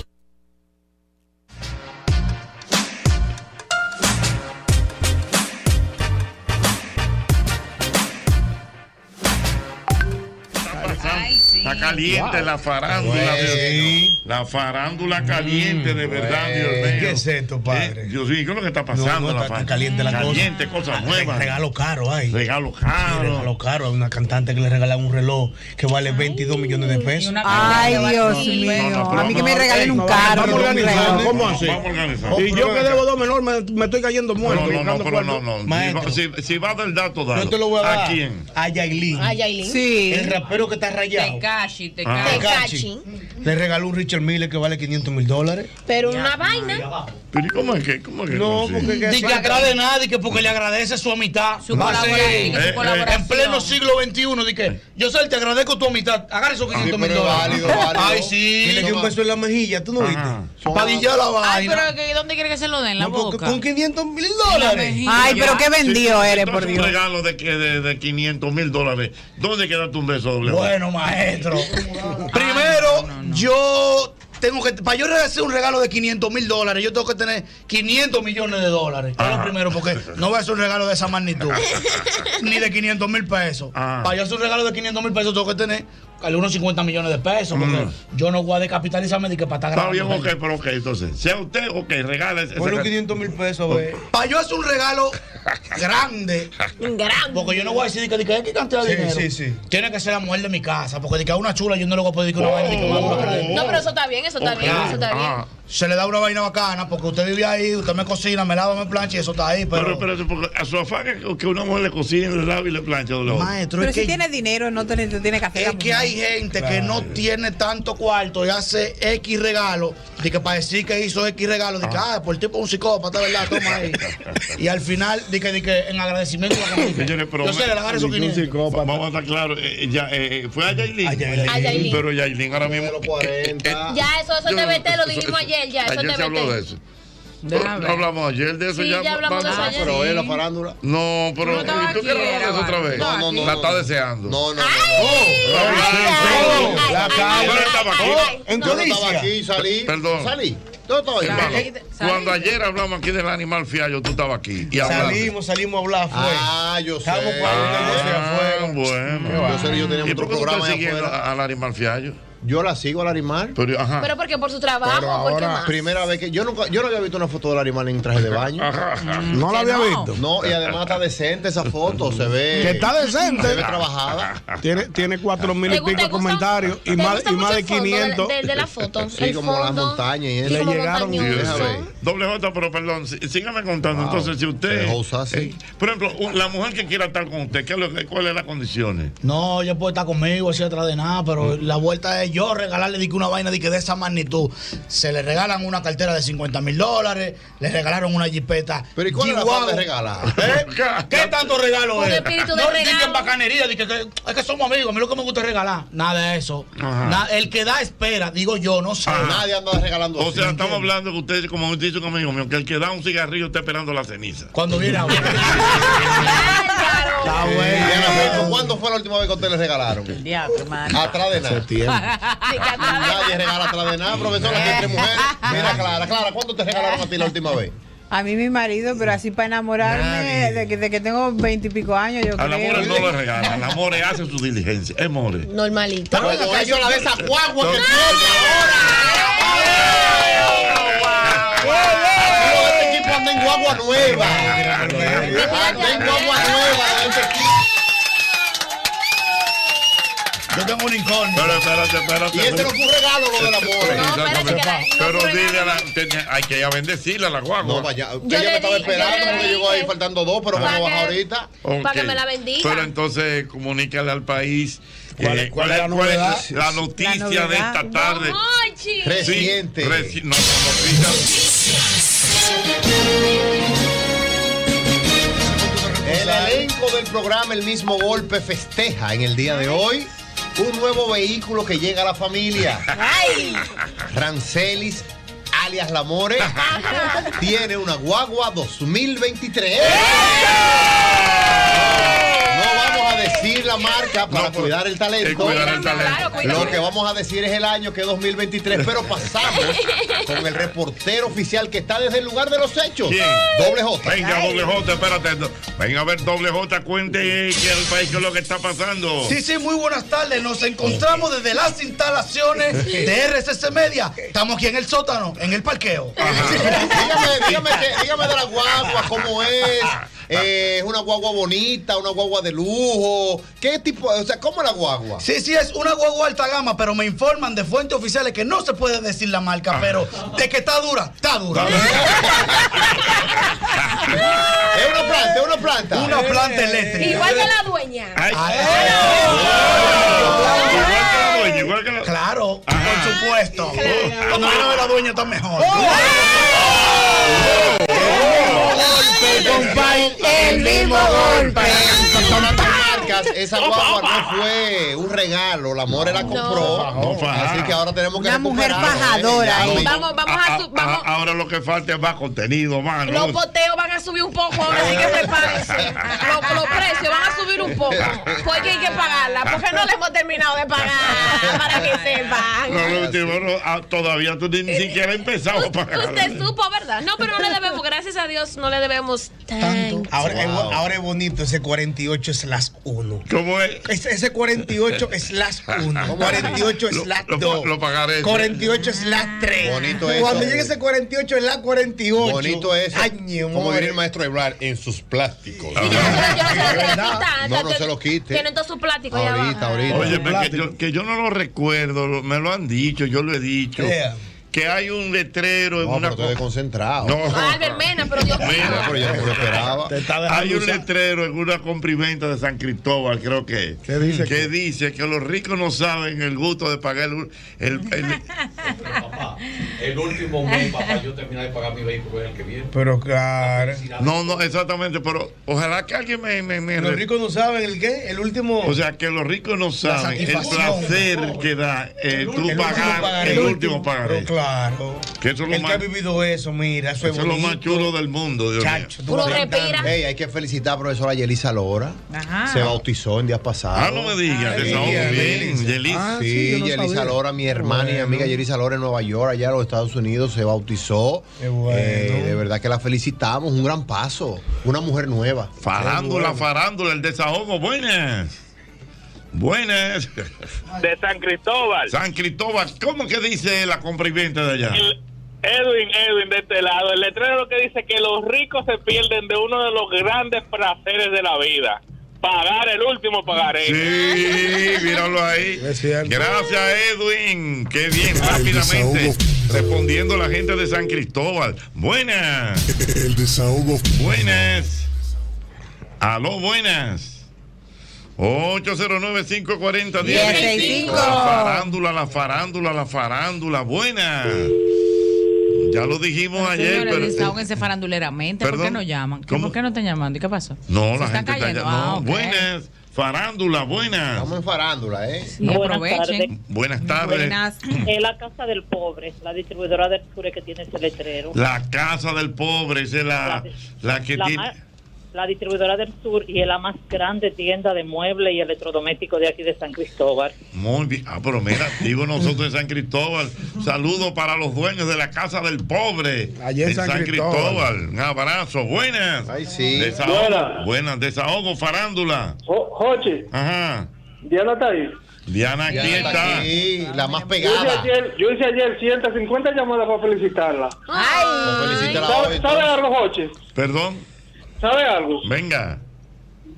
Speaker 7: Está caliente
Speaker 14: Wow.
Speaker 7: la farándula.
Speaker 14: Bueno. Mm,
Speaker 7: Dios mío. La farándula caliente, de verdad,
Speaker 14: bueno.
Speaker 7: Dios mío.
Speaker 14: ¿Qué es esto, padre?
Speaker 7: Eh, Dios mío, ¿qué es lo que está
Speaker 14: No,
Speaker 7: pasando?
Speaker 14: no, está-
Speaker 7: fa-
Speaker 14: está caliente la cosa.
Speaker 7: Caliente, cosas
Speaker 14: Ah,
Speaker 7: nuevas.
Speaker 14: Regalo caro hay.
Speaker 7: Regalo caro.
Speaker 14: Sí, regalo caro. Hay una cantante que le regalan un reloj que vale 22 millones de pesos.
Speaker 6: Ay, Dios mío. A mí que me regalen un carro.
Speaker 14: Vamos a
Speaker 6: un
Speaker 14: organizar,
Speaker 6: reloj.
Speaker 14: ¿cómo
Speaker 7: Vamos,
Speaker 14: así?
Speaker 7: vamos a organizar.
Speaker 14: Oh,
Speaker 7: Y
Speaker 14: pero
Speaker 7: yo
Speaker 14: ven
Speaker 7: que
Speaker 14: acá.
Speaker 7: debo
Speaker 14: dos menor, me, me estoy cayendo
Speaker 7: No, no, no,
Speaker 14: buscando
Speaker 7: pero no,
Speaker 14: cuarto.
Speaker 7: no.
Speaker 14: Maestro.
Speaker 7: Si, si va del dato, dalo.
Speaker 14: Yo te lo voy a dar.
Speaker 7: ¿A quién?
Speaker 14: A Yailin.
Speaker 7: A Yailin.
Speaker 14: Sí. El rapero que está rayado.
Speaker 17: Tekashi,
Speaker 14: Ah.
Speaker 17: Tekashi.
Speaker 14: Tekashi. Le regaló un Richard Miller que vale 500 mil dólares.
Speaker 17: Pero una vaina.
Speaker 7: Pero ¿y cómo es que? ¿Cómo es que?
Speaker 14: No,
Speaker 7: consigue?
Speaker 14: porque...
Speaker 12: Ni que agrade nada, di que porque le agradece su amistad.
Speaker 14: Su
Speaker 12: Va a ser-
Speaker 14: colaboración, su
Speaker 12: Eh, eh,
Speaker 14: colaboración.
Speaker 12: En pleno siglo XXI, di que yo soy, te agradezco tu amistad. Agarra esos 500 mil
Speaker 14: pero es
Speaker 12: dólares.
Speaker 14: válido, válido.
Speaker 12: (laughs) Ay, sí.
Speaker 14: Y le dio un beso en la mejilla, ¿tú no viste? Padilla la
Speaker 17: Ay,
Speaker 14: vaina.
Speaker 17: pero que- ¿dónde quiere que se lo den? La boca.
Speaker 14: Con 500 mil
Speaker 17: La
Speaker 14: dólares.
Speaker 17: mejilla. Ay, pero qué vendido
Speaker 7: Sí, sí,
Speaker 17: eres,
Speaker 7: entonces
Speaker 17: por Dios.
Speaker 7: Un regalo de, que- de, de 500 mil dólares. ¿Dónde quedaste un beso doble?
Speaker 12: Bueno, maestro. Primero, yo tengo que. Para yo hacer un regalo de 500 mil dólares, yo tengo que tener 500 millones de dólares. Es lo primero, porque no voy a hacer un regalo de esa
Speaker 7: (laughs)
Speaker 12: magnitud. ni de 500 mil pesos.
Speaker 7: Ah.
Speaker 12: Para yo hacer un regalo de 500 mil pesos, tengo que tener algunos 50 millones de pesos. Porque yo no voy a descapitalizarme de que para estar
Speaker 7: Mm. Está bien,
Speaker 12: grabando.
Speaker 7: ok, pero ok, entonces. Sea usted, ok, regala ese.
Speaker 12: Ponle
Speaker 14: 500 mil pesos,
Speaker 7: ve.
Speaker 12: Para yo hacer un regalo grande. Porque yo no voy a decir di que, di que, ¿qué cantidad de
Speaker 14: Sí,
Speaker 12: dinero.
Speaker 14: sí,
Speaker 12: Tiene que ser la mujer de mi casa. Porque de que a una chula yo no le voy a poder decir que una vaina. di que vamos a regalar.
Speaker 5: No, pero eso está bien, eso está bien,
Speaker 12: Claro.
Speaker 5: eso está bien.
Speaker 12: Se le da una vaina bacana porque usted vive ahí, usted me cocina, me lava, me plancha y eso está ahí.
Speaker 7: Pero
Speaker 12: Pero,
Speaker 7: espérate, porque a su afán es que una mujer le cocine, le lave y le plancha. doble.
Speaker 12: Maestro,
Speaker 6: Pero
Speaker 12: es
Speaker 6: si
Speaker 12: que-
Speaker 6: tiene dinero, no te, te tiene que hacer.
Speaker 12: es que hay gente que no tiene tanto cuarto y hace X regalo, de que para decir que hizo X regalo, de que, ah, por el tipo es un psicópata, ¿verdad?
Speaker 14: (laughs)
Speaker 12: Toma ahí. y al final, de que, de que en agradecimiento.
Speaker 7: Señores, pero
Speaker 12: yo sé, le agarré esos 500.
Speaker 7: Vamos a estar claros. eh, ya, eh, fue a Yailin.
Speaker 5: A Yailin.
Speaker 7: Pero Yailin ahora mismo.
Speaker 5: Ya, eso, eso
Speaker 7: Ah. Yo-
Speaker 5: te vete, lo dijimos ayer, ya, eso
Speaker 7: ayer
Speaker 5: te
Speaker 7: se habló de
Speaker 5: vete.
Speaker 7: eso.
Speaker 5: Déjame.
Speaker 7: No hablamos ayer de eso.
Speaker 5: Sí, ya hablamos de eso
Speaker 7: vamos-
Speaker 5: ayer. Ah, pero es la
Speaker 14: farándula.
Speaker 7: No, pero.
Speaker 14: No estaba
Speaker 7: ¿Y tú
Speaker 14: aquí,
Speaker 7: quieres hablar de eso
Speaker 14: era
Speaker 7: otra vez?
Speaker 14: No, no, no,
Speaker 7: La
Speaker 14: no.
Speaker 7: está deseando.
Speaker 14: No, no, no.
Speaker 7: ¡Ay!
Speaker 14: La calle.
Speaker 7: Yo no estaba aquí.
Speaker 14: En
Speaker 7: Yo no
Speaker 14: Galicia.
Speaker 7: estaba aquí, salí. Perdón.
Speaker 14: Salí.
Speaker 7: Yo estaba
Speaker 14: ahí. Salí, salí.
Speaker 7: Cuando ayer hablamos aquí del animal fiallo, tú estabas aquí. Y hablaste.
Speaker 14: Salimos, salimos a hablar, fue. Ah, yo
Speaker 6: (laughs)
Speaker 14: sé. Estamos para un negocio
Speaker 7: Ah,
Speaker 14: afuera.
Speaker 7: bueno.
Speaker 14: va. Yo sé que yo tenía
Speaker 7: ¿Y
Speaker 14: otro
Speaker 7: por qué tú estás
Speaker 14: programa allá
Speaker 7: siguiendo
Speaker 14: afuera?
Speaker 7: a- al animal fiallo?
Speaker 14: Yo la sigo al animal.
Speaker 7: Pero, ajá.
Speaker 5: Pero porque por su
Speaker 14: Pero
Speaker 5: trabajo, porque
Speaker 14: ahora,
Speaker 5: más.
Speaker 14: primera vez que yo nunca, yo no había visto una foto del animal en traje de
Speaker 7: (laughs)
Speaker 14: baño.
Speaker 5: Mm,
Speaker 14: No la había visto. No, y además está decente esa foto, se ve.
Speaker 11: Que está decente.
Speaker 14: Se ve trabajada.
Speaker 11: Tiene, tiene cuatro mil
Speaker 5: ¿Te
Speaker 11: y
Speaker 5: gusta-
Speaker 11: pico
Speaker 5: te gusta-
Speaker 11: comentarios y
Speaker 5: te
Speaker 11: más,
Speaker 5: gusta
Speaker 11: y
Speaker 5: mucho
Speaker 11: más de
Speaker 5: el fondo,
Speaker 11: 500.
Speaker 5: De, de la foto.
Speaker 14: Sí,
Speaker 5: el
Speaker 14: como las
Speaker 5: fondo.
Speaker 14: montañas y eso.
Speaker 5: Le
Speaker 14: Como
Speaker 5: llegaron.
Speaker 14: montañoso.
Speaker 7: Dios
Speaker 14: Déjame
Speaker 7: mío. Doble J, pero perdón, sí- sígame contando.
Speaker 14: Wow.
Speaker 7: Entonces, si usted.
Speaker 14: Dejó usar, sí.
Speaker 7: eh, por ejemplo, un- la mujer que quiera estar con usted, ¿qué es lo que- ¿cuáles son las condiciones?
Speaker 12: No, ella puede estar conmigo, así atrás de nada,
Speaker 14: Mm.
Speaker 12: pero la vuelta es yo regalarle di que una vaina di que de esa magnitud. Se le regalan una cartera de 50 mil dólares, le regalaron una jipeta.
Speaker 14: Pero ¿y cuál es la
Speaker 12: G-Wagon.
Speaker 14: forma de regalar?
Speaker 12: ¿Eh? ¿Qué tanto regalo
Speaker 14: Un
Speaker 12: es?
Speaker 14: espíritu de
Speaker 12: no,
Speaker 14: regalo.
Speaker 12: di que en bacanería, di que, que- es que somos amigos, a mí lo que me gusta es regalar. Nada de eso.
Speaker 7: Ajá.
Speaker 12: Na- el que da espera, digo yo, no sé.
Speaker 14: Nadie anda regalando
Speaker 7: O sea, estamos hablando que usted, como usted dice un amigo mío, que el que da un cigarrillo está esperando la ceniza.
Speaker 12: Cuando viene
Speaker 7: (laughs)
Speaker 12: a
Speaker 14: Está bueno. ¿Cuándo fue la última vez que ustedes le regalaron?
Speaker 17: Diablo, hermano.
Speaker 14: Atrás de nada.
Speaker 12: (laughs)
Speaker 14: Nadie regala atrás de nada, profesora, que hay tres mujeres. Mira, Clara, Clara, ¿cuándo te regalaron a ti la última vez?
Speaker 6: A mí mi marido, pero así para enamorarme, de que, de que tengo veintipico años, yo
Speaker 7: Al amor
Speaker 6: creo.
Speaker 7: no le regalan, al amor hace su diligencia, es more.
Speaker 25: Normalito.
Speaker 7: Pero venga acá, yo la de esa
Speaker 6: guagua
Speaker 7: que
Speaker 22: Este equipo anda en guagua nueva. Anda en guagua nueva. este equipo.
Speaker 7: Yo tengo un incornio. Pero espérate, espérate.
Speaker 22: Y este no fue un regalo, lo del amor. No, espérate, que la- no fue
Speaker 7: Pero
Speaker 22: un
Speaker 7: dile a la. tenía- Hay que ir a bendecirle a la guagua.
Speaker 22: No, vaya. Ella me estaba esperando porque llegó ahí faltando dos, pero
Speaker 7: Para
Speaker 22: vamos a bajar
Speaker 7: que-
Speaker 22: ahorita.
Speaker 7: Ok.
Speaker 22: que me la bendiga.
Speaker 7: Pero entonces comunícale al país.
Speaker 22: ¿Cuál-
Speaker 7: eh,
Speaker 22: cuál es la
Speaker 7: cuál es
Speaker 22: novedad?
Speaker 7: la noticia
Speaker 22: La
Speaker 7: de
Speaker 22: novedad.
Speaker 7: esta tarde?
Speaker 5: Mochi.
Speaker 7: Sí, reci- no, no,
Speaker 22: El elenco del programa El mismo golpe festeja en el día de hoy un nuevo vehículo que llega a la familia. Rancelis, alias Lamore, tiene una guagua 2023. No vamos a decir la marca para cuidar el talento.
Speaker 7: cuidar el talento. Claro, cuidado.
Speaker 22: Lo que vamos a decir es el año que es 2023, pero pasamos con el reportero oficial que está desde el lugar de los hechos.
Speaker 7: ¿Quién?
Speaker 22: Doble J.
Speaker 7: Venga, doble J, espérate. no. Venga a ver, doble J, cuente que al país qué es lo que está pasando.
Speaker 12: Sí, sí, muy buenas tardes. Nos encontramos desde las
Speaker 7: (laughs)
Speaker 12: instalaciones de RCC Media. Estamos aquí en el sótano, en el parqueo.
Speaker 22: dígame, dígame, que- dígame de la guagua, cómo es. Eh, ¿Es una guagua bonita, una guagua de lujo? ¿Qué tipo? O sea, ¿cómo es la guagua?
Speaker 12: Sí, sí, es una guagua alta gama, pero me informan de fuentes oficiales que no se puede decir la marca, pero de que está dura, está dura.
Speaker 22: es una planta, es una planta.
Speaker 12: Una planta eléctrica.
Speaker 5: Eh, Igual que la dueña.
Speaker 12: Claro, por supuesto. Cuando viene a ver la dueña está mejor.
Speaker 22: Compay, el mismo golpe. Sonando marcas, esa
Speaker 12: Opa,
Speaker 22: guagua no Ah, fue un regalo, la amor la compró. Así que ahora tenemos que ¿eh?
Speaker 7: Una
Speaker 22: mujer
Speaker 5: Vamos, vamos a, su- vamos,
Speaker 7: Ah, Ahora lo que falta es más contenido, más.
Speaker 5: Los poteos van a subir un poco ahora, así que prepárense.
Speaker 22: (laughs)
Speaker 5: Los, los precios van a subir un poco. Porque hay que pagarla, porque no les hemos terminado de pagar, para que sepan.
Speaker 7: No, lo último, no, ah, todavía tú ni, ni siquiera has empezado a pagar.
Speaker 5: Eh, Usted supo, ¿verdad? No, pero no le debemos, gracias a Dios, no le debemos tanto.
Speaker 14: Ahora, es, bo- ahora es bonito ese 48 slash 1.
Speaker 7: ¿Cómo es?
Speaker 14: Ese, ese 48 slash
Speaker 7: (laughs)
Speaker 14: 1. 48 slash 2.
Speaker 7: Lo pagaré.
Speaker 14: 48 slash 3.
Speaker 22: Bonito
Speaker 14: Cuando
Speaker 22: eso.
Speaker 14: llegue ese 48 slash 48.
Speaker 22: Bonito eso.
Speaker 14: Año,
Speaker 22: Como
Speaker 14: more.
Speaker 22: diría el maestro Ebrar, en sus plásticos. Ah, No, no se lo quite.
Speaker 5: Tienen todo su plático allá
Speaker 22: Ahorita,
Speaker 5: abajo.
Speaker 22: ahorita.
Speaker 7: Oye, que yo, que yo no lo recuerdo, lo- me lo han dicho, yo lo he dicho.
Speaker 22: Yeah.
Speaker 7: Que hay un letrero en
Speaker 22: No, pero
Speaker 7: una.
Speaker 22: estoy desconcentrado.
Speaker 7: No.
Speaker 5: Albert Mena, pero Dios mío.
Speaker 22: pero yo no me lo esperaba.
Speaker 7: Hay un letrero en una comprimenta de San Cristóbal, creo que. es,
Speaker 22: dice?
Speaker 7: Que dice que los ricos no saben el gusto de pagar el.
Speaker 22: (laughs)
Speaker 7: el- el-
Speaker 18: El último mes, papá, yo terminé de pagar mi vehículo el que viene.
Speaker 14: Pero claro.
Speaker 7: no, no, exactamente, pero ojalá que alguien me. me, me-
Speaker 14: Los ricos no saben el qué, el último.
Speaker 7: O sea, que los ricos no saben el
Speaker 14: satisfacción.
Speaker 7: placer que da eh, tú
Speaker 14: último
Speaker 7: pagar
Speaker 14: pagaré.
Speaker 7: el último pagaré.
Speaker 14: Claro.
Speaker 7: Que eso es lo
Speaker 14: el
Speaker 7: más-
Speaker 14: que ha vivido eso, mira, eso,
Speaker 7: Eso es lo más chulo del mundo, Dios mío.
Speaker 14: Chacho,
Speaker 22: Puro Ey, hay que felicitar a profesora Yelisa Lora.
Speaker 14: Ajá.
Speaker 22: Se bautizó en días pasados.
Speaker 7: Ah, no me digas, se bautizó bien, Yelisa. Ah, sí, yo
Speaker 22: Sí,
Speaker 7: no
Speaker 22: Yelisa
Speaker 7: sabía.
Speaker 22: Lora, mi hermana y
Speaker 7: Bueno.
Speaker 22: amiga Yelisa Lora en Nueva York, allá en los Estados Unidos, se bautizó. Eh, de verdad que la felicitamos, un gran paso. Una mujer nueva.
Speaker 7: Farándula, farándula, el desahogo, buenas. Buenas.
Speaker 4: De San Cristóbal.
Speaker 7: San Cristóbal, ¿cómo que dice la compra y venta de allá?
Speaker 4: Edwin, Edwin, de este lado, el letrero que dice que los ricos se pierden de uno de los grandes placeres de la vida. Pagar el último pagaré.
Speaker 7: Sí, míralo ahí. Gracias, Edwin. Qué bien, rápidamente. Respondiendo la gente de San Cristóbal. Buenas. El desahogo. Buenas. Aló, buenas. 809-540-1065.
Speaker 6: 1065.
Speaker 7: La farándula, la farándula, la farándula. Buenas. Ya lo dijimos ayer,
Speaker 17: Señores,
Speaker 7: pero. eh,
Speaker 17: desahóguense faranduleramente. ¿Por qué
Speaker 7: Perdón,
Speaker 17: no llaman? ¿Qué-
Speaker 7: ¿cómo?
Speaker 17: ¿Por qué no están llamando? ¿Y qué pasó?
Speaker 7: No,
Speaker 17: ¿Se
Speaker 7: la
Speaker 17: están
Speaker 7: gente está allá.
Speaker 17: cayendo?
Speaker 7: No,
Speaker 17: Ah, ok.
Speaker 7: buenas. Farándula, buenas.
Speaker 22: Estamos en farándula, ¿eh?
Speaker 17: Sí, aprovechen.
Speaker 7: Buenas tardes.
Speaker 21: Es la casa del pobre, la distribuidora de Sure que tiene ese letrero.
Speaker 7: La casa del pobre, esa es la, la que
Speaker 21: la,
Speaker 7: tiene.
Speaker 21: más, la distribuidora del sur y es la más grande tienda de muebles y electrodomésticos de aquí de San Cristóbal.
Speaker 7: Muy bien. Ah, pero mira, digo nosotros en San Cristóbal. Saludos para los dueños de la Casa del Pobre.
Speaker 11: Allí en San Cristóbal.
Speaker 7: Un abrazo. Buenas. Ay,
Speaker 22: sí.
Speaker 7: Desahogo.
Speaker 22: Buenas.
Speaker 7: Buenas. Desahogo, farándula.
Speaker 4: Jochi.
Speaker 7: Ajá.
Speaker 4: Diana está ahí.
Speaker 7: Diana, aquí
Speaker 22: Diana
Speaker 7: está.
Speaker 22: Sí, la más
Speaker 4: Yo hice,
Speaker 22: pegada.
Speaker 4: ayer, yo hice ayer 150 llamadas para felicitarla.
Speaker 22: Felicítala hoy,
Speaker 4: ¿Sabe, sabe
Speaker 22: entonces.
Speaker 4: algo, Jochi?
Speaker 7: Perdón.
Speaker 4: ¿Sabe algo?
Speaker 7: Venga.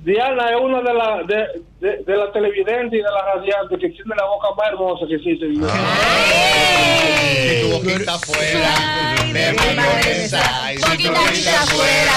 Speaker 4: Diana es una de las de, de, de la televidentes y de las radiantes que tiene la boca más hermosa que existe.
Speaker 22: Si tu boquita afuera, de mayonesa. Y si tu boquita afuera,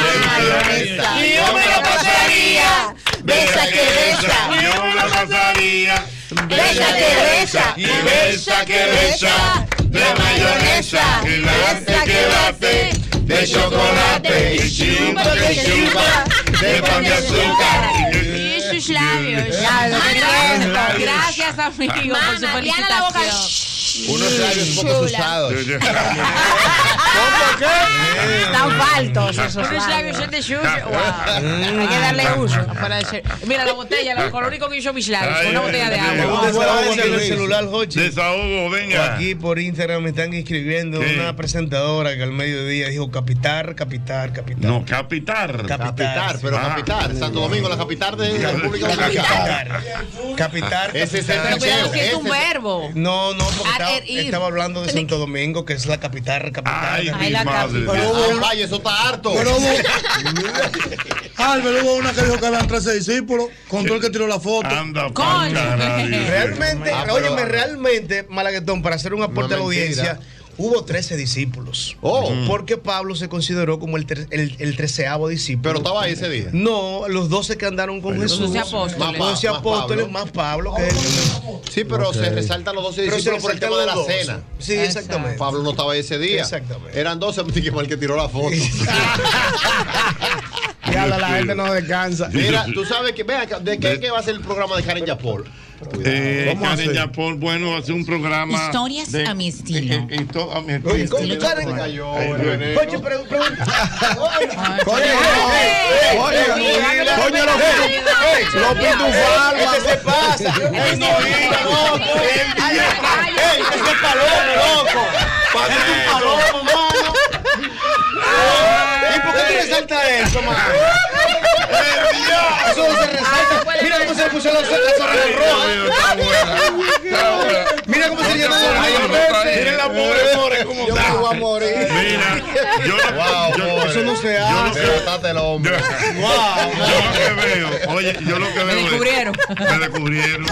Speaker 22: de mayonesa.
Speaker 1: Y yo me la pasaría, besa que besa.
Speaker 7: Yo me la pasaría,
Speaker 1: besa que besa. Y besa que besa, de mayonesa. Y besa que bate, de chocolate. Y chupa que chupa, de pan de azúcar.
Speaker 17: Y sus labios.
Speaker 1: Ya, lo que
Speaker 17: Mana,
Speaker 1: siento.
Speaker 17: Gracias, amigo, por su
Speaker 26: Mana, Diana la boca.
Speaker 17: felicitación.
Speaker 22: Unos labios un poco usados.
Speaker 17: Están faltos
Speaker 1: esos
Speaker 17: Unos
Speaker 1: labios.
Speaker 17: labios son de suyo. Wow. Hay que darle
Speaker 7: Ah.
Speaker 17: uso. para decir- Mira la botella, la- con lo único que hizo mis labios. fue Una botella de
Speaker 7: ay,
Speaker 17: agua.
Speaker 14: Desahogo
Speaker 7: ay. Luis.
Speaker 14: aquí Ah, en el celular, Jochi.
Speaker 7: Desahogo, venga.
Speaker 14: Aquí por Instagram me están escribiendo una presentadora que al mediodía dijo capitar, capitar, capitar. Ah,
Speaker 7: No, capitar.
Speaker 14: Capitar,
Speaker 22: pero capital, Santo Domingo, la capital de la República Dominicana.
Speaker 14: Capitar.
Speaker 22: Ese es el
Speaker 14: capitar.
Speaker 22: Pero cuidado que es un Ah, eh, Ese-
Speaker 17: verbo.
Speaker 14: No, no, porque
Speaker 17: Ad-
Speaker 14: estaba,
Speaker 17: ir.
Speaker 14: estaba hablando de Santo Domingo, que es la capital, capital.
Speaker 7: Ay,
Speaker 22: mi la madre. capital. Ay, vaya, eso está harto.
Speaker 14: Pero hubo-
Speaker 12: (laughs) Álvaro, hubo una que dijo que eran 13 discípulos, con todo el
Speaker 22: (laughs)
Speaker 12: que tiró la foto.
Speaker 7: Anda,
Speaker 14: Realmente,
Speaker 12: Ah, pero-
Speaker 14: óyeme, realmente, Malaguetón, para hacer un aporte a la
Speaker 12: mentira.
Speaker 14: audiencia, hubo 13 discípulos. Mm.
Speaker 22: Oh.
Speaker 14: Porque Pablo se consideró como el, ter- el, el treceavo discípulo.
Speaker 22: Pero estaba ahí ese día.
Speaker 14: No, los 12 que andaron con
Speaker 22: Pero
Speaker 14: Jesús.
Speaker 22: los 12 apóstoles. Más-
Speaker 14: Más, 12
Speaker 22: más
Speaker 14: apóstoles,
Speaker 22: Pablo.
Speaker 14: más Pablo. que es-
Speaker 22: Sí, pero
Speaker 14: Ok.
Speaker 22: se resaltan los 12
Speaker 14: Pero se
Speaker 22: discípulos por el tema de
Speaker 14: resaltan
Speaker 22: la
Speaker 14: los 12.
Speaker 22: cena.
Speaker 14: Sí, exactamente.
Speaker 22: Pablo no estaba ahí ese día.
Speaker 14: Exactamente.
Speaker 22: Eran (laughs) 12, que fue el que tiró la foto. (laughs)
Speaker 11: Ya la, la gente no descansa.
Speaker 22: Mira, tú sabes que, vea, ¿de qué, qué va a ser el programa de Karen Yapol?
Speaker 7: Eh,
Speaker 22: ¿Cómo
Speaker 7: Karen
Speaker 22: hace?
Speaker 7: Yapor, bueno, hace un programa.
Speaker 22: Historias
Speaker 7: de-
Speaker 22: a mi
Speaker 7: estilo. a mi
Speaker 22: Oye, ¿cómo
Speaker 7: estilo.
Speaker 22: Karen?
Speaker 7: Ay,
Speaker 22: Cayó,
Speaker 7: ay,
Speaker 22: bueno.
Speaker 7: bueno.
Speaker 14: Oye, pero- pregunta.
Speaker 1: Coño,
Speaker 14: Oye,
Speaker 1: eh, eh,
Speaker 14: oye,
Speaker 1: eh,
Speaker 14: coño, lo
Speaker 1: eh,
Speaker 14: eh, lo pitufal,
Speaker 1: eh,
Speaker 14: ¿Qué se pasa?
Speaker 1: eh, no, eh, loco, eh, eh, ese es palomo, loco. Pa' que tú palomo, mano.
Speaker 14: ¿Y por qué te resalta eso, (laughs) man? Eso no se resalta. Mira cómo se le puso la la
Speaker 1: Ay,
Speaker 14: zorra roja. ¿eh? Mira cómo se le llenó
Speaker 7: Miren la pobre More cómo está. Yo
Speaker 14: voy a morir.
Speaker 7: Mira, yo no- yo-
Speaker 14: Eso no se
Speaker 7: yo lo
Speaker 14: hace.
Speaker 7: que-
Speaker 22: el hombre.
Speaker 7: Yo lo que veo, oye, yo lo que veo. es- Me descubrieron.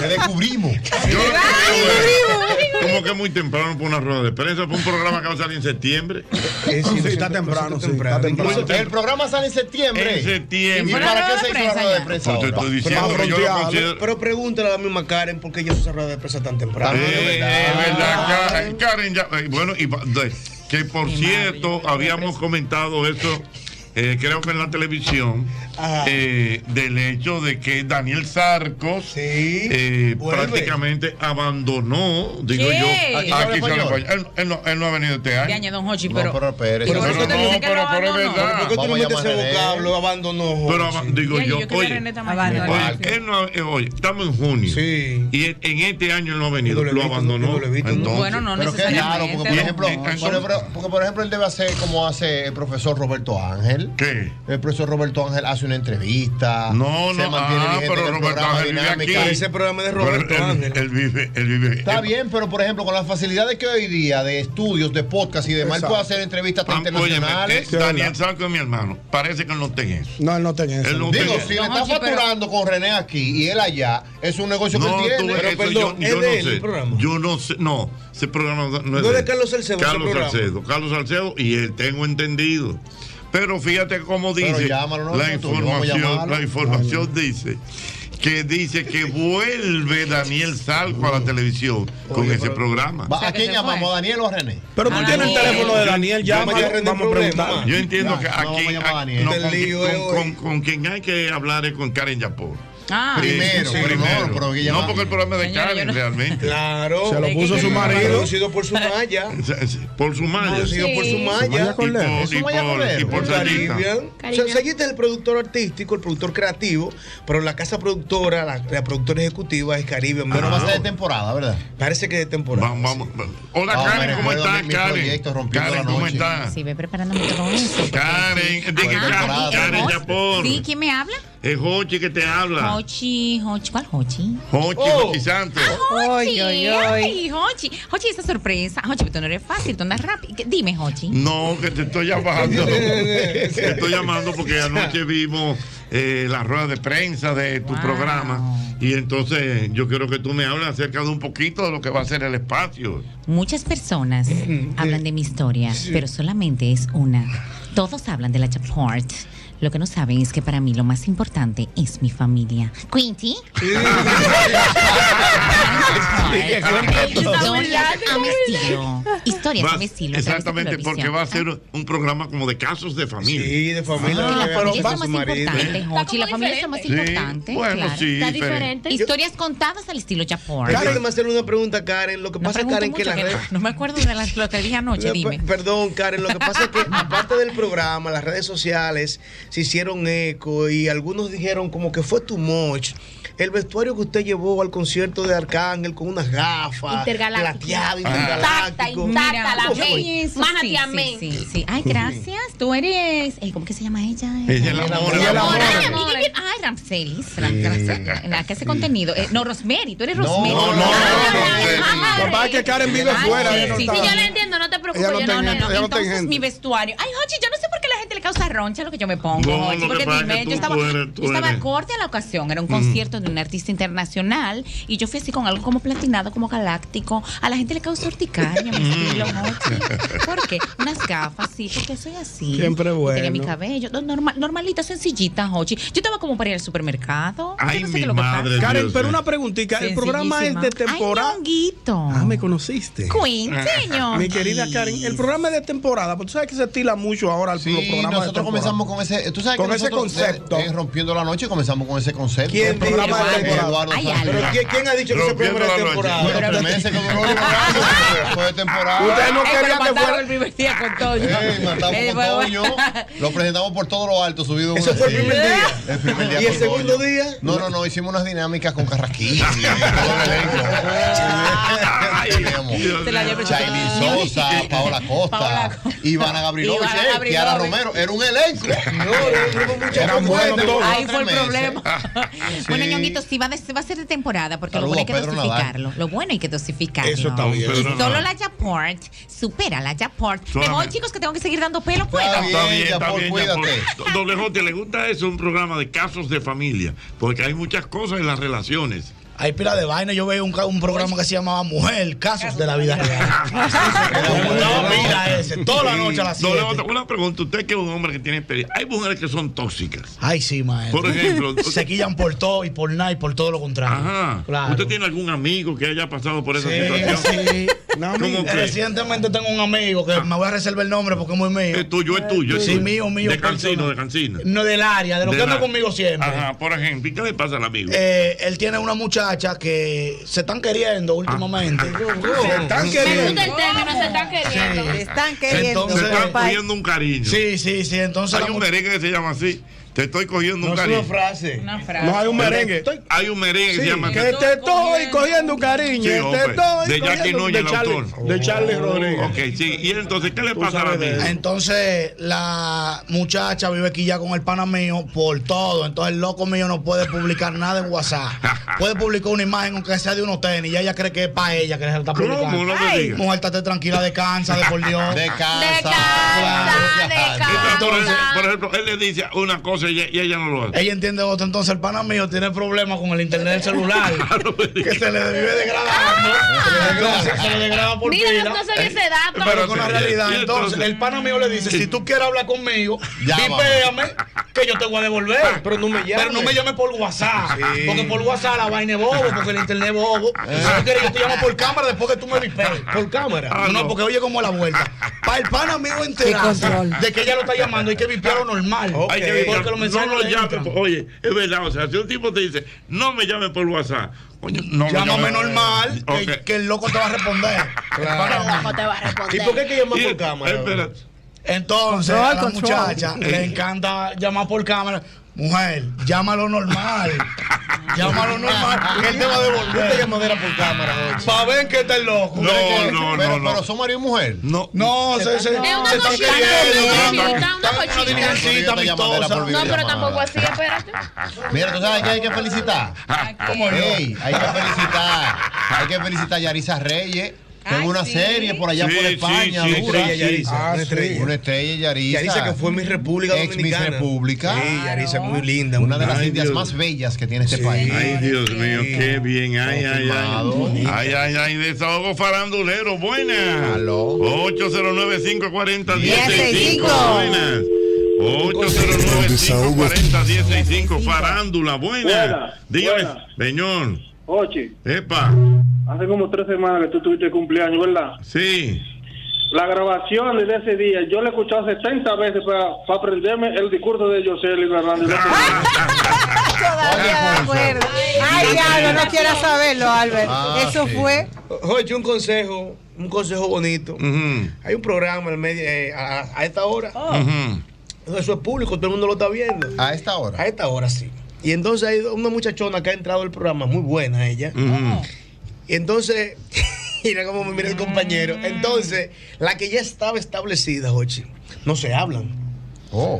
Speaker 22: Te descubrimos.
Speaker 7: Yo lo que veo es como que muy temprano para una rueda de prensa, para un programa que va a salir en septiembre.
Speaker 11: Eh, está temprano, sí, está temprano.
Speaker 22: El programa sale en septiembre.
Speaker 7: En septiembre.
Speaker 22: ¿Y para qué se hizo la rueda de prensa?
Speaker 7: Pues te
Speaker 22: ahora?
Speaker 7: estoy diciendo que yo lo considero-
Speaker 14: Pero pregúntale a la misma Karen por qué ella usa rueda de Ah. prensa tan temprano.
Speaker 7: Eh, eh, ¿verdad, Karen? Karen ya- eh, bueno, y pa- de- que por cierto, habíamos comentado eso, eh, creo que en la televisión,
Speaker 14: Ah.
Speaker 7: eh, del hecho de que Daniel Sarcos eh,
Speaker 14: vuelve.
Speaker 7: prácticamente abandonó, digo
Speaker 17: ¿Qué? Aquí
Speaker 7: yo,
Speaker 17: habla
Speaker 7: aquí se habla
Speaker 17: español.
Speaker 7: español. Él, él no, él no ha venido este año.
Speaker 17: Yañe, don Hochi,
Speaker 7: No,
Speaker 17: pero.
Speaker 7: pero espérese.
Speaker 17: y por eso
Speaker 7: Pero
Speaker 17: te
Speaker 7: no,
Speaker 17: dice que
Speaker 7: pero-
Speaker 17: lo
Speaker 7: pero es
Speaker 17: abandonó.
Speaker 7: verdad.
Speaker 14: ¿Por qué tú no
Speaker 7: Vamos a
Speaker 14: metes
Speaker 7: llamar a
Speaker 14: ese
Speaker 7: René.
Speaker 14: vocablo? Abandonó.
Speaker 7: Pero
Speaker 14: Jorge.
Speaker 7: ama- digo
Speaker 14: Yañe,
Speaker 7: yo,
Speaker 14: yo creo que
Speaker 7: oye,
Speaker 14: René está más abandonado.
Speaker 7: oye, él no- eh, oye, estamos en junio y él- en este año él no ha venido, lo abandonó. Entonces-
Speaker 22: Pero qué raro, porque por ejemplo, por ejemplo- porque por ejemplo él debe hacer como hace el profesor Roberto Ángel.
Speaker 7: ¿Qué?
Speaker 22: El profesor Roberto Ángel hace una entrevista.
Speaker 7: No,
Speaker 22: se
Speaker 7: no,
Speaker 22: mantiene
Speaker 7: ah,
Speaker 22: vigente
Speaker 7: pero
Speaker 22: en el
Speaker 7: Roberto
Speaker 22: programa,
Speaker 7: Ángel vive aquí.
Speaker 22: dinámica.
Speaker 7: Pero él- Él vive, él vive.
Speaker 22: Está bien, pero por ejemplo, con las facilidades que hoy día de estudios, de podcast y demás, él
Speaker 7: Exacto.
Speaker 22: puede hacer entrevistas hasta
Speaker 7: Pam, óyeme, eh,
Speaker 22: internacionales.
Speaker 7: Daniel Sarco es mi hermano. Parece que él no tenga eso.
Speaker 11: No, él no tenga eso.
Speaker 7: Él no
Speaker 22: Digo,
Speaker 7: tenga
Speaker 22: si
Speaker 7: eso.
Speaker 22: le está facturando con René aquí y él allá, es un negocio
Speaker 7: No,
Speaker 22: que él
Speaker 7: tú
Speaker 22: tiene.
Speaker 7: ves eso, yo, yo no sé. Yo no sé. No, ese programa no es
Speaker 14: No es de
Speaker 7: él.
Speaker 14: Carlos Salcedo, ese
Speaker 7: Carlos
Speaker 14: programa.
Speaker 7: Salcedo. Carlos Salcedo y él, tengo entendido. Pero fíjate cómo
Speaker 22: Pero
Speaker 7: dice.
Speaker 22: llámalo, ¿no?
Speaker 7: la,
Speaker 22: Tú, vamos a
Speaker 7: información,
Speaker 22: llamarlo.
Speaker 7: la información dice que dice que vuelve Daniel Salco a la televisión con ese programa.
Speaker 22: Va, ¿A quién llamamos? ¿A Daniel o a René?
Speaker 11: Pero
Speaker 7: Ah,
Speaker 11: tú tienes el teléfono de Daniel,
Speaker 7: Yo-
Speaker 11: llámalo,
Speaker 7: yo-
Speaker 11: vamos a preguntar.
Speaker 7: Yo entiendo
Speaker 11: Ya,
Speaker 7: que
Speaker 11: no,
Speaker 7: aquí,
Speaker 11: vamos a llamar a
Speaker 7: aquí-
Speaker 11: Daniel.
Speaker 7: no,
Speaker 11: Este
Speaker 7: con,
Speaker 11: lío es
Speaker 7: con- con- con quien hay que hablar es con Karen Yapor.
Speaker 1: Ah.
Speaker 14: Primero,
Speaker 7: Sí,
Speaker 14: primero.
Speaker 7: primero. No porque el programa es de
Speaker 14: Señora, yo
Speaker 7: Karen,
Speaker 14: no-
Speaker 7: realmente.
Speaker 14: Claro. Se lo puso su marido.
Speaker 7: Producido por su malla. Por su malla.
Speaker 14: Producido por su malla.
Speaker 7: Y por-
Speaker 14: Su
Speaker 7: Y
Speaker 14: malla
Speaker 7: por,
Speaker 14: Cordero.
Speaker 7: y por
Speaker 14: Caribbean.
Speaker 7: Sarita.
Speaker 14: O sea, Seguiste el productor artístico, el productor creativo, pero la casa productora, la, la productora ejecutiva es Caribe.
Speaker 7: Pero va a ser de
Speaker 14: temporada, ¿verdad? Parece que es de temporada.
Speaker 7: Vamos, Hola, Karen, ¿cómo estás, Karen? Karen, ¿cómo estás?
Speaker 23: Sí, voy preparándome todo eso. porque-
Speaker 7: Karen, dije
Speaker 23: Ajá.
Speaker 7: Karen, Karen,
Speaker 23: ¿Vos?
Speaker 7: ya por.
Speaker 23: Sí, ¿quién me habla?
Speaker 7: Es Hochi que te habla.
Speaker 23: Hochi, Hochi, ¿cuál Hochi?
Speaker 7: Hochi,
Speaker 23: Oh.
Speaker 7: Hochi Santos.
Speaker 23: Hochi, ay, Hochi, Hochi, esa sorpresa. Hochi, pero tú no eres fácil, tú andas rápido. ¿Qué- Dime, Hochi.
Speaker 7: No, que te estoy (laughs) llamando. te estoy llamando (laughs) porque anoche vimos eh, la rueda de prensa de tu programa. Y entonces yo quiero que tú me hables acerca de un poquito de lo que va a ser el espacio.
Speaker 23: Muchas personas hablan de mi historia, pero solamente es una. Todos hablan de la Chaport. Lo que no saben es que para mí lo más importante es mi familia. Quinty. Historias
Speaker 7: (laughs)
Speaker 23: a mi estilo. Historias a
Speaker 7: Va-
Speaker 23: mi estilo. a través de
Speaker 7: exactamente, porque
Speaker 23: Colorvisión.
Speaker 7: va a ser un programa como de casos de familia. Sí, de
Speaker 23: familia. Ah, la familia es lo más
Speaker 7: ¿eh?
Speaker 23: importante, Jochi. La familia es lo más
Speaker 7: Sí,
Speaker 23: importante.
Speaker 7: bueno,
Speaker 23: claro.
Speaker 7: sí, Está diferente.
Speaker 14: diferente.
Speaker 23: Historias contadas al estilo Chapor.
Speaker 14: Karen, déjame hacerle una pregunta, Karen. Lo que
Speaker 23: No
Speaker 14: pasa,
Speaker 23: pregunte
Speaker 14: Karen, que
Speaker 23: mucho,
Speaker 14: la
Speaker 23: que
Speaker 14: red.
Speaker 23: no- no me acuerdo de la- lo que dije anoche,
Speaker 14: No,
Speaker 23: dime.
Speaker 14: per- Perdón, Karen, lo que pasa es que aparte del programa, las redes sociales se hicieron eco y algunos dijeron como que fue too much. El vestuario que usted llevó al concierto de Arcángel con unas gafas,
Speaker 5: Intergaláctico.
Speaker 14: plateado,
Speaker 5: Ah.
Speaker 14: intergaláctico.
Speaker 5: Intacta, la
Speaker 14: ¿Cómo fue?
Speaker 5: amé.
Speaker 23: Eso
Speaker 5: Májate,
Speaker 23: sí, sí,
Speaker 5: amén.
Speaker 23: Sí, sí, Ay, gracias. Tú eres. eh, ¿Cómo que se llama ella?
Speaker 7: Ella es la amor,
Speaker 23: Ay,
Speaker 7: es la amor.
Speaker 23: Ay, Ramselis. Ram- Ramselis, La que hace contenido. Eh, no, Rosemary. Tú eres
Speaker 14: No,
Speaker 23: Rosemary.
Speaker 14: no, no,
Speaker 23: Ay,
Speaker 14: Rosemary.
Speaker 23: madre.
Speaker 14: Papá, que Karen vive
Speaker 23: Ay,
Speaker 14: fuera,
Speaker 23: sí,
Speaker 14: ella no
Speaker 23: sí,
Speaker 14: está-
Speaker 23: sí, yo la entiendo. No te preocupes.
Speaker 14: Ella no
Speaker 23: yo
Speaker 14: está
Speaker 23: no,
Speaker 14: en
Speaker 23: no, no.
Speaker 14: gente, ella no está en
Speaker 23: Entonces,
Speaker 14: gente.
Speaker 23: mi vestuario. Ay, Hochi, yo no sé por qué la gente le causa roncha lo que yo me pongo.
Speaker 7: No,
Speaker 23: Hochi,
Speaker 7: lo que
Speaker 23: porque
Speaker 7: pasa es que
Speaker 23: dime,
Speaker 7: tú-
Speaker 23: yo estaba,
Speaker 7: tú eres- tú
Speaker 23: yo estaba
Speaker 7: eres.
Speaker 23: acorde a la ocasión. Era un
Speaker 7: Mm.
Speaker 23: concierto de un artista internacional y yo fui así con algo como platinado, como galáctico. A la gente le causó urticaria,
Speaker 7: Mm.
Speaker 23: mi estilo, Hochi. ¿Por qué? Unas gafas, sí, porque soy así.
Speaker 14: Siempre
Speaker 23: Yo Tenía
Speaker 14: bueno.
Speaker 23: mi cabello, no, normal, normalita, sencillita, Hochi. Yo estaba como para ir al supermercado. Yo
Speaker 14: Ay,
Speaker 23: no
Speaker 14: mi
Speaker 23: sé qué es lo que pasa.
Speaker 14: madre, Karen, Dios pero mío. una preguntita, ¿el programa este es de
Speaker 23: Sencillísima.
Speaker 14: temporada?
Speaker 23: Ay, Ñonguito.
Speaker 11: Ah, me conociste. Ah,
Speaker 23: Queen, señor.
Speaker 11: Mi querida Karen, el programa es de temporada, porque tú sabes que se estila mucho ahora el
Speaker 22: Sí,
Speaker 11: programa.
Speaker 22: nosotros comenzamos con ese, tú sabes
Speaker 11: Con
Speaker 22: que
Speaker 11: ese
Speaker 22: nosotros,
Speaker 11: concepto.
Speaker 22: eh, en Rompiendo la Noche comenzamos con ese concepto.
Speaker 11: ¿Quién
Speaker 22: El
Speaker 11: dijo
Speaker 22: programa
Speaker 11: que
Speaker 22: de
Speaker 11: era temporada?
Speaker 22: Eduardo
Speaker 11: Hay
Speaker 22: Sánchez.
Speaker 11: algo. Pero ¿quién-
Speaker 14: quién ha dicho que ese Rompiendo programa es la Noche. temporada?
Speaker 22: Bueno, este el primer meses que duró liberando, fue de temporada.
Speaker 14: Ustedes no
Speaker 22: Eh,
Speaker 14: querían
Speaker 22: pero
Speaker 14: que
Speaker 22: mataron
Speaker 14: fuera-
Speaker 22: el
Speaker 23: primer día con Toño.
Speaker 22: Eh, matamos
Speaker 14: Eh,
Speaker 22: con
Speaker 14: bueno.
Speaker 22: Toño. Lo presentamos por todo lo alto, subido
Speaker 14: Eso
Speaker 22: una
Speaker 14: fue el
Speaker 22: silla.
Speaker 14: primer día.
Speaker 22: El primer día
Speaker 14: ¿Y el
Speaker 22: con
Speaker 14: segundo
Speaker 22: Toño.
Speaker 14: día?
Speaker 22: No, no, no, hicimos unas dinámicas con Carrasquilla. y todo el elenco. Teníamos
Speaker 14: Se la lleva el
Speaker 22: Chailin Sosa, Paola Costa,
Speaker 23: (laughs)
Speaker 22: Ivana Gabrilovich,
Speaker 14: Ivana
Speaker 22: eh, Kiara
Speaker 14: Gabrilovich.
Speaker 22: Romero. Era un elenco.
Speaker 14: Eran buenos todos.
Speaker 23: Ahí fue
Speaker 22: Tres
Speaker 23: el
Speaker 22: meses.
Speaker 23: problema. (laughs) Bueno, Ñonguito, sí, va, de- va a ser de temporada, porque lo
Speaker 22: Saludos
Speaker 23: bueno hay que
Speaker 22: a Pedro Nadal.
Speaker 23: dosificarlo. Lo bueno hay que dosificarlo.
Speaker 22: Eso está bien.
Speaker 23: Y
Speaker 22: Pedro
Speaker 23: solo
Speaker 22: Nadal.
Speaker 23: la Japort supera la Japort. Me voy,
Speaker 7: Solamente.
Speaker 23: chicos, que tengo que seguir dando pelo, ¿puedo?
Speaker 7: Está bien, está bien, ya, por- Doble J, ¿le gusta eso? Un programa de casos de familia. Porque hay muchas cosas en las relaciones.
Speaker 12: Hay pila de vaina. Yo veía un, ca- un programa que se llamaba Mujer, Casos de la Vida Real.
Speaker 7: (laughs) No,
Speaker 12: mira ese, toda la noche a las siete.
Speaker 7: Una pregunta, usted que es un hombre que tiene experiencia. Hay mujeres que son tóxicas.
Speaker 12: Ay, sí, maestro.
Speaker 7: Por ejemplo,
Speaker 12: se quillan por todo y por nada y por todo lo contrario.
Speaker 7: Ajá.
Speaker 12: Claro.
Speaker 7: ¿Usted tiene algún amigo que haya pasado por esa
Speaker 12: Sí,
Speaker 7: situación?
Speaker 12: sí.
Speaker 7: ¿Cómo que? Ah.
Speaker 12: Recientemente tengo un amigo que me voy a reservar el nombre porque es muy mío.
Speaker 7: Es tuyo, es tuyo. es
Speaker 12: Sí,
Speaker 7: tuyo.
Speaker 12: mío, mío.
Speaker 7: De Cancino, de Cancino.
Speaker 12: No del área, de lo que anda
Speaker 7: la-
Speaker 12: conmigo siempre.
Speaker 7: Ajá, por ejemplo. ¿Y qué le pasa al amigo?
Speaker 12: Eh, él tiene una muchacha que se están queriendo últimamente.
Speaker 7: Ah. Se están
Speaker 12: Sí.
Speaker 5: gusta el término, se están queriendo.
Speaker 12: Sí. Se están
Speaker 7: Entonces, se están
Speaker 12: papá.
Speaker 7: cogiendo un cariño.
Speaker 12: Sí, sí, sí. Entonces.
Speaker 7: Hay un merengue que se llama así. Te estoy cogiendo un
Speaker 12: No es
Speaker 7: cariño.
Speaker 12: una frase. Una frase.
Speaker 11: No, hay un
Speaker 7: Pero
Speaker 11: merengue.
Speaker 7: estoy- Hay un merengue que
Speaker 11: Sí,
Speaker 7: se llama
Speaker 11: que te estoy cogiendo un cariño.
Speaker 7: Sí,
Speaker 11: te
Speaker 7: hombre,
Speaker 11: estoy
Speaker 7: de Jackie
Speaker 11: cogiendo-
Speaker 7: Núñez,
Speaker 11: de
Speaker 7: el
Speaker 11: Charlie-
Speaker 7: autor. Oh.
Speaker 11: De Charlie Rodríguez.
Speaker 7: Ok, sí. Y entonces, ¿qué le
Speaker 12: Tú
Speaker 7: pasa a la
Speaker 12: sabes de eso.
Speaker 7: amiga?
Speaker 12: Entonces la muchacha vive aquí ya con el pana mío por todo. Entonces el loco mío no puede publicar nada en
Speaker 7: (laughs)
Speaker 12: WhatsApp. Puede publicar una imagen aunque sea de unos tenis. Y ella cree que es para ella que se la está
Speaker 7: ¿Cómo?
Speaker 12: publicando.
Speaker 7: No me digas.
Speaker 12: mujer, estate tranquila, descansa, de por Dios.
Speaker 22: Descansa.
Speaker 7: Entonces, por ejemplo, él le dice una cosa y ella, y ella no lo hace.
Speaker 12: Ella entiende otra, entonces el pana mío tiene problemas con el internet del celular. que se le vive degradando. Entonces, se le degrada por
Speaker 5: Mira,
Speaker 12: pila.
Speaker 5: no sabía ese dato.
Speaker 12: Pero con la realidad,
Speaker 7: ¿y entonces?
Speaker 12: entonces el pana mío le dice: Si tú quieres hablar conmigo,
Speaker 7: Ya vamos.
Speaker 12: pipéame que yo te voy a devolver. Pero no me
Speaker 14: llames.
Speaker 12: Pero no me llames por WhatsApp.
Speaker 14: Sí.
Speaker 12: Porque por WhatsApp la vaina es bobo, porque el internet es bobo. Si tú quieres, yo te llamo por cámara después que tú me vipees. Por cámara. no, porque oye como la vuelta. Para el pana mío enterarse
Speaker 14: control.
Speaker 11: Ah,
Speaker 12: de que ella lo está llamando hay que vipearlo normal.
Speaker 7: Ah, Hay que evitar-
Speaker 12: Porque los mensajes
Speaker 7: no lo
Speaker 12: le
Speaker 7: llame,
Speaker 12: entran.
Speaker 7: po- oye, es verdad, o sea, si un tipo te dice, no me llame por WhatsApp, coño, no
Speaker 12: Llámame
Speaker 7: me llame.
Speaker 12: normal, que-
Speaker 7: Ok.
Speaker 12: que, el loco te va a
Speaker 7: (laughs)
Speaker 12: responder.
Speaker 27: ¿Y por qué hay que llamar
Speaker 7: Y-
Speaker 27: por cámara?
Speaker 7: espera.
Speaker 12: Entonces,
Speaker 27: Control,
Speaker 12: a la
Speaker 27: control.
Speaker 12: muchacha le encanta llamar por cámara. Mujer, llámalo (laughs) normal. llámalo normal.
Speaker 27: Él te va a devolver.
Speaker 12: Esta llamadera por cámara, Para ver que está el loco.
Speaker 1: No,
Speaker 12: Que-
Speaker 1: no,
Speaker 12: pero-
Speaker 1: no, no.
Speaker 12: Pero son marido y mujer.
Speaker 7: No,
Speaker 12: no, se, se,
Speaker 1: Es una
Speaker 12: se están
Speaker 1: cochina,
Speaker 12: queriendo. están-
Speaker 1: una cochina,
Speaker 12: están
Speaker 1: una
Speaker 12: en
Speaker 1: cochina.
Speaker 12: diligencita
Speaker 1: Esta llamadera
Speaker 12: amistosa.
Speaker 1: por
Speaker 22: No, pero tampoco así, espérate. Mira, tú sabes que hay que felicitar.
Speaker 12: ¿Cómo yo?
Speaker 22: Ey, hay que felicitar. Hay que felicitar a Yarisa Reyes. que hubo una serie por allá
Speaker 14: Ah, Sí,
Speaker 22: por
Speaker 14: sí,
Speaker 22: España.
Speaker 14: sí,
Speaker 22: dura.
Speaker 14: una estrella, Yarisa,
Speaker 22: Ah,
Speaker 14: una
Speaker 22: sí.
Speaker 14: estrella.
Speaker 22: Una estrella, Yarisa.
Speaker 14: Yarisa, que fue Miss República
Speaker 22: Ex Miss
Speaker 14: Dominicana.
Speaker 22: República.
Speaker 14: Sí, Yarisa, muy linda,
Speaker 22: Una de
Speaker 14: muy
Speaker 22: las
Speaker 14: linda.
Speaker 22: indias
Speaker 14: Ay, Dios.
Speaker 22: más bellas que tiene este país.
Speaker 7: Ay, Dios mío, qué bien. Ay, ay, ay.
Speaker 22: Confirmado.
Speaker 7: Ay, ay, ay, desahogo farandulero. Buenas. 809-540-165. Buenas. 809-540-165. Farándula, buenas.
Speaker 4: Buenas,
Speaker 7: Dígame, señor.
Speaker 4: Ochi,
Speaker 7: Epa.
Speaker 4: hace como tres semanas que tú tuviste cumpleaños, ¿verdad?
Speaker 7: Sí.
Speaker 4: La grabación de ese día, yo la he escuchado 70 veces para aprenderme el discurso de Jocelyn
Speaker 7: (laughs)
Speaker 4: Hernández.
Speaker 6: Todavía me acuerdo. Ay, diablo, no quieras saberlo, Albert.
Speaker 14: Ah,
Speaker 6: Eso fue.
Speaker 14: Jorge, un consejo, un consejo bonito. Hay un programa al medio- eh, a, a esta hora.
Speaker 6: Oh.
Speaker 14: Entonces, Eso es público, todo el mundo lo está viendo.
Speaker 22: ¿A esta hora?
Speaker 14: A esta hora, sí. Y entonces hay una muchachona que ha entrado al programa, muy buena ella. Y entonces, (laughs) mira cómo me mira el
Speaker 6: Mm.
Speaker 14: compañero. Entonces, la que ya estaba establecida, Jochi, no se hablan.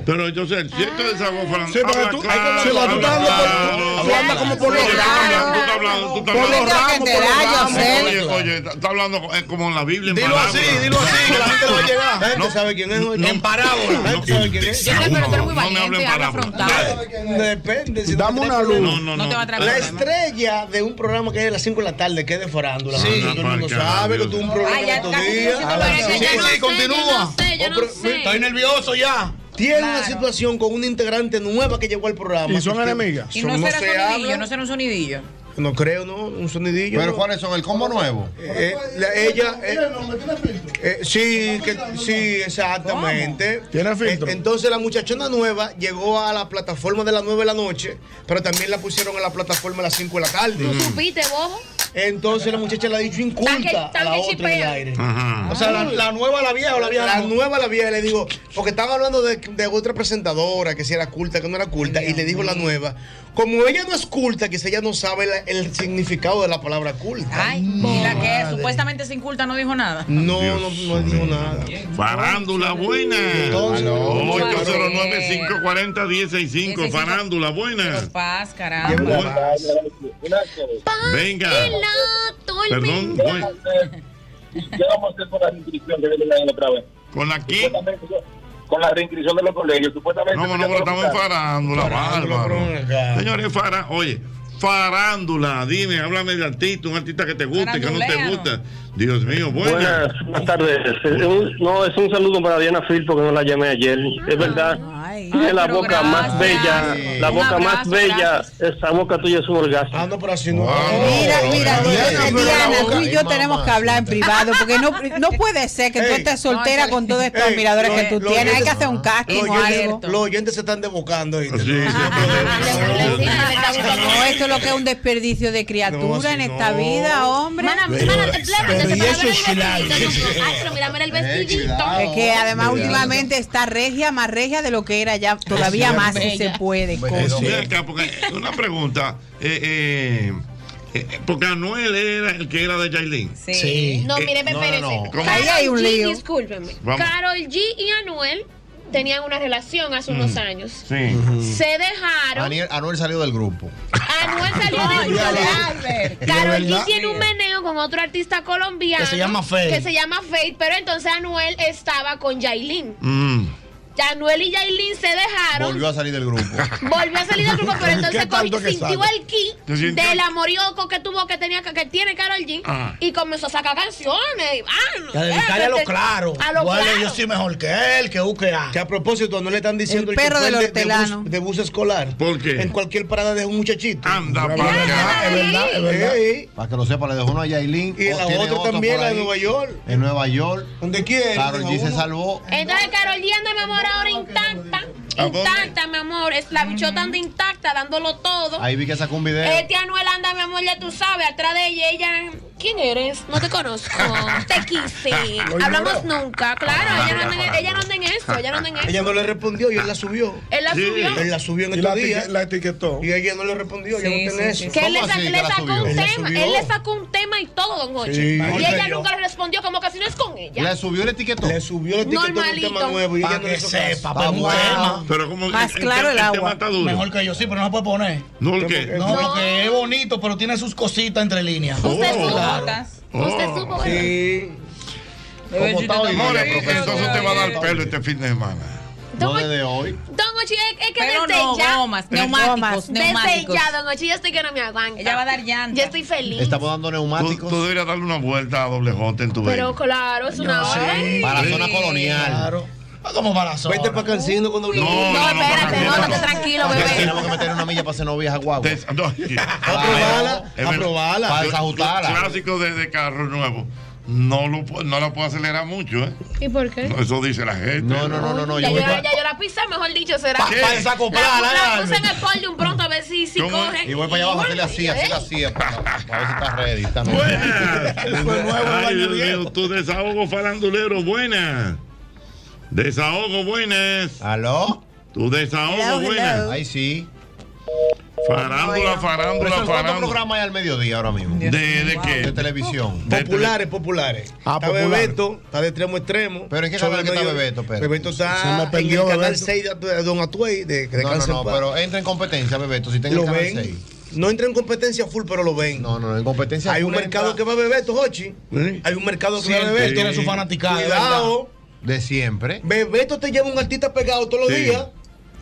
Speaker 7: Pero yo sé, si esto es algo farandulero.
Speaker 14: Oh. Sí, porque tú- hay que hablar- tú estás hablando por- tú andas como por los
Speaker 7: Tú
Speaker 14: ramos.
Speaker 7: estás hablando, tú estás
Speaker 14: Por los ramos, por los ramos.
Speaker 5: ¿eh?
Speaker 7: Oye, oye, está hablando eh, como en la Biblia. en
Speaker 14: Dilo así,
Speaker 7: parábola.
Speaker 14: dilo así, que la gente lo va a llegar. La
Speaker 7: No,
Speaker 14: gente sabe quién es. Jochi.
Speaker 7: no.
Speaker 14: En parábola. La gente sabe quién es.
Speaker 7: Yo sé, pero tú eres
Speaker 14: No
Speaker 7: muy
Speaker 14: me hablen
Speaker 7: valiente, habla
Speaker 14: parábola.
Speaker 7: frontal.
Speaker 14: Depende. Si
Speaker 7: Dame una luz. No, no, no.
Speaker 14: te va a traer La
Speaker 7: La
Speaker 14: estrella de un programa que es a las 5 de la tarde, que es de farándula. Sí, todo el mundo sabe que tuvo un programa
Speaker 28: Ay, ya
Speaker 14: estos
Speaker 28: está,
Speaker 14: días.
Speaker 28: pero es que yo no sé, yo no sé, yo
Speaker 14: Oh,
Speaker 28: no
Speaker 14: pero-
Speaker 28: sé.
Speaker 14: Estoy nervioso ya. Tiene una situación con una integrante nueva que llegó al programa.
Speaker 17: ¿Y son
Speaker 14: enemigas?
Speaker 17: Y no será sonidillo, no será un sonidillo.
Speaker 14: No creo, no, un sonidillo.
Speaker 22: Pero
Speaker 14: no.
Speaker 22: ¿cuáles son? ¿El combo nuevo?
Speaker 14: Eh, la- ella. eh, eh, sí, que, sí, exactamente.
Speaker 22: ¿Tiene filtro?
Speaker 14: Eh, entonces la muchachona nueva llegó a la plataforma de las 9 de la noche, pero también la pusieron a la plataforma a las 5 de la tarde.
Speaker 5: Tú supiste, bobo.
Speaker 14: Entonces la muchacha le ha dicho inculta
Speaker 5: Tan que-
Speaker 14: a la
Speaker 5: tan que
Speaker 14: otra en el
Speaker 5: chipea.
Speaker 14: aire.
Speaker 7: Ajá.
Speaker 14: O sea, la, la nueva a la vieja o la vieja a la nueva a la vieja, le digo, porque estaban hablando de, de otra presentadora, que si era culta, que no era culta, y le dijo la nueva, como ella no es culta, quizá ella no sabe la- el significado de la palabra culta.
Speaker 17: Ay, y la que supuestamente se inculta no dijo nada.
Speaker 14: No, no, no dijo nada.
Speaker 7: Farándula buena.
Speaker 14: Entonces,
Speaker 7: 809-540-165. Farándula buena.
Speaker 17: Paz,
Speaker 7: Lleva
Speaker 17: caramba.
Speaker 7: la Venga. Perdón. pues. bueno.
Speaker 4: Ya vamos a hacer con la reinscripción que viene ahí otra vez.
Speaker 7: ¿Con la qué?
Speaker 4: Supuestamente, Con la reinscripción de los colegios, supuestamente.
Speaker 7: No, no, pero estamos en farándula, bárbaro. Señores, fará, oye, farándula, dime, háblame de artista, un artista que te guste, que no te gusta. Dios mío, buena.
Speaker 11: Buenas, buenas tardes. Es un- no, es un saludo para Diana Phil porque no la llamé ayer. Es verdad. Tiene la boca más bella. La
Speaker 14: Un
Speaker 11: boca más
Speaker 14: abrazo,
Speaker 11: bella. Esa boca tuya es un orgasmo.
Speaker 14: Ah, no, pero así no.
Speaker 6: Mira, mira, Diana,
Speaker 11: pero la
Speaker 6: Diana,
Speaker 11: boca
Speaker 6: tú y
Speaker 11: es
Speaker 6: yo
Speaker 11: mamá.
Speaker 6: tenemos que hablar en privado porque no, no puede ser que tú estés soltera con todos estos admiradores que tú tienes. Hay que hacer un casting o algo.
Speaker 14: Los oyentes se están desbocando. ¿oíste?
Speaker 6: No, esto es lo que es un desperdicio de criatura en esta vida, hombre.
Speaker 5: Pero, Eh,
Speaker 6: y eso
Speaker 5: Ay, pero mira, mira
Speaker 22: Eh,
Speaker 5: el vestidito.
Speaker 6: Es que además últimamente está regia, más regia de lo que era ya, todavía
Speaker 7: cierto.
Speaker 6: más si se
Speaker 7: Bella.
Speaker 6: puede.
Speaker 7: Eso,
Speaker 6: cosa.
Speaker 7: ven acá, porque, una pregunta. eh, eh, eh, porque Anuel era el que era de Eh, Jailin.
Speaker 5: Eh, No, mire,
Speaker 7: me
Speaker 5: espérese. Karol G, discúlpeme.
Speaker 7: Vamos.
Speaker 5: Carol G y Anuel tenían una relación hace unos
Speaker 22: Mm.
Speaker 5: años.
Speaker 1: Sí.
Speaker 5: Se dejaron.
Speaker 22: Aniel- Anuel salió del grupo.
Speaker 5: Anuel salió del grupo de Albert.
Speaker 22: De
Speaker 5: Carol
Speaker 22: verdad.
Speaker 5: G tiene un meneo con otro artista colombiano.
Speaker 22: Que se llama Feid.
Speaker 5: que se llama Feid, pero entonces Anuel estaba con Yailin.
Speaker 7: Mm.
Speaker 5: Anuel y Yailin se dejaron.
Speaker 22: Volvió a salir del grupo.
Speaker 5: Volvió a salir del grupo, pero
Speaker 22: (laughs)
Speaker 5: entonces
Speaker 22: ¿Qué tanto
Speaker 5: cogi-
Speaker 22: que
Speaker 5: sintió
Speaker 22: sabe?
Speaker 5: el ki
Speaker 22: ¿Te sintió?
Speaker 5: del amorioco que tuvo que tenía que, que tiene Carol G
Speaker 22: Ah.
Speaker 12: Ajá.
Speaker 5: y comenzó a sacar canciones. Ah, no,
Speaker 12: Y a dedicarle a lo
Speaker 5: espérate.
Speaker 12: claro.
Speaker 5: A lo
Speaker 12: Bueno,
Speaker 5: claro.
Speaker 12: yo soy mejor que él, que UQA.
Speaker 14: Que a propósito, no le están diciendo
Speaker 12: El
Speaker 14: que
Speaker 12: perro
Speaker 14: fue
Speaker 12: del
Speaker 14: de- de,
Speaker 12: hortelano.
Speaker 14: bus, de bus escolar.
Speaker 7: ¿Por qué?
Speaker 14: En cualquier parada deja un muchachito.
Speaker 7: Anda,
Speaker 22: Es verdad, es verdad, es verdad.
Speaker 14: Ey.
Speaker 22: Para que lo sepa, le dejó uno a Yailin.
Speaker 14: Y
Speaker 22: o
Speaker 14: la
Speaker 22: tiene
Speaker 14: otra
Speaker 22: otro
Speaker 14: también,
Speaker 22: por
Speaker 14: la de
Speaker 22: ahí,
Speaker 14: Nueva York.
Speaker 22: En Nueva York.
Speaker 14: ¿Dónde quiere?
Speaker 22: Claro,
Speaker 14: Deja
Speaker 22: G se
Speaker 14: uno.
Speaker 22: salvó.
Speaker 5: Entonces Carol G anda enamorada ahorita intacta, mi amor. Es la bichota anda intacta, dándolo todo.
Speaker 22: Ahí vi que sacó un video.
Speaker 5: Este Anuel anda, mi amor, ya tú sabes, atrás de ella, ella. ¿Quién eres? No te conozco. te quise.
Speaker 14: Lo
Speaker 5: Hablamos
Speaker 14: ignoró.
Speaker 5: nunca. Claro, ella no anda en, e, ella no anda en eso. Ella no
Speaker 14: (laughs)
Speaker 5: anda en eso.
Speaker 14: Ella no le respondió y él la subió.
Speaker 5: Él la subió.
Speaker 14: Él la subió en
Speaker 11: Y
Speaker 14: estos
Speaker 11: la eti-
Speaker 14: días.
Speaker 11: la etiquetó.
Speaker 14: Y ella no le respondió, ya
Speaker 11: Sí,
Speaker 14: no
Speaker 11: sí,
Speaker 14: tiene
Speaker 11: sí.
Speaker 14: eso.
Speaker 5: Que él le, sa- le sacó un
Speaker 14: Él la
Speaker 5: tema,
Speaker 14: subió.
Speaker 5: él le sacó un tema y todo, don Jorge.
Speaker 14: Sí.
Speaker 5: Y
Speaker 14: Jorge,
Speaker 5: ella
Speaker 14: yo-
Speaker 5: nunca le respondió, como que si no es con ella.
Speaker 22: Le subió el etiquetón.
Speaker 14: Le subió el etiquetón de un tema
Speaker 5: Normalito.
Speaker 14: nuevo y
Speaker 12: Pa'
Speaker 14: ella no
Speaker 12: que
Speaker 14: le hizo caso.
Speaker 12: sepa,
Speaker 14: Ah,
Speaker 12: pero un
Speaker 14: bueno.
Speaker 12: tema.
Speaker 7: Pero como
Speaker 12: Más
Speaker 14: el- el
Speaker 12: claro
Speaker 14: te-
Speaker 12: el
Speaker 14: el
Speaker 12: agua.
Speaker 14: tema está duro.
Speaker 12: Mejor que yo, sí, pero no se puede poner.
Speaker 7: No, ¿el qué?
Speaker 12: No, porque es bonito, pero tiene sus cositas entre líneas.
Speaker 7: Usted supo.
Speaker 12: Usted supo, Sí.
Speaker 7: Como
Speaker 12: Yo tengo
Speaker 7: está hoy día,
Speaker 12: que-
Speaker 7: profe, entonces te va a dar pelo este fin de semana.
Speaker 5: No
Speaker 22: desde hoy.
Speaker 5: Don Ochi, es, es que
Speaker 17: Pero
Speaker 5: desde
Speaker 17: no,
Speaker 5: ya.
Speaker 17: gomas, neumáticos,
Speaker 5: Desde
Speaker 17: neumáticos.
Speaker 5: ya, Don Ochi, yo estoy que no me aguanto. Ella va a dar llanto. Yo estoy feliz.
Speaker 22: Estamos dando
Speaker 7: neumáticos. Tú, tú deberías darle una vuelta a doble J en tu vehículo.
Speaker 5: Pero claro, es una hora.
Speaker 22: Para la zona colonial.
Speaker 12: Claro.
Speaker 5: Ah,
Speaker 12: ¿Cómo para la
Speaker 22: Vete para Cancino cuando
Speaker 5: No, no, no, espérate, no, estate tranquilo, bebé.
Speaker 22: Tenemos que meter una milla para hacer novias a guagua.
Speaker 7: Aprobala,
Speaker 22: aprobala. Para desajustarla.
Speaker 7: Clásico de, de carro nuevo. No, lo, pu- no la puedo acelerar mucho, ¿eh?
Speaker 5: ¿Y por qué?
Speaker 7: No, Eso dice la gente. No,
Speaker 22: no, no, no.
Speaker 5: Ya yo, ya yo la pizza, mejor dicho, será.
Speaker 7: Pa- pa desacoplar,
Speaker 5: La- la
Speaker 7: ¿eh,
Speaker 5: puse en
Speaker 7: Alvin?
Speaker 5: el col de un pronto a ver si, si corre.
Speaker 22: Y voy para allá abajo, hacerle así, así, así. Para para ver si está ready. Está
Speaker 7: Ay, Dios mío, tu desahogo farandulero, buenas. Desahogo, buenas.
Speaker 22: ¿Aló?
Speaker 7: Tu desahogo,
Speaker 22: Hello, hello.
Speaker 7: buenas.
Speaker 22: Ahí sí.
Speaker 7: Farándula, farándula,
Speaker 22: ¿Cuántos
Speaker 7: farándula.
Speaker 22: programas hay al mediodía ahora mismo?
Speaker 7: ¿De, de qué?
Speaker 22: De televisión.
Speaker 14: Populares, populares.
Speaker 22: Ah,
Speaker 14: está
Speaker 22: populares.
Speaker 14: Bebeto, está de extremo a extremo.
Speaker 22: ¿Pero en qué
Speaker 14: Show
Speaker 22: canal
Speaker 14: del
Speaker 22: que está
Speaker 14: medio-
Speaker 22: Bebeto, Pedro?
Speaker 14: Bebeto está
Speaker 22: Se me perdió
Speaker 14: en el canal
Speaker 22: Bebeto.
Speaker 14: 6 de de Don Atuey. De, que
Speaker 22: No, no,
Speaker 14: descanse
Speaker 22: no,
Speaker 14: en paz.
Speaker 22: pero entra en competencia, Bebeto, si tengo
Speaker 14: Lo
Speaker 22: el canal
Speaker 14: ven.
Speaker 22: 6.
Speaker 14: No entra en competencia full, pero lo ven.
Speaker 22: No, no, en competencia
Speaker 14: Hay un
Speaker 22: full
Speaker 14: mercado
Speaker 22: entra-
Speaker 14: que va a Pues Bebeto, Hochi. Hay un mercado que
Speaker 22: Sí,
Speaker 14: va a Bebeto.
Speaker 22: él tiene su fanaticada, de
Speaker 14: Cuidado.
Speaker 22: De siempre.
Speaker 14: Bebeto te lleva un artista pegado todos los
Speaker 22: Sí.
Speaker 14: días.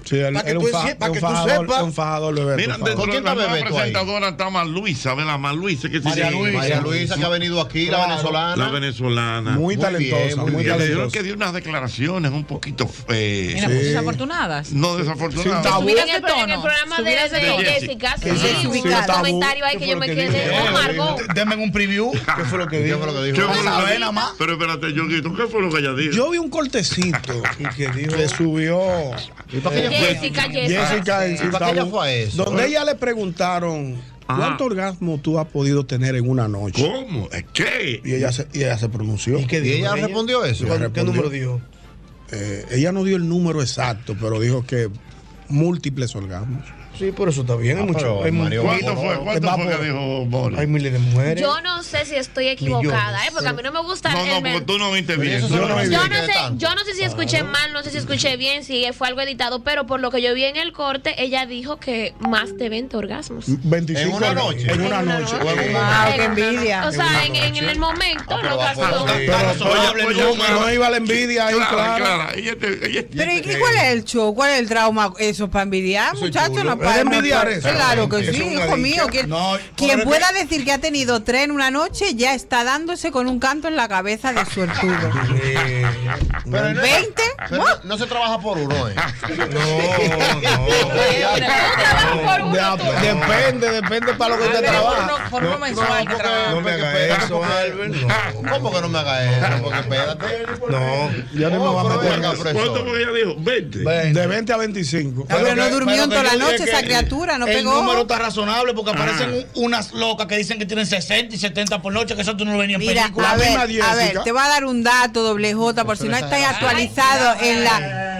Speaker 11: Sí, él-
Speaker 14: Para que
Speaker 11: él
Speaker 14: tú
Speaker 11: un fa-
Speaker 14: sie- para
Speaker 11: un
Speaker 14: que tú
Speaker 11: fajador,
Speaker 14: sepas.
Speaker 11: un fajador Bebeto,
Speaker 7: Mira,
Speaker 11: un fajador.
Speaker 7: dentro de la nueva presentadora está más Luisa, ¿verdad? Más Luisa que se
Speaker 22: María
Speaker 7: llama.
Speaker 22: Luisa. María Luisa, que ha venido aquí, la venezolana.
Speaker 7: La venezolana. (laughs)
Speaker 11: Muy talentosa, muy
Speaker 7: bien. Yo Creo
Speaker 11: talentosa.
Speaker 7: que dio unas declaraciones un poquito. eh,
Speaker 17: Mira, pues, desafortunadas.
Speaker 7: No desafortunadas.
Speaker 17: Sin tabú.
Speaker 5: Mira, en el,
Speaker 17: Ese
Speaker 5: pro- en el
Speaker 17: tono,
Speaker 5: programa de,
Speaker 17: subir
Speaker 5: de,
Speaker 17: ese tono.
Speaker 5: Jessica, sí,
Speaker 12: Ah, sí,
Speaker 5: hubo
Speaker 12: sí,
Speaker 5: un
Speaker 12: tabú.
Speaker 5: comentario ahí
Speaker 12: ¿Qué
Speaker 5: que yo
Speaker 12: fue
Speaker 5: me
Speaker 12: lo que
Speaker 5: quedé.
Speaker 12: dijo?
Speaker 14: "Eh,
Speaker 5: Oh, Margot.
Speaker 12: Denme un (laughs) preview. ¿Qué fue lo que dijo?
Speaker 7: ¿Qué fue lo que-
Speaker 12: Saber nada más.
Speaker 7: Pero espérate, yo ¿qué fue lo que ella dijo?
Speaker 11: Yo vi un cortecito (laughs) que subió
Speaker 7: para qué ella fue?
Speaker 11: Jessica,
Speaker 7: Jessica,
Speaker 11: Jessica,
Speaker 7: Jessica.
Speaker 11: en Sin
Speaker 7: ¿Y para qué ella
Speaker 11: Tabú,
Speaker 7: fue a eso?
Speaker 11: donde ella le preguntaron
Speaker 7: Ajá.
Speaker 11: cuánto orgasmo tú has podido tener en una noche.
Speaker 7: ¿Cómo? ¿Qué?
Speaker 11: Y ella se, y ella se pronunció. ¿Y,
Speaker 22: dijo ella ella? respondió eso? ¿Qué número
Speaker 11: dio? eh, ella no dio el número exacto, pero dijo que múltiples orgasmos.
Speaker 14: Sí, por eso está bien.
Speaker 11: Ah,
Speaker 14: hay mucho.
Speaker 11: pero
Speaker 14: Hay
Speaker 11: Mario
Speaker 7: ¿Cuánto
Speaker 11: Bono,
Speaker 7: fue? ¿Cuánto
Speaker 11: va
Speaker 7: fue que
Speaker 11: por-
Speaker 7: dijo Bono?
Speaker 14: Hay miles de mujeres.
Speaker 5: Yo no sé si estoy equivocada,
Speaker 14: Millones.
Speaker 5: ¿eh? porque a mí no me gusta
Speaker 7: No,
Speaker 5: el
Speaker 7: no,
Speaker 5: mer-
Speaker 7: porque tú no viste bien.
Speaker 5: Yo
Speaker 7: Tú
Speaker 5: no,
Speaker 7: viste bien.
Speaker 5: sé, yo no sé si escuché mal, no sé si escuché bien, si fue algo editado, pero por lo que yo vi en el corte, ella dijo que más de 20 orgasmos.
Speaker 11: 25
Speaker 22: En una
Speaker 11: orgasmos.
Speaker 22: noche.
Speaker 11: En una noche.
Speaker 5: En una- O sea, en, en el momento no gastó.
Speaker 11: Pero
Speaker 7: oye,
Speaker 11: no,
Speaker 7: pero-
Speaker 11: no iba la envidia ahí,
Speaker 7: Clara,
Speaker 11: claro.
Speaker 7: Clara, ella te- ella-
Speaker 6: Pero
Speaker 11: este,
Speaker 6: ¿y qué-
Speaker 11: eh,
Speaker 6: cuál es el show? ¿Cuál es el trauma? Eso es para envidiar, muchachos. No para
Speaker 11: Es de envidiar
Speaker 6: no para-
Speaker 11: eso.
Speaker 6: Claro que
Speaker 11: Eso
Speaker 6: sí,
Speaker 11: es una
Speaker 6: hijo mío.
Speaker 11: dicha.
Speaker 6: Quien,
Speaker 11: No,
Speaker 6: quien
Speaker 11: pobre-
Speaker 6: pueda decir que ha tenido tres en una noche ya está dándose con un canto en la cabeza de suertudo.
Speaker 14: eh,
Speaker 22: Pero no-
Speaker 6: 20.
Speaker 22: pero no, no se trabaja por uno, (laughs) ¿eh? Oh,
Speaker 12: Depende, depende para lo que te trabaja.
Speaker 22: por uno mensual. No, me haga eso, Albert. ¿Cómo que no me haga eso? Porque espérate.
Speaker 11: No, ya no me vamos a meter en
Speaker 7: ¿Cuánto fue que ella dijo? 20.
Speaker 11: eso. De 20 a 25.
Speaker 12: Pero
Speaker 6: Ah, no durmió en
Speaker 12: que
Speaker 6: toda la
Speaker 12: yo dije
Speaker 6: noche
Speaker 12: que
Speaker 6: esa criatura, no
Speaker 12: el
Speaker 6: pegó.
Speaker 12: El número está razonable porque
Speaker 7: Ajá.
Speaker 12: aparecen un- unas locas que dicen que tienen 60 y 70 por noche, que eso tú no lo venías en
Speaker 6: Mira,
Speaker 12: película.
Speaker 6: a ver, a ver, te voy a dar un dato, doble J, por si no estáis actualizado en la.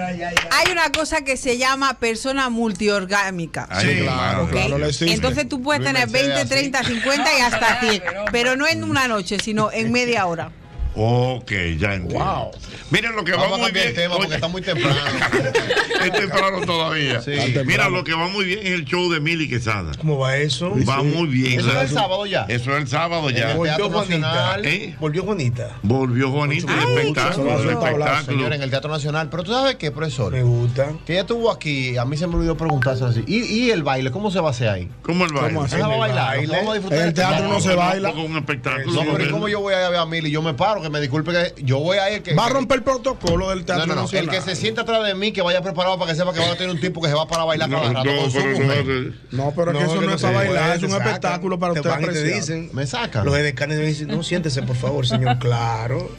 Speaker 6: Hay una cosa que se llama persona multiorgámica.
Speaker 11: Sí, claro,
Speaker 7: ok.
Speaker 11: claro, le existe.
Speaker 6: Entonces tú puedes tener 20, 30, 50 y hasta 100. Pero no en una noche, sino en media hora.
Speaker 7: Ok, ya entiendo. Miren lo que
Speaker 22: Vamos
Speaker 7: va
Speaker 22: a
Speaker 7: muy
Speaker 22: cambiar
Speaker 7: bien.
Speaker 22: el tema porque está muy temprano.
Speaker 7: (laughs) Es temprano todavía.
Speaker 22: Sí.
Speaker 7: Mira, lo que va muy bien es el show de Mili Quesada.
Speaker 14: ¿Cómo va eso?
Speaker 7: Va muy bien.
Speaker 22: Eso es el
Speaker 7: Eso-
Speaker 22: sábado ya.
Speaker 7: Eso es el sábado
Speaker 14: En
Speaker 7: ya.
Speaker 14: el Volvió Teatro Juanita. Nacional.
Speaker 7: ¿Eh?
Speaker 14: Volvió Juanita.
Speaker 7: Volvió Juanita. espectáculo,
Speaker 22: Eso va a hablar,
Speaker 7: espectáculo.
Speaker 22: Señor, en el Teatro Nacional. Pero tú sabes qué, profesor. Me gusta. Que ella estuvo aquí, a mí se me olvidó preguntarse así. ¿Y, y el baile? ¿Cómo se va a hacer ahí?
Speaker 7: ¿Cómo el baile?
Speaker 22: ¿Cómo así? ¿Vamos a bailar? ¿Vamos a disfrutar este del
Speaker 7: Con un espectáculo.
Speaker 22: No, pero ¿y ¿cómo yo voy a ir a ver a Mili? Yo me paro, que me disculpe que yo voy a ir que.
Speaker 11: Va a romper el protocolo del
Speaker 22: No,
Speaker 11: Teatro
Speaker 22: no, no. El
Speaker 11: Nacional.
Speaker 22: que se sienta atrás de mí, que vaya preparado para que sepa que va a tener un tipo que se va para bailar cada rato con su mujer.
Speaker 11: No, pero es que
Speaker 22: No,
Speaker 11: eso
Speaker 22: que
Speaker 11: no
Speaker 22: no
Speaker 11: es
Speaker 22: se
Speaker 11: a bailar,
Speaker 22: puede,
Speaker 11: es un
Speaker 22: te sacan,
Speaker 11: espectáculo para
Speaker 22: te
Speaker 11: usted
Speaker 22: van y te
Speaker 11: apreciar.
Speaker 22: dicen, Me sacan.
Speaker 11: Los
Speaker 14: Los decanes me dicen, no, siéntese, por favor, señor. Claro.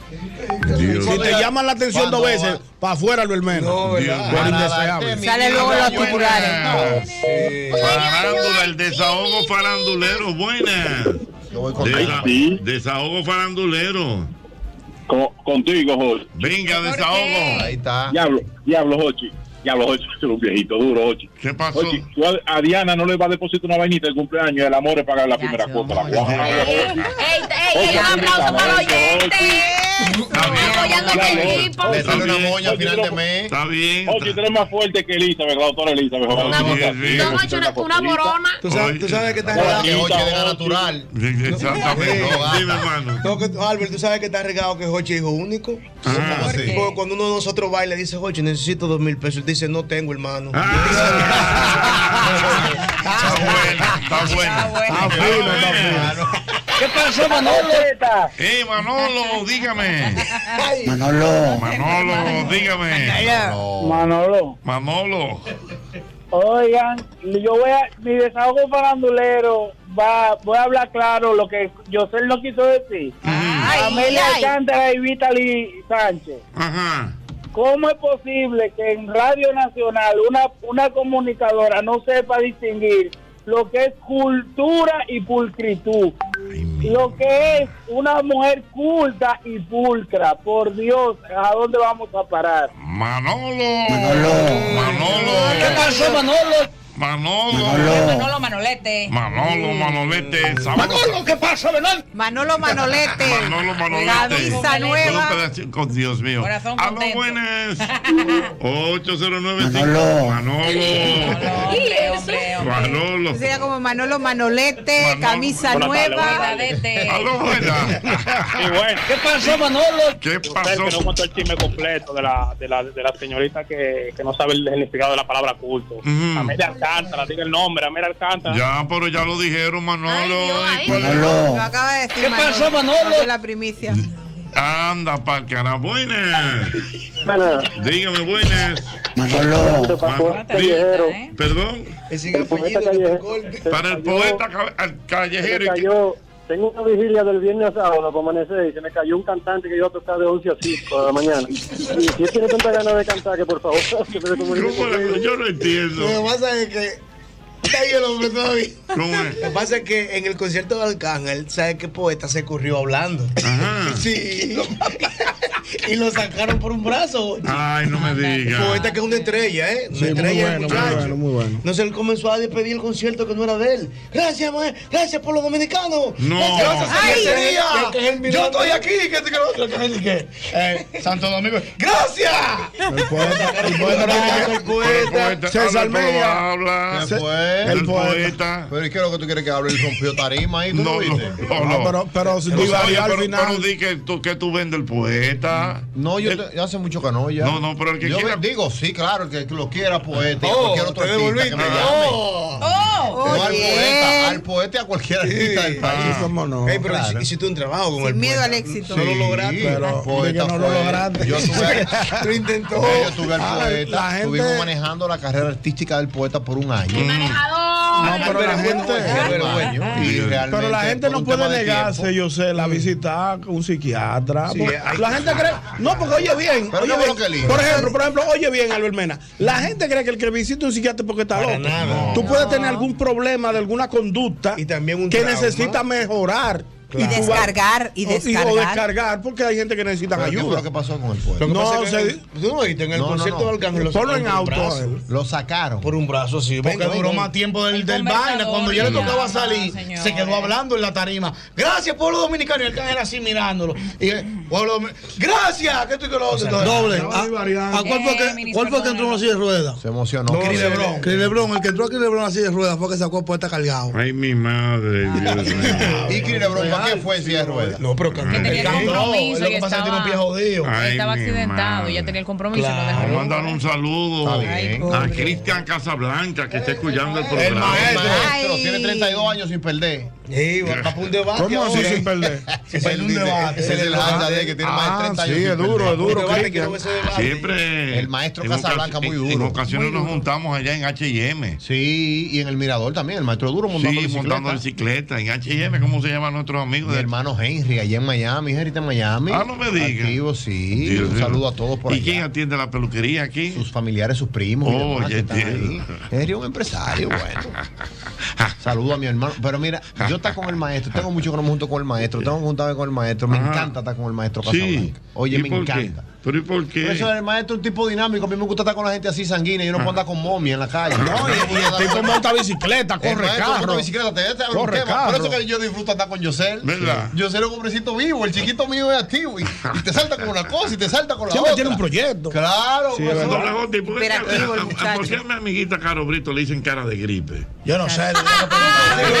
Speaker 11: Si te llaman la atención dos
Speaker 14: Cuando
Speaker 11: veces, para afuera lo hermano.
Speaker 14: No, ¿verdad?
Speaker 11: Por
Speaker 14: Para
Speaker 11: indeseable.
Speaker 14: Sale luego los
Speaker 7: titulares. Farándula, el desahogo farandulero, buenas. Desa- Desahogo farandulero.
Speaker 13: contigo, Jorge.
Speaker 7: Venga, desahogo.
Speaker 13: Ahí está. Diablo, diablo, Jochi. Diablo, Jochi, es (laughs) un viejito duro, Jochi.
Speaker 7: ¿Qué pasó?
Speaker 13: tú a, a Diana no le vas a depositar una vainita de cumpleaños y el amor es pagar la primera cuota. La guagua, Jochi.
Speaker 1: ¡Ey, ey, ey! ¡Un aplauso para los oyentes! Apoyando a mi equipo.
Speaker 7: Está bien.
Speaker 13: Oye, tú eres más fuerte que Elizabeth, la doctora Elizabeth. Una,
Speaker 1: Una morona.
Speaker 14: Tú sabes, tú sabes que estás
Speaker 13: Oye, oye, de
Speaker 14: regado.
Speaker 22: natural.
Speaker 7: Exactamente. Dime, hermano. Ah,
Speaker 14: No, que- Albert, tú sabes que está regado que Jochi es hijo único. Porque Cuando uno de nosotros baila, dice Jochi, necesito dos mil pesos. Él dice, no tengo, hermano.
Speaker 7: Ah, Está buena. Está
Speaker 14: fino,
Speaker 7: está
Speaker 29: ¿Qué pasó, Manolo?
Speaker 7: Eh, Manolo, dígame.
Speaker 29: Manolo.
Speaker 7: Manolo, dígame.
Speaker 4: Manolo.
Speaker 7: Manolo.
Speaker 4: Oigan, yo voy a, mi desahogo farandulero, va, voy a hablar claro lo que José no quiso decir. Amelia Alcántara y Vitaly Sánchez. ¿Cómo es posible que en Radio Nacional una, una comunicadora no sepa distinguir lo que es cultura y pulcritud? Lo que es una mujer culta y pulcra. Por Dios, ¿a dónde vamos a parar?
Speaker 7: Manolo.
Speaker 4: ¿Qué pasó, Manolo?
Speaker 7: Manolo.
Speaker 17: Manolo Manolete.
Speaker 7: Manolo,
Speaker 17: Eh.
Speaker 7: Manolete, sabroso.
Speaker 17: ¿qué pasa, Manolo? Manolo Manolete.
Speaker 7: Manolo Manolete.
Speaker 17: Camisa nueva.
Speaker 7: Todo pedazo- Con Dios mío.
Speaker 17: Corazón
Speaker 7: A lo
Speaker 17: contento.
Speaker 6: (laughs)
Speaker 7: buenas. 809 Manolo. Manolo.
Speaker 6: Hombre, hombre, hombre.
Speaker 7: Manolo.
Speaker 6: Sería como Manolo Manolete, camisa
Speaker 7: Buenas tardes,
Speaker 6: nueva.
Speaker 7: buenas
Speaker 1: Oh.
Speaker 7: Aló, buenas.
Speaker 4: ¿Qué pasó, Manolo?
Speaker 7: ¿Qué
Speaker 4: pasó? Que no contó el chisme completo de la, de la, de la señorita que, que no sabe el significado de la palabra culto. Amelia Alcántara, diga el nombre, Amelia Alcántara.
Speaker 7: Ya, pero ya lo dijeron, Manolo. Ay,
Speaker 6: Lo acaba de decir.
Speaker 4: ¿Qué pasó,
Speaker 6: Manolo? La primicia.
Speaker 7: Anda, pa' cara. Buenas. Dígame, buenas.
Speaker 4: Manolo.
Speaker 7: Man-
Speaker 4: Callejero.
Speaker 7: Perdón.
Speaker 4: El poeta callejero.
Speaker 7: Para el poeta ca- al
Speaker 4: Se me
Speaker 7: callejero.
Speaker 4: cayó. Tengo una vigilia del viernes a sábado para amanecer y se me cayó un cantante que iba a tocar de 11 a 5 de la mañana. Y si él tiene tanta ganas de cantar, que por favor, (laughs) que me comunique
Speaker 7: ¿Cómo
Speaker 4: conmigo.
Speaker 7: la- Yo no entiendo.
Speaker 14: Lo que pasa es que. Está ahí el hombre todavía.
Speaker 7: Lo
Speaker 14: que pasa es que en el concierto de Arcángel, ¿sabes qué poeta se corrió hablando? Sí. (laughs) y lo sacaron por un brazo.
Speaker 7: Ay, no me digas.
Speaker 14: Poeta que es una estrella, ¿eh? Una
Speaker 11: Sí, muy
Speaker 14: estrella,
Speaker 11: bueno, muy
Speaker 14: muchacho.
Speaker 11: bueno, muy bueno.
Speaker 14: No se él comenzó a despedir el concierto que no era de él. Gracias, ma- gracias por los dominicanos.
Speaker 7: No.
Speaker 14: Gracias,
Speaker 7: Ay,
Speaker 14: señor Sevilla.
Speaker 7: ay,
Speaker 14: Que- que es el
Speaker 12: Yo
Speaker 14: milagro.
Speaker 12: estoy aquí, que te quiero otro, que te- que- eh, Santo Domingo. ¡Gracias!
Speaker 11: El
Speaker 7: (laughs)
Speaker 11: poeta, el poeta tiene que- César Mella.
Speaker 22: ¿Qué fue?
Speaker 11: El poeta.
Speaker 22: Pero ¿y qué es lo que tú quieres que hable? Él rompió tarima ahí. ¿tú
Speaker 7: No,
Speaker 22: viste?
Speaker 7: no, no.
Speaker 11: Ah, pero- pero si
Speaker 7: Oye,
Speaker 11: divarió al
Speaker 7: pero-
Speaker 11: final.
Speaker 7: pero di que tú, que tú vendes el poeta. Eh,
Speaker 22: No, yo te- hace mucho que no ya.
Speaker 7: No, no, pero el que
Speaker 22: yo
Speaker 7: quiera-
Speaker 22: Digo, sí, claro, el que lo quiera poeta. y a
Speaker 7: Oh,
Speaker 22: cualquier otro
Speaker 7: te
Speaker 22: artista que me
Speaker 7: devolviste.
Speaker 22: llame.
Speaker 6: Oh,
Speaker 22: No al
Speaker 6: oye.
Speaker 22: poeta, al poeta y a cualquier artista del país.
Speaker 11: ¿Cómo no?
Speaker 14: Ey, pero hiciste un trabajo con
Speaker 6: Sin
Speaker 14: el
Speaker 6: miedo
Speaker 14: poeta.
Speaker 6: al éxito.
Speaker 14: No lo lograste.
Speaker 11: Pero
Speaker 22: poeta
Speaker 11: no lo
Speaker 22: fue-
Speaker 11: lograste.
Speaker 22: Yo tuve,
Speaker 14: (laughs) Lo intentó.
Speaker 22: yo tuve al
Speaker 11: Ah,
Speaker 22: poeta.
Speaker 11: la gente-
Speaker 22: Estuvimos manejando la carrera artística del poeta por un año.
Speaker 14: Mm.
Speaker 11: No, pero la gente.
Speaker 22: Y realmente
Speaker 11: Pero la gente
Speaker 22: por
Speaker 11: no
Speaker 22: un tema
Speaker 11: puede
Speaker 22: de Mm.
Speaker 11: negarse, yo sé, la visita a un psiquiatra.
Speaker 22: Sí,
Speaker 11: porque
Speaker 22: hay-
Speaker 11: la gente cree. No, porque oye bien.
Speaker 22: Pero
Speaker 11: oye
Speaker 22: no
Speaker 11: bien.
Speaker 22: lo que elige.
Speaker 11: por ejemplo, por ejemplo, oye bien, Albert Mena. La gente cree que el que visita un psiquiatra es porque está loco. Tú puedes tener algún problema de alguna conducta que
Speaker 14: trauma.
Speaker 11: necesita mejorar.
Speaker 6: Y
Speaker 11: tú vas-
Speaker 6: descargar, y
Speaker 11: o-
Speaker 6: descargar.
Speaker 11: O descargar, porque hay gente que necesita
Speaker 22: Pero ¿qué
Speaker 11: ayuda.
Speaker 22: fue lo que pasó con el poeta?
Speaker 14: Lo que pasa
Speaker 11: No,
Speaker 14: es
Speaker 11: se-
Speaker 14: que tú no oíste, en el
Speaker 22: No, no,
Speaker 14: concierto
Speaker 22: no.
Speaker 14: de Arcángel lo
Speaker 22: Ponlo
Speaker 14: sacaron
Speaker 22: en
Speaker 14: por un
Speaker 22: auto a
Speaker 14: brazo.
Speaker 22: él. Lo sacaron.
Speaker 14: Por un brazo, sí.
Speaker 12: Porque
Speaker 14: Venga,
Speaker 12: duró
Speaker 14: venga.
Speaker 12: más tiempo del, del vaina. Cuando ya le tocaba salir, se quedó hablando en la tarima. Gracias, pueblo dominicano. Y el cajero así mirándolo. Y eh, pueblo domin- Gracias, que esto y que lo otro.
Speaker 30: Doble.
Speaker 12: No,
Speaker 30: ¿A,
Speaker 12: hay
Speaker 30: a
Speaker 12: variante.
Speaker 30: cuál fue
Speaker 22: Eh,
Speaker 30: que, cuál fue que entró en una silla de ruedas?
Speaker 22: Se emocionó.
Speaker 30: Crilebrón. Crilebrón. El que entró a Crilebrón en la silla de ruedas fue que sacó a poeta cargado.
Speaker 7: Ay, mi
Speaker 22: (laughs)
Speaker 7: madre, Dios mío.
Speaker 22: ¿Y Crilebrón, ¿para qué fue en silla de ruedas?
Speaker 14: No, pero
Speaker 7: Que tenía
Speaker 12: el
Speaker 17: compromiso
Speaker 12: Lo
Speaker 17: y
Speaker 12: que pasa es que tiene
Speaker 17: estaba-
Speaker 12: un pie jodido.
Speaker 7: Ay,
Speaker 17: estaba
Speaker 7: mi
Speaker 17: accidentado,
Speaker 7: madre.
Speaker 17: ya tenía el compromiso. No
Speaker 7: Vamos a
Speaker 17: dejó.
Speaker 7: mandar un saludo
Speaker 22: Está bien.
Speaker 7: a
Speaker 22: Pobre.
Speaker 7: Cristian Casablanca que está escuchando el
Speaker 22: El
Speaker 7: programa.
Speaker 22: maestro, tiene 32 años sin perder.
Speaker 14: Sí, va para un debate.
Speaker 11: ¿Cómo así
Speaker 14: ahora?
Speaker 22: (laughs)
Speaker 11: sin perder?
Speaker 7: pues,
Speaker 14: Sin perder un debate.
Speaker 11: Ese es el Ah, Honda de que tiene más de 30 años sin perder. Un debate que no me se debate.
Speaker 7: Siempre.
Speaker 22: El maestro
Speaker 7: en
Speaker 22: Casablanca,
Speaker 7: ocasi-
Speaker 22: muy
Speaker 7: en-
Speaker 22: duro.
Speaker 7: En ocasiones
Speaker 22: Muy
Speaker 7: nos
Speaker 22: duro.
Speaker 7: juntamos allá en HM.
Speaker 22: Sí, y en el Mirador también, el maestro duro montando
Speaker 7: sí,
Speaker 22: bicicleta.
Speaker 7: montando bicicleta. En HM, ¿cómo se llaman nuestros amigos?
Speaker 22: Mi hermano Henry, allá en Miami, Henry está en Miami.
Speaker 7: Ah, no me digas.
Speaker 22: Activo, sí.
Speaker 7: Dios
Speaker 22: un
Speaker 7: mío.
Speaker 22: saludo a todos por
Speaker 7: ¿Y
Speaker 22: allá.
Speaker 7: quién atiende la peluquería aquí?
Speaker 22: Sus familiares, sus primos. y
Speaker 7: Oh,
Speaker 22: demás
Speaker 7: ya
Speaker 22: que están
Speaker 7: entiendo.
Speaker 22: ahí. Henry es un empresario, bueno.
Speaker 7: (laughs)
Speaker 22: Saludo a mi hermano. Pero mira, yo estar con el maestro, tengo mucho que no me junto con el maestro, tengo que juntarme con el maestro, me
Speaker 7: Ajá.
Speaker 22: encanta estar con el maestro
Speaker 7: Sí.
Speaker 22: Casablanca. Oye,
Speaker 7: ¿Y
Speaker 22: me
Speaker 7: por qué?
Speaker 22: encanta.
Speaker 7: ¿Pero y por qué?
Speaker 22: Por eso el maestro es un tipo dinámico. A mí me gusta estar con la gente así sanguínea. Yo no puedo andar con momia en la
Speaker 7: (laughs)
Speaker 22: calle.
Speaker 11: No, y- y el tipo monta bicicleta, corre
Speaker 22: El maestro monta
Speaker 11: carro.
Speaker 22: bicicleta, te- te abre un
Speaker 11: Corre
Speaker 22: tema.
Speaker 11: carro.
Speaker 22: Por eso que yo disfruto andar con Yosel.
Speaker 11: ¿Verdad?
Speaker 22: Yosel es un hombrecito vivo. El chiquito mío es activo. Y, y te salta con una cosa y te salta con la
Speaker 11: Siempre
Speaker 22: otra.
Speaker 11: tiene un proyecto.
Speaker 22: Claro,
Speaker 7: Sí,
Speaker 22: por eso.
Speaker 7: Doble J, ¿y por qué- a- a- ¿Por qué a mi amiguita Caro Brito le dicen cara de gripe?
Speaker 12: Yo no sé. le tengo que
Speaker 7: Cara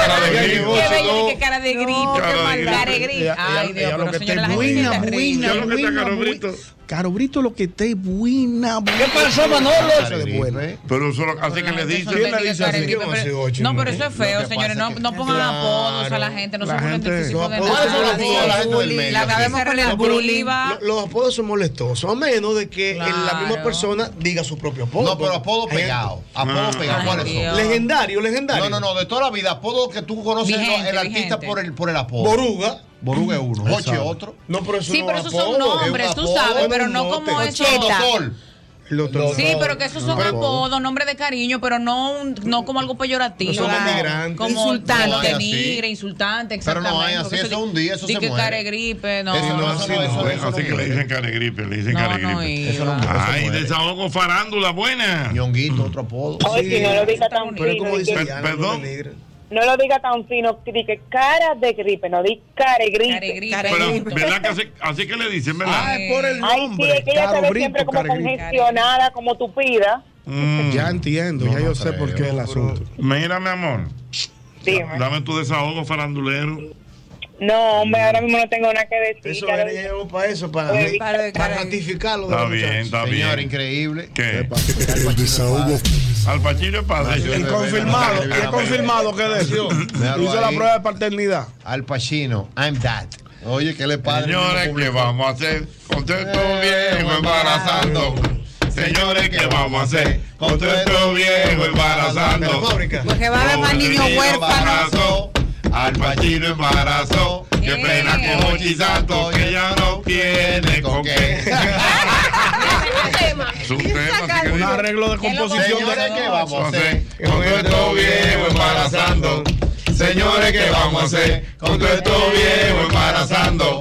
Speaker 7: de
Speaker 17: Qué bella,
Speaker 7: gripe.
Speaker 17: qué cara de gripe,
Speaker 7: cara de
Speaker 17: qué mal
Speaker 7: gripe.
Speaker 17: cara de gripe. Ay, Dios, pero señora, la gente se
Speaker 11: buena,
Speaker 17: está riendo.
Speaker 11: buena, buena. Carobrito lo que esté buena, buena.
Speaker 17: ¿Qué pasó, Manolo?
Speaker 11: Eso es bueno, ¿eh?
Speaker 7: Pero solo así que le dicen.
Speaker 11: ¿Quién le dice así?
Speaker 17: Pero- No, pero eso es feo, señores. No, no pongan apodos a la gente. No se
Speaker 11: La
Speaker 17: burlen del
Speaker 11: gente-
Speaker 17: físico de
Speaker 11: Los
Speaker 14: Ah,
Speaker 11: apodos son los apodos de la gente del
Speaker 17: bullying,
Speaker 11: medio,
Speaker 17: La
Speaker 11: sí.
Speaker 17: acabemos con el
Speaker 14: No, pero
Speaker 17: bullying.
Speaker 14: lo- Los apodos son molestosos, a menos de que la misma persona diga su propio apodo.
Speaker 22: No, pero apodo pegado.
Speaker 30: Ah.
Speaker 22: Apodo pegado, ¿cuáles son?
Speaker 14: Legendario, legendario.
Speaker 22: No, no, no, de toda la vida. Apodo que tú conoces
Speaker 14: Vigente,
Speaker 22: el artista
Speaker 14: vigente.
Speaker 22: por el, por el apodo.
Speaker 14: Boruga.
Speaker 22: Boruga es uno. Joche otro.
Speaker 14: No, pero eso
Speaker 17: Sí,
Speaker 14: no
Speaker 17: pero
Speaker 14: es
Speaker 17: esos son
Speaker 14: apodo,
Speaker 17: nombres,
Speaker 14: es un
Speaker 17: tú sabes,
Speaker 14: apodo,
Speaker 17: pero
Speaker 14: un
Speaker 17: no como
Speaker 14: mote.
Speaker 17: eso.
Speaker 14: El doctor
Speaker 17: Sí,
Speaker 14: Sol.
Speaker 17: pero que esos son
Speaker 14: Pero-
Speaker 17: apodos, nombres de cariño, pero no, un- no como algo peyorativo.
Speaker 14: No son denigrantes.
Speaker 17: Como
Speaker 14: Insultante.
Speaker 17: insultante,
Speaker 14: No hay así.
Speaker 17: denigre, insultante,
Speaker 22: Pero
Speaker 17: exactamente.
Speaker 22: no hay así,
Speaker 17: porque
Speaker 22: eso
Speaker 17: di-
Speaker 22: es un día, eso
Speaker 17: di
Speaker 22: se
Speaker 17: que
Speaker 22: muere.
Speaker 17: care gripe, no.
Speaker 22: Eso no,
Speaker 7: Así eh,
Speaker 22: eso no, eso no, eso
Speaker 7: así que
Speaker 22: no
Speaker 7: le
Speaker 22: es.
Speaker 7: dicen cara de gripe, le dicen cara de
Speaker 17: No, no
Speaker 7: gripe.
Speaker 17: iba.
Speaker 7: Ay, desahogo farándula, buena.
Speaker 22: Ñonguito, otro apodo.
Speaker 21: Oye, no lo diga tan
Speaker 7: Pero
Speaker 21: fino.
Speaker 7: como dice
Speaker 21: que-
Speaker 7: Diana, Perdón.
Speaker 21: No lo diga tan fino. di que cara de gripe, no di cara de gripe.
Speaker 7: Pero, ¿verdad que así, así que le dicen, verdad?
Speaker 21: Ay, sí, es que ella se ve siempre como congestionada, como tupida.
Speaker 7: Mm.
Speaker 11: Ya entiendo, ya yo sé por qué el asunto.
Speaker 7: Mira, mi amor.
Speaker 21: pues, Dime.
Speaker 7: Dame tu desahogo farandulero.
Speaker 21: No, hombre, ahora mismo no tengo nada que decir.
Speaker 14: Eso
Speaker 21: ya lo
Speaker 14: era,
Speaker 21: Pues,
Speaker 14: ya llegó para eso, para,
Speaker 21: Oye,
Speaker 14: para ratificarlo. de
Speaker 7: Está
Speaker 14: los
Speaker 7: bien,
Speaker 14: muchachos.
Speaker 7: está bien. Señor,
Speaker 22: increíble.
Speaker 7: ¿Qué? El desahogo. Al Pacino es padre.
Speaker 11: Y confirmado, y es confirmado que de eso.
Speaker 22: Déjalo
Speaker 11: Hizo la
Speaker 22: ahí.
Speaker 11: prueba de paternidad.
Speaker 22: Al Pacino, I'm that. Oye, ¿qué le pasa?
Speaker 7: Señores, ¿qué vamos a hacer? Con todo esto
Speaker 22: Eh,
Speaker 7: viejo embarazando. Señores, ¿qué vamos a hacer? Con todo esto viejo embarazando.
Speaker 6: Porque va a haber más niños huérfanos.
Speaker 7: Embarazó, Al Pacino embarazó. Qué pena con Ochi Santos, que ya no tiene con qué. Es un tema. así que
Speaker 11: Un
Speaker 7: digo,
Speaker 11: arreglo de composición
Speaker 22: Señores, ¿qué vamos a hacer?
Speaker 7: Con todo esto viejo embarazando. Señores, ¿qué vamos a hacer? Con todo esto viejo embarazando.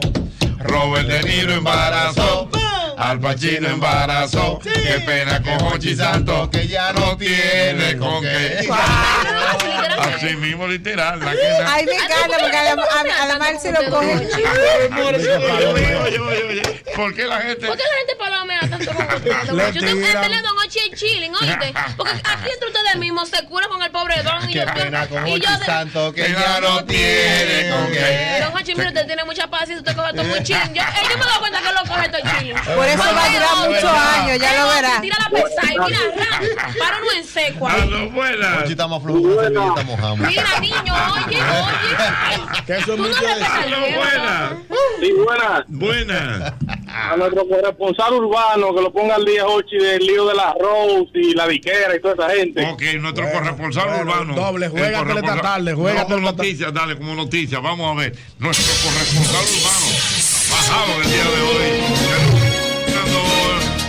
Speaker 7: Robert De Niro embarazó. Al Pacino embarazó. Qué pena con Ochi Santos, que ya no tiene con qué. Así mismo, literal. la que-
Speaker 6: Ay, me encanta, porque además, además él se lo coge.
Speaker 7: Oye, oye, oye, ¿Por qué la gente?
Speaker 5: ¿Por qué la gente palomea tanto con ustedes?
Speaker 7: Le
Speaker 5: Yo tengo este que
Speaker 7: tiran.
Speaker 5: entenderle a Don Ochi el chilling,
Speaker 7: (laughs)
Speaker 5: oíste. Porque aquí entre ustedes mismos se curan con el pobre Don. Y
Speaker 22: Qué
Speaker 5: yo,
Speaker 22: pena con
Speaker 5: y
Speaker 22: Ochi
Speaker 5: yo de-
Speaker 22: Santos, que ya no tiene con qué.
Speaker 5: Don Ochi, mira, usted tiene mucha paciencia, usted coge todo un chilling. Yo, eh, yo me doy cuenta que lo coge todo chilling.
Speaker 22: Eh,
Speaker 6: Por eso va a durar
Speaker 5: Ay,
Speaker 6: muchos
Speaker 5: Ochi,
Speaker 6: años, ya lo
Speaker 5: Ochi,
Speaker 6: verás.
Speaker 5: Eh, Tira la pesa y mira, ra, para uno en seco. ahí.
Speaker 7: buena.
Speaker 22: Ochi está más flojo que una servilleta mojama.
Speaker 5: Mira, niño, oye, oye.
Speaker 11: Que eso
Speaker 5: es mucho
Speaker 7: buena.
Speaker 4: Sí, buenas.
Speaker 7: Buenas.
Speaker 4: A nuestro corresponsal urbano que lo ponga al día, Ochi, del lío de las Rose y la Viquera y toda esa gente.
Speaker 7: Ok, nuestro corresponsal urbano.
Speaker 11: doble,
Speaker 7: el
Speaker 11: juégatela esta
Speaker 7: corresponsal-
Speaker 11: tarde, juégatela
Speaker 7: No, como noticia, dale, como noticia. Vamos a ver. Nuestro corresponsal urbano. Bajado el día de hoy.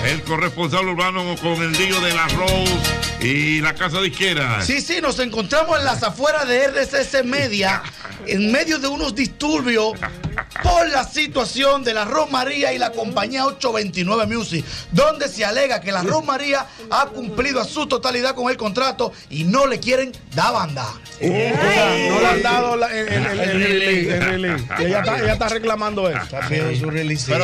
Speaker 7: El corresponsal urbano con el lío de la Rose y la casa de izquierda.
Speaker 12: Sí, sí, nos encontramos en las afueras de RCC Media, en medio de unos disturbios por la situación de la Romaría y la compañía 829 Music, donde se alega que la Romaría ha cumplido a su totalidad con el contrato y no le quieren dar banda.
Speaker 11: Oh. No le han dado la-
Speaker 12: eh,
Speaker 11: el, el- el- el release, el release. Y Ella está, ella está reclamando eso.
Speaker 22: Pero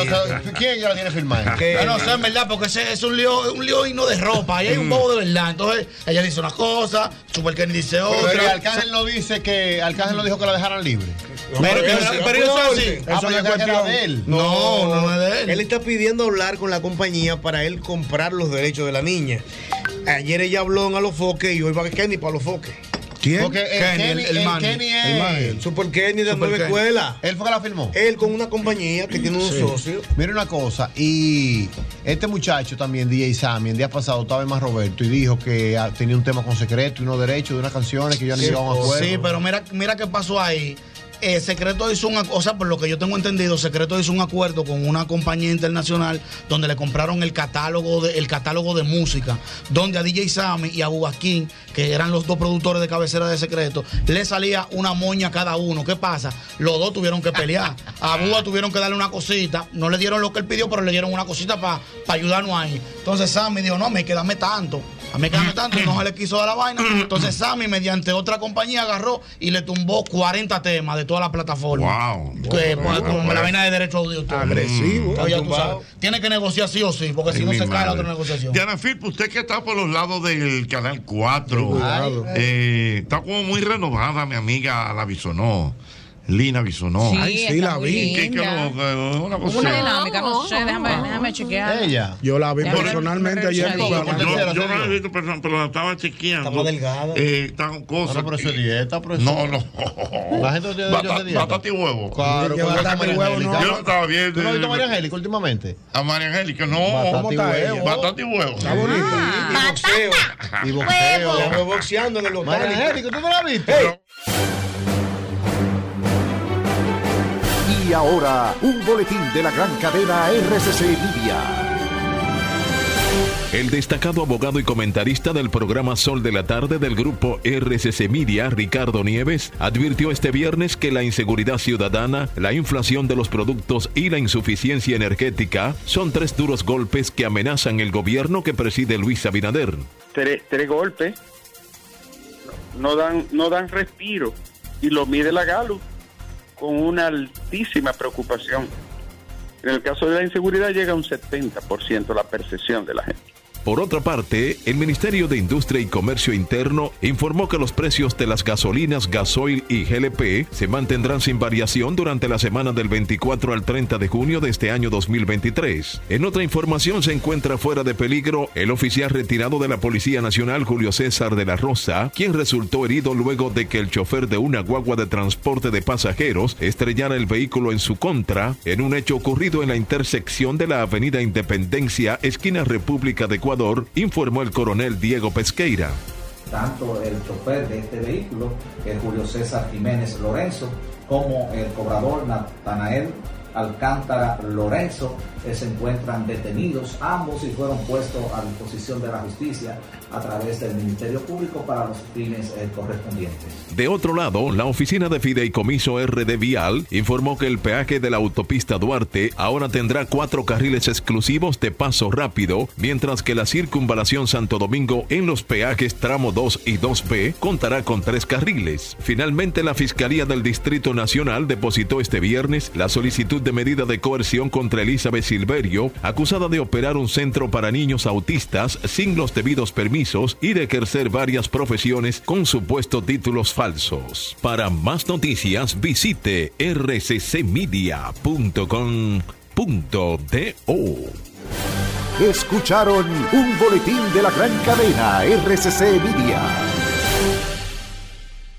Speaker 22: que- ¿quién ya la tiene firmada?
Speaker 12: Ah, no, o sea, en verdad, porque ese es un lío, un lío digno de ropa, ahí hay un bobo de verdad. Entonces, ella dice una cosa, Super Kenny dice
Speaker 22: Pero el
Speaker 12: otra.
Speaker 22: Arcángel no dice que Arcángel no dijo que la dejaran libre.
Speaker 12: Pero que- pero yo soy así.
Speaker 22: Ah, pero yo creo que era de él.
Speaker 14: No,
Speaker 12: no, es de
Speaker 14: él. Él está pidiendo hablar con la compañía para él comprar los derechos de la niña. Ayer ella habló en Alofoque y hoy va Kenny para Alofoque.
Speaker 31: ¿Quién?
Speaker 14: Porque el Kenny, el,
Speaker 31: Manny.
Speaker 14: Kenny es.
Speaker 31: El Manny.
Speaker 14: Super Kenny de
Speaker 31: Super
Speaker 14: Nueva
Speaker 31: Kenny.
Speaker 14: Escuela.
Speaker 31: Él fue que la firmó.
Speaker 14: Él con una compañía que tiene un
Speaker 31: Sí.
Speaker 14: socio.
Speaker 31: Mira una cosa, y este muchacho también, DJ Sammy, el día pasado estaba en más Roberto y dijo que ah, tenía un tema con secreto y uno derecho de unas canciones que yo ni
Speaker 12: Sí,
Speaker 31: llegaba a un acuerdo.
Speaker 12: sí, pero mira, mira qué pasó ahí. Eh, Secreto hizo un, ac- o sea, por lo que yo tengo entendido, Secreto hizo un acuerdo con una compañía internacional donde le compraron el catálogo de, el catálogo de música, donde a DJ Sammy y a Bubaquín, que eran los dos productores de cabecera de Secreto, le salía una moña a cada uno. ¿Qué pasa? Los dos tuvieron que pelear. A Buba tuvieron que darle una cosita, no le dieron lo que él pidió, pero le dieron una cosita para ayudarnos ahí. Entonces Sammy dijo, no, me quedame tanto. A mí
Speaker 31: (clears throat)
Speaker 12: que dame tanto, no se le quiso dar la vaina. Entonces Sammy, mediante otra compañía, agarró y le tumbó 40 temas de toda la plataforma.
Speaker 7: Wow.
Speaker 12: Que,
Speaker 7: Wow,
Speaker 12: pues,
Speaker 7: wow,
Speaker 12: como
Speaker 7: wow.
Speaker 12: la vaina de derecho de autor.
Speaker 7: Agresivo.
Speaker 12: Entonces, ya tú
Speaker 7: Tumbado.
Speaker 12: sabes, tiene que negociar sí o sí, porque si
Speaker 7: Ay,
Speaker 12: no
Speaker 7: mi
Speaker 12: se cae la
Speaker 7: madre.
Speaker 12: otra negociación.
Speaker 7: Diana Filp, usted que está por los lados del Canal 4,
Speaker 12: Cuidado.
Speaker 7: eh, está como muy renovada mi amiga la Bisonó, Lina Bisonó.
Speaker 17: Sí, Ay, sí, está la muy vi.
Speaker 7: Qué- qué
Speaker 17: linda.
Speaker 7: loco, eh, una
Speaker 17: Hubo
Speaker 7: cosa-
Speaker 17: una dinámica, no sé, déjame, déjame chequear.
Speaker 11: Yo la vi
Speaker 7: Ya,
Speaker 11: personalmente
Speaker 7: pero-
Speaker 11: ayer. en
Speaker 7: Yo,
Speaker 11: Cuba.
Speaker 7: yo no la he visto, pero, pero la estaba chequeando.
Speaker 11: Está más delgada.
Speaker 7: Eh, tan cosas.
Speaker 31: No, pero eso es dieta, pero eso-
Speaker 7: No, no.
Speaker 31: La gente no tiene derecho a
Speaker 7: Bata-
Speaker 31: hacer dieta.
Speaker 7: Batata y huevo.
Speaker 31: Claro, pero
Speaker 7: Batata
Speaker 31: María
Speaker 7: y huevo,
Speaker 31: Angélica.
Speaker 7: no. Yo estaba viendo.
Speaker 31: ¿Tú no has visto a María Angélica últimamente?
Speaker 7: A María Angélica, no.
Speaker 31: Batata y
Speaker 7: Batata y
Speaker 31: huevo.
Speaker 7: huevo.
Speaker 31: Está bonita.
Speaker 14: Y boxeo.
Speaker 31: Y boxeo.
Speaker 14: Ya fue boxeando en el
Speaker 31: María
Speaker 14: local.
Speaker 31: Angélica, ¿tú no la viste?
Speaker 22: Y ahora, un boletín de la gran cadena RCC Libia.
Speaker 24: El destacado abogado y comentarista del programa Sol de la Tarde del grupo RCC Media, Ricardo Nieves, advirtió este viernes que la inseguridad ciudadana, la inflación de los productos y la insuficiencia energética son tres duros golpes que amenazan el gobierno que preside Luis Abinader.
Speaker 4: tres, tres golpes no dan no dan respiro y lo mide la Galo con una altísima preocupación. En el caso de la inseguridad llega a un 70% la percepción de la gente.
Speaker 24: Por otra parte, el Ministerio de Industria y Comercio Interno informó que los precios de las gasolinas gasoil y GLP se mantendrán sin variación durante la semana del 24 al 30 de junio de este año 2023. En otra información se encuentra fuera de peligro el oficial retirado de la Policía Nacional Julio César de la Rosa, quien resultó herido luego de que el chofer de una guagua de transporte de pasajeros estrellara el vehículo en su contra en un hecho ocurrido en la intersección de la Avenida Independencia, esquina República de Ecuador, informó el coronel Diego Pesqueira.
Speaker 9: tanto el chofer de este vehículo, que es Julio César Jiménez Lorenzo, como el cobrador Natanael Alcántara Lorenzo, eh, se encuentran detenidos ambos y fueron puestos a disposición de la justicia a través del Ministerio Público para los fines eh, correspondientes.
Speaker 24: De otro lado, la oficina de fideicomiso RD Vial informó que el peaje de la autopista Duarte ahora tendrá cuatro carriles exclusivos de paso rápido, mientras que la circunvalación Santo Domingo en los peajes tramo 2 y 2B contará con tres carriles. Finalmente, la Fiscalía del Distrito Nacional depositó este viernes la solicitud de medida de coerción contra Elizabeth Silverio, acusada de operar un centro para niños autistas sin los debidos permisos y de ejercer varias profesiones con supuestos títulos falsos. Para más noticias, visite rccmedia.com.do.
Speaker 22: Escucharon un boletín de la gran cadena RCC Media.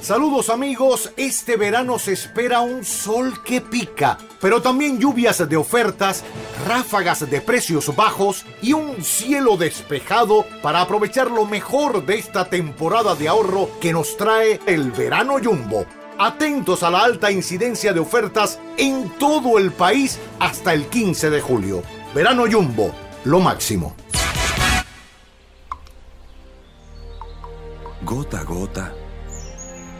Speaker 22: Saludos amigos, este verano se espera un sol que pica, pero también lluvias de ofertas, ráfagas de precios bajos y un cielo despejado para aprovechar lo mejor de esta temporada de ahorro que nos trae el verano jumbo. Atentos a la alta incidencia de ofertas en todo el país hasta el 15 de julio. Verano jumbo, lo máximo.
Speaker 2: Gota a gota,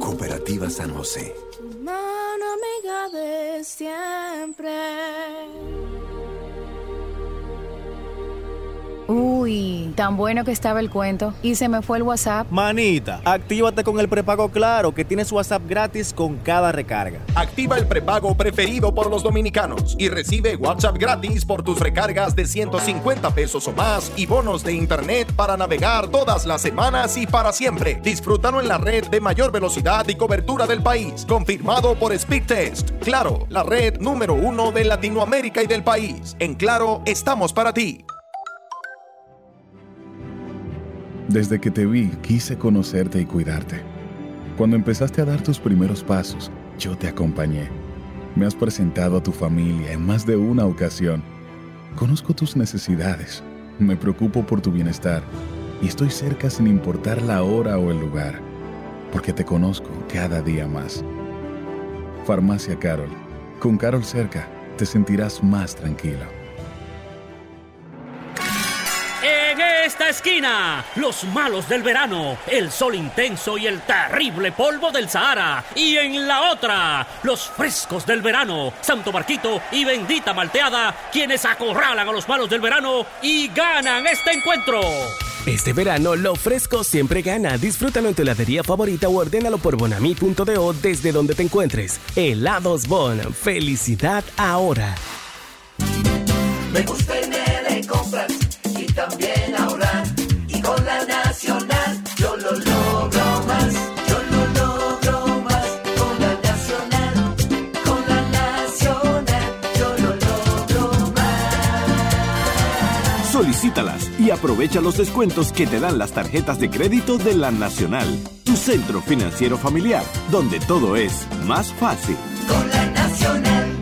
Speaker 2: Cooperativa San José.
Speaker 32: Mano amiga de siempre.
Speaker 33: Uy, tan bueno que estaba el cuento. Y se me fue el WhatsApp.
Speaker 34: Manita, actívate con el prepago Claro, que tienes WhatsApp gratis con cada recarga.
Speaker 18: Activa el prepago preferido por los dominicanos y recibe WhatsApp gratis por tus recargas de 150 pesos o más y bonos de internet para navegar todas las semanas y para siempre. Disfrútalo en la red de mayor velocidad y cobertura del país. Confirmado por Speedtest. Claro, la red número uno de Latinoamérica y del país. En Claro, estamos para ti.
Speaker 35: Desde que te vi, quise conocerte y cuidarte. Cuando empezaste a dar tus primeros pasos, yo te acompañé. Me has presentado a tu familia en más de una ocasión. Conozco tus necesidades, me preocupo por tu bienestar y estoy cerca sin importar la hora o el lugar, porque te conozco cada día más. Farmacia Carol. Con Carol cerca, te sentirás más tranquilo.
Speaker 36: En esta esquina, los malos del verano, el sol intenso y el terrible polvo del Sahara. Y en la otra, los frescos del verano, Santo Marquito y Bendita Malteada, quienes acorralan a los malos del verano y ganan este encuentro.
Speaker 37: Este verano, lo fresco siempre gana. Disfrútalo en tu heladería favorita o ordénalo por bonami.do desde donde te encuentres. Helados Bon, felicidad ahora.
Speaker 1: Me gusta irme de compras y también ahorrar. Y con la nacional yo lo logro más. Yo lo logro más. Con la nacional, con la nacional yo lo logro más.
Speaker 24: Solicítalas y aprovecha los descuentos que te dan las tarjetas de crédito de la Nacional, tu centro financiero familiar, donde todo es más fácil.
Speaker 1: Con la nacional.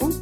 Speaker 38: Un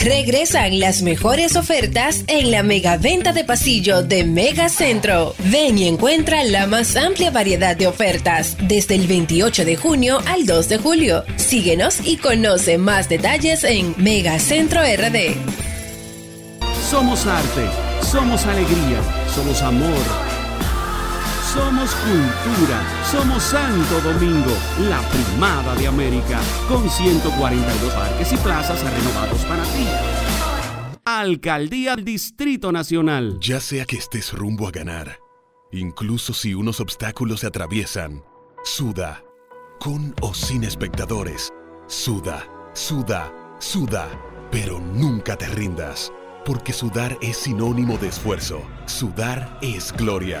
Speaker 8: Regresan las mejores ofertas en la megaventa de pasillo de Mega Centro. Ven y encuentra la más amplia variedad de ofertas desde el 28 de junio al 2 de julio. Síguenos y conoce más detalles en Mega Centro RD.
Speaker 4: Somos arte, somos alegría, somos amor, somos cultura, somos Santo Domingo, la primada de América, con 142 parques y plazas renovados para ti. Alcaldía del Distrito Nacional.
Speaker 39: Ya sea que estés rumbo a ganar, incluso si unos obstáculos se atraviesan, suda. Con o sin espectadores, suda, suda, suda. Pero nunca te rindas, porque sudar es sinónimo de esfuerzo. Sudar es gloria.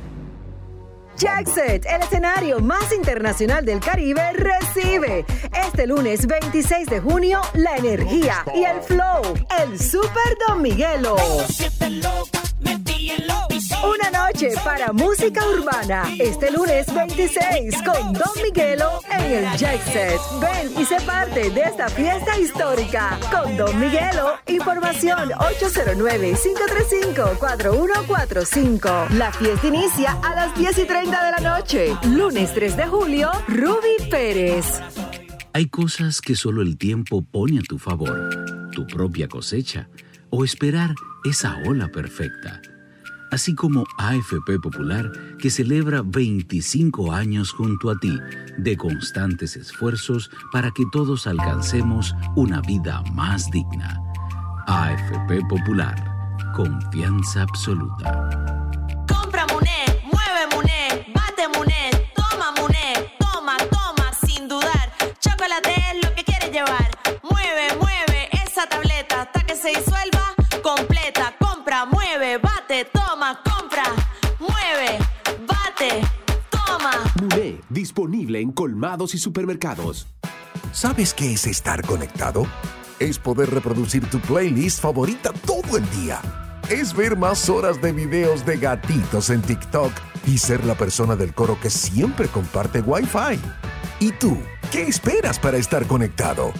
Speaker 40: Jackset, el escenario más internacional del Caribe, recibe este lunes 26 de junio la energía y el flow, el Super Don Miguelo. Una noche para música urbana, este lunes 26 con Don Miguelo en el Jackset. Ven y sé parte de esta fiesta histórica con Don Miguelo. Información 809-535-4145. La fiesta inicia a las 10 y 30 de la noche, lunes 3 de julio, Ruby Pérez.
Speaker 41: Hay cosas que solo el tiempo pone a tu favor, tu propia cosecha o esperar esa ola perfecta. Así como AFP Popular, que celebra 25 años junto a ti, de constantes esfuerzos para que todos alcancemos una vida más digna. AFP Popular, confianza absoluta.
Speaker 40: completa. Compra, mueve, bate, toma, compra, mueve, bate, toma.
Speaker 42: Muré, disponible en colmados y supermercados.
Speaker 2: ¿Sabes qué es estar conectado? Es poder reproducir tu playlist favorita todo el día. Es ver más horas de videos de gatitos en TikTok y ser la persona del coro que siempre comparte Wi-Fi. ¿Y tú? ¿Qué esperas para estar conectado?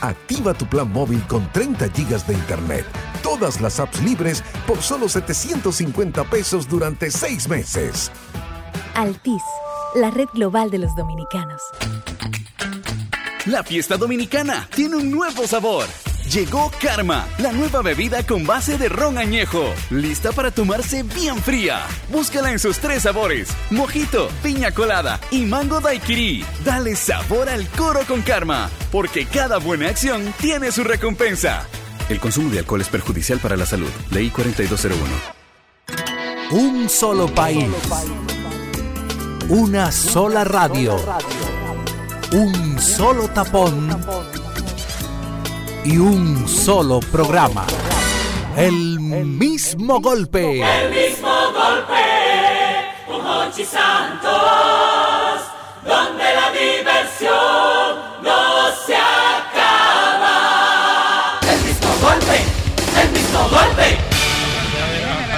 Speaker 2: Activa tu plan móvil con 30 GB de internet, todas las apps libres por solo 750 pesos durante 6 meses.
Speaker 8: Altis, la red global de los dominicanos.
Speaker 9: La fiesta dominicana tiene un nuevo sabor. Llegó Karma, la nueva bebida con base de ron añejo, lista para tomarse bien fría. Búscala en sus tres sabores: mojito, piña colada y mango daiquiri. Dale sabor al coro con Karma, porque cada buena acción tiene su recompensa.
Speaker 39: El consumo de alcohol es perjudicial para la salud. Ley 4201.
Speaker 43: Un solo país. Una sola radio. Un solo tapón. Y un solo programa. El mismo golpe.
Speaker 1: El mismo golpe, con Hochi Santos, donde la diversión no se acaba. El mismo golpe, el mismo golpe.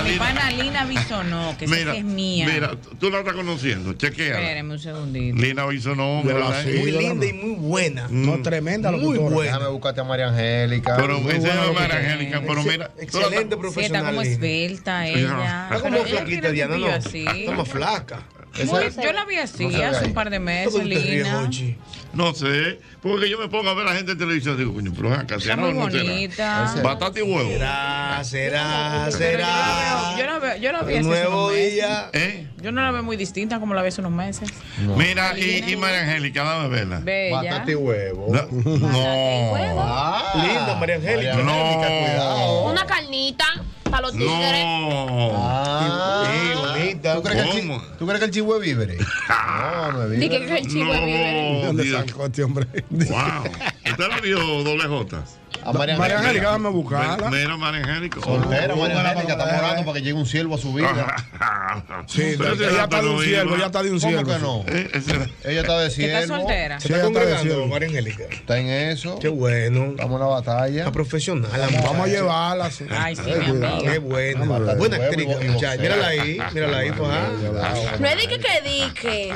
Speaker 17: Mi pana Lina Bisonó, que sé
Speaker 7: Mira,
Speaker 17: que es mía.
Speaker 7: mira, tú la estás conociendo, chequea.
Speaker 17: Espérame un segundito.
Speaker 7: Lina Bisonó,
Speaker 5: Pero
Speaker 7: ¿verdad?
Speaker 5: así, Muy linda ¿no? y muy buena.
Speaker 7: Mm.
Speaker 5: No, tremenda
Speaker 7: Muy
Speaker 5: locutora.
Speaker 7: buena.
Speaker 5: Déjame buscarte a María Angélica.
Speaker 7: Pero
Speaker 5: Muy
Speaker 7: esa
Speaker 5: buena
Speaker 7: es María
Speaker 5: locutora.
Speaker 7: Angélica, pero
Speaker 5: Ex-
Speaker 7: mira,
Speaker 5: Excelente
Speaker 7: tú la-
Speaker 17: Sí, está
Speaker 5: profesional.
Speaker 17: como esbelta ella.
Speaker 5: Está
Speaker 17: Pero
Speaker 5: como
Speaker 17: ella tiene
Speaker 5: flaquita,
Speaker 17: un
Speaker 5: Diana, no.
Speaker 17: pipí así.
Speaker 5: Está más flaca.
Speaker 17: Muy- yo la vi así
Speaker 7: No se ve
Speaker 17: hace
Speaker 7: ahí.
Speaker 17: un par de meses, Lina.
Speaker 7: No sé, porque yo me pongo a ver a la gente en televisión digo, coño, pero acá
Speaker 17: Está
Speaker 7: será
Speaker 17: muy
Speaker 7: o no será?
Speaker 17: bonita.
Speaker 7: Batata y huevo. Será, será,
Speaker 17: Yo la, veo, yo la vi
Speaker 7: El
Speaker 17: hace
Speaker 7: nuevo
Speaker 17: unos meses.
Speaker 7: día. ¿Eh?
Speaker 17: Yo no la veo muy distinta como la vi hace unos meses.
Speaker 7: Mira, y, y María Angélica, dame verla.
Speaker 17: Bella. Batata y
Speaker 7: huevo. (laughs) No. Linda, María Angélica. No.
Speaker 5: Una carnita para los tigres.
Speaker 7: No.
Speaker 5: Ah,
Speaker 7: bonita.
Speaker 5: ¿Tú crees que el chi-
Speaker 7: ¿Tú crees que el chivo es (laughs) víveres? No, no
Speaker 5: Di que que el chivo es víveres.
Speaker 7: No,
Speaker 5: ¿Dónde
Speaker 7: Dios.
Speaker 5: sacó este hombre?
Speaker 7: Wow. ¿Usted la vio doble J?
Speaker 22: A María María Angélica. Angélica, vamos a buscarla.
Speaker 7: Mira, María Angélica.
Speaker 22: Soltera, María
Speaker 7: Búscala
Speaker 22: Angélica, estamos orando para que llegue un siervo a su vida.
Speaker 7: Sí,
Speaker 22: Pero ese
Speaker 7: ella
Speaker 22: rato
Speaker 7: está de un
Speaker 22: no
Speaker 7: siervo,
Speaker 22: iba.
Speaker 7: ella está de un
Speaker 22: ¿Cómo
Speaker 7: siervo,
Speaker 22: que no? Eh, Ella está de
Speaker 5: Que
Speaker 22: siervo.
Speaker 5: está soltera.
Speaker 22: Se
Speaker 5: Se
Speaker 22: está
Speaker 5: está
Speaker 22: congregando,
Speaker 5: congregando,
Speaker 22: María Angélica. Está en eso. Qué bueno. Estamos en la batalla. Está profesional.
Speaker 5: Vamos a llevarla.
Speaker 22: Ay, sí,
Speaker 5: Ay,
Speaker 22: mi
Speaker 5: cuidado.
Speaker 22: amiga.
Speaker 5: Qué buena.
Speaker 22: Vamos a ver.
Speaker 5: Buena
Speaker 22: Huevo y
Speaker 5: actriz,
Speaker 22: bo- y
Speaker 5: muchacha.
Speaker 22: boxeo.
Speaker 5: Mírala ahí, mírala
Speaker 22: pues, ah.
Speaker 5: ahí, fajá. No No es es de- dique que dique.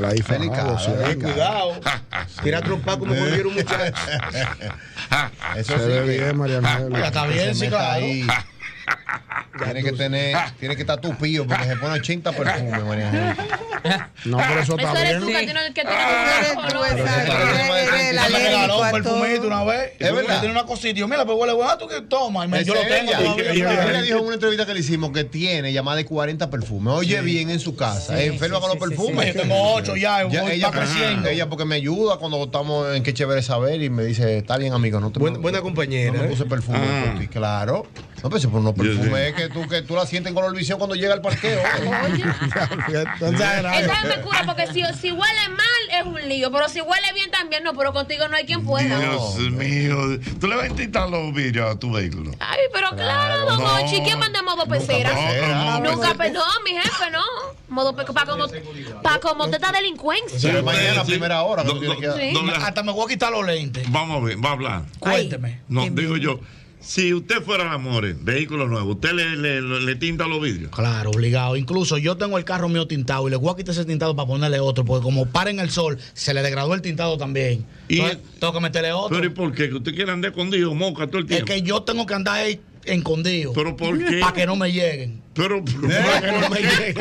Speaker 22: La
Speaker 5: Eh, cuidado. Tira trompa como volvieron muchachos.
Speaker 22: Eso
Speaker 5: Se
Speaker 22: sí.
Speaker 5: ve
Speaker 22: que-
Speaker 5: bien, María
Speaker 7: Ah,
Speaker 5: Angélica.
Speaker 22: Ya
Speaker 5: Está bien,
Speaker 22: se
Speaker 5: sí,
Speaker 22: meta
Speaker 5: claro.
Speaker 22: ahí. Ah. Tiene que tener, tiene que estar tupido porque se pone 80 perfumes, María Angélica.
Speaker 5: (laughs)
Speaker 22: No, pero
Speaker 5: eso
Speaker 22: está
Speaker 5: Eso eres
Speaker 22: bien.
Speaker 5: tú, que tienes que
Speaker 22: Ah, Ella me regaló un perfumito
Speaker 5: perfumito
Speaker 22: una vez.
Speaker 5: Es verdad.
Speaker 22: Tiene una cosita. Y yo, mira, pues huele huevo. Ah, tú que toma. Y me, Es yo lo ella. tengo. todavía. Ella ella dijo en una entrevista que le hicimos que tiene ya más de 40 perfumes. Oye bien en su casa. Sí, es enferma sí, con los sí, sí, perfumes. sí, sí. Yo tengo ocho ya, voy ella, pa' creciendo. ella porque me ayuda cuando estamos en Qué Chévere Saber y me dice, está bien, amigo. No te buena, compañera. No me puse perfume
Speaker 5: Ah.
Speaker 22: por ti, claro. No pensé por unos perfumes que tú, que tú la sientes con olor visión cuando llega al parqueo. (laughs)
Speaker 5: Esa
Speaker 22: Oye.
Speaker 5: me cura porque si, si huele mal es un lío, pero si huele bien también no, pero contigo no hay quien pueda.
Speaker 7: Dios mío. ¿Tú le vas a intentar los vidrios a tu vehículo?
Speaker 5: Ay, pero claro, don
Speaker 7: No.
Speaker 5: Ochi, ¿quién manda modo pecera?
Speaker 7: pecera.
Speaker 5: Nunca, pe- no, mi jefe, no. Modo pecera, para como, pa como te da delincuencia.
Speaker 22: Pero mañana, primera hora. que tú tienes que-
Speaker 5: Sí. Doble-
Speaker 22: Hasta me voy a quitar los lentes.
Speaker 7: Vamos a ver, va a hablar.
Speaker 22: Cuénteme.
Speaker 7: No, digo yo, si usted fuera Amores, vehículo nuevo, ¿usted le, le- le tinta los vidrios?
Speaker 22: Claro, obligado. Incluso yo tengo el carro mío tintado y le voy a quitar ese tintado para ponerle otro, porque como para en el sol, se le degradó el tintado también.
Speaker 7: Y-
Speaker 22: Entonces, tengo que meterle otro.
Speaker 7: Pero ¿y por qué? Que usted quiere andar escondido, moca todo el
Speaker 22: Es
Speaker 7: tiempo.
Speaker 22: que yo tengo que andar ahí escondido.
Speaker 7: ¿Pero por qué?
Speaker 22: Para que no me lleguen.
Speaker 7: Pero,
Speaker 22: para que no me lleguen.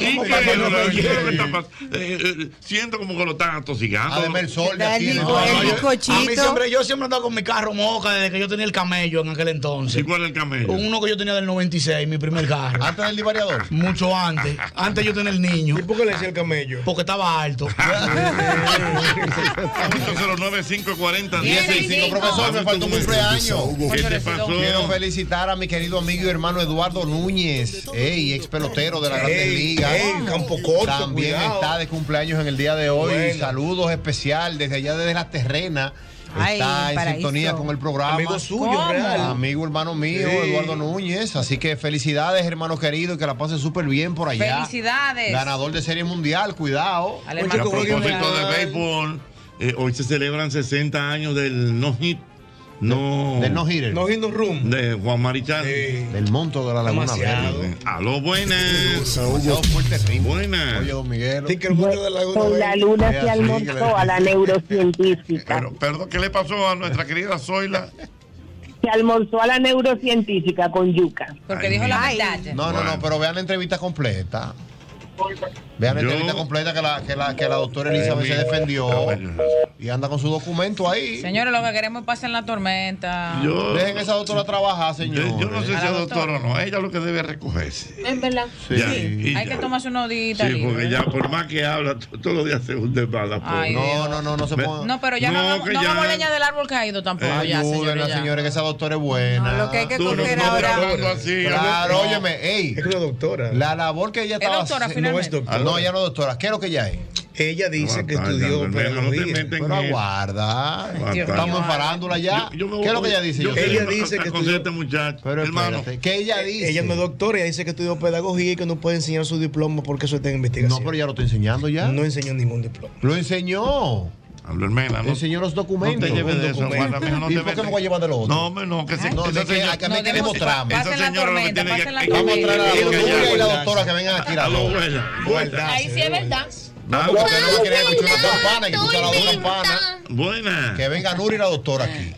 Speaker 7: ¿Y
Speaker 22: ¿Cómo
Speaker 7: qué?
Speaker 22: para que no me
Speaker 7: ¿Qué es lo que
Speaker 22: lleguen?
Speaker 7: está pas- eh, eh, siento como que lo están atosigando.
Speaker 22: Además, el sol de aquí,
Speaker 7: No,
Speaker 22: ¿no?
Speaker 7: no, yo-
Speaker 22: A mí siempre, yo siempre he andado con mi carro moca desde que yo tenía el camello en aquel entonces.
Speaker 7: ¿Y cuál es el camello?
Speaker 22: Uno que yo tenía del 96, mi primer carro. ¿Antes del divariador? Mucho antes. Antes yo tenía el niño. ¿Y por qué le decía el camello? Porque estaba
Speaker 7: (laughs)
Speaker 22: alto.
Speaker 7: 809-540-1065.
Speaker 22: 1065, profesor, me faltó un cumpleaños.
Speaker 7: ¿Qué te pasó?
Speaker 22: Quiero felicitar a mi querido amigo y hermano Eduardo Núñez, ey, ex pelotero de la Grandes
Speaker 5: Ey,
Speaker 22: Ligas.
Speaker 5: ey, campo corto,
Speaker 22: También
Speaker 5: cuidado.
Speaker 22: está de cumpleaños en el día de hoy.
Speaker 5: Bueno.
Speaker 22: Saludos especial desde allá, desde la terrena.
Speaker 17: Ay,
Speaker 22: está en
Speaker 17: paraíso.
Speaker 22: sintonía con el programa.
Speaker 17: Amigo suyo, ¿Cómo? real.
Speaker 22: Amigo hermano mío,
Speaker 17: Sí.
Speaker 22: Eduardo Núñez. Así que felicidades, hermano querido, y que la pases súper bien por allá.
Speaker 17: Felicidades.
Speaker 22: Ganador de Serie Mundial, cuidado.
Speaker 17: Al
Speaker 7: Oye, a propósito de béisbol, eh, hoy se celebran 60 años del no hit. No,
Speaker 22: Del no hitter. No hit no room.
Speaker 7: De Juan Marichal.
Speaker 22: Del monto de la Laguna
Speaker 7: Demasiado.
Speaker 22: Verde.
Speaker 7: A los buenas.
Speaker 22: Demasiado fuerte ritmo.
Speaker 7: Buenas.
Speaker 22: Oye, don Miguel.
Speaker 21: Con la luna se almorzó a la neurocientífica.
Speaker 7: Perdón, ¿qué le pasó a nuestra querida Zoila?
Speaker 21: Se almorzó a la neurocientífica con yuca.
Speaker 17: Porque dijo la verdad.
Speaker 22: No, no, no, pero vean la entrevista completa. Vean la
Speaker 7: Yo-
Speaker 22: entrevista completa que la, que la, que la doctora Elizabeth se defendió y anda con su documento ahí.
Speaker 17: Señores, lo que queremos es pasar en la tormenta.
Speaker 22: Dejen a esa doctora trabajar, señor.
Speaker 7: Yo no sé
Speaker 17: A
Speaker 7: si
Speaker 17: la
Speaker 7: es doctor
Speaker 17: doctora.
Speaker 7: o no. Ella lo que debe es recogerse.
Speaker 1: Es verdad.
Speaker 7: Sí. Ya, y
Speaker 17: Hay
Speaker 7: ya.
Speaker 17: que tomarse una odita.
Speaker 7: Sí,
Speaker 17: libre.
Speaker 7: porque ya por más que habla, t- todos los días se hunde más la pobre.
Speaker 17: Ay, Dios.
Speaker 22: No, no, no se
Speaker 7: pues. Ve-
Speaker 22: ponga-
Speaker 17: No, pero ya no, hagamos,
Speaker 7: que
Speaker 17: no
Speaker 7: ya. Eh,
Speaker 17: hagamos leña del árbol caído tampoco. ya,
Speaker 22: Ayúdenla,
Speaker 17: señores, ya.
Speaker 22: señores, que esa doctora es buena.
Speaker 17: No, lo que hay que Tú, coger doctora, ahora-
Speaker 7: hablando así,
Speaker 22: claro,
Speaker 7: hablando-
Speaker 22: óyeme, ey. Es una doctora. La labor que ella
Speaker 17: Es
Speaker 22: estaba
Speaker 17: doctora,
Speaker 22: haciendo-
Speaker 17: finalmente. No es doctora.
Speaker 22: No, ella no es doctora. ¿Qué es lo que ella es? Ella
Speaker 14: dice
Speaker 7: que estudió pedagogía.
Speaker 22: Pero aguarda.
Speaker 7: Dios
Speaker 22: Estamos en
Speaker 7: mío.
Speaker 22: farándula ya.
Speaker 7: Yo- yo me
Speaker 22: ¿Qué es lo
Speaker 7: voy-
Speaker 22: que ella dice?
Speaker 7: yo-
Speaker 22: José?
Speaker 7: ella dice que estudió- Pero hermano.
Speaker 14: Pues espérate,
Speaker 22: ¿Qué ella dice?
Speaker 14: eh, Ella no es doctora, ella dice que estudió pedagogía y que no puede enseñar su diploma porque eso está en investigación.
Speaker 22: No, pero ya lo está enseñando ya.
Speaker 14: No enseñó ningún diploma.
Speaker 22: Lo enseñó.
Speaker 7: Habló el Mela, ¿no?
Speaker 22: Enseñó los documentos.
Speaker 7: No te lleves de eso,
Speaker 22: Documentos.
Speaker 7: Juan, amigo, no
Speaker 22: ¿Y
Speaker 7: te
Speaker 22: por qué
Speaker 7: metas.
Speaker 22: me voy a llevar de lo otro?
Speaker 7: No, hombre, no, que se.
Speaker 22: No, de que acá me queremos trama.
Speaker 7: Esa señora lo que tiene que.
Speaker 17: pasen la
Speaker 7: hay que-
Speaker 22: Vamos a traer a la
Speaker 7: hay que
Speaker 22: doctora y la
Speaker 7: callarla.
Speaker 22: doctora que vengan aquí.
Speaker 7: A
Speaker 22: las
Speaker 7: lo
Speaker 22: dos.
Speaker 7: buena.
Speaker 1: Ahí sí es
Speaker 7: Ah,
Speaker 1: verdad.
Speaker 22: No, porque usted no va a querer escuchar una campana, hay que escuchar la otra campana.
Speaker 7: Buena.
Speaker 22: Que venga Nuri la doctora aquí.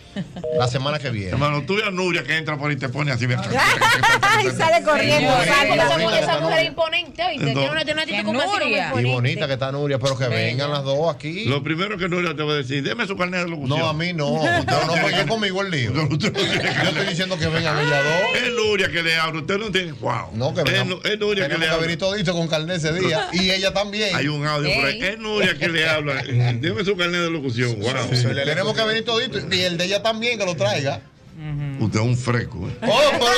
Speaker 22: La semana que viene.
Speaker 7: Hermano, tú y a Nuria que entra por ahí y te
Speaker 17: (laughs)
Speaker 7: pone así.
Speaker 5: Ay, sale corriendo.
Speaker 1: Porque
Speaker 5: sale.
Speaker 1: Esa
Speaker 22: Bonita
Speaker 1: mujer,
Speaker 22: que
Speaker 1: esa
Speaker 22: está
Speaker 1: mujer es
Speaker 22: Nuria.
Speaker 1: imponente, ¿oíste?
Speaker 7: No.
Speaker 1: Tiene una, tiene una
Speaker 17: Que
Speaker 1: actitud como así, como
Speaker 17: Nuria.
Speaker 5: pues.
Speaker 22: Y
Speaker 1: imponente.
Speaker 22: bonita que está Nuria, pero que vengan las dos aquí.
Speaker 7: Lo primero que Nuria te va a decir, deme su carnet de locución.
Speaker 22: No, a mí no. Usted no fue conmigo el
Speaker 7: (laughs)
Speaker 22: lío. Yo estoy diciendo que vengan ellas dos.
Speaker 7: Es Nuria que le habla, usted no tiene. ¡Wow!
Speaker 22: No, que
Speaker 7: es,
Speaker 22: vengan.
Speaker 7: Nu- (laughs) es Nuria que
Speaker 22: Tenemos que
Speaker 7: le habla.
Speaker 22: venir todito con carnet ese
Speaker 7: (laughs)
Speaker 22: día. Y ella también.
Speaker 7: Hay un audio por ahí.
Speaker 17: Ey.
Speaker 7: Es Nuria que le
Speaker 22: (laughs)
Speaker 7: habla. Deme su carnet de locución. ¡Wow!
Speaker 22: Tenemos que venir todito. Y el de ella también, que lo traiga.
Speaker 7: Usted es un fresco. ¿eh?
Speaker 22: Oh, pero...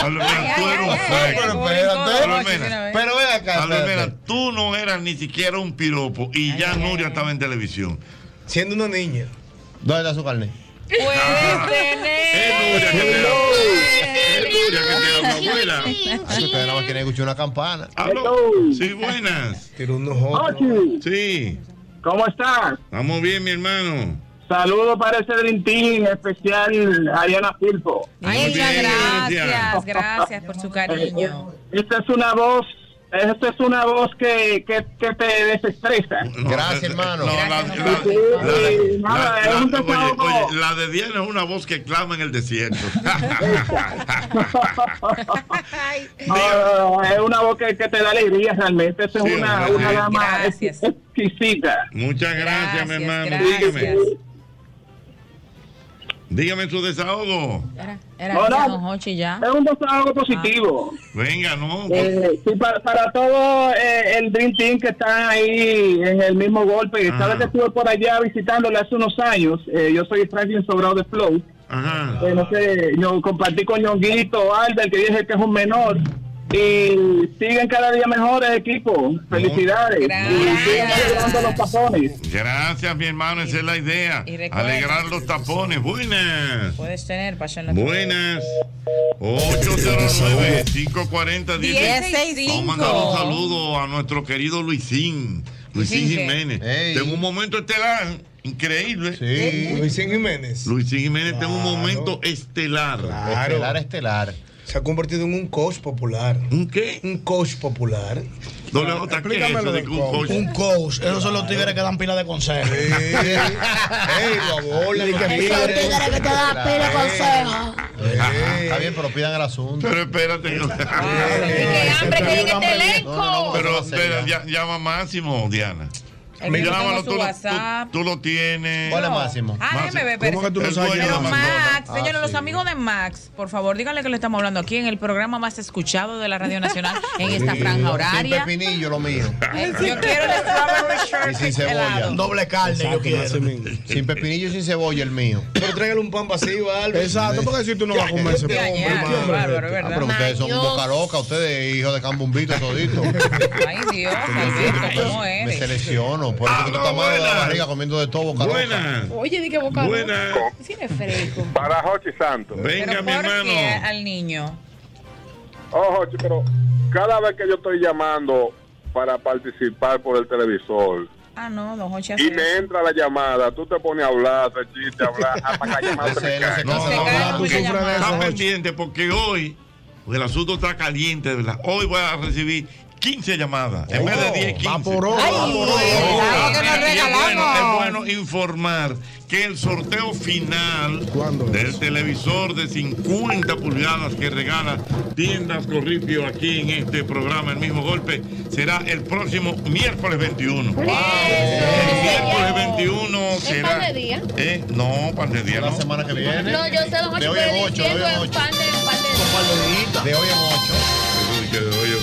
Speaker 7: Pablo Mena, tú eres un
Speaker 22: ay,
Speaker 7: fresco.
Speaker 22: ay, ay, ay,
Speaker 7: Pablo
Speaker 22: ay,
Speaker 7: Mena,
Speaker 22: Pero ven acá.
Speaker 7: Pablo
Speaker 22: espérate.
Speaker 7: Mena, tú no eras ni siquiera un piropo y ya Nuria estaba en televisión.
Speaker 14: Siendo una niña.
Speaker 22: ¿Dónde está su carnet?
Speaker 7: ah,
Speaker 17: Puedes
Speaker 7: Es Nuria que te
Speaker 17: tener.
Speaker 7: habla. Es Nuria que te habla, abuela. (laughs)
Speaker 22: Ay, que ustedes nada más quieren escuchar una campana.
Speaker 7: Aló. Sí, buenas.
Speaker 14: Pero unos ojos.
Speaker 4: Ochi,
Speaker 7: Sí.
Speaker 4: ¿cómo estás?
Speaker 7: Estamos bien, mi hermano.
Speaker 4: Saludos para ese Dream Team especial, Ariana Filpo.
Speaker 17: Ay,
Speaker 7: Muy bien,
Speaker 17: gracias, gracias por su cariño.
Speaker 4: Esta es una voz, esta es una voz que, que, que te desestresa.
Speaker 7: No,
Speaker 22: Gracias,
Speaker 7: eh,
Speaker 22: hermano.
Speaker 7: no, la-
Speaker 17: Gracias,
Speaker 7: la-
Speaker 4: Sí,
Speaker 7: la- la-
Speaker 4: nada,
Speaker 7: la-
Speaker 4: es un
Speaker 7: oye,
Speaker 4: desahogo.
Speaker 7: oye, la de Diana es una voz que clama en el desierto.
Speaker 4: Ah, es una voz que, que te da alegría realmente. Esa
Speaker 7: Sí,
Speaker 4: es una,
Speaker 7: hombre, eh,
Speaker 4: una
Speaker 7: sí.
Speaker 4: dama
Speaker 17: Gracias.
Speaker 4: (laughs) exquisita.
Speaker 7: Muchas gracias, mi hermano.
Speaker 17: Gracias.
Speaker 7: Dígame. Dígame su desahogo.
Speaker 17: Era, era
Speaker 4: Hola.
Speaker 17: don Hochi ya.
Speaker 4: Es un desahogo
Speaker 7: Ah,
Speaker 4: positivo.
Speaker 7: Venga, no.
Speaker 4: Eh, sí, para, para todo eh, el Dream Team que está ahí en el mismo golpe.
Speaker 7: Ajá.
Speaker 4: Sabes que estuve por allá visitándole hace unos años. Eh, yo soy Franklin Sobrado de Flow.
Speaker 7: Ajá.
Speaker 4: Eh, no sé, yo compartí con Ñonguito, Albert, que dije que es un menor. Y siguen cada día mejores, equipo.
Speaker 7: Oh,
Speaker 4: Felicidades.
Speaker 17: Gracias.
Speaker 4: Y siguen arreglando los tapones.
Speaker 7: Gracias, mi hermano. Esa es la idea.
Speaker 17: y recuerda-
Speaker 7: Alegrar los tapones. Buenas.
Speaker 17: Puedes tener pasión la
Speaker 7: Buenas. 809-540-10.
Speaker 17: 1065.
Speaker 7: Vamos a mandar un saludo a nuestro querido Luisín. Luisín
Speaker 17: Luisín, ¿qué?
Speaker 7: Jiménez.
Speaker 22: Ey.
Speaker 7: Tengo un momento estelar increíble.
Speaker 22: Sí.
Speaker 14: Luisín Jiménez.
Speaker 7: Luisín Jiménez
Speaker 14: Claro.
Speaker 7: tiene un momento estelar.
Speaker 14: Claro.
Speaker 22: Estelar, estelar.
Speaker 14: Se ha convertido en un coach popular.
Speaker 7: ¿Un qué?
Speaker 14: Un coach popular.
Speaker 7: Doble J, ¿qué es eso de que un Ah. coach?
Speaker 12: Un coach, esos son los tigres que dan pila de consejos.
Speaker 14: ¡Ey, lo abola! Ni que mire.
Speaker 12: que te dan pila de consejos.
Speaker 22: Está bien, pero pidan el asunto.
Speaker 7: Pero espérate. (laughs)
Speaker 1: ¡Qué hambre que hay en este elenco!
Speaker 7: Pero espera, ya- llama a Máximo, Diana.
Speaker 17: El que no
Speaker 7: Llámalo,
Speaker 17: tengo
Speaker 7: tú,
Speaker 17: su
Speaker 7: lo-
Speaker 17: WhatsApp.
Speaker 7: tú- tú lo tienes.
Speaker 22: ¿Cuál es Máximo?
Speaker 17: Ah, déjeme ver,
Speaker 14: ¿Cómo que tú no
Speaker 7: El
Speaker 14: sabes
Speaker 7: dueño
Speaker 14: quién
Speaker 17: Pero
Speaker 7: de
Speaker 14: es?
Speaker 7: la-
Speaker 17: Max,
Speaker 22: Ah,
Speaker 17: señores, los
Speaker 22: sí.
Speaker 17: amigos de Max, por favor, díganle que le estamos hablando aquí en el programa más escuchado de la Radio Nacional en esta franja
Speaker 22: Sin
Speaker 17: horaria.
Speaker 22: pepinillo, lo mío.
Speaker 17: Eh, Yo quiero el strawberry
Speaker 22: Y
Speaker 17: shortcake
Speaker 22: sin cebolla.
Speaker 17: helado.
Speaker 12: Doble carne yo
Speaker 14: Exacto,
Speaker 12: quiero.
Speaker 14: ese mismo.
Speaker 22: Sin pepinillo y sin cebolla, el mío.
Speaker 14: Pero tráigale un pan vacío, Albert.
Speaker 22: Exacto, porque
Speaker 14: si tú no vas a comer ese
Speaker 17: Ya, ya, bárbaro, es
Speaker 22: Ah,
Speaker 17: ¿verdad?
Speaker 22: pero ustedes son
Speaker 1: Mañoso.
Speaker 22: boca loca, ustedes hijos de cambumbito todito.
Speaker 17: Ay, Dios, Alberto, ¿cómo
Speaker 22: Me
Speaker 17: eres?
Speaker 22: selecciono. malo, por eso que tú estás malo
Speaker 14: Ah,
Speaker 22: de la barriga comiendo de todo boca
Speaker 7: Buenas.
Speaker 17: Oye, di que boca
Speaker 7: Buenas.
Speaker 17: loca. Sí, me fresco.
Speaker 4: Para Jochi Santos.
Speaker 17: Pero ¿por qué al niño?
Speaker 4: Oh, Jochi, pero cada vez que yo estoy llamando para participar por el televisor
Speaker 17: Ah, no, don Jochi hace
Speaker 4: y me
Speaker 17: eso.
Speaker 4: entra la llamada, tú te pones a hablar, te chiste, a
Speaker 7: (laughs)
Speaker 4: hablar, hasta que la llamada se me cae.
Speaker 7: No, no,
Speaker 17: cae,
Speaker 7: no,
Speaker 17: no
Speaker 7: tú
Speaker 17: me
Speaker 7: sufres
Speaker 17: llamas.
Speaker 7: de eso,
Speaker 17: Está
Speaker 7: Jorge. pendiente porque hoy porque el asunto está caliente, de verdad. Hoy voy a recibir 15 llamadas. En vez de 10, 15.
Speaker 11: Ay, cuidado que nos
Speaker 7: Y es bueno,
Speaker 11: regalamos.
Speaker 7: es bueno informar que el sorteo final del televisor de 50 pulgadas que regala Tiendas Corripio aquí en este programa, el mismo golpe, será el próximo miércoles 21. El miércoles 21
Speaker 5: ¿Es
Speaker 7: será.
Speaker 5: pan de día?
Speaker 7: Eh, no, par de día. La semana que viene.
Speaker 5: No, yo sé, don Jochi, pero el infierno es pan de, pan de día.
Speaker 22: De hoy en ocho.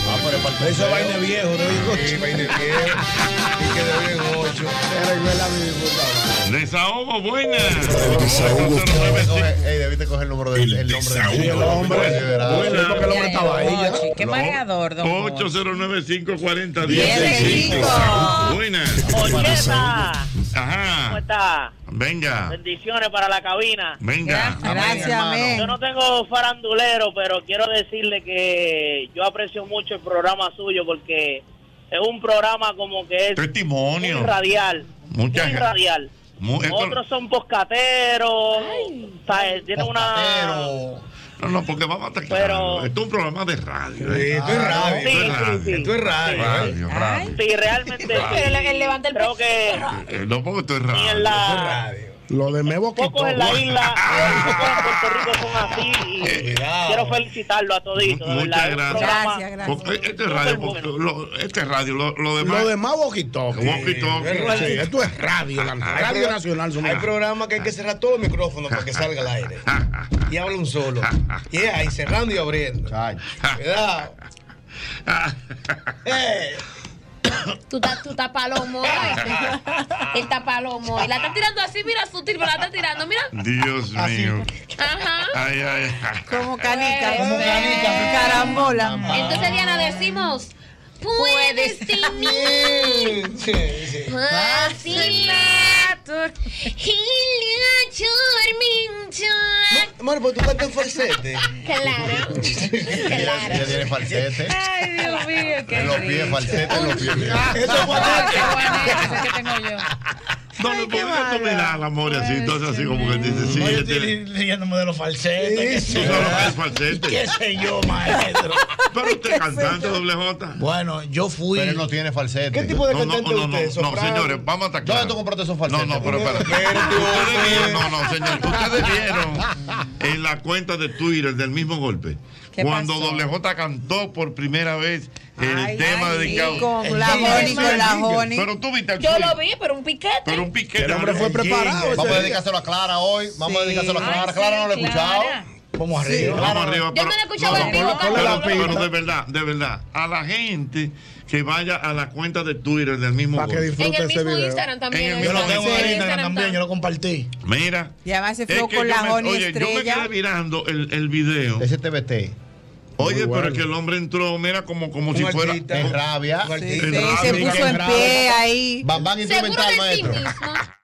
Speaker 22: Ah, pero para el
Speaker 14: Eso es vaina viejo, de hoy en ocho.
Speaker 22: Sí, vaina viejo. Y que de hoy en ocho. Se recuerda a mi puta
Speaker 7: Desahogo, buenas.
Speaker 22: Ey, debiste coger el número del el nombre del hombre.
Speaker 7: Buenas.
Speaker 22: Porque el hombre estaba ahí ya.
Speaker 17: Qué mareador, don Jochi.
Speaker 7: 809-540-1065. Buenas. Ah.
Speaker 21: Ocheta, ¿cómo
Speaker 7: Ajá.
Speaker 21: está?
Speaker 7: Venga.
Speaker 21: Bendiciones para la cabina.
Speaker 7: Venga.
Speaker 21: Gracias, amén. Yo no tengo farandulero, pero quiero decirle que yo aprecio mucho el programa suyo porque es un programa como que es
Speaker 7: Testimonio.
Speaker 21: muy radial.
Speaker 7: Muchas
Speaker 21: muy
Speaker 7: gra-
Speaker 21: radial.
Speaker 7: Mu- esto-
Speaker 21: Otros son poscateros. ¿sabes? Tienen una.
Speaker 7: No, no, porque vamos a estar
Speaker 21: Pero-
Speaker 7: Esto es un programa de radio.
Speaker 14: Sí, esto es radio.
Speaker 7: Esto es radio. (laughs)
Speaker 14: Sí, sí, sí.
Speaker 7: Esto es radio.
Speaker 14: Ah,
Speaker 7: Radio, radio.
Speaker 21: Sí,
Speaker 5: (laughs)
Speaker 21: realmente.
Speaker 7: Pero
Speaker 21: sí.
Speaker 5: levanta el
Speaker 21: Creo que
Speaker 7: Eh, No, porque esto es
Speaker 21: ni
Speaker 7: radio.
Speaker 21: en la.
Speaker 14: Lo de Mebo
Speaker 21: pocos en la isla,
Speaker 7: Ah,
Speaker 21: pocos en Puerto Rico son así. Y quiero felicitarlo a toditos. de
Speaker 7: Muchas
Speaker 21: verdad. Es un
Speaker 7: gracias.
Speaker 21: programa-
Speaker 7: Porque Este es radio, porque lo, este es radio, lo, lo demás.
Speaker 14: Lo demás walkie-talkie.
Speaker 7: Walkie-talkie. Ah,
Speaker 14: Sí, esto es radio, la-
Speaker 7: Hay
Speaker 14: Radio
Speaker 7: pro-
Speaker 14: Nacional. somos.
Speaker 7: hay
Speaker 14: programas que Ah, hay que cerrar todos los micrófonos para que salga al aire. Y habla un solo. Y es ahí cerrando y abriendo. Cuidado.
Speaker 5: Tú estás tú estás palomo. ¿oíste? Él está palomo. Y la está tirando así, mira, sutil, pero la está tirando, mira.
Speaker 7: Dios mío.
Speaker 5: Ajá.
Speaker 7: Ay, ay, ay.
Speaker 11: Como canica,
Speaker 5: como
Speaker 11: canica, carambola.
Speaker 5: Entonces, Diana, decimos. Puedes tener
Speaker 14: Ah.
Speaker 5: fascinator y la tormenta.
Speaker 14: Mano, pues tú cantas en falsete.
Speaker 5: Claro.
Speaker 22: Ella ella tiene falsete.
Speaker 17: Ay, Dios mío, qué
Speaker 22: En los pies, falsete en los pies.
Speaker 17: Eso fue Qué guanete ese que tengo yo.
Speaker 7: No, no, porque tú me das el amor así, entonces así como que dices, sí,
Speaker 12: No, yo
Speaker 7: este-
Speaker 12: estoy riéndome de los falsetes.
Speaker 22: (laughs)
Speaker 7: Tú sabes lo que es falsete.
Speaker 12: ¿Qué sé yo, maestro?
Speaker 7: Pero usted Este cantante doble J.
Speaker 12: Bueno, yo fui.
Speaker 22: Pero él no tiene falsete.
Speaker 14: ¿Qué tipo de
Speaker 7: No, no,
Speaker 14: cantante
Speaker 7: no, no,
Speaker 14: usted?
Speaker 7: no,
Speaker 14: ¿Soprano?
Speaker 7: señores, vamos a estar
Speaker 22: ¿Dónde
Speaker 7: claros.
Speaker 22: tú compraste esos falsetes?
Speaker 7: No, no, pero espérate. Ustedes vieron, no, no, señor. Ustedes vieron en la cuenta de Twitter del mismo golpe.
Speaker 11: ¿Qué
Speaker 7: Cuando
Speaker 11: pasó?
Speaker 7: Doble J cantó por primera vez el
Speaker 11: Ay,
Speaker 7: tema
Speaker 11: ay,
Speaker 7: dedicado.
Speaker 11: con la Honey, con la Honey.
Speaker 7: Pero tú viste el
Speaker 5: Yo
Speaker 7: tweet,
Speaker 5: lo vi, pero un piquete.
Speaker 7: Pero un (laughs) piquete.
Speaker 22: El hombre fue preparado. Vamos a dedicárselo a Clara hoy. Vamos a dedicárselo a Clara. Clara no lo he escuchado.
Speaker 14: Vamos
Speaker 7: arriba. Vamos arriba.
Speaker 5: Yo me lo escuchaba en vivo,
Speaker 7: pero,
Speaker 5: Carlos.
Speaker 7: pero de verdad, de verdad. A la gente que vaya a la cuenta de Twitter del mismo
Speaker 14: Para que
Speaker 7: golpe.
Speaker 14: disfrute
Speaker 5: En el
Speaker 14: ese
Speaker 5: mismo
Speaker 14: video.
Speaker 5: Instagram también.
Speaker 7: En el
Speaker 12: Yo lo
Speaker 7: mismo
Speaker 12: tengo
Speaker 7: Instagram.
Speaker 12: en Instagram también, yo lo compartí.
Speaker 7: Mira.
Speaker 11: Y además se
Speaker 7: Es
Speaker 11: fue
Speaker 7: que
Speaker 11: con
Speaker 7: yo
Speaker 11: la
Speaker 7: me-
Speaker 11: Honey
Speaker 7: Oye, yo me quedé
Speaker 11: estrella.
Speaker 7: mirando el, el video.
Speaker 22: Ese TBT.
Speaker 7: Oye, pero es que el hombre entró, mira, como, como si fuera.
Speaker 22: artista. En rabia.
Speaker 11: Sí,
Speaker 7: Sí,
Speaker 11: se puso en pie ahí.
Speaker 22: Van, van a
Speaker 5: Seguro
Speaker 22: instrumentar,
Speaker 5: de sí
Speaker 22: maestro.
Speaker 5: mismo.